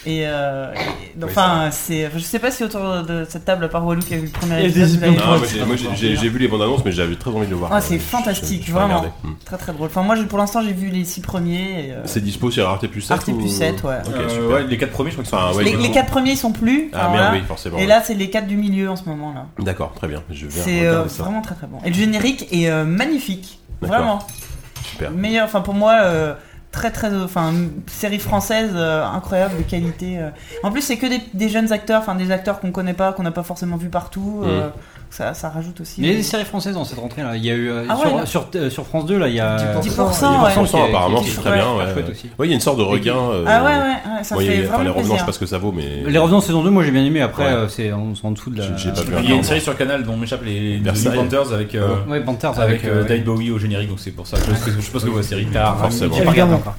Et, euh, et- donc,
Oui,
enfin, c'est. Je sais pas si autour de cette table, à part Walou qui a vu le
Il y
premier
a
épisode,
des
vous l'avez
épisodes.
Non,
vu.
mais j'ai- moi, j'ai- j'ai j'ai vu les bandes annonces, mais j'avais très envie de le voir.
Ah, c'est
Euh, je-
fantastique,
je- je vais regarder.
vraiment.
Mm.
Très très drôle. Enfin, moi, j'ai- pour l'instant, j'ai vu les six premiers. et, euh,
C'est dispo sur Arte Plus 7
Arte
ou-
plus 7, ouais.
Ok,
Euh,
super.
ouais, les quatre premiers, je crois que c'est
Enfin, ah, ouais,
les,
je-
les quatre premiers ils sont plus.
Ah
enfin,
merde,
voilà.
oui, forcément.
Et là, c'est les quatre du milieu en ce moment là.
D'accord, très bien. Je vais
C'est euh,
regarder ça.
vraiment très très bon. Et le générique est euh, magnifique.
D'accord.
Vraiment.
Super.
Meilleur, enfin pour moi, euh, très très. euh, Enfin, une série française euh, incroyable de qualité. euh. En plus, c'est que des, des jeunes acteurs, enfin des acteurs qu'on connaît pas, qu'on n'a pas forcément vu partout.
Mm.
euh, ça, ça rajoute aussi.
Il y a
euh,
des séries françaises dans cette rentrée là. Il y a eu euh,
Ah
sur,
ouais, là.
sur, euh, sur France 2 là, il y a
10%,
Ils
ouais.
ressemblent ça,
Ok,
apparemment,
ok,
c'est
ok.
très bien. Ouais,
Ouais, chouette
ouais.
aussi.
Ouais, il y a une sorte de regain. euh,
Ah ouais, ouais, ouais, ça
bon, il y a-
fait
enfin, les
vraiment
revenants, je sais
plaisir.
pas ce que ça vaut, mais.
Les revenants de saison 2, moi j'ai bien aimé. Après,
Ouais.
euh, c'est en, en dessous de la.
J'ai- j'ai pas vu.
Il y a une série sur Canal dont m'échappe les, les
Versailles.
New Panthers avec, euh,
Ouais, Panthers
avec
avec.
euh,
ouais.
David Bowie au générique, donc c'est pour ça que je, je pense que vous la série tard.
Forcément.
J'ai pas regardé encore.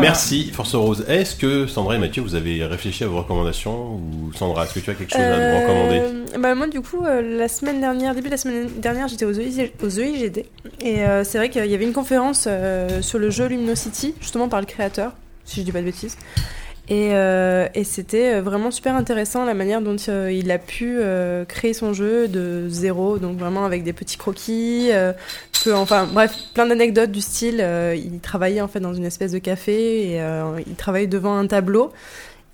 Merci, Force Rose. Est-ce que Sandra et Mathieu, vous avez réfléchi à vos recommandations Ou Sandra, est-ce que tu as quelque chose à nous recommander
Euh, bah, moi, du coup, euh, la semaine dernière, début de la semaine dernière, j'étais aux, EIG aux EIGD. Et euh, c'est vrai qu'il y avait une conférence euh, sur le jeu Luminosity, justement par le créateur, si je dis pas de bêtises. Et, euh, et c'était euh, vraiment super intéressant la manière dont euh, il a pu euh, créer son jeu de zéro, donc vraiment avec des petits croquis, euh, que- enfin bref, plein d'anecdotes du style. euh, il travaillait en fait dans une espèce de café et euh, il travaille devant un tableau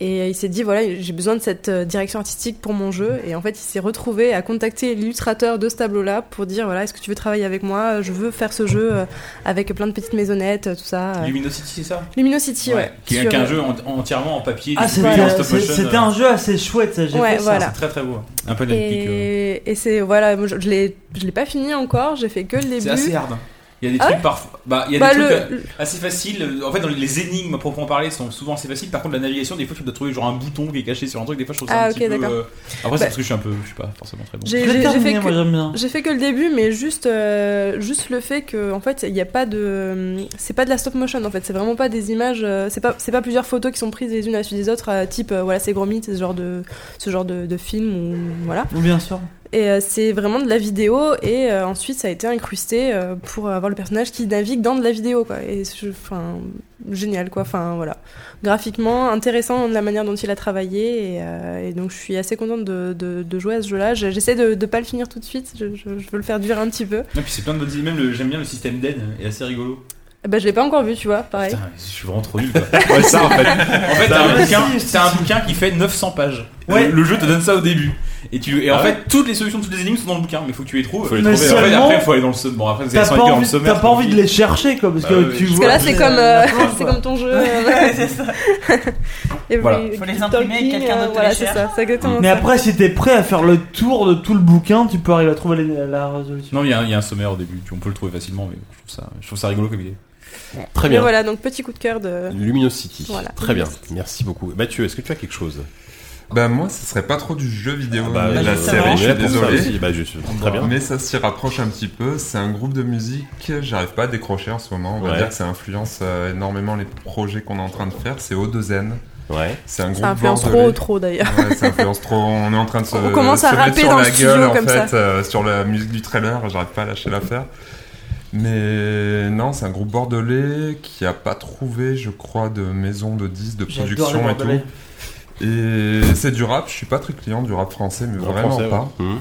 Et il s'est dit, voilà, j'ai besoin de cette euh, direction artistique pour mon jeu. Et en fait, il s'est retrouvé à contacter l'illustrateur de ce tableau-là pour dire, voilà, est-ce que tu veux travailler avec moi Je veux faire ce jeu euh, avec plein de petites maisonnettes, euh, tout ça.
Luminosity, c'est ça
Luminosity, ouais.
Qui est
Sur- euh,
qu'un jeu en- entièrement en papier.
Ah,
découpé
c'était
en stop
c'est-
motion,
c'était
euh,
un jeu assez chouette, ça, j'ai
Ouais,
fait ça.
voilà.
C'est très très beau. Un peu Netflix, euh.
Et, et c'est, voilà, moi, je, je l'ai je l'ai pas fini encore, j'ai fait que le début.
C'est assez hard. Il y a des
Ah
trucs parfois. Bah, il y a
Bah,
des trucs.
le-
euh, assez facile. En fait, dans les énigmes à proprement parler sont souvent assez faciles. Par contre, la navigation, des fois, tu dois trouver genre un bouton qui est caché sur un truc. Des fois, je trouve ça
Ah,
un
ok,
petit peu.
d'accord.
euh, Après,
Bah,
c'est parce que je suis un peu, je suis pas forcément très bon.
J'ai- j'ai-
Je l'ai
j'ai
terminé,
fait
moi
que-
j'aime bien.
J'ai fait que le début, mais juste, euh, juste le fait que, en fait, il n'y a pas de, c'est pas de la stop motion, en fait, c'est vraiment pas des images, euh, c'est pas, c'est pas plusieurs photos qui sont prises les unes à la suite des autres, euh, type, euh, voilà, c'est gros mythe, ce genre de, ce genre de, de film ou voilà.
Bien sûr.
Et euh, c'est vraiment de la vidéo, et euh, ensuite ça a été incrusté euh, pour avoir le personnage qui navigue dans de la vidéo, quoi. Et je- enfin, génial, quoi. Enfin, voilà. Graphiquement, intéressant de la manière dont il a travaillé, et, euh, et donc je suis assez contente de, de- de jouer à ce jeu-là. Je- J'essaie de ne pas le finir tout de suite, je, je- je veux le faire durer un petit peu.
Et puis, c'est plein de bonnes idées. Même le- j'aime bien le système d'aide. euh, Est assez rigolo.
Eh Ben, je l'ai pas encore vu, tu vois, pareil.
Putain, je suis vraiment trop nul. Quoi.
Ouais, ça, en fait.
En fait, t'as un, bouquin, t'as un bouquin qui fait 900 pages.
Ouais.
Le, le jeu te donne ça au début. Et, tu, et en
Ah ouais
fait, toutes les solutions, toutes les énigmes sont dans le bouquin, mais faut que tu les trouves.
Faut les
Mais
trouver,
en fait,
seulement-
après, faut aller dans le sommaire. Bon, après, c'est
T'as pas,
dans le
envie-
sommaire,
t'as pas envie de les chercher, quoi, parce
Bah
que
oui.
tu
Parce
Parce que
vois.
là, c'est comme, euh, c'est comme ton jeu. euh,
c'est ça.
Every
Voilà.
Faut les imprimer et quelqu'un
euh,
d'autre les
Voilà, c'est
cherche.
ça, c'est exactement
Mais
ça.
après, si t'es prêt à faire le tour de tout le bouquin, tu peux arriver à trouver les- la résolution.
Non, il y, a un- il y a un sommaire au début, tu- on peut le trouver facilement, mais je trouve ça, je trouve ça rigolo comme idée.
Très
Mais
bien.
voilà, donc petit coup de cœur de.
Luminosity.
Voilà.
Très bien. Merci beaucoup. Mathieu, est-ce que tu as quelque chose Ah
Bah moi, ce serait pas trop du jeu vidéo, mais de
bah,
la
je- justement.
série, je suis désolé.
Bah, je suis très bien.
Mais ça s'y rapproche un petit peu. C'est un groupe de musique. J'arrive pas à décrocher en ce moment. On va
Ouais.
dire que ça influence euh, énormément les projets qu'on est en train de faire. C'est O2N.
Ouais.
C'est un groupe
Ça influence trop,
bordelais.
trop d'ailleurs.
Ouais, ça influence trop. On est en train de se,
On commence à
se
rapper
mettre sur
dans
la
le
gueule
studio
en
comme
fait
ça.
euh, sur la musique du trailer. J'arrive pas à lâcher l'affaire. Mais non, c'est un groupe bordelais qui a pas trouvé, je crois, de maison de 10 de
J'adore les
production et
Bordelais.
tout. Et c'est du rap. Je suis pas très client du rap français, mais
En
vraiment
français, ouais.
pas.
Mhm.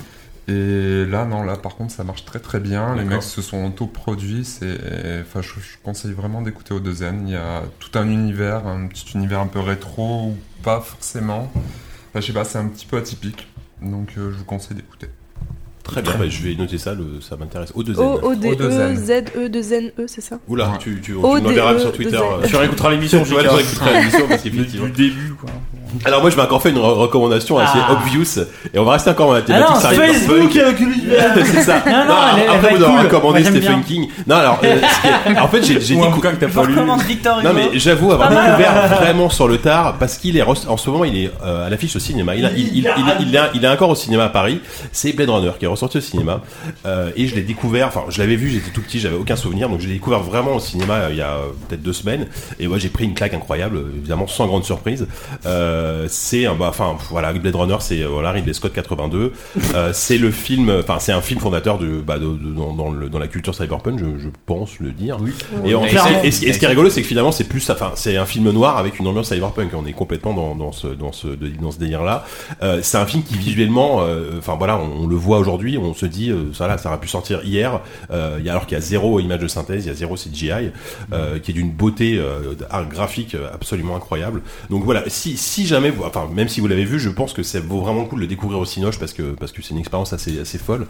Et là, non, là, par contre, ça marche très très bien. Les
D'accord.
mecs se sont autoproduits. C'est, enfin, je, je conseille vraiment d'écouter Odezen. Il y a tout un univers, un petit univers un peu rétro ou pas forcément. Enfin, je sais pas, c'est un petit peu atypique. Donc, euh, je vous conseille d'écouter.
Très bien. Bah, je vais noter ça, le- ça m'intéresse. Au deuxième.
E O-O-D-E-Z-E-2-N-E, E, c'est ça
Oula,
Ouais.
tu, tu, tu
O,
me
D,
l'enverras
E,
sur Twitter.
deux
euh,
L.
Tu réécouteras l'émission,
Sur tu vois, je réécouterai la mission, parce qu'effectivement.
début, quoi.
Alors moi je vais encore faire une re- recommandation assez
Ah.
obvious et on va rester encore dans la
Ah
thématique
non,
Cyberpunk.
Facebook avec l'univers.
c'est ça.
Non, non, elle- elle va
après
être
vous aurez
cool.
recommandé
Moi, j'aime
Stephen
bien.
King. Non alors euh, ce qui est- en fait j'ai j'ai
Ou un
décou-
bouquin que t'as
Je
pas lu.
recommande Victor Hugo.
non mais j'avoue avoir
Pas mal.
découvert vraiment sur le tard parce qu'il est re- en ce moment il est euh, à l'affiche au cinéma. Il a, il, il, il, il, il a, il est encore au cinéma à Paris. C'est Blade Runner qui est ressorti au cinéma Euh, et je l'ai découvert. Enfin je l'avais vu j'étais tout petit j'avais aucun souvenir donc je l'ai découvert vraiment au cinéma euh, il y a euh, peut-être deux semaines et moi j'ai pris une claque incroyable euh, évidemment sans grande surprise. Euh, c'est un- bah, enfin pff, voilà Blade Runner c'est euh, voilà Ridley Scott 82 Euh, c'est le film enfin c'est un film fondateur de, bah, de- de- dans, dans le- dans la culture cyberpunk je, je pense le dire et, en-
Clairement.
et ce et ce qui est rigolo c'est que finalement c'est plus enfin c'est un film noir avec une ambiance cyberpunk on est complètement dans, dans ce dans ce dans ce délire là euh, c'est un film qui visuellement, euh, enfin voilà, on, on le voit aujourd'hui, on se dit, euh, ça là, ça aurait pu sortir hier, euh, il y a- alors qu'il y a zéro image de synthèse, il y a zéro CGI, euh, qui est d'une beauté euh, d'art graphique euh, absolument incroyable. Donc voilà, si, si jamais, vous, enfin même si vous l'avez vu, je pense que ça vaut vraiment le coup de le découvrir au Cinoche parce que parce que c'est une expérience assez assez folle.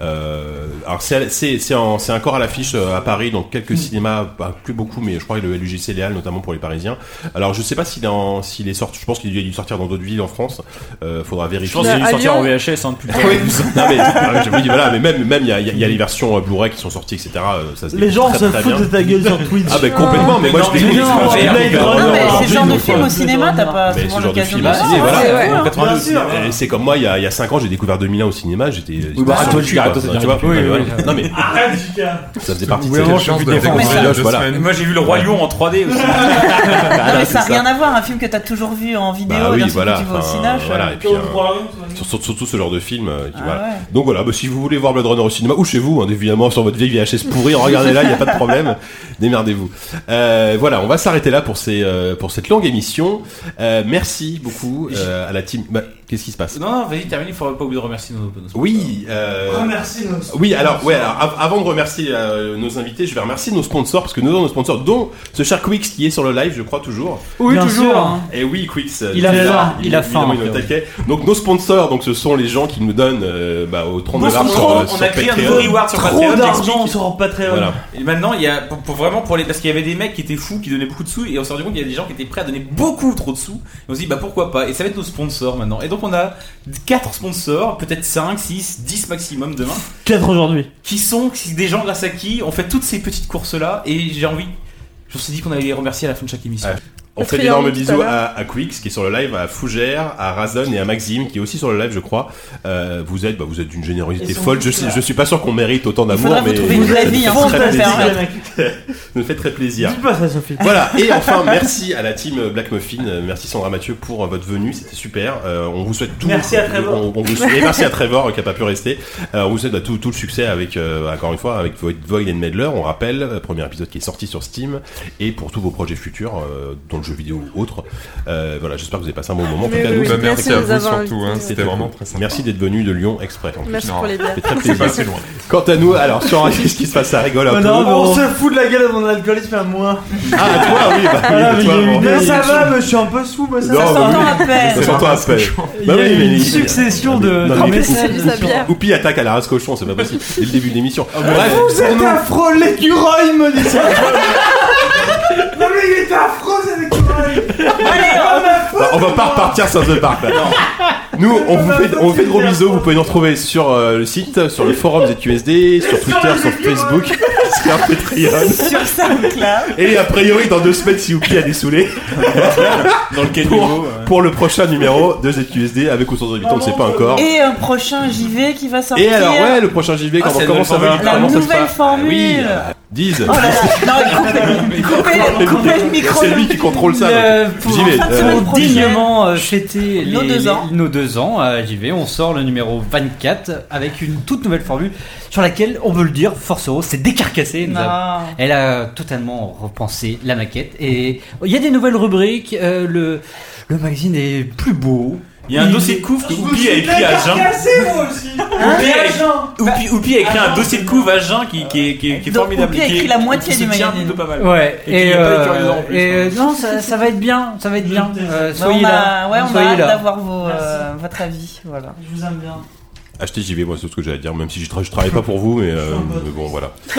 Euh, alors c'est à la- c'est c'est en- c'est encore à l'affiche euh, à Paris, dans
Mm.
quelques cinémas, pas plus beaucoup, mais je crois que le LUJC Léal notamment pour les Parisiens. Alors je sais pas s'il est en- s'il est sorti, je pense qu'il a dû sortir dans d'autres villes en France. Euh, faudra
Je
vérifier.
pense qu'il y a dû
À
sortir en
Lyon.
VHS hein, depuis le temps.
Oui. non mais ah, oui, voilà, mais même même il y a, il y a- il y a les versions euh, Blu-ray qui sont sorties, etc. euh, Ça se
Les
découvre
gens
très,
se
très
foutent de
bien.
ta gueule sur Twitch.
Ah ben complètement, mais,
Mais
moi
non,
je
mais
découvre
non,
ça.
Blade
Blade
Runner,
Runner
Non, mais c'est
aujourd'hui,
le genre de
donc,
film
voilà.
au cinéma, t'as pas
Mais
souvent
ce genre de
l'occasion
film
de
au
le voir. Ah,
ciné, voilà.
ouais,
En
bien
82,
sûr.
c'est-
Et c'est comme moi, il y a, il y a 5 ans, j'ai découvert 2001 au cinéma, j'étais. j'étais
bah,
sur
toi,
le
tu
cul,
arrêtes,
quoi.
toi,
tu
t'as
vois.
dit, oui, oui, oui.
Non mais ça faisait partie de
J'ai
ces
la
choses.
chance de
défendre
découvrir
Blade,
deux
voilà.
semaines.
Moi j'ai vu le Roi Lion en 3D aussi.
Non, mais ça n'a
Ah, c'est ça.
rien à voir, un film que t'as toujours vu en vidéo,
Bah
d'un
oui,
film que
voilà.
tu vois au
enfin,
Cinoche.
voilà, et puis, euh, sur- sur- Surtout ce genre de film. euh, qui-
Ah
voilà.
ouais.
Donc voilà, bah, si vous voulez voir Blade Runner au cinéma ou chez vous, hein, évidemment sur votre vieille VHS pourrie, regardez-la, il n'y a pas de problème, démerdez-vous. Euh, voilà, on va s'arrêter là pour, ces, euh, pour cette longue émission. Euh, merci beaucoup euh, à la team. Bah, Qu'est-ce qui se passe
Non, non, vas-y, termine, il faudra pas oublier de remercier nos. nos-
Oui. euh,
Remercie nos sponsors.
Oui, alors, ouais, alors, av- avant de remercier euh, nos invités, je vais remercier nos sponsors parce que nous avons nos sponsors, dont ce cher Quicks qui est sur le live, je crois toujours.
Oui,
Bien
toujours.
sûr.
hein.
Et oui, Quicks. euh,
Il a
est
faim,
là,
il a
est évidemment,
faim,
il est au
Théo.
taquet. Donc nos sponsors, donc ce sont les gens qui nous donnent euh, bah, aux 30
Nos
dollars sur,
sponsors,
euh,
on
sur
a créé un
Patreon.
nouveau reward sur
Trop
Patreon.
d'argent
j'explique.
sur Patreon.
Voilà.
Et maintenant, il y a pour, pour vraiment pour les parce qu'il y avait des mecs qui étaient fous, qui donnaient beaucoup de sous, et on s'est rendu compte qu'il y a des gens qui étaient prêts à donner beaucoup trop de sous. Et on s'est dit bah pourquoi pas Et ça va être nos sponsors maintenant. Et donc on a quatre sponsors, peut-être 5, 6, 10 maximum demain,
4 aujourd'hui.
qui sont des gens grâce à qui on fait toutes ces petites courses là. Et j'ai envie, je me suis dit qu'on allait les remercier à la fin de chaque émission.
Ouais. On fait
Patreon,
d'énormes
tout à
bisous
l'heure.
à, à Quicks qui est sur le live, à Fougère, à Razon et à Maxime qui est aussi sur le live, je crois. Euh, vous êtes, bah, vous êtes d'une générosité
Ils sont
folle. Je,
tous
sais-
là.
je suis pas sûr qu'on mérite autant
Il
d'amour,
faudra vous
mais
trouver
nous
une vraie vie, hein,
faites
pour
très
le
plaisir.
faire.
Fantastique, les mecs.
nous fait très plaisir.
Dites pas ça, Sophie.
Voilà, et enfin merci à la team Black Muffin, Euh, merci Sandra Mathieu pour euh, votre venue, c'était super. Euh, on vous souhaite tout.
Merci à Trevor.
on- on vous souhaite- et merci à Trevor euh, qui a pas pu rester. Euh, on vous souhaite bah, tout, tout le succès avec, euh, encore une fois, avec Void, Void and Medler. On rappelle, euh, premier épisode qui est sorti sur Steam et pour tous vos projets futurs, euh, dont le jeu vidéo ou autre. Euh, voilà, j'espère que vous avez passé un bon moment. En tout
Mais
cas,
oui,
nous,
oui.
Bah,
merci
merci
de
à
nous
vous
avoir
surtout, hein,
invités.
c'était vraiment très sympa.
merci d'être venu de Lyon exprès. en plus.
Merci
Non.
pour les bières.
C'est très
C'est pas
plaisir.
assez loin.
Quant à nous, alors sur un qu'est-ce qui se passe, ça rigole un peu.
Oh Bah Non, on se fout de la gueule de mon alcoolisme à moi.
Ah, à toi, oui, bah, oui,
Ah,
à toi,
mais il y a eu
bon.
des- ça va, mais je suis un peu sous, mais ça,
Non,
ça
bah
s'entend.
T'entends
oui.
à peine.
Ça s'entend à peine.
Il y
Bah
a
oui, mais
une
il-
succession de.
Non,
de
mais-
messages.
Juste la bière.
Oupi attaque à la race cochon, c'est pas possible. Dès le début de l'émission. Bref,
Ah, Vous êtes affreux, l'écureuil, me dit ça. Non, mais il était affreux, cet écureuil. Allez, on a
bah, on va pas repartir sans The Park. là. Nous, on vous fait, on vous fait de gros bisous. Vous pouvez nous retrouver sur euh, le site, sur le forum ZQSD, sur hein. Twitter, sur Facebook, sur Patreon.
Sur SoundCloud.
Et a priori, dans deux semaines, si Oupi a des saoulés,
Dans lequel
pour, pour le prochain numéro de ZQSD avec ou sans habitants, on ne sait pas encore.
Et un prochain JV qui va sortir.
Et alors, ouais, le prochain JV,
Ah,
comment,
c'est
comment
la
ça
nouvelle
va
La
Comment ça se
nouvelle
passe Ah
formule.
Oui, disent.
Oh là là. Non, coupez, coupez, coupez le micro.
C'est lui qui contrôle ça. donc.
Le- pour-
J'y vais.
Fin de
euh,
semaine
Pour
prochaine.
dignement euh, fêter
Nos
les-
deux
les-
ans.
nos deux ans, euh, j'y vais, on sort le numéro 24 avec une toute nouvelle formule sur laquelle, on veut le dire, Force Euro s'est décarcassée. nous a-
Non.
Elle a totalement repensé la maquette et il y a des nouvelles rubriques, euh, le, le magazine est plus beau. Ah,
Il y a un dossier de couve que Oupi a écrit à Jean.
moi aussi.
Hein
Oupi a- Oupi, Oupi a écrit un
Attends.
dossier de couve à Jean qui, qui, est- qui, est- qui est
Donc,
formidable.
Oupi a
qui est-
écrit la moitié
qui se
du
tient
magazine.
plutôt pas mal.
Euh, Ouais,
Et qu'il y
et,
a pas les
euh,
curieux en plus, hein.
et, euh, non, ça, ça va être bien, ça va être bien. Euh,
Bah, on
soyez là.
a, ouais, on a
soyez
hâte
là.
d'avoir vos, euh, votre avis. Voilà.
Je vous aime bien.
Acheter JV, moi c'est tout ce que j'allais dire, même si je, tra- je travaille pas pour vous, mais, euh, mais bon voilà.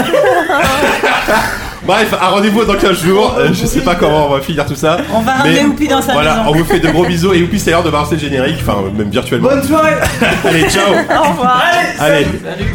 Bref, un rendez-vous dans 15 jours, Euh, je sais pas comment on va finir tout ça.
On va ramener Oupi dans sa
Voilà,
maison.
on vous fait de gros bisous et Youpi c'est l'heure de balancer le générique, enfin même virtuellement.
Bonne soirée.
Allez, ciao
Au revoir.
Allez
Salut